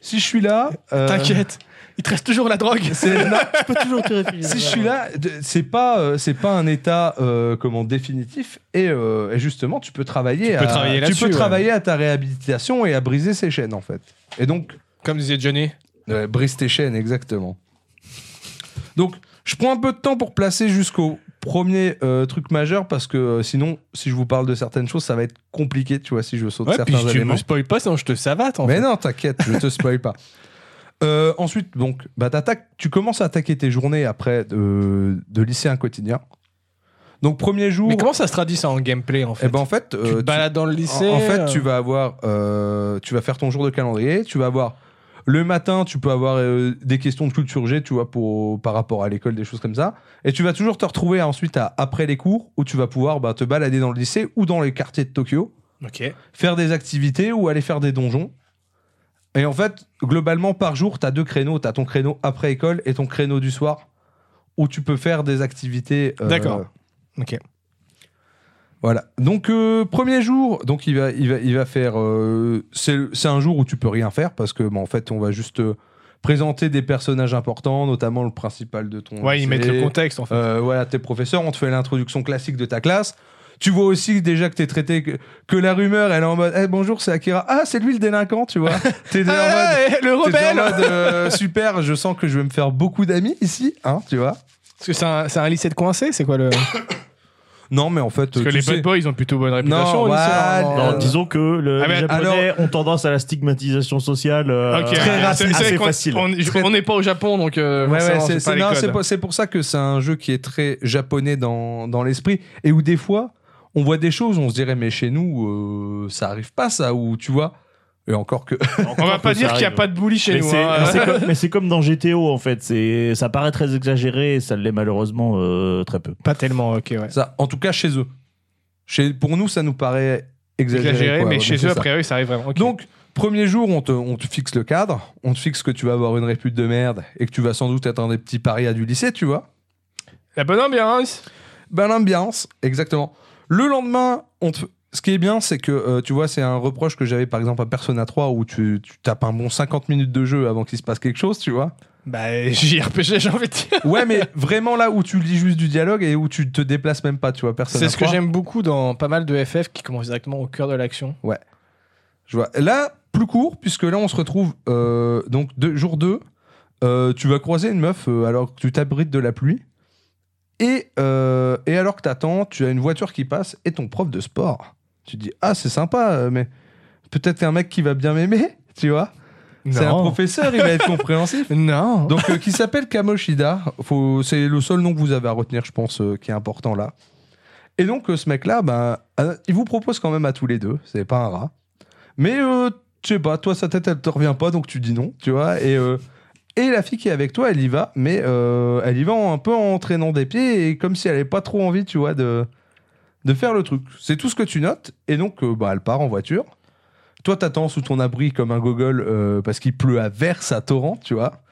[SPEAKER 1] Si je suis là, euh,
[SPEAKER 2] T'inquiète, il te reste toujours la drogue.
[SPEAKER 1] c'est- non,
[SPEAKER 3] Je peux toujours te
[SPEAKER 1] si je suis là, de- c'est pas euh, c'est pas un état euh, comment définitif et, euh, et justement tu peux travailler
[SPEAKER 2] Tu
[SPEAKER 1] à,
[SPEAKER 2] peux travailler
[SPEAKER 1] tu
[SPEAKER 2] là-dessus,
[SPEAKER 1] peux
[SPEAKER 2] ouais.
[SPEAKER 1] travailler à ta réhabilitation et à briser ses chaînes en fait. Et donc
[SPEAKER 2] Comme disait Johnny.
[SPEAKER 1] Ouais, brise tes chaînes, exactement. Donc, je prends un peu de temps pour placer jusqu'au premier euh, truc majeur parce que euh, sinon, si je vous parle de certaines choses, ça va être compliqué, tu vois, si je saute
[SPEAKER 2] Ouais, puis
[SPEAKER 1] certains
[SPEAKER 2] tu
[SPEAKER 1] éléments.
[SPEAKER 2] me spoil pas, sinon je te savate en
[SPEAKER 1] Mais
[SPEAKER 2] fait.
[SPEAKER 1] non, t'inquiète, je te spoil pas. Euh, ensuite, donc, bah, t'attaques- tu commences à attaquer tes journées après de, de lycéen quotidien. Donc, premier jour,
[SPEAKER 2] Mais comment ça se traduit ça en gameplay en fait
[SPEAKER 1] eh ben, en fait,
[SPEAKER 2] Tu
[SPEAKER 1] euh,
[SPEAKER 2] te
[SPEAKER 1] tu-
[SPEAKER 2] balades dans le lycée.
[SPEAKER 1] en, en fait,
[SPEAKER 2] euh,
[SPEAKER 1] tu vas avoir, euh, tu vas faire ton jour de calendrier, tu vas avoir le matin, tu peux avoir euh, des questions de culture G, tu vois, pour par rapport à l'école, des choses comme ça, et tu vas toujours te retrouver ensuite à- après les cours où tu vas pouvoir bah, te balader dans le lycée ou dans les quartiers de Tokyo,
[SPEAKER 2] Ok.
[SPEAKER 1] faire des activités ou aller faire des donjons. Et en fait, globalement, par jour, tu as deux créneaux. Tu as ton créneau après école et ton créneau du soir où tu peux faire des activités. euh,
[SPEAKER 2] D'accord. Ok.
[SPEAKER 1] voilà. Donc euh, premier jour, donc il va, il va, il va faire. euh, c'est c'est un jour où tu peux rien faire parce que, bah, en fait, on va juste euh, présenter des personnages importants, notamment le principal de ton.
[SPEAKER 2] Ouais, ils
[SPEAKER 1] lycée.
[SPEAKER 2] mettent le contexte en fait.
[SPEAKER 1] Euh, voilà, tes professeurs, on te fait l'introduction classique de ta classe. Tu vois aussi déjà que t'es traité que, que la rumeur, elle est en mode, Eh, bonjour, c'est Akira. Ah, c'est lui le délinquant, tu vois. T'es déjà en mode,
[SPEAKER 2] Ah, eh, le
[SPEAKER 1] t'es déjà en
[SPEAKER 2] rebelle
[SPEAKER 1] mode, euh, super. Je sens que je vais me faire beaucoup d'amis ici, hein, tu vois.
[SPEAKER 2] Parce que c'est un, c'est un lycée de coincé, c'est quoi le. Parce
[SPEAKER 1] Non, mais en fait, euh,
[SPEAKER 2] que
[SPEAKER 1] tu
[SPEAKER 2] les
[SPEAKER 1] sais-
[SPEAKER 2] bad boys ils ont plutôt bonne réputation.
[SPEAKER 1] Non,
[SPEAKER 2] au lycée,
[SPEAKER 1] ouais,
[SPEAKER 2] normalement.
[SPEAKER 1] non,
[SPEAKER 3] Non,
[SPEAKER 1] Euh,
[SPEAKER 3] disons que le,
[SPEAKER 2] Ah, mais
[SPEAKER 3] les Japonais ont tendance à la stigmatisation sociale euh,
[SPEAKER 2] Ok,
[SPEAKER 3] très
[SPEAKER 2] c'est-
[SPEAKER 3] rapide,
[SPEAKER 2] c'est vrai
[SPEAKER 3] assez
[SPEAKER 2] qu'on-
[SPEAKER 3] facile.
[SPEAKER 2] On
[SPEAKER 1] Très-
[SPEAKER 2] on n'est pas au Japon donc. euh,
[SPEAKER 1] Ouais, ouais,
[SPEAKER 2] forcément,
[SPEAKER 1] c'est-
[SPEAKER 2] c'est pas
[SPEAKER 1] c'est
[SPEAKER 2] les
[SPEAKER 1] non, c'est
[SPEAKER 2] codes.
[SPEAKER 1] pour, c'est pour ça que c'est un jeu qui est très japonais dans, dans l'esprit et où des fois on voit des choses, on se dirait mais chez nous euh, ça arrive pas ça ou tu vois et encore que
[SPEAKER 2] On va pas dire qu'il n'y a pas de bully chez
[SPEAKER 3] mais
[SPEAKER 2] nous.
[SPEAKER 3] c'est,
[SPEAKER 2] hein.
[SPEAKER 3] c'est comme, mais c'est comme dans GTO en fait, c'est, ça paraît très exagéré et ça l'est malheureusement euh, très peu.
[SPEAKER 2] Pas tellement, ok, ouais.
[SPEAKER 1] ça en tout cas chez eux. Chez, pour nous ça nous paraît exagéré,
[SPEAKER 2] Exagéré,
[SPEAKER 1] quoi,
[SPEAKER 2] mais
[SPEAKER 1] ouais,
[SPEAKER 2] chez
[SPEAKER 1] donc c'est
[SPEAKER 2] eux,
[SPEAKER 1] ça.
[SPEAKER 2] a priori, ça arrive vraiment. ok.
[SPEAKER 1] Donc premier jour on te, on te fixe le cadre, on te fixe que tu vas avoir une répute de merde et que tu vas sans doute être un des petits parias du lycée, tu vois.
[SPEAKER 2] La bonne ambiance
[SPEAKER 1] Ben l'ambiance, exactement. Le lendemain, on te- ce qui est bien, c'est que, euh, tu vois, c'est un reproche que j'avais par exemple à Persona 3 où tu, tu tapes un bon 50 minutes de jeu avant qu'il se passe quelque chose, tu vois.
[SPEAKER 2] Bah, JRPG, j'ai envie de dire.
[SPEAKER 1] Ouais, mais vraiment là où tu lis juste du dialogue et où tu te déplaces même pas, tu vois, Persona
[SPEAKER 2] C'est ce que
[SPEAKER 1] 3,
[SPEAKER 2] j'aime beaucoup dans pas mal de FF qui commence directement au cœur de l'action.
[SPEAKER 1] Je vois. Là, plus court, puisque là, on se retrouve euh, donc deux- jour 2. tu vas croiser une meuf euh, alors que tu t'abrites de la pluie. Et, euh, et alors que t'attends, tu as une voiture qui passe et ton prof de sport. Tu dis Ah, c'est sympa, euh, mais peut-être un mec qui va bien m'aimer, tu vois. C'est un professeur, il va être compréhensif.
[SPEAKER 2] Non.
[SPEAKER 1] Donc, euh, qui s'appelle Kamoshida. Faut- C'est le seul nom que vous avez à retenir, je pense, euh, qui est important là. Et donc, euh, ce mec-là, ben, euh, il vous propose quand même à tous les deux. C'est pas un rat. Mais, euh, tu sais pas, toi, sa tête, elle te revient pas, donc tu dis non, tu vois. Et, euh, et la fille qui est avec toi, elle y va, mais euh, elle y va en- un peu en traînant des pieds et comme si elle avait pas trop envie, tu vois, de, de faire le truc. C'est tout ce que tu notes. Et donc, euh, bah, elle part en voiture. Toi, t'attends sous ton abri comme un gogol euh, parce qu'il pleut à verse, à torrent, tu vois.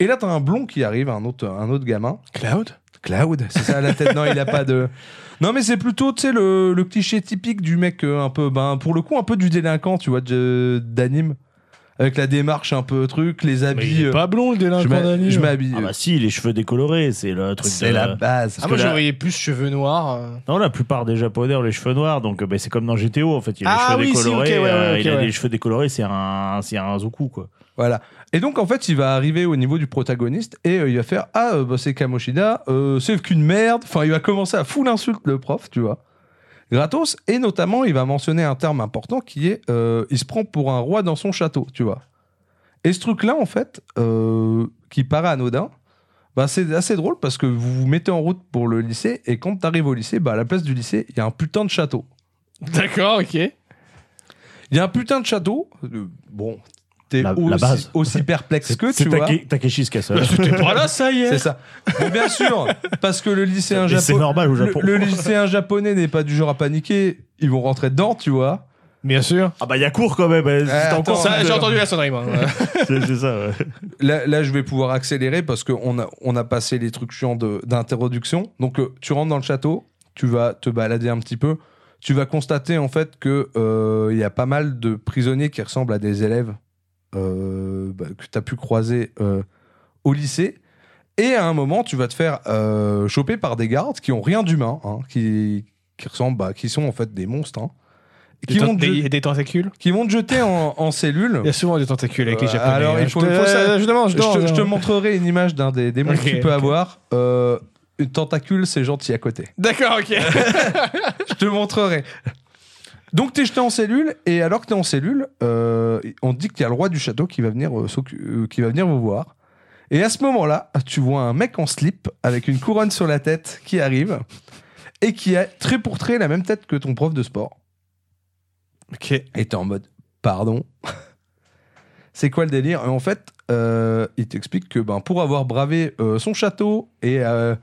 [SPEAKER 1] Et là, t'as un blond qui arrive, un autre, un autre gamin.
[SPEAKER 2] Cloud
[SPEAKER 1] Cloud, c'est ça la tête. Non, il a pas de. Non, mais c'est plutôt, tu sais, le, le cliché typique du mec euh, un peu, ben, pour le coup, un peu du délinquant, tu vois, de- d'anime. Avec la démarche un peu truc, les habits. euh,
[SPEAKER 2] pas blond le
[SPEAKER 1] je
[SPEAKER 2] délinquant
[SPEAKER 1] m'a-
[SPEAKER 2] d'anime.
[SPEAKER 1] je m'habille.
[SPEAKER 3] Ah bah si, les cheveux décolorés, c'est le truc
[SPEAKER 1] c'est
[SPEAKER 3] de-
[SPEAKER 1] la base.
[SPEAKER 3] parce
[SPEAKER 2] Ah, moi
[SPEAKER 3] que là-
[SPEAKER 2] j'aurais plus cheveux noirs. euh.
[SPEAKER 3] Non, la plupart des Japonais ont les cheveux noirs, donc euh, bah, c'est comme dans GTO en fait. Il a
[SPEAKER 2] Ah
[SPEAKER 3] les
[SPEAKER 2] oui, si,
[SPEAKER 3] cheveux décolorés,
[SPEAKER 2] ok, ouais, ouais,
[SPEAKER 3] euh,
[SPEAKER 2] ok,
[SPEAKER 3] il a
[SPEAKER 2] ouais.
[SPEAKER 3] les cheveux décolorés, c'est un, c'est un Zoku quoi.
[SPEAKER 1] Voilà. Et donc, en fait, il va arriver au niveau du protagoniste et euh, il va faire Ah, euh, bah, c'est Kamoshida, euh, c'est qu'une merde. Enfin, il va commencer à full insulte le prof, tu vois. Gratos. Et notamment, il va mentionner un terme important qui est euh, Il se prend pour un roi dans son château, tu vois. Et ce truc-là, en fait, euh, qui paraît anodin, bah, c'est assez drôle parce que vous vous mettez en route pour le lycée et quand t'arrives au lycée, bah, à la place du lycée, il y a un putain de château.
[SPEAKER 2] D'accord, ok.
[SPEAKER 1] Il y a un putain de château. euh, bon, t'es
[SPEAKER 3] La- la
[SPEAKER 1] aussi,
[SPEAKER 3] base.
[SPEAKER 1] aussi perplexe que
[SPEAKER 3] C'est
[SPEAKER 1] tu vois. Bah,
[SPEAKER 3] Take- Takeshi's
[SPEAKER 2] Bah,
[SPEAKER 3] Castle.
[SPEAKER 2] voilà, Oh ça y
[SPEAKER 1] C'est ça. Bon, bien sûr, parce que le lycéen,
[SPEAKER 3] Et C'est
[SPEAKER 1] japonais
[SPEAKER 3] normal au
[SPEAKER 1] le,
[SPEAKER 3] Japon.
[SPEAKER 1] le lycéen japonais n'est pas du genre à paniquer. Ils vont rentrer dedans, tu vois.
[SPEAKER 2] Bien sûr.
[SPEAKER 3] Ah bah il y a cours quand même. euh, c'est
[SPEAKER 1] attends.
[SPEAKER 3] encore-
[SPEAKER 2] Ça, j'ai entendu la sonnerie, moi.
[SPEAKER 3] C'est c'est ça. ouais.
[SPEAKER 1] Là, là, je vais pouvoir accélérer parce qu'on a, on a passé les trucs chiants de- d'introduction. Donc, euh, tu rentres dans le château, tu vas te balader un petit peu. Tu vas constater en fait que euh, il y a pas mal de prisonniers qui ressemblent à des élèves euh, bah, que tu as pu croiser euh, au lycée. Et à un moment, tu vas te faire euh, choper par des gardes qui ont rien d'humain, hein, qui, qui ressemblent, bah, qui sont en fait des monstres, hein, et qui, vont te,
[SPEAKER 2] des,
[SPEAKER 1] je-
[SPEAKER 2] des tentacules
[SPEAKER 1] qui vont te jeter en, en cellule.
[SPEAKER 2] Il y a souvent des tentacules avec les
[SPEAKER 1] Ouais,
[SPEAKER 2] japonais.
[SPEAKER 1] alors,
[SPEAKER 2] hein.
[SPEAKER 1] il
[SPEAKER 2] Je
[SPEAKER 1] faut-
[SPEAKER 2] te-
[SPEAKER 1] faut ça-
[SPEAKER 2] euh, je demande, je
[SPEAKER 1] Je te,
[SPEAKER 2] demande.
[SPEAKER 1] je te montrerai une image d'un des démons
[SPEAKER 2] Ok,
[SPEAKER 1] que tu peux
[SPEAKER 2] ok.
[SPEAKER 1] avoir. Euh, une tentacule, c'est gentil à côté.
[SPEAKER 2] D'accord, ok.
[SPEAKER 1] Je te montrerai. Donc, t'es jeté en cellule, et alors que t'es en cellule, euh, on te dit qu'il y a le roi du château qui va venir, euh, s'occu- euh, qui va venir vous voir. Et à ce moment-là, tu vois un mec en slip avec une couronne sur la tête qui arrive et qui a très pour trait la même tête que ton prof de sport.
[SPEAKER 2] ok.
[SPEAKER 1] Et t'es en mode, pardon, c'est quoi le délire Et en fait, euh, il t'explique que ben, pour avoir bravé euh, son château et, euh,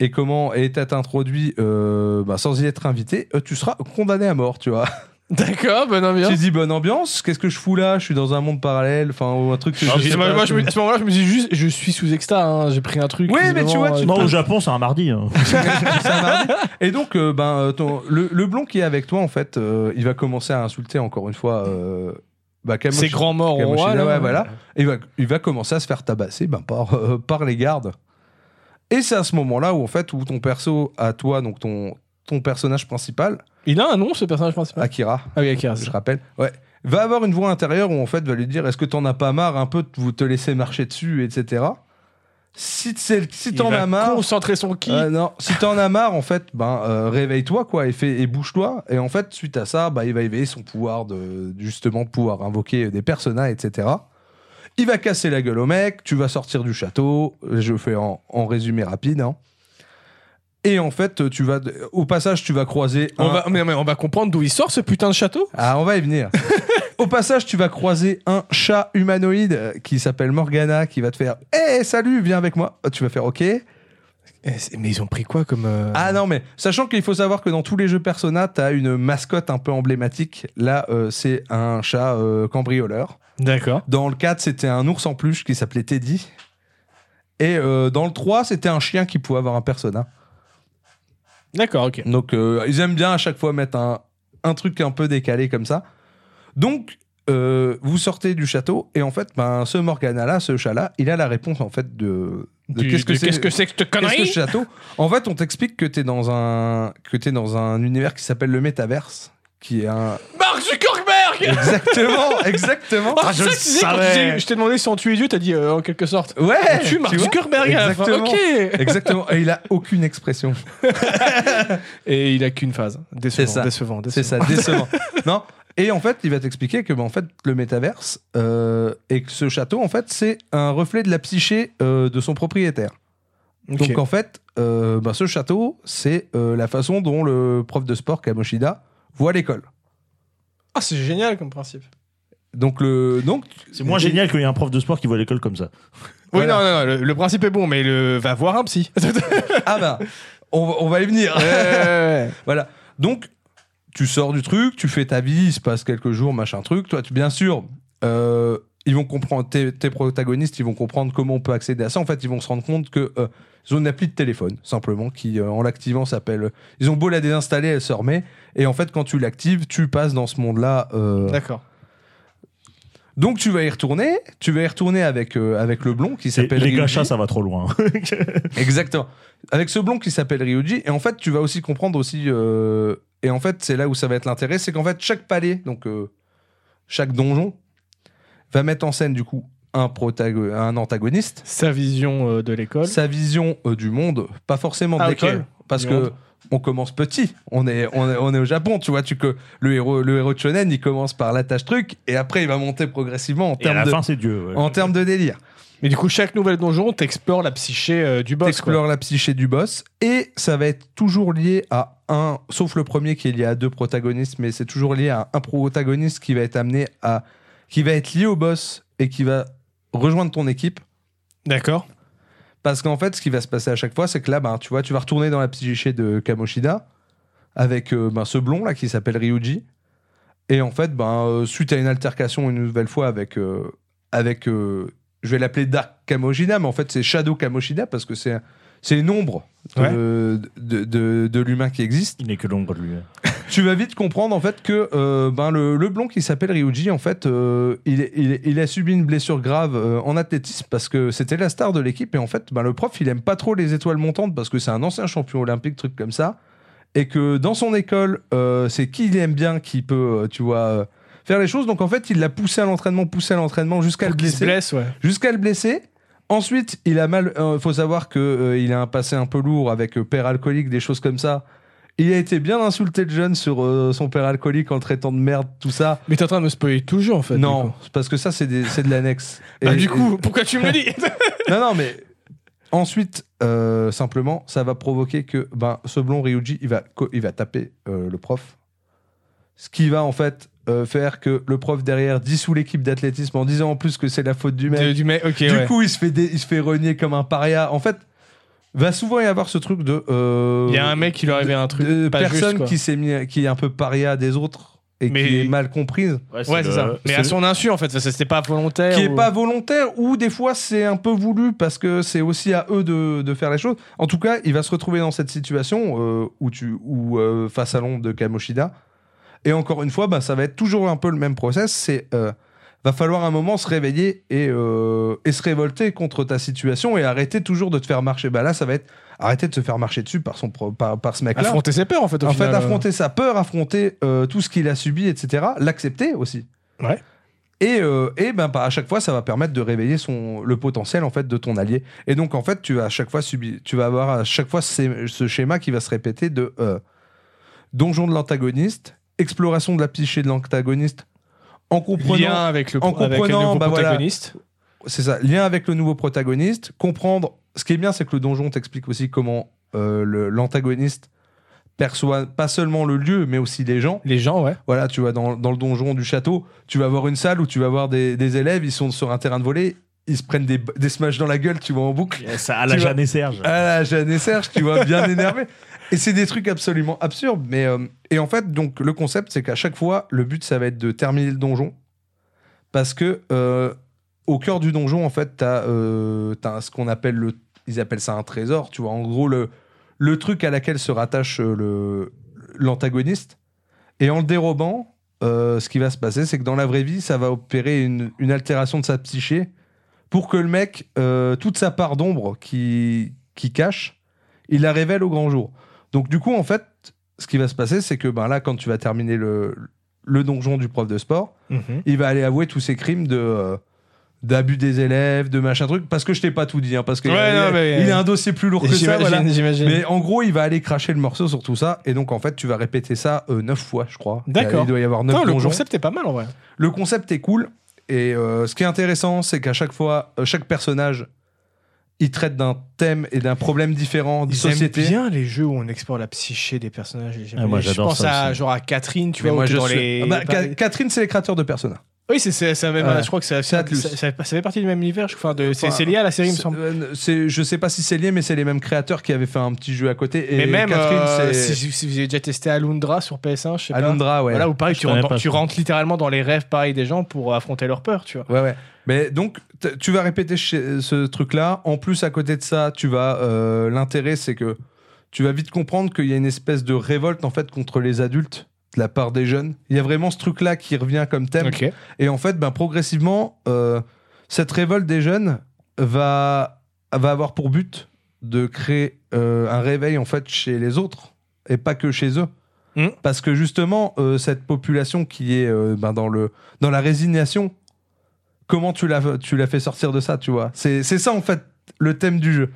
[SPEAKER 1] et comment et t'être introduit euh, ben, sans y être invité, euh, tu seras condamné à mort, tu vois.
[SPEAKER 2] D'accord, bah, bonne ambiance.
[SPEAKER 1] Tu dis bonne ambiance, qu'est-ce que je fous là Je suis dans un monde parallèle, enfin, ou un truc que
[SPEAKER 3] Non,
[SPEAKER 1] je
[SPEAKER 3] mais
[SPEAKER 1] sais
[SPEAKER 2] Moi,
[SPEAKER 1] pas,
[SPEAKER 2] moi, je
[SPEAKER 1] tu-
[SPEAKER 2] me- à ce moment-là, je me dis juste, je suis sous exta, hein, j'ai pris un truc. euh,
[SPEAKER 1] Oui, mais tu vois, tu-
[SPEAKER 3] Non au Japon c'est un mardi. hein.
[SPEAKER 1] C'est un mardi. Et donc, euh, ben, euh, ton- le, le blond qui est avec toi, en fait, euh, il va commencer à insulter encore une fois. Euh, bah, Kamoshi-
[SPEAKER 2] C'est grand mort au
[SPEAKER 1] Kamoshida,
[SPEAKER 2] roi. là.
[SPEAKER 1] ouais, voilà. Et il va, il va commencer à se faire tabasser ben, par, euh, par les gardes. Et c'est à ce moment-là où, en fait, où ton perso, à toi, donc ton, ton personnage principal,
[SPEAKER 2] Il a un nom, ce personnage principal.
[SPEAKER 1] Akira,
[SPEAKER 2] Ah oui, Akira. c'est
[SPEAKER 1] je
[SPEAKER 2] ça.
[SPEAKER 1] rappelle, ouais, va avoir une voix intérieure où, en fait, va lui dire est-ce que t'en as pas marre un peu de vous te laisser marcher dessus, etc. Si, c'est- si
[SPEAKER 2] Il
[SPEAKER 1] t'en
[SPEAKER 2] va
[SPEAKER 1] as marre.
[SPEAKER 2] Concentrer son ki.
[SPEAKER 1] Euh, non, si t'en as marre, en fait, ben, euh, réveille-toi, quoi, et, fais- et bouge-toi. Et en fait, suite à ça, bah, il va éveiller son pouvoir de, justement, de pouvoir invoquer des personas, etc. Il va casser la gueule au mec, tu vas sortir du château, je fais en, en résumé rapide, hein. Et en fait, tu vas, au passage, tu vas croiser
[SPEAKER 2] on,
[SPEAKER 1] un-
[SPEAKER 2] va, mais- mais on va comprendre d'où il sort ce putain de château.
[SPEAKER 1] ah, on va y venir. Au passage, tu vas croiser un chat humanoïde euh, qui s'appelle Morgana, qui va te faire Hé, salut, viens avec moi. Tu vas faire OK.
[SPEAKER 2] Eh, Mais ils ont pris quoi comme. euh,
[SPEAKER 1] Ah non, mais sachant qu'il faut savoir que dans tous les jeux Persona, t'as une mascotte un peu emblématique. Là, euh, c'est un chat euh, cambrioleur.
[SPEAKER 2] D'accord.
[SPEAKER 1] Dans le 4, c'était un ours en peluche qui s'appelait Teddy. Et euh, dans le 3, c'était un chien qui pouvait avoir un Persona.
[SPEAKER 2] D'accord, ok.
[SPEAKER 1] Donc, euh, ils aiment bien à chaque fois mettre un, un truc un peu décalé comme ça. Donc, euh, vous sortez du château et en fait, ben, ce Morgana-là, ce chat-là, il a la réponse en fait de, de
[SPEAKER 2] Du-
[SPEAKER 1] qu'est-ce que
[SPEAKER 2] du-
[SPEAKER 1] c'est
[SPEAKER 2] c'est que cette
[SPEAKER 1] Qu'est-ce que ce château En fait, on t'explique que t'es dans un que t'es dans un univers qui s'appelle le métaverse, qui est un
[SPEAKER 2] Mark Zuckerberg
[SPEAKER 1] exactement, exactement.
[SPEAKER 2] Ah,
[SPEAKER 3] je
[SPEAKER 2] ça,
[SPEAKER 3] le
[SPEAKER 2] tu sais, quand
[SPEAKER 3] savais.
[SPEAKER 2] tu dis- Je t'ai demandé si on tuait Dieu, t'as dit euh, en quelque sorte.
[SPEAKER 1] Ouais,
[SPEAKER 2] Tu Mark
[SPEAKER 1] Eh, tu vois
[SPEAKER 2] Zuckerberg à la fin.
[SPEAKER 1] Exactement.
[SPEAKER 2] Ok
[SPEAKER 1] Exactement. Et il a aucune expression.
[SPEAKER 2] Et il a qu'une phase. Décevant,
[SPEAKER 1] C'est ça.
[SPEAKER 2] décevant,
[SPEAKER 1] C'est
[SPEAKER 2] décevant.
[SPEAKER 1] ça, décevant. non. Et en fait, il va t'expliquer que bah, en fait, le métaverse euh, et que ce château, en fait, c'est un reflet de la psyché euh, de son propriétaire.
[SPEAKER 2] Ok.
[SPEAKER 1] Donc en fait, euh, bah, ce château, c'est euh, la façon dont le prof de sport Kamoshida voit l'école.
[SPEAKER 2] Ah, c'est génial comme principe.
[SPEAKER 1] Donc le donc
[SPEAKER 3] C'est moins génial qu'il y ait un prof de sport qui voit l'école comme ça.
[SPEAKER 2] Oui,
[SPEAKER 1] Voilà.
[SPEAKER 2] non, non, non, le, le principe est bon, mais le... va voir un psy.
[SPEAKER 1] ah bah on, va- on va y venir.
[SPEAKER 2] Euh,
[SPEAKER 1] Voilà. Donc, tu sors du truc, tu fais ta vie, il se passe quelques jours, machin truc. Toi, tu, bien sûr, euh, ils vont comprendre, tes, tes protagonistes, ils vont comprendre comment on peut accéder à ça. En fait, ils vont se rendre compte que euh, ils ont une appli de téléphone, simplement, qui, euh, en l'activant, s'appelle. Ils ont beau la désinstaller, elle se remet. Et en fait, quand tu l'actives, tu passes dans ce monde-là. euh,
[SPEAKER 2] D'accord.
[SPEAKER 1] donc, tu vas y retourner. Tu vas y retourner avec, euh, avec le blond qui
[SPEAKER 3] C'est-
[SPEAKER 1] s'appelle.
[SPEAKER 3] Les
[SPEAKER 1] Ryuji.
[SPEAKER 3] gachas, ça va trop loin.
[SPEAKER 1] Exactement. Avec ce blond qui s'appelle Ryuji. Et en fait, tu vas aussi comprendre aussi. euh, Et en fait, c'est là où ça va être l'intérêt. C'est qu'en fait, chaque palais, donc euh, chaque donjon, va mettre en scène du coup un, protago- un antagoniste,
[SPEAKER 2] Sa vision euh, de l'école.
[SPEAKER 1] sa vision euh, du monde, pas forcément de
[SPEAKER 2] Ah, ok.
[SPEAKER 1] l'école, parce
[SPEAKER 2] Du
[SPEAKER 1] que.
[SPEAKER 2] monde.
[SPEAKER 1] On commence petit, on est, on, est, on est au Japon, tu vois, tu que le héros, le héros de shonen, il commence par l'attache truc et après il va monter progressivement en
[SPEAKER 3] Et à
[SPEAKER 1] termes
[SPEAKER 3] la
[SPEAKER 1] de,
[SPEAKER 3] fin, c'est Dieu. ouais.
[SPEAKER 1] en termes de délire.
[SPEAKER 2] Mais du coup, chaque nouvel donjon, t'explores la psyché euh, du boss. quoi.
[SPEAKER 1] T'explores la psyché du boss et ça va être toujours lié à un, sauf le premier qui est lié à deux protagonistes, mais c'est toujours lié à un protagoniste qui va être amené à, qui va être lié au boss et qui va rejoindre ton équipe.
[SPEAKER 2] D'accord.
[SPEAKER 1] Parce qu'en fait, ce qui va se passer à chaque fois, c'est que là, ben, tu vois, tu vas retourner dans la psyché de Kamoshida avec euh, ben, ce blond là qui s'appelle Ryuji. Et en fait, ben, euh, suite à une altercation une nouvelle fois avec, euh, avec euh, je vais l'appeler Dark Kamoshida, mais en fait, c'est Shadow Kamoshida parce que c'est c'est une ombre de,
[SPEAKER 2] Ouais.
[SPEAKER 1] de, de- de l'humain qui existe.
[SPEAKER 3] Il n'est que l'ombre de lui.
[SPEAKER 1] tu vas vite comprendre en fait que euh, ben, le, le blond qui s'appelle Ryuji, en fait, euh, il, est- il est- il a subi une blessure grave euh, en athlétisme parce que c'était la star de l'équipe et en fait, ben, le prof, il aime pas trop les étoiles montantes parce que c'est un ancien champion olympique, truc comme ça. Et que dans son école, euh, c'est qui il aime bien qui peut, euh, tu vois, euh, faire les choses. Donc en fait, il l'a poussé à l'entraînement, poussé à l'entraînement jusqu'à le
[SPEAKER 2] Pour qu'il se blesse,
[SPEAKER 1] blesser
[SPEAKER 2] ouais.
[SPEAKER 1] jusqu'à le blesser. Ensuite, il a mal. euh, faut savoir que euh, il a un passé un peu lourd avec euh, père alcoolique, des choses comme ça. Il a été bien insulté de jeune sur euh, son père alcoolique en le traitant de merde, tout ça.
[SPEAKER 2] Mais t'es en train de me spoiler toujours, en fait.
[SPEAKER 1] non, Ah, c'est parce que ça, c'est des- c'est de l'annexe.
[SPEAKER 2] Du coup, bah,
[SPEAKER 1] Et-
[SPEAKER 2] du coup pourquoi tu me le dis
[SPEAKER 1] et- non, non, mais ensuite, euh, simplement, ça va provoquer que ben, ce blond Ryuji, il va, co- il va taper euh, le prof. Ce qui va en fait euh, faire que le prof derrière dissout l'équipe d'athlétisme en disant en plus que c'est la faute du mec.
[SPEAKER 2] De- Du mec, ok,
[SPEAKER 1] Du
[SPEAKER 2] ouais.
[SPEAKER 1] coup, il se, fait dé- il se fait renier comme un paria. En fait, va souvent y avoir ce truc de. euh,
[SPEAKER 2] Il y a un mec qui lui arrivait un truc.
[SPEAKER 1] de
[SPEAKER 2] pas
[SPEAKER 1] personne
[SPEAKER 2] juste, quoi.
[SPEAKER 1] qui s'est mis, qui est un peu paria des autres et qui
[SPEAKER 2] Mais-
[SPEAKER 1] est mal comprise,
[SPEAKER 2] Ouais, c'est ça. Mais à son insu, en fait, ça, c'était pas volontaire.
[SPEAKER 1] qui est
[SPEAKER 2] ou-
[SPEAKER 1] pas volontaire ou des fois c'est un peu voulu parce que c'est aussi à eux de, de faire les choses. En tout cas, il va se retrouver dans cette situation euh, où tu où, euh, face à l'ombre de Kamoshida. Et encore une fois, bah, ça va être toujours un peu le même process. C'est euh, va falloir un moment se réveiller et, euh, et se révolter contre ta situation et arrêter toujours de te faire marcher. Bah là, ça va être arrêter de se faire marcher dessus par son pro- par, par ce mec-là.
[SPEAKER 2] Affronter ses peurs, en fait. au
[SPEAKER 1] En
[SPEAKER 2] final,
[SPEAKER 1] fait,
[SPEAKER 2] euh.
[SPEAKER 1] affronter sa peur, affronter euh, tout ce qu'il a subi, etc. L'accepter aussi.
[SPEAKER 2] Ouais.
[SPEAKER 1] Et, euh, et ben, bah, à chaque fois, ça va permettre de réveiller son, le potentiel en fait de ton allié. Et donc, en fait, tu vas à chaque fois subir, tu vas avoir à chaque fois ces- ce schéma qui va se répéter de euh, donjon de l'antagoniste, exploration de la psyché de l'antagoniste, en comprenant
[SPEAKER 2] Lien avec le,
[SPEAKER 1] en
[SPEAKER 2] avec le
[SPEAKER 1] comprenant,
[SPEAKER 2] nouveau
[SPEAKER 1] bah, voilà.
[SPEAKER 2] protagoniste.
[SPEAKER 1] c'est ça, lien avec le nouveau protagoniste, comprendre. Ce qui est bien, c'est que le donjon t'explique aussi comment euh, le- l'antagoniste perçoit pas seulement le lieu, mais aussi les gens.
[SPEAKER 2] Les gens, ouais.
[SPEAKER 1] Voilà, tu vois, dans, dans le donjon du château, tu vas avoir une salle où tu vas avoir des, des élèves, ils sont sur un terrain de volet, ils se prennent des, des smash dans la gueule, tu vois, en boucle.
[SPEAKER 3] Ça, à la
[SPEAKER 1] Tu vois.
[SPEAKER 3] Jeanne et Serge.
[SPEAKER 1] Ah là, Jeanne et Serge, tu vois, bien énervé. Et c'est des trucs absolument absurdes. Mais, euh, et en fait, donc, le concept, c'est qu'à chaque fois, le but, ça va être de terminer le donjon. Parce que, euh, au cœur du donjon, en fait, t'as euh, t'as ce qu'on appelle le. Ils appellent ça un trésor, tu vois. En gros, le, le truc à laquelle se rattache euh, le l'antagoniste. Et en le dérobant, euh, ce qui va se passer, c'est que dans la vraie vie, ça va opérer une, une altération de sa psyché pour que le mec, euh, toute sa part d'ombre qui, qui cache, il la révèle au grand jour. Donc du coup, en fait, ce qui va se passer, c'est que ben, là, quand tu vas terminer le, le donjon du prof de sport, il va aller avouer tous ses crimes de... euh, d'abus des élèves, de machin truc, parce que je t'ai pas tout dit, hein, parce qu'il
[SPEAKER 2] Ouais, non, mais-
[SPEAKER 1] a un dossier plus lourd que ça,
[SPEAKER 2] J'imagine,
[SPEAKER 1] voilà.
[SPEAKER 2] j'imagine.
[SPEAKER 1] Mais en gros, il va aller cracher le morceau sur tout ça. Et donc, en fait, tu vas répéter ça euh, neuf fois, je crois.
[SPEAKER 2] D'accord.
[SPEAKER 1] Il doit y avoir neuf
[SPEAKER 2] Putain, le
[SPEAKER 1] donjons.
[SPEAKER 2] concept est pas mal en vrai.
[SPEAKER 1] Le concept est cool. Et euh, ce qui est intéressant, c'est qu'à chaque fois, euh, chaque personnage, il traite d'un thème et d'un problème différent de
[SPEAKER 2] Ils
[SPEAKER 1] société.
[SPEAKER 2] aiment bien les jeux où on explore la psyché des personnages. J'aime
[SPEAKER 3] Ah, moi,
[SPEAKER 2] bien. je
[SPEAKER 3] j'adore
[SPEAKER 2] pense
[SPEAKER 3] ça
[SPEAKER 2] à
[SPEAKER 3] aussi.
[SPEAKER 2] genre à Catherine, tu
[SPEAKER 1] Mais
[SPEAKER 2] vois, où
[SPEAKER 1] moi,
[SPEAKER 2] t'es
[SPEAKER 1] je
[SPEAKER 2] dans
[SPEAKER 1] suis-
[SPEAKER 2] les.
[SPEAKER 1] Ah bah,
[SPEAKER 2] les-
[SPEAKER 1] Ca- Catherine, c'est les créateurs de Persona.
[SPEAKER 2] Oui, c'est c'est- c'est un même.
[SPEAKER 1] Ouais.
[SPEAKER 2] Je crois que c'est
[SPEAKER 1] C'est
[SPEAKER 2] ça,
[SPEAKER 1] Atlus.
[SPEAKER 2] ça- ça- ça fait partie du même univers. Je crois. Enfin, de- c'est
[SPEAKER 1] Enfin,
[SPEAKER 2] c'est lié à la série, il me
[SPEAKER 1] C'est-
[SPEAKER 2] semble.
[SPEAKER 1] euh, c'est- je sais pas si c'est lié, mais c'est les mêmes créateurs qui avaient fait un petit jeu à côté. Et
[SPEAKER 2] Mais même
[SPEAKER 1] Catherine,
[SPEAKER 2] euh,
[SPEAKER 1] c'est
[SPEAKER 2] si, si vous avez déjà testé Alundra sur PS1, je sais pas.
[SPEAKER 1] Alundra, ouais.
[SPEAKER 2] Voilà, où pareil,
[SPEAKER 3] Je
[SPEAKER 2] tu
[SPEAKER 3] connais
[SPEAKER 2] rentres,
[SPEAKER 3] pas,
[SPEAKER 2] tu
[SPEAKER 3] ça.
[SPEAKER 2] rentres littéralement dans les rêves pareil des gens pour euh, affronter leur peur, tu vois.
[SPEAKER 1] Ouais, ouais. Mais donc, t- tu vas répéter chez- ce truc-là. En plus, à côté de ça, tu vas. euh, L'intérêt, c'est que tu vas vite comprendre qu'il y a une espèce de révolte, en fait, contre les adultes, de la part des jeunes. Il y a vraiment ce truc-là qui revient comme thème.
[SPEAKER 2] Ok.
[SPEAKER 1] Et en fait, ben, progressivement, euh, cette révolte des jeunes va, va avoir pour but de créer euh, un réveil en fait chez les autres et pas que chez eux.
[SPEAKER 2] Mm.
[SPEAKER 1] Parce que justement, euh, cette population qui est euh, ben, dans, le, dans la résignation, comment tu l'as tu l'as fait sortir de ça, tu vois C'est c'est ça en fait le thème du jeu.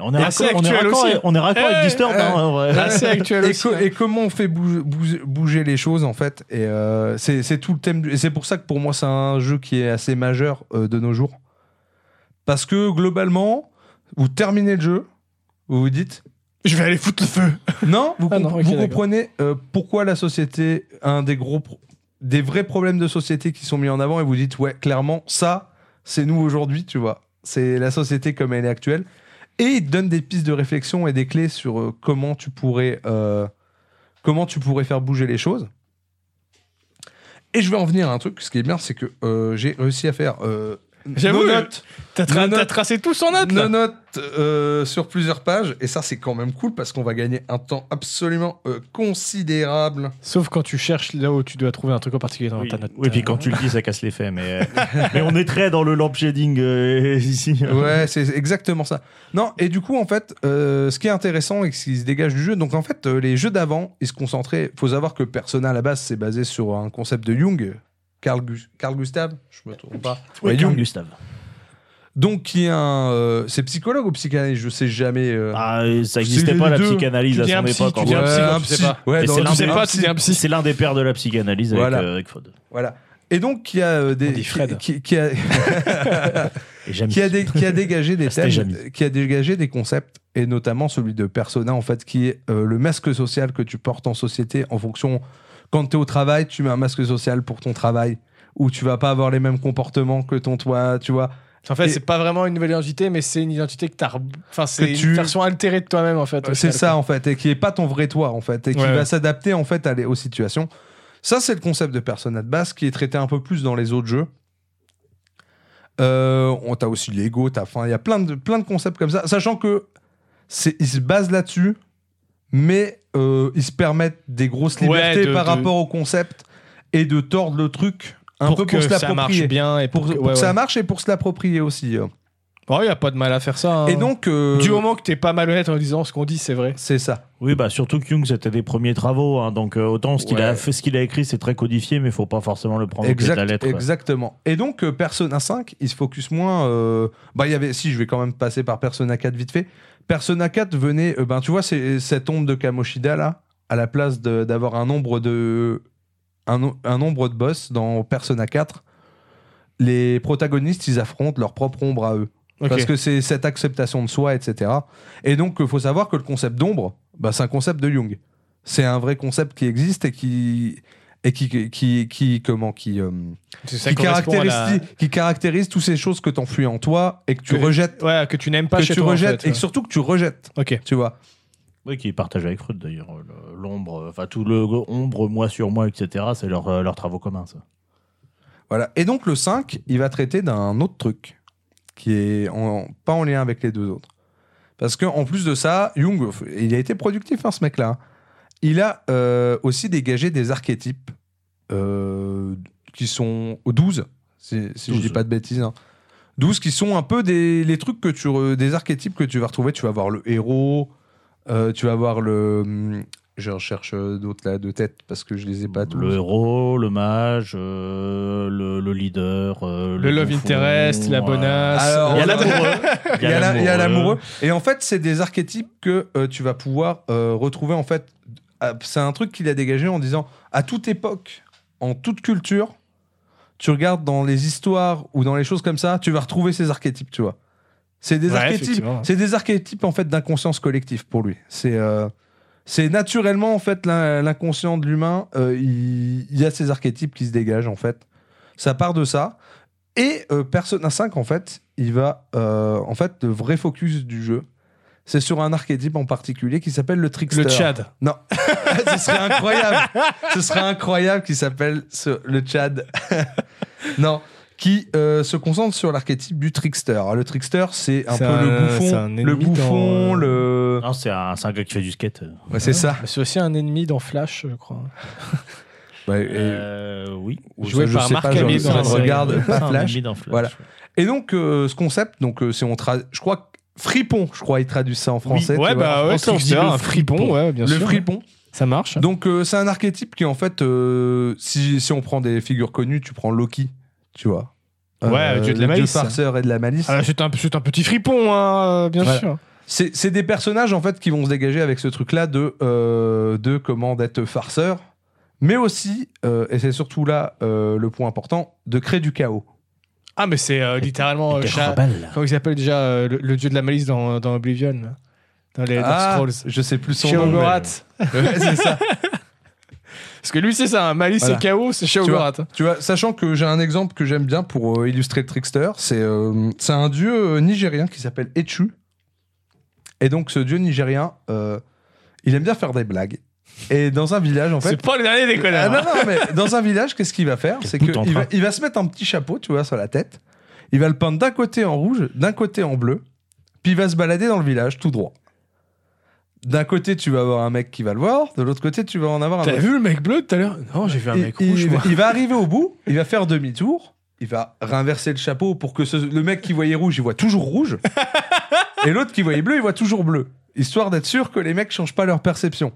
[SPEAKER 3] On est
[SPEAKER 2] Et
[SPEAKER 3] raccord
[SPEAKER 2] assez
[SPEAKER 3] on est
[SPEAKER 2] actuel
[SPEAKER 3] raccord
[SPEAKER 2] aussi.
[SPEAKER 3] avec- on est raccord
[SPEAKER 2] Eh,
[SPEAKER 3] avec Disturbed.
[SPEAKER 1] eh.
[SPEAKER 3] hein, en vrai.
[SPEAKER 2] Assez actuel
[SPEAKER 1] Et,
[SPEAKER 2] aussi.
[SPEAKER 1] co-
[SPEAKER 2] hein.
[SPEAKER 1] et comment on fait bouge- bouge- bouger les choses en fait Et euh, c'est c'est tout le thème. du- Et c'est pour ça que pour moi c'est un jeu qui est assez majeur euh, de nos jours. Parce que globalement, vous terminez le jeu, vous vous dites
[SPEAKER 2] Je vais aller foutre le feu.
[SPEAKER 1] non, vous,
[SPEAKER 2] Ah
[SPEAKER 1] comp-
[SPEAKER 2] non, ok,
[SPEAKER 1] vous
[SPEAKER 2] d'accord.
[SPEAKER 1] comprenez euh, pourquoi la société un des gros pro- des vrais problèmes de société qui sont mis en avant et vous dites ouais clairement ça c'est nous aujourd'hui tu vois c'est la société comme elle est actuelle et il te donne des pistes de réflexion et des clés sur euh, comment tu pourrais euh, comment tu pourrais faire bouger les choses et je vais en venir à un truc ce qui est bien c'est que euh, j'ai réussi à faire euh,
[SPEAKER 2] J'avoue,
[SPEAKER 1] nos
[SPEAKER 2] euh,
[SPEAKER 1] notes
[SPEAKER 2] T'as tra-
[SPEAKER 1] Non, non.
[SPEAKER 2] t'as tracé tout son note. là.
[SPEAKER 1] nos notes euh, sur plusieurs pages. Et ça, c'est quand même cool parce qu'on va gagner un temps absolument euh, considérable.
[SPEAKER 2] Sauf quand tu cherches là où tu dois trouver un truc en particulier dans
[SPEAKER 3] Oui,
[SPEAKER 2] ta note.
[SPEAKER 3] oui, puis quand tu le dis, ça casse l'effet. Mais, euh, mais on est très dans le lamp shading euh, ici.
[SPEAKER 1] Ouais, c'est exactement ça. Non, et du coup, en fait, euh, ce qui est intéressant et ce qui se dégage du jeu, donc en fait, euh, les jeux d'avant, ils se concentraient. Faut savoir que Persona, à la base, c'est basé sur un concept de Jung, Carl, Gus- Carl Gustav, je me trompe pas. Ouais, euh,
[SPEAKER 3] Carl
[SPEAKER 1] Jung.
[SPEAKER 3] Gustave.
[SPEAKER 1] Donc, qui est un. euh, c'est psychologue ou psychanalyste Je sais jamais. euh.
[SPEAKER 3] Ah, euh, ça
[SPEAKER 1] C'est
[SPEAKER 3] n'existait
[SPEAKER 1] les
[SPEAKER 3] pas la
[SPEAKER 1] deux.
[SPEAKER 3] psychanalyse
[SPEAKER 2] Tu
[SPEAKER 3] à
[SPEAKER 2] dis
[SPEAKER 3] son
[SPEAKER 2] un psy,
[SPEAKER 3] époque.
[SPEAKER 2] tu
[SPEAKER 3] en
[SPEAKER 2] dis un
[SPEAKER 3] vrai.
[SPEAKER 2] psy.
[SPEAKER 1] un
[SPEAKER 2] tu sais pas.
[SPEAKER 1] Ouais,
[SPEAKER 3] Et
[SPEAKER 1] dans-
[SPEAKER 3] c'est l'un
[SPEAKER 2] tu sais
[SPEAKER 3] des-
[SPEAKER 2] pas, tu dis un psy.
[SPEAKER 3] C'est l'un des pères de la psychanalyse
[SPEAKER 1] Voilà.
[SPEAKER 3] avec, euh, avec Freud.
[SPEAKER 1] voilà. Et donc, il y a euh, des.
[SPEAKER 2] On dit Fred.
[SPEAKER 1] Qui, qui- qui a...
[SPEAKER 3] Et j'aime
[SPEAKER 1] qui a, dé- qui a dégagé des
[SPEAKER 3] C'était
[SPEAKER 1] thèmes,
[SPEAKER 3] Jamie.
[SPEAKER 1] qui a dégagé des concepts, et notamment celui de persona, en fait, qui est euh, le masque social que tu portes en société en fonction. Quand tu es au travail, tu mets un masque social pour ton travail, où tu vas pas avoir les mêmes comportements que ton toi, tu vois.
[SPEAKER 2] En fait,
[SPEAKER 1] Et-
[SPEAKER 2] c'est pas vraiment une nouvelle identité, mais c'est une identité que t'as. re- Enfin,
[SPEAKER 1] Que
[SPEAKER 2] c'est
[SPEAKER 1] tu-
[SPEAKER 2] une version altérée de toi-même, en fait. au
[SPEAKER 1] C'est
[SPEAKER 2] final,
[SPEAKER 1] ça, en fait, et qui est pas ton vrai toi, en fait, et qui
[SPEAKER 2] Ouais,
[SPEAKER 1] va
[SPEAKER 2] ouais.
[SPEAKER 1] s'adapter, en fait, à les- aux situations. Ça, c'est le concept de persona de base qui est traité un peu plus dans les autres jeux. Euh, on t'a aussi Lego, t'as enfin, il y a plein de plein de concepts comme ça, sachant que c'est ils se basent là-dessus, mais euh, ils se permettent des grosses
[SPEAKER 2] Ouais,
[SPEAKER 1] libertés
[SPEAKER 2] de-
[SPEAKER 1] par
[SPEAKER 2] de-
[SPEAKER 1] rapport au concept et de tordre le truc un
[SPEAKER 2] pour
[SPEAKER 1] peu
[SPEAKER 2] que
[SPEAKER 1] pour se
[SPEAKER 2] ça marche
[SPEAKER 1] l'approprier.
[SPEAKER 2] bien et
[SPEAKER 1] Pour,
[SPEAKER 2] que-
[SPEAKER 1] pour
[SPEAKER 2] ouais,
[SPEAKER 1] que ça
[SPEAKER 2] ouais.
[SPEAKER 1] marche et pour se l'approprier aussi. euh.
[SPEAKER 2] Bon, il y a pas de mal à faire ça. hein.
[SPEAKER 1] Et donc, euh,
[SPEAKER 2] du moment que t'es pas malhonnête en disant ce qu'on dit, c'est vrai.
[SPEAKER 1] c'est ça.
[SPEAKER 3] Oui, bah surtout que Jung, c'était des premiers travaux, hein, donc euh, autant ce qu'il
[SPEAKER 1] Ouais.
[SPEAKER 3] a fait, ce qu'il a écrit, c'est très codifié, mais faut pas forcément le prendre au pied de
[SPEAKER 1] Exact-
[SPEAKER 3] la lettre. quoi.
[SPEAKER 1] Exactement. Et donc, euh, Persona 5, il se focus moins. euh, Bah, il y avait. Si, je vais quand même passer par Persona 4 vite fait. Persona 4 venait. euh, ben, tu vois, c'est cette ombre de Kamoshida là, à la place de- d'avoir un nombre de. Un, no- un nombre de boss dans Persona 4, les protagonistes, ils affrontent leur propre ombre à eux.
[SPEAKER 2] Ok.
[SPEAKER 1] Parce que c'est cette acceptation de soi, etc. Et donc, il faut savoir que le concept d'ombre, bah, c'est un concept de Jung. C'est un vrai concept qui existe et qui. Et qui, qui, qui comment qui euh,
[SPEAKER 2] C'est ça
[SPEAKER 1] qui
[SPEAKER 2] correspond à
[SPEAKER 1] caractérise,
[SPEAKER 2] la-
[SPEAKER 1] qui caractérise toutes ces choses que t'enfuis en toi et que tu
[SPEAKER 2] Que-
[SPEAKER 1] rejettes,
[SPEAKER 2] Ouais, que tu n'aimes pas
[SPEAKER 1] que
[SPEAKER 2] chez
[SPEAKER 1] tu
[SPEAKER 2] toi. en
[SPEAKER 1] rejettes
[SPEAKER 2] fait,
[SPEAKER 1] et que surtout que tu rejettes,
[SPEAKER 2] ouais. Ok.
[SPEAKER 1] tu vois.
[SPEAKER 3] Oui, qui est partagé avec Freud d'ailleurs. euh, le- L'ombre, euh, enfin tout le go- ombre, moi sur moi, etc. C'est leur, euh, leurs travaux communs, ça.
[SPEAKER 1] Voilà. Et donc le 5, il va traiter d'un autre truc qui est en- pas en lien avec les deux autres. Parce que en plus de ça, Jung, il a été productif hein, ce mec-là. Il a euh, aussi dégagé des archétypes euh, qui sont aux 12, si, si je
[SPEAKER 3] 12.
[SPEAKER 1] dis pas de bêtises. hein. 12 qui sont un peu des les trucs que tu re- des archétypes que tu vas retrouver. Tu vas voir le héros, euh, tu vas voir le. hum, Je recherche euh, d'autres là de tête parce que je les ai pas tous.
[SPEAKER 3] Le héros, le mage, euh, le, le leader, euh,
[SPEAKER 2] Le love
[SPEAKER 3] bouffon,
[SPEAKER 2] interest, la
[SPEAKER 3] euh,
[SPEAKER 2] bonasse.
[SPEAKER 1] Alors,
[SPEAKER 3] Il y a
[SPEAKER 1] on a-
[SPEAKER 3] l'amoureux.
[SPEAKER 1] Il y a la- il y a l'amoureux. Et en fait, c'est des archétypes que euh, tu vas pouvoir euh, retrouver. En fait, Euh, c'est un truc qu'il a dégagé en disant à toute époque, en toute culture, tu regardes dans les histoires ou dans les choses comme ça, tu vas retrouver ces archétypes, tu vois. C'est des
[SPEAKER 2] Ouais,
[SPEAKER 1] archétypes.
[SPEAKER 2] effectivement.
[SPEAKER 1] C'est des archétypes en fait d'inconscience collective pour lui. C'est euh, c'est naturellement en fait l'in- l'inconscient de l'humain. euh, il, il y a ces archétypes qui se dégagent en fait. Ça part de ça. Et euh, Persona 5 en fait, il va euh, en fait le vrai focus du jeu, c'est sur un archétype en particulier qui s'appelle le trickster.
[SPEAKER 2] Le Tchad.
[SPEAKER 1] ce serait incroyable. ce serait incroyable qui s'appelle ce- le Tchad. non, qui euh, se concentre sur l'archétype du trickster. Alors, le trickster, c'est un
[SPEAKER 2] C'est
[SPEAKER 1] peu
[SPEAKER 2] un-
[SPEAKER 1] le
[SPEAKER 2] c'est
[SPEAKER 1] bouffon,
[SPEAKER 2] un ennemi
[SPEAKER 1] le bouffon,
[SPEAKER 2] dans, euh, Ah.
[SPEAKER 1] le.
[SPEAKER 3] Non, c'est un, c'est un gars qui fait du skate.
[SPEAKER 1] Ouais, c'est ça.
[SPEAKER 2] Mais C'est aussi un ennemi dans Flash, je crois. Bah,
[SPEAKER 1] Ouais, et-
[SPEAKER 3] Euh, oui.
[SPEAKER 1] ou
[SPEAKER 2] joué
[SPEAKER 1] ça, je
[SPEAKER 2] par
[SPEAKER 1] sais
[SPEAKER 2] Marc
[SPEAKER 1] pas, je-
[SPEAKER 2] Hamill
[SPEAKER 1] je
[SPEAKER 2] dans la série.
[SPEAKER 1] regarde pas
[SPEAKER 3] C'est un
[SPEAKER 1] Flash.
[SPEAKER 3] ennemi dans Flash.
[SPEAKER 1] Voilà. Et donc, euh, ce concept, donc, euh, c'est on tra- je crois, que fripon, je crois, ils traduisent ça en français.
[SPEAKER 2] ouais,
[SPEAKER 1] tu vois.
[SPEAKER 2] bah
[SPEAKER 3] En
[SPEAKER 2] ouais,
[SPEAKER 3] français, on dit
[SPEAKER 2] trickster,
[SPEAKER 3] le
[SPEAKER 2] un fripon,
[SPEAKER 3] fripon.
[SPEAKER 2] ouais, bien
[SPEAKER 1] le
[SPEAKER 2] sûr.
[SPEAKER 1] fripon.
[SPEAKER 2] Ça marche.
[SPEAKER 1] Donc euh, c'est un archétype qui en fait, euh, si, si on prend des figures connues, tu prends Loki, tu vois. Euh,
[SPEAKER 2] Ouais, dieu de la
[SPEAKER 1] le
[SPEAKER 2] malice.
[SPEAKER 1] farceur et de la malice.
[SPEAKER 2] Ah, c'est un, c'est un petit fripon, hein, euh, bien
[SPEAKER 1] Voilà.
[SPEAKER 2] sûr.
[SPEAKER 1] C'est c'est des personnages en fait qui vont se dégager avec ce truc-là de, euh, de comment d'être farceur, mais aussi, euh, et c'est surtout là euh, le point important, de créer du chaos.
[SPEAKER 2] Ah, mais c'est euh, littéralement. euh,
[SPEAKER 3] Peter
[SPEAKER 2] Sha-
[SPEAKER 3] Rabal.
[SPEAKER 2] Comment il s'appelle déjà euh, le, le dieu de la malice dans, dans Oblivion là. Dans les Elder
[SPEAKER 1] Ah,
[SPEAKER 2] Scrolls.
[SPEAKER 1] je sais plus son
[SPEAKER 2] Chez
[SPEAKER 1] nom. mais-
[SPEAKER 2] Ogorat.
[SPEAKER 1] Ouais, c'est ça.
[SPEAKER 2] Parce que lui, c'est ça, hein, malice
[SPEAKER 1] Voilà.
[SPEAKER 2] et chaos, c'est chez
[SPEAKER 1] Tu
[SPEAKER 2] Ogorat.
[SPEAKER 1] Tu vois, sachant que j'ai un exemple que j'aime bien pour euh, illustrer le trickster, c'est euh, c'est un dieu euh, nigérien qui s'appelle Echu. Et donc ce dieu nigérien, euh, il aime bien faire des blagues. Et dans un village, en fait...
[SPEAKER 2] C'est pas le dernier des
[SPEAKER 1] Ah,
[SPEAKER 2] connards.
[SPEAKER 1] non,
[SPEAKER 2] hein.
[SPEAKER 1] non, mais dans un village, qu'est-ce qu'il va faire
[SPEAKER 3] Quel
[SPEAKER 1] C'est
[SPEAKER 3] bout
[SPEAKER 1] qu'il
[SPEAKER 3] en
[SPEAKER 1] va,
[SPEAKER 3] train.
[SPEAKER 1] il va se mettre un petit chapeau, tu vois, sur la tête. Il va le peindre d'un côté en rouge, d'un côté en bleu. Puis il va se balader dans le village tout droit. D'un côté, tu vas avoir un mec qui va le voir. De l'autre côté, tu vas en avoir un
[SPEAKER 2] T'as
[SPEAKER 1] autre.
[SPEAKER 2] vu le mec bleu tout à l'heure Non, j'ai vu un
[SPEAKER 1] Il-
[SPEAKER 2] mec
[SPEAKER 1] il,
[SPEAKER 2] rouge, moi.
[SPEAKER 1] il va arriver au bout, il va faire demi-tour, il va réinverser le chapeau pour que ce- le mec qui voyait rouge, il voit toujours rouge. et l'autre qui voyait bleu, il voit toujours bleu. Histoire d'être sûr que les mecs changent pas leur perception.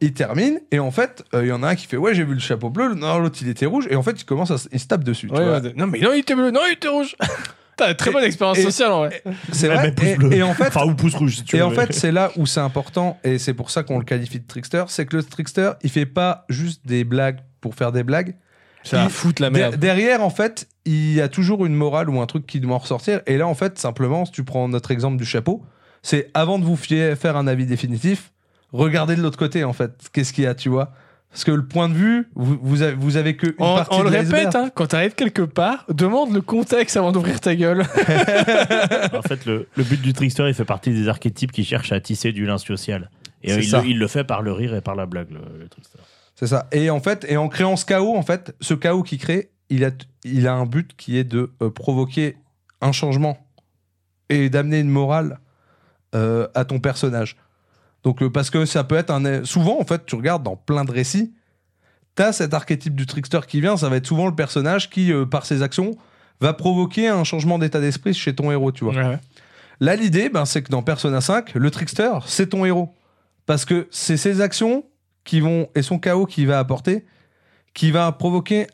[SPEAKER 1] Il termine, et en fait, euh, il y en a un qui fait Ouais, j'ai vu le chapeau bleu, non, l'autre il était rouge, et en fait, il commence à se- il se tape dessus. tu
[SPEAKER 2] Ouais,
[SPEAKER 1] vois.
[SPEAKER 2] ouais, Non, mais non, il était bleu, non, il était rouge. T'as une très
[SPEAKER 1] Et-
[SPEAKER 2] bonne expérience
[SPEAKER 1] et-
[SPEAKER 2] sociale, en vrai.
[SPEAKER 1] C'est
[SPEAKER 3] Ah,
[SPEAKER 1] vrai.
[SPEAKER 3] mais pouce
[SPEAKER 1] et-
[SPEAKER 3] bleu.
[SPEAKER 1] et en fait,
[SPEAKER 3] Enfin, ou pouce rouge, si tu
[SPEAKER 1] Et
[SPEAKER 3] veux.
[SPEAKER 1] en fait, c'est là où c'est important, et c'est pour ça qu'on le qualifie de trickster, c'est que le trickster, il fait pas juste des blagues pour faire des blagues.
[SPEAKER 2] Ça va
[SPEAKER 1] il-
[SPEAKER 2] foutre la
[SPEAKER 1] Der-
[SPEAKER 2] merde.
[SPEAKER 1] derrière, en fait, il y a toujours une morale ou un truc qui doit en ressortir. Et là, en fait, simplement, si tu prends notre exemple du chapeau, c'est avant de vous fier- faire un avis définitif, regardez de l'autre côté, en fait. Qu'est-ce qu'il y a, tu vois Parce que le point de vue, vous, vous, avez, vous avez que une
[SPEAKER 2] On,
[SPEAKER 1] partie
[SPEAKER 2] on le
[SPEAKER 1] de l'iceberg.
[SPEAKER 2] répète, hein, quand t'arrives quelque part, demande le contexte avant d'ouvrir ta gueule.
[SPEAKER 3] En fait, le, le but du trickster, il fait partie des archétypes qui cherchent à tisser du lien social. Et
[SPEAKER 1] C'est
[SPEAKER 3] euh, il,
[SPEAKER 1] ça.
[SPEAKER 3] le, il le fait par le rire et par la blague, le, le trickster.
[SPEAKER 1] C'est ça. Et en fait, et en créant ce chaos, en fait, ce chaos qu'il crée, il a, il a un but qui est de euh, provoquer un changement et d'amener une morale euh, à ton personnage. Donc, euh, parce que ça peut être un. Souvent, en fait, tu regardes dans plein de récits, t'as cet archétype du trickster qui vient, ça va être souvent le personnage qui, euh, par ses actions, va provoquer un changement d'état d'esprit chez ton héros, tu vois.
[SPEAKER 2] Ouais, ouais.
[SPEAKER 1] Là, l'idée, ben, c'est que dans Persona 5, le trickster, c'est ton héros. Parce que c'est ses actions qui vont, et son chaos qu'il va apporter, qui va provoquer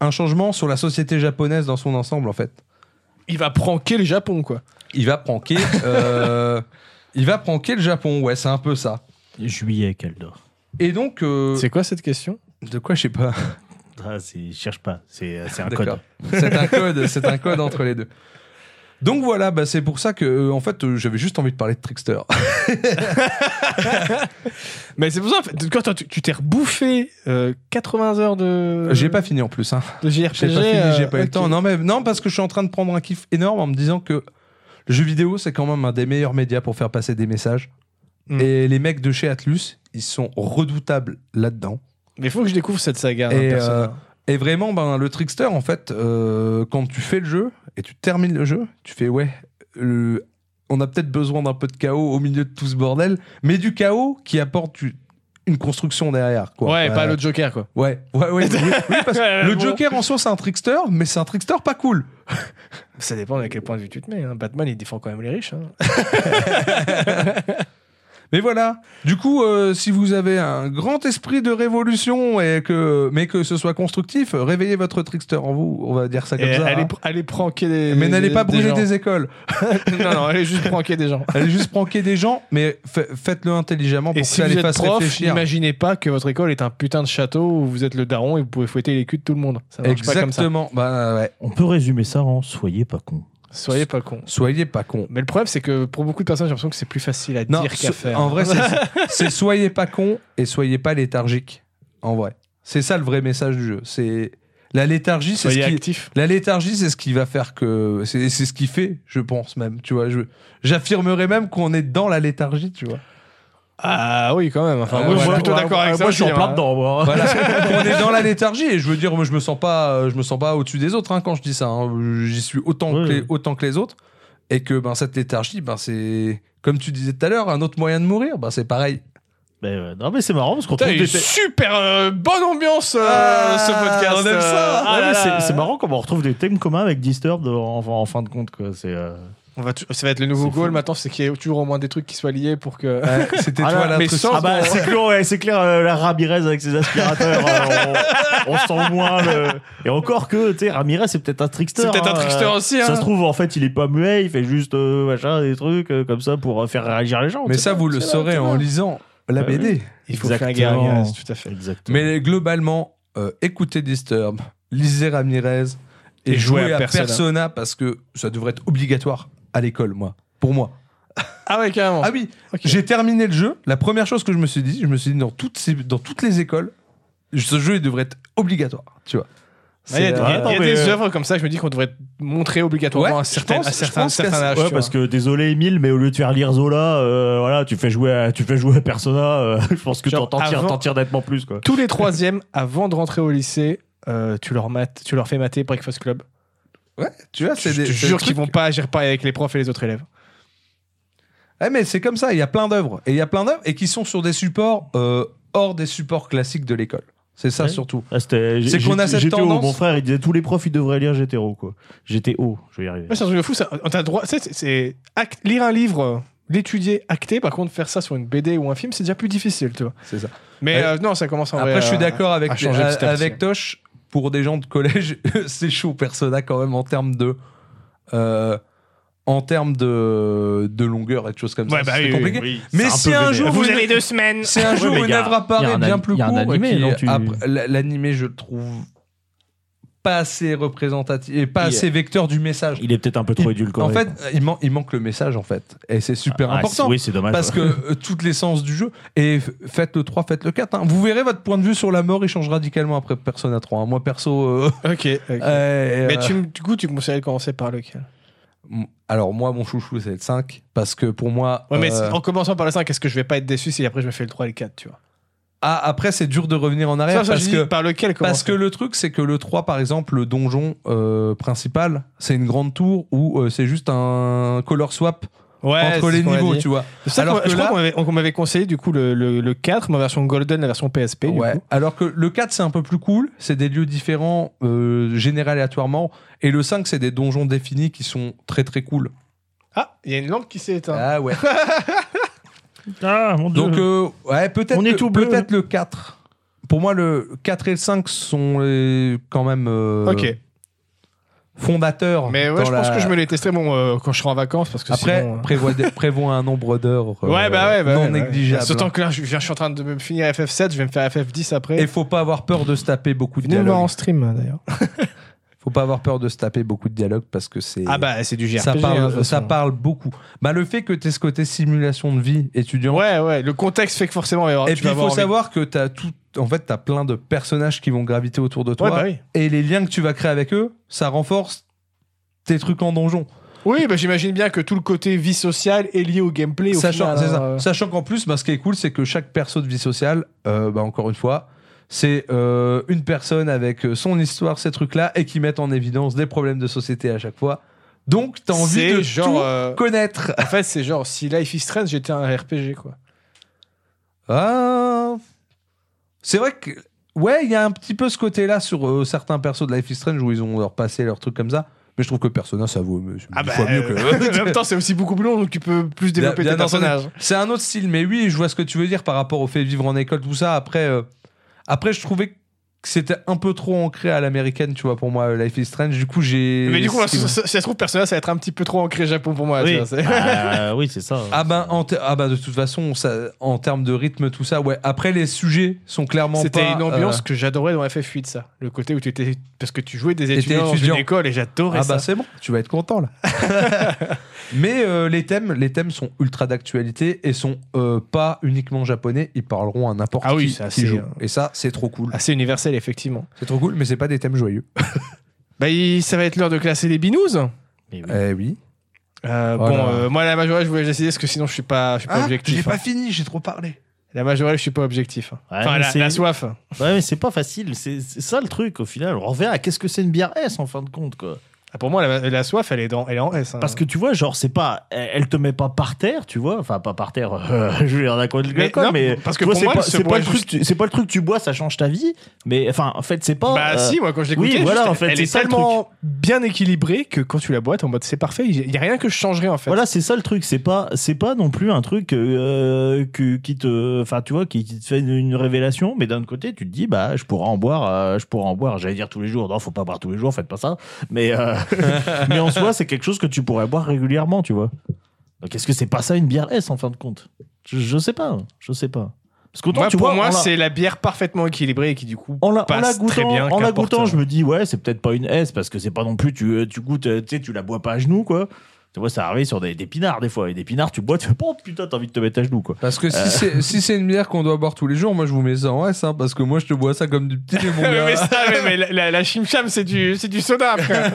[SPEAKER 1] un changement sur la société japonaise dans son ensemble, en fait.
[SPEAKER 2] Il va pranker le Japon, quoi.
[SPEAKER 1] Il va pranker, euh, il va pranker le Japon, ouais, c'est un peu ça.
[SPEAKER 3] Juillet, Kaldor.
[SPEAKER 1] Et donc, euh,
[SPEAKER 2] C'est quoi cette question
[SPEAKER 1] de quoi je sais pas.
[SPEAKER 3] Ah, c'est- cherche pas, c'est euh, c'est un
[SPEAKER 1] D'accord.
[SPEAKER 3] code.
[SPEAKER 1] C'est un code, c'est un code entre les deux. Donc voilà, bah, c'est pour ça que, euh, en fait, euh, j'avais juste envie de parler de trickster.
[SPEAKER 2] Mais c'est pour ça, en fait, quand t'as- tu tu t'es rebouffé euh, 80 heures de.
[SPEAKER 1] J'ai pas fini en plus, hein.
[SPEAKER 2] de JRPG.
[SPEAKER 1] J'ai pas fini,
[SPEAKER 2] euh,
[SPEAKER 1] j'ai pas eu le
[SPEAKER 2] ok.
[SPEAKER 1] temps. Non, mais, non, parce que je suis en train de prendre un kiff énorme en me disant que le jeu vidéo, c'est quand même un des meilleurs médias pour faire passer des messages.
[SPEAKER 2] Mm.
[SPEAKER 1] Et les mecs de chez Atlus, ils sont redoutables là-dedans.
[SPEAKER 2] Mais il faut que je découvre cette saga. hein,
[SPEAKER 1] Et,
[SPEAKER 2] Persona.
[SPEAKER 1] Et vraiment, ben, le trickster, en fait, euh, quand tu fais le jeu et tu termines le jeu, tu fais ouais, euh, on a peut-être besoin d'un peu de chaos au milieu de tout ce bordel, mais du chaos qui apporte du- une construction derrière. Quoi.
[SPEAKER 2] ouais,
[SPEAKER 1] Euh,
[SPEAKER 2] pas le Joker, quoi.
[SPEAKER 1] Ouais, ouais, ouais. oui, oui, parce que le
[SPEAKER 2] Bon.
[SPEAKER 1] Joker en soi, c'est un trickster, mais c'est un trickster pas cool.
[SPEAKER 2] Ça dépend de quel point de vue tu te mets. hein. Batman, il défend quand même les riches. hein.
[SPEAKER 1] Mais voilà. Du coup, euh, si vous avez un grand esprit de révolution et que, mais que ce soit constructif, réveillez votre trickster en vous. On va dire ça comme
[SPEAKER 2] Et
[SPEAKER 1] ça.
[SPEAKER 2] allez,
[SPEAKER 1] hein.
[SPEAKER 2] pr- allez pranker des.
[SPEAKER 1] Mais n'allez pas brûler
[SPEAKER 2] gens.
[SPEAKER 1] des écoles.
[SPEAKER 2] non, non, allez juste pranker des gens.
[SPEAKER 1] Allez juste pranker des gens, mais fa- faites-le intelligemment pour
[SPEAKER 2] Et
[SPEAKER 1] que
[SPEAKER 2] si
[SPEAKER 1] ça
[SPEAKER 2] vous
[SPEAKER 1] les
[SPEAKER 2] êtes
[SPEAKER 1] fasse
[SPEAKER 2] prof,
[SPEAKER 1] réfléchir.
[SPEAKER 2] n'imaginez pas que votre école est un putain de château où vous êtes le daron et vous pouvez fouetter les culs de tout le monde. Ça marche pas comme ça.
[SPEAKER 1] Exactement. Bah ouais.
[SPEAKER 3] On peut résumer ça en soyez pas con.
[SPEAKER 2] Soyez pas con.
[SPEAKER 1] Soyez pas con.
[SPEAKER 2] Mais le problème, c'est que pour beaucoup de personnes, j'ai l'impression que c'est plus facile à
[SPEAKER 1] Non,
[SPEAKER 2] dire qu'à
[SPEAKER 1] so-
[SPEAKER 2] faire.
[SPEAKER 1] en vrai, c'est- c'est soyez pas con et soyez pas léthargique. En vrai, c'est ça le vrai message du jeu. C'est la léthargie, c'est ce
[SPEAKER 2] soyez
[SPEAKER 1] qui
[SPEAKER 2] actif.
[SPEAKER 1] La léthargie, c'est ce qui va faire que. C'est c'est ce qui fait, je pense même. Tu vois, je- j'affirmerais même qu'on est dans la léthargie, tu vois.
[SPEAKER 2] Ah oui, quand même. Enfin,
[SPEAKER 1] Euh,
[SPEAKER 2] moi, je suis
[SPEAKER 1] voilà.
[SPEAKER 2] plutôt d'accord avec ça.
[SPEAKER 3] Ah, Moi, je suis en
[SPEAKER 2] aussi,
[SPEAKER 3] plein
[SPEAKER 2] hein.
[SPEAKER 3] dedans, moi.
[SPEAKER 1] Voilà. on est dans la léthargie et je veux dire, moi, je me sens pas, euh, je me sens pas au-dessus des autres hein, quand je dis ça. hein. J'y suis autant,
[SPEAKER 3] Oui,
[SPEAKER 1] que les,
[SPEAKER 3] oui.
[SPEAKER 1] autant que les autres. Et que ben, cette léthargie, ben, c'est. Comme tu disais tout à l'heure, un autre moyen de mourir, ben, c'est pareil.
[SPEAKER 3] Mais, ouais, non, mais c'est marrant parce qu'on
[SPEAKER 2] Putain,
[SPEAKER 3] trouve
[SPEAKER 2] il y a
[SPEAKER 3] des.
[SPEAKER 2] une super euh, bonne ambiance euh,
[SPEAKER 1] Ah,
[SPEAKER 2] ce podcast.
[SPEAKER 1] on aime ça.
[SPEAKER 2] euh, ah
[SPEAKER 3] Ouais,
[SPEAKER 2] là
[SPEAKER 3] mais
[SPEAKER 2] là.
[SPEAKER 3] c'est- c'est marrant comment on retrouve des thèmes communs avec Disturbed en, en- en fin de compte. Quoi. C'est, euh,
[SPEAKER 2] On va tu- ça va être le nouveau
[SPEAKER 3] C'est
[SPEAKER 2] goal
[SPEAKER 3] fou.
[SPEAKER 2] maintenant, c'est qu'il y ait toujours au moins des trucs qui soient liés pour que.
[SPEAKER 1] Ouais, C'était
[SPEAKER 3] Ah
[SPEAKER 1] toi
[SPEAKER 3] là,
[SPEAKER 1] la
[SPEAKER 2] mais sans-
[SPEAKER 3] Ah bah, c'est clair, ouais, c'est clair euh, la Ramirez avec ses aspirateurs. euh, on, on sent moins le. Et encore que, tu sais, Ramirez, c'est peut-être un trickster.
[SPEAKER 2] C'est peut-être un
[SPEAKER 3] hein,
[SPEAKER 2] trickster
[SPEAKER 3] euh,
[SPEAKER 2] aussi. Hein.
[SPEAKER 3] Ça se trouve, en fait, il est pas muet, il fait juste euh, machin, des trucs euh, comme ça pour euh, faire réagir les gens. on
[SPEAKER 1] Mais
[SPEAKER 3] sait
[SPEAKER 1] ça,
[SPEAKER 3] pas,
[SPEAKER 1] vous
[SPEAKER 3] on
[SPEAKER 1] le
[SPEAKER 3] sait pas,
[SPEAKER 1] saurez
[SPEAKER 3] on sait
[SPEAKER 1] en
[SPEAKER 3] pas.
[SPEAKER 1] lisant la
[SPEAKER 3] Bah oui.
[SPEAKER 1] BD.
[SPEAKER 2] Il faut faire un
[SPEAKER 3] Exactement.
[SPEAKER 2] guerrier, tout à fait.
[SPEAKER 3] Exactement.
[SPEAKER 1] Mais globalement, euh, écoutez Disturb, lisez Ramirez et,
[SPEAKER 2] Et
[SPEAKER 1] jouez,
[SPEAKER 2] jouez
[SPEAKER 1] à
[SPEAKER 2] à
[SPEAKER 1] Persona.
[SPEAKER 2] Persona.
[SPEAKER 1] parce que ça devrait être obligatoire à l'école, moi. Pour moi.
[SPEAKER 2] Ah ouais, carrément.
[SPEAKER 1] Ah oui,
[SPEAKER 2] Ok.
[SPEAKER 1] j'ai terminé le jeu. La première chose que je me suis dit, je me suis dit dans toutes, ces- dans toutes les écoles, ce jeu il devrait être obligatoire, tu vois.
[SPEAKER 2] Il y a, il
[SPEAKER 1] C'est,
[SPEAKER 2] y
[SPEAKER 1] euh,
[SPEAKER 2] a-
[SPEAKER 3] attends,
[SPEAKER 2] il y a
[SPEAKER 3] mais,
[SPEAKER 2] des
[SPEAKER 3] euh,
[SPEAKER 2] œuvres comme ça, je me dis qu'on devrait montrer obligatoirement
[SPEAKER 1] Ouais,
[SPEAKER 2] à,
[SPEAKER 1] je
[SPEAKER 2] certaines-
[SPEAKER 1] pense-
[SPEAKER 2] à
[SPEAKER 1] je
[SPEAKER 2] certains,
[SPEAKER 1] pense qu'à
[SPEAKER 2] certains euh,
[SPEAKER 1] ce-
[SPEAKER 2] âges.
[SPEAKER 3] Ouais,
[SPEAKER 2] tu
[SPEAKER 3] parce
[SPEAKER 2] vois.
[SPEAKER 3] que désolé Emile, mais au lieu de faire lire Zola, euh, voilà, tu fais jouer, à, tu fais jouer à Persona. euh, je pense que t'en
[SPEAKER 2] Genre,
[SPEAKER 3] t'en tires,
[SPEAKER 2] avant-
[SPEAKER 3] t'en tires nettement plus quoi.
[SPEAKER 2] Tous les troisièmes, avant de rentrer au lycée, euh, tu, leur mates, tu leur fais mater Breakfast Club.
[SPEAKER 1] ouais, tu vois, c'est
[SPEAKER 2] je
[SPEAKER 1] des.
[SPEAKER 2] te
[SPEAKER 1] c'est des
[SPEAKER 2] jure qu'ils
[SPEAKER 1] trucs-
[SPEAKER 2] vont pas agir pareil avec les profs et les autres élèves.
[SPEAKER 1] Ouais, Eh, mais c'est comme ça, il y a plein d'œuvres. Et il y a plein d'œuvres et qui sont sur des supports euh, hors des supports classiques de l'école. C'est ça
[SPEAKER 3] Ouais.
[SPEAKER 1] surtout.
[SPEAKER 3] Ah, c'était-
[SPEAKER 1] C'est
[SPEAKER 3] j'ai-
[SPEAKER 1] qu'on a
[SPEAKER 3] j'ai-
[SPEAKER 1] cette
[SPEAKER 3] GTO,
[SPEAKER 1] tendance-
[SPEAKER 3] Mon frère, il disait tous les profs, ils devraient lire GTO quoi. GTO, je vais y arriver.
[SPEAKER 2] Ouais, c'est un truc de fou. Ça. On a droit, tu sais, c'est, c'est act- lire un livre, euh, l'étudier, acter. Par contre, faire ça sur une BD ou un film, c'est déjà plus difficile, tu vois.
[SPEAKER 1] C'est ça.
[SPEAKER 2] Mais
[SPEAKER 1] Ouais.
[SPEAKER 2] euh, non, ça commence en
[SPEAKER 1] Après,
[SPEAKER 2] vrai
[SPEAKER 1] je suis
[SPEAKER 2] à-
[SPEAKER 1] d'accord avec,
[SPEAKER 2] à changer
[SPEAKER 1] à-
[SPEAKER 2] petit à petit.
[SPEAKER 1] avec Tosh. Pour des gens de collège, c'est chaud, Persona, quand même, en termes de. euh, en termes de, de longueur et de choses comme
[SPEAKER 2] Ouais,
[SPEAKER 1] ça.
[SPEAKER 2] bah
[SPEAKER 1] c'est
[SPEAKER 2] oui,
[SPEAKER 1] compliqué.
[SPEAKER 3] Oui,
[SPEAKER 1] Mais
[SPEAKER 3] c'est
[SPEAKER 1] si
[SPEAKER 3] peu
[SPEAKER 1] un
[SPEAKER 3] vénère.
[SPEAKER 1] jour vous- avez
[SPEAKER 2] deux semaines.
[SPEAKER 1] Si un jour
[SPEAKER 3] mais
[SPEAKER 1] une
[SPEAKER 3] y a-
[SPEAKER 1] œuvre
[SPEAKER 3] y a
[SPEAKER 1] apparaît
[SPEAKER 3] un
[SPEAKER 1] bien
[SPEAKER 3] ani-
[SPEAKER 1] plus
[SPEAKER 3] y a un
[SPEAKER 1] court,
[SPEAKER 3] animé,
[SPEAKER 1] qui
[SPEAKER 3] non,
[SPEAKER 1] est
[SPEAKER 3] tu-
[SPEAKER 1] après- l- l'animé, je le trouve pas assez représentatif et pas
[SPEAKER 3] Il-
[SPEAKER 1] assez vecteur du message.
[SPEAKER 3] Il est peut-être un peu trop
[SPEAKER 1] Il-
[SPEAKER 3] édulcoré.
[SPEAKER 1] en fait,
[SPEAKER 3] quoi.
[SPEAKER 1] il, man- il manque le message, en fait. Et c'est super
[SPEAKER 3] Ah, c'est-
[SPEAKER 1] important.
[SPEAKER 3] Oui, c'est dommage.
[SPEAKER 1] Parce que
[SPEAKER 3] quoi.
[SPEAKER 1] euh, toutes les sens du jeu. Et f- faites le 3, faites le 4. hein. Vous verrez votre point de vue sur la mort, il change radicalement après Persona 3. hein. Moi, perso. euh,
[SPEAKER 2] Ok. ok.
[SPEAKER 1] euh,
[SPEAKER 2] Mais
[SPEAKER 1] euh,
[SPEAKER 2] tu, me- du coup, tu me conseillerais de commencer par lequel
[SPEAKER 1] m- Alors, moi, mon chouchou, c'est le 5. Parce que pour moi.
[SPEAKER 2] Ouais, mais
[SPEAKER 1] euh,
[SPEAKER 2] c'est- en commençant par le 5, est-ce que je vais pas être déçu si après je me fais le 3 et le 4, tu vois
[SPEAKER 1] ah, après, c'est dur de revenir en arrière.
[SPEAKER 2] Ça, ça,
[SPEAKER 1] parce
[SPEAKER 2] je dis
[SPEAKER 1] que.
[SPEAKER 2] par lequel
[SPEAKER 1] Parce
[SPEAKER 2] commencer
[SPEAKER 1] que le truc, c'est que le 3, par exemple, le donjon euh, principal, c'est une grande tour où euh, c'est juste un color swap
[SPEAKER 2] Ouais,
[SPEAKER 1] entre
[SPEAKER 2] c'est
[SPEAKER 1] les
[SPEAKER 2] ce qu'on a
[SPEAKER 1] niveaux,
[SPEAKER 2] dit.
[SPEAKER 1] tu vois.
[SPEAKER 2] C'est ça
[SPEAKER 1] Alors
[SPEAKER 2] qu'on-
[SPEAKER 1] que
[SPEAKER 2] je
[SPEAKER 1] là-
[SPEAKER 2] crois qu'on m'avait- qu'on m'avait conseillé du coup le, le, le 4, ma version Golden, la version PSP. du
[SPEAKER 1] Ouais.
[SPEAKER 2] coup.
[SPEAKER 1] Alors que le 4, c'est un peu plus cool, c'est des lieux différents, euh, générés aléatoirement, et le 5, c'est des donjons définis qui sont très très cool.
[SPEAKER 2] Ah, il y a une lampe qui s'est éteinte.
[SPEAKER 1] Ah ouais.
[SPEAKER 3] Ah, mon dieu.
[SPEAKER 1] Donc, euh, ouais, peut-être
[SPEAKER 3] On est
[SPEAKER 1] que-
[SPEAKER 3] tout bleu,
[SPEAKER 1] peut-être le 4. Pour moi, le 4 et le 5 sont les- quand même euh,
[SPEAKER 2] ok.
[SPEAKER 1] fondateurs.
[SPEAKER 2] Mais ouais,
[SPEAKER 1] dans
[SPEAKER 2] je pense
[SPEAKER 1] la-
[SPEAKER 2] que je me les testerai bon, euh, quand je serai en vacances parce que
[SPEAKER 1] Après,
[SPEAKER 2] sinon, euh,
[SPEAKER 1] prévoit, des- prévoit un nombre d'heures euh,
[SPEAKER 2] ouais, bah ouais, bah
[SPEAKER 1] non
[SPEAKER 2] ouais, bah ouais.
[SPEAKER 1] négligeable.
[SPEAKER 2] Surtout que là, je, viens- je suis en train de me finir FF7, je vais me faire FF10 après.
[SPEAKER 1] Et faut pas avoir peur de se taper beaucoup de
[SPEAKER 2] Venez me voir en
[SPEAKER 1] dialogues.
[SPEAKER 2] stream d'ailleurs.
[SPEAKER 1] Faut pas avoir peur de se taper beaucoup de dialogues parce que c'est
[SPEAKER 2] Ah bah, c'est du JRPG.
[SPEAKER 1] ça
[SPEAKER 2] hein, de
[SPEAKER 1] parle,
[SPEAKER 2] toute
[SPEAKER 1] ça
[SPEAKER 2] façon.
[SPEAKER 1] parle beaucoup. Bah le fait que t'aies ce côté simulation de vie étudiant.
[SPEAKER 2] Ouais, ouais, le contexte fait que forcément, il va y avoir-
[SPEAKER 1] et
[SPEAKER 2] tu
[SPEAKER 1] puis
[SPEAKER 2] vas
[SPEAKER 1] il faut
[SPEAKER 2] avoir envie-
[SPEAKER 1] savoir que t'as tout, en fait t'as plein de personnages qui vont graviter autour de toi
[SPEAKER 2] Ouais, bah oui.
[SPEAKER 1] et les liens que tu vas créer avec eux, ça renforce tes trucs en donjon.
[SPEAKER 2] Oui, bah, j'imagine bien que tout le côté vie sociale est lié au gameplay. Au
[SPEAKER 1] Sachant,
[SPEAKER 2] final,
[SPEAKER 1] c'est ça.
[SPEAKER 2] hein, euh.
[SPEAKER 1] Sachant qu'en plus, bah, ce qui est cool, c'est que chaque perso de vie sociale, euh, bah, encore une fois, c'est euh, une personne avec euh, son histoire, ces trucs-là, et qui mettent en évidence des problèmes de société à chaque fois. Donc, t'as envie
[SPEAKER 2] C'est
[SPEAKER 1] de
[SPEAKER 2] genre,
[SPEAKER 1] tout
[SPEAKER 2] euh,
[SPEAKER 1] connaître.
[SPEAKER 2] En fait, c'est genre, si Life is Strange, j'étais un RPG, quoi.
[SPEAKER 1] Ah, C'est vrai que. Ouais, il y a un petit peu ce côté-là sur euh, certains persos de Life is Strange où ils ont leur passé leur truc comme ça. Mais je trouve que Persona, ça vaut euh,
[SPEAKER 2] Ah
[SPEAKER 1] mille
[SPEAKER 2] bah,
[SPEAKER 1] fois mieux
[SPEAKER 2] euh, en
[SPEAKER 1] que.
[SPEAKER 2] même temps, c'est aussi beaucoup plus long, donc tu peux plus développer
[SPEAKER 1] Bien-
[SPEAKER 2] tes
[SPEAKER 1] bien entendu.
[SPEAKER 2] personnages.
[SPEAKER 1] C'est un autre style, mais oui, je vois ce que tu veux dire par rapport au fait de vivre en école, tout ça. Après, euh, après je trouvais que c'était un peu trop ancré à l'américaine, tu vois, pour moi, euh, Life is Strange. Du coup, j'ai.
[SPEAKER 2] Mais du coup,
[SPEAKER 1] ce
[SPEAKER 2] si,
[SPEAKER 1] qui-
[SPEAKER 2] si ça se trouve, Persona, ça va être un petit peu trop ancré Japon pour moi. tu
[SPEAKER 3] Oui,
[SPEAKER 2] vois, c'est- bah,
[SPEAKER 3] Ah, oui, c'est ça.
[SPEAKER 1] Ah ben, en te- ah ben, de toute façon, ça, en termes de rythme, tout ça, ouais. Après, les sujets sont clairement
[SPEAKER 2] C'était
[SPEAKER 1] pas,
[SPEAKER 2] une ambiance
[SPEAKER 1] euh,
[SPEAKER 2] que j'adorais dans FF8, ça. Le côté où tu étais. Parce que tu jouais des
[SPEAKER 1] T'étais
[SPEAKER 2] étudiants dans
[SPEAKER 1] étudiant.
[SPEAKER 2] une école et j'adorais
[SPEAKER 1] Ah
[SPEAKER 2] ça.
[SPEAKER 1] bah c'est bon, tu vas être content là. Mais euh, les thèmes, les thèmes sont ultra d'actualité et sont euh, pas uniquement japonais. Ils parleront à n'importe
[SPEAKER 2] Ah oui,
[SPEAKER 1] qui
[SPEAKER 2] ça,
[SPEAKER 1] qui
[SPEAKER 2] c'est, Ah.
[SPEAKER 1] joue.
[SPEAKER 2] euh,
[SPEAKER 1] Et ça, c'est trop cool.
[SPEAKER 2] Assez universel, effectivement.
[SPEAKER 1] C'est trop cool, mais c'est pas des thèmes joyeux.
[SPEAKER 2] Bah, il- ça va être l'heure de classer les binous.
[SPEAKER 3] Mais oui.
[SPEAKER 1] Eh oui.
[SPEAKER 2] Euh,
[SPEAKER 1] Oh
[SPEAKER 2] bon,
[SPEAKER 1] là.
[SPEAKER 2] euh, moi, la majorelle, je voulais décider parce que sinon, je suis pas, je suis pas objectif. hein.
[SPEAKER 1] fini, Ah, j'ai trop parlé.
[SPEAKER 2] La majorelle, je suis pas objectif. hein.
[SPEAKER 3] Ouais,
[SPEAKER 2] enfin,
[SPEAKER 3] Ah, mais
[SPEAKER 2] la,
[SPEAKER 3] c'est-
[SPEAKER 2] la soif.
[SPEAKER 3] Ouais, mais c'est pas facile. C'est c'est ça le truc au final. On revient à qu'est-ce que c'est une bière S en fin de compte, quoi.
[SPEAKER 2] Ah, Pour moi, la, la soif, elle est, dans, elle est en S. hein.
[SPEAKER 3] Parce que tu vois, genre, c'est pas. Elle elle te met pas par terre, tu vois. Enfin, pas par terre, euh, je veux dire, d'un coin de
[SPEAKER 2] Mais
[SPEAKER 3] l'alcool,
[SPEAKER 2] non,
[SPEAKER 3] mais.
[SPEAKER 2] parce que
[SPEAKER 3] tu vois,
[SPEAKER 2] pour
[SPEAKER 3] c'est
[SPEAKER 2] moi,
[SPEAKER 3] pas,
[SPEAKER 2] elle se
[SPEAKER 3] c'est pas
[SPEAKER 2] boit
[SPEAKER 3] le truc,
[SPEAKER 2] juste-
[SPEAKER 3] tu- c'est pas le truc, tu bois, ça change ta vie. Mais enfin, en fait, c'est pas.
[SPEAKER 2] Bah
[SPEAKER 3] euh,
[SPEAKER 2] si, moi quand je l'écoutais,
[SPEAKER 3] oui, voilà,
[SPEAKER 2] juste,
[SPEAKER 3] en fait,
[SPEAKER 2] elle
[SPEAKER 3] c'est
[SPEAKER 2] est
[SPEAKER 3] ça le
[SPEAKER 2] tellement bien équilibrée que quand tu la bois, t'es en mode c'est parfait, il y a rien que je changerais en fait.
[SPEAKER 3] Voilà, c'est ça le truc. C'est pas, c'est pas non plus un truc euh, que- qui te, enfin, tu vois, qui, qui te fait une, une révélation. Mais d'un autre côté, tu te dis, bah, je pourrais en boire, euh, je pourrais en boire. J'allais dire tous les jours. Non, faut pas boire tous les jours. Faites pas ça. Mais, euh, mais en soi, c'est quelque chose que tu pourrais boire régulièrement, tu vois. Donc, est-ce que c'est pas ça une bière S en fin de compte je, je sais pas. Je sais pas. Parce qu'autant,
[SPEAKER 2] Moi,
[SPEAKER 3] tu
[SPEAKER 2] pour
[SPEAKER 3] vois, on
[SPEAKER 2] moi,
[SPEAKER 3] la-
[SPEAKER 2] c'est la bière parfaitement équilibrée et qui du coup
[SPEAKER 3] en la, en la
[SPEAKER 2] passe très
[SPEAKER 3] goûtant,
[SPEAKER 2] bien.
[SPEAKER 3] en la
[SPEAKER 2] qu'importe.
[SPEAKER 3] goûtant, je me dis ouais, c'est peut-être pas une S parce que c'est pas non plus tu euh, tu goûtes, euh, tu sais, tu la bois pas à genoux quoi. Tu vois, ça arrive sur des, des pinards des fois. Et des pinards, tu bois, tu fais oh putain, t'as envie de te mettre à genoux quoi.
[SPEAKER 1] Parce que
[SPEAKER 2] Euh.
[SPEAKER 1] si c'est si c'est une bière qu'on doit boire tous les jours, moi je vous mets ça en S, hein, parce que moi je te bois ça comme du petit lait, mon
[SPEAKER 2] Ah, mais,
[SPEAKER 1] gars.
[SPEAKER 2] mais ça, mais, mais la, la, la chimcham, c'est du, c'est du soda après.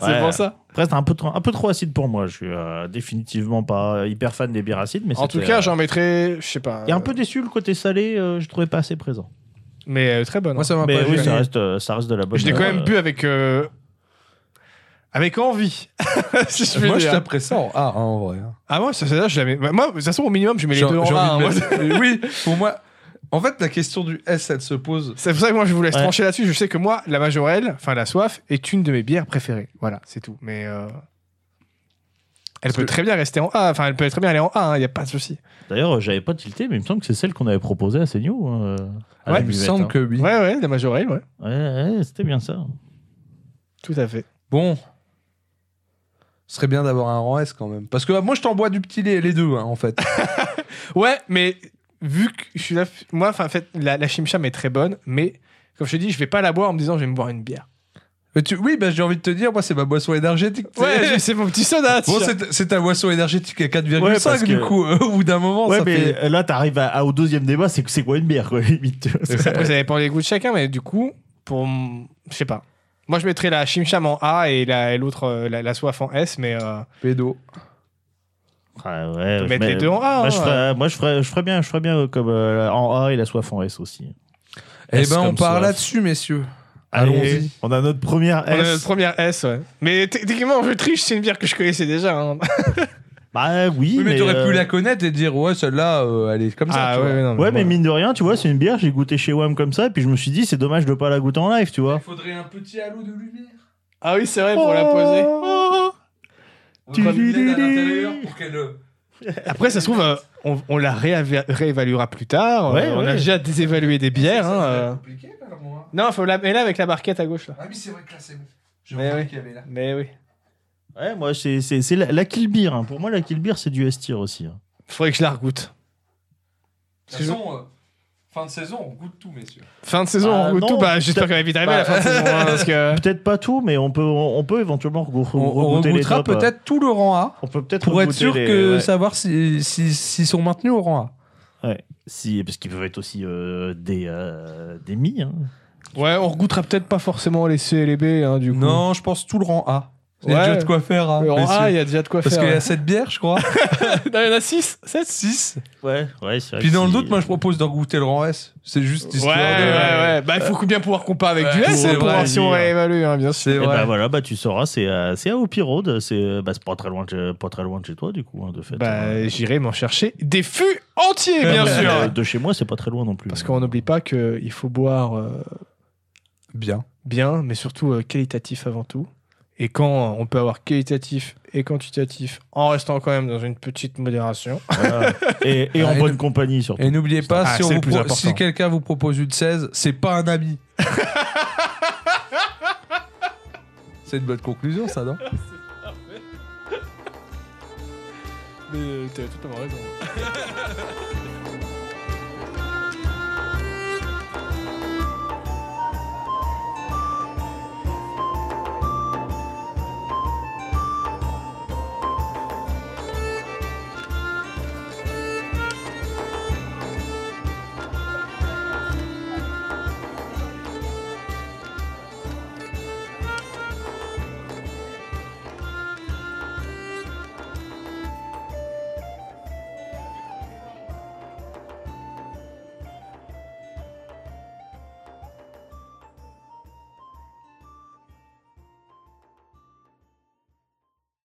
[SPEAKER 2] c'est
[SPEAKER 3] Ouais.
[SPEAKER 2] pour ça.
[SPEAKER 3] Après, c'est un peu trop, un peu trop acide pour moi. Je suis euh, définitivement pas hyper fan des bières acides, mais
[SPEAKER 2] En tout
[SPEAKER 3] c'était,
[SPEAKER 2] cas,
[SPEAKER 3] euh,
[SPEAKER 2] j'en mettrais, je sais pas.
[SPEAKER 3] et un
[SPEAKER 2] euh,
[SPEAKER 3] peu déçu le côté salé, euh, je trouvais pas assez présent.
[SPEAKER 2] Mais euh, très bonne.
[SPEAKER 1] Moi
[SPEAKER 2] hein.
[SPEAKER 1] ça m'a
[SPEAKER 3] mais
[SPEAKER 1] pas
[SPEAKER 3] oui,
[SPEAKER 1] gêné.
[SPEAKER 3] ça reste, euh, ça reste de la bonne.
[SPEAKER 2] Je l'ai quand
[SPEAKER 3] euh,
[SPEAKER 2] même bu avec. euh, Avec envie. Si je puis
[SPEAKER 1] Moi je
[SPEAKER 2] dire.
[SPEAKER 1] taperais ça en A hein, en vrai. hein.
[SPEAKER 2] Ah, moi, ça, ça, je la mets. Moi, de toute façon, au minimum, je mets les
[SPEAKER 1] J'ai-
[SPEAKER 2] deux en
[SPEAKER 1] j'ai
[SPEAKER 2] un.
[SPEAKER 1] envie
[SPEAKER 2] hein.
[SPEAKER 1] de mettre- oui, pour moi. En fait, la question du S, elle se pose.
[SPEAKER 2] C'est pour ça que moi je vous laisse
[SPEAKER 3] Ouais.
[SPEAKER 2] trancher là-dessus. Je sais que moi, la Majorelle, enfin la soif, est une de mes bières préférées. Voilà, c'est tout. Mais euh, elle
[SPEAKER 1] Parce
[SPEAKER 2] peut
[SPEAKER 1] que-
[SPEAKER 2] très bien rester en A. Enfin, elle peut très bien aller en A. Il n'y a pas de souci.
[SPEAKER 3] D'ailleurs, euh, j'avais pas tilté, mais il me semble que c'est celle qu'on avait proposée à Seigno. hein, euh, à la
[SPEAKER 2] Ouais,
[SPEAKER 1] il me
[SPEAKER 3] buvette,
[SPEAKER 1] semble
[SPEAKER 3] hein.
[SPEAKER 1] que oui.
[SPEAKER 2] Ouais, ouais, la Majorelle, ouais.
[SPEAKER 3] Ouais, ouais, c'était bien ça.
[SPEAKER 2] Tout à fait.
[SPEAKER 1] Bon. Ce serait bien d'avoir un rang S quand même. Parce que euh, moi, je t'en bois du petit lait, les deux, hein, en fait.
[SPEAKER 2] Ouais, mais vu que je suis là, moi, enfin, en fait, la, la chimcham est très bonne, mais comme je te dis, je vais pas la boire en me disant je vais me boire une bière.
[SPEAKER 1] Mais tu- Oui, bah, j'ai envie de te dire, moi, c'est ma boisson énergétique. tu sais.
[SPEAKER 2] Ouais, c'est mon petit soda.
[SPEAKER 1] Bon,
[SPEAKER 2] tiens.
[SPEAKER 1] c'est- c'est ta boisson énergétique à 4,5
[SPEAKER 3] Ouais, parce
[SPEAKER 1] du
[SPEAKER 3] que-
[SPEAKER 1] coup. euh, au bout d'un moment,
[SPEAKER 3] Ouais,
[SPEAKER 1] ça
[SPEAKER 3] mais
[SPEAKER 1] fait.
[SPEAKER 3] euh, là, t'arrives à- à- au deuxième débat, c'est que c'est quoi une bière, quoi, limite. tu vois.
[SPEAKER 2] Après, ça dépend des goûts de chacun, mais du coup, pour. m- Je sais pas. Moi, je mettrais la chimcham en A et la- et l'autre, euh, la, la soif en S, mais. euh,
[SPEAKER 1] Pédo.
[SPEAKER 3] Ah ouais, je
[SPEAKER 2] mettre
[SPEAKER 3] mets-
[SPEAKER 2] les deux en A.
[SPEAKER 3] Moi, je
[SPEAKER 2] hein.
[SPEAKER 3] ferais, moi, je ferais, je ferais bien, je ferais bien euh, comme euh, en A et la soif en S aussi.
[SPEAKER 1] Eh
[SPEAKER 3] S
[SPEAKER 1] ben, on
[SPEAKER 3] comme
[SPEAKER 1] part
[SPEAKER 3] soif.
[SPEAKER 1] là-dessus, messieurs.
[SPEAKER 3] Allez,
[SPEAKER 1] Allons-y.
[SPEAKER 3] On a notre première
[SPEAKER 2] On a
[SPEAKER 3] S.
[SPEAKER 2] notre première S, ouais. Mais techniquement, je triche, c'est une bière que je connaissais déjà. hein.
[SPEAKER 3] Bah oui,
[SPEAKER 1] Oui, mais, t'aurais
[SPEAKER 3] euh, Ah
[SPEAKER 1] pu la connaître et dire, ouais, celle-là, euh, elle est comme ça. tu vois.
[SPEAKER 2] non,
[SPEAKER 3] Ouais, mais
[SPEAKER 2] voilà.
[SPEAKER 3] mine de rien, tu vois, c'est une bière, j'ai goûté chez WAM comme ça, et puis je me suis dit, c'est dommage de pas la goûter en live, tu vois.
[SPEAKER 1] faudrait un petit halo de lumière.
[SPEAKER 2] Ah oui, c'est vrai, pour la poser.
[SPEAKER 1] On
[SPEAKER 3] Tu-
[SPEAKER 1] fera une LED à
[SPEAKER 3] tu-
[SPEAKER 1] l'intérieur pour qu'elle, euh,
[SPEAKER 2] Après, ça se trouve, euh, on, on la rééva- réévaluera plus tard.
[SPEAKER 3] Ouais,
[SPEAKER 2] Euh, on
[SPEAKER 3] ouais.
[SPEAKER 2] a déjà désévalué des bières.
[SPEAKER 1] Ça,
[SPEAKER 2] hein,
[SPEAKER 1] ça va être
[SPEAKER 2] euh.
[SPEAKER 1] compliqué, par moi.
[SPEAKER 2] Non, faut la mettre là avec la barquette à gauche, là.
[SPEAKER 1] Ah oui, c'est vrai que là, c'est bon. J'ai
[SPEAKER 2] Mais
[SPEAKER 1] remarqué
[SPEAKER 2] oui.
[SPEAKER 1] qu'il y avait là.
[SPEAKER 2] Mais oui.
[SPEAKER 3] Ouais, moi, c'est c'est- c'est la, la Kill Beer. hein. Pour moi, la Kill Beer, c'est du S-tier aussi. hein.
[SPEAKER 2] Faudrait que je la regoute.
[SPEAKER 1] De toute façon, euh, fin de saison, on goûte tout, messieurs.
[SPEAKER 2] Fin de saison,
[SPEAKER 3] Bah,
[SPEAKER 2] on regoute
[SPEAKER 3] non.
[SPEAKER 2] tout. Bah, j'espère qu'on va vite arriver à la fin de saison. hein, parce que...
[SPEAKER 3] Peut-être pas tout, mais on peut, on, peut éventuellement regou-
[SPEAKER 1] On, on
[SPEAKER 3] regoûter les
[SPEAKER 1] regoûtera
[SPEAKER 3] tops, euh.
[SPEAKER 1] peut-être tout le rang A
[SPEAKER 3] On peut peut-être
[SPEAKER 1] pour être
[SPEAKER 3] regoûter
[SPEAKER 1] sûr
[SPEAKER 3] les-
[SPEAKER 1] que
[SPEAKER 3] ouais.
[SPEAKER 1] savoir s'ils si, s'ils sont maintenus au rang A.
[SPEAKER 3] Si, parce qu'ils peuvent être aussi euh, des, euh, des mi. hein.
[SPEAKER 2] Ouais, on regoutera peut-être pas forcément les C et les B, hein, du coup.
[SPEAKER 1] Non, je pense tout le rang A. Il y a
[SPEAKER 2] Ouais.
[SPEAKER 1] déjà de quoi faire. hein,
[SPEAKER 2] En A, il
[SPEAKER 1] messieurs.
[SPEAKER 2] y a déjà de quoi
[SPEAKER 1] Parce qu'il y
[SPEAKER 2] faire. hein.
[SPEAKER 1] a 7 bières, je crois.
[SPEAKER 2] Non, Il y en a 6, 7
[SPEAKER 1] 6.
[SPEAKER 3] Ouais, ouais, c'est vrai.
[SPEAKER 1] Puis
[SPEAKER 3] que
[SPEAKER 1] dans le
[SPEAKER 3] Ah, si- euh,
[SPEAKER 1] doute, moi, je propose d'en goûter le rang S. C'est juste
[SPEAKER 2] Ouais, ouais,
[SPEAKER 1] histoire de.
[SPEAKER 2] ouais. Bah, il faut bien pouvoir comparer avec du
[SPEAKER 1] Ouais,
[SPEAKER 2] S
[SPEAKER 1] c'est
[SPEAKER 2] hein, pour
[SPEAKER 1] vrai,
[SPEAKER 2] voir si on
[SPEAKER 3] dire.
[SPEAKER 2] réévalue, hein, bien sûr.
[SPEAKER 1] C'est
[SPEAKER 3] Eh
[SPEAKER 1] vrai.
[SPEAKER 3] bah voilà, bah tu sauras, c'est à, c'est à Hopi Road, c'est euh, bah, c'est pas, très loin de chez- pas très loin de chez toi, du coup, hein, de fait. Euh,
[SPEAKER 2] Bah, j'irai m'en chercher des fûts entiers, bien
[SPEAKER 3] euh,
[SPEAKER 2] sûr.
[SPEAKER 3] De chez moi, c'est pas très loin non plus.
[SPEAKER 2] Parce qu'on n'oublie pas qu'il faut boire euh,
[SPEAKER 1] Bien.
[SPEAKER 2] bien, mais surtout euh, qualitatif avant tout. Et quand euh, on peut avoir qualitatif et quantitatif, en restant quand même dans une petite modération.
[SPEAKER 3] Voilà. Et, et en
[SPEAKER 1] Ah, et
[SPEAKER 3] bonne
[SPEAKER 1] nous-
[SPEAKER 3] compagnie, surtout.
[SPEAKER 1] Et n'oubliez pas,
[SPEAKER 2] Ah,
[SPEAKER 1] si, on
[SPEAKER 2] c'est le
[SPEAKER 1] vous
[SPEAKER 2] plus
[SPEAKER 1] pro-
[SPEAKER 2] important.
[SPEAKER 1] si quelqu'un vous propose une 16, c'est pas un ami. c'est une bonne conclusion, ça, non
[SPEAKER 2] Mais t'avais totalement raison.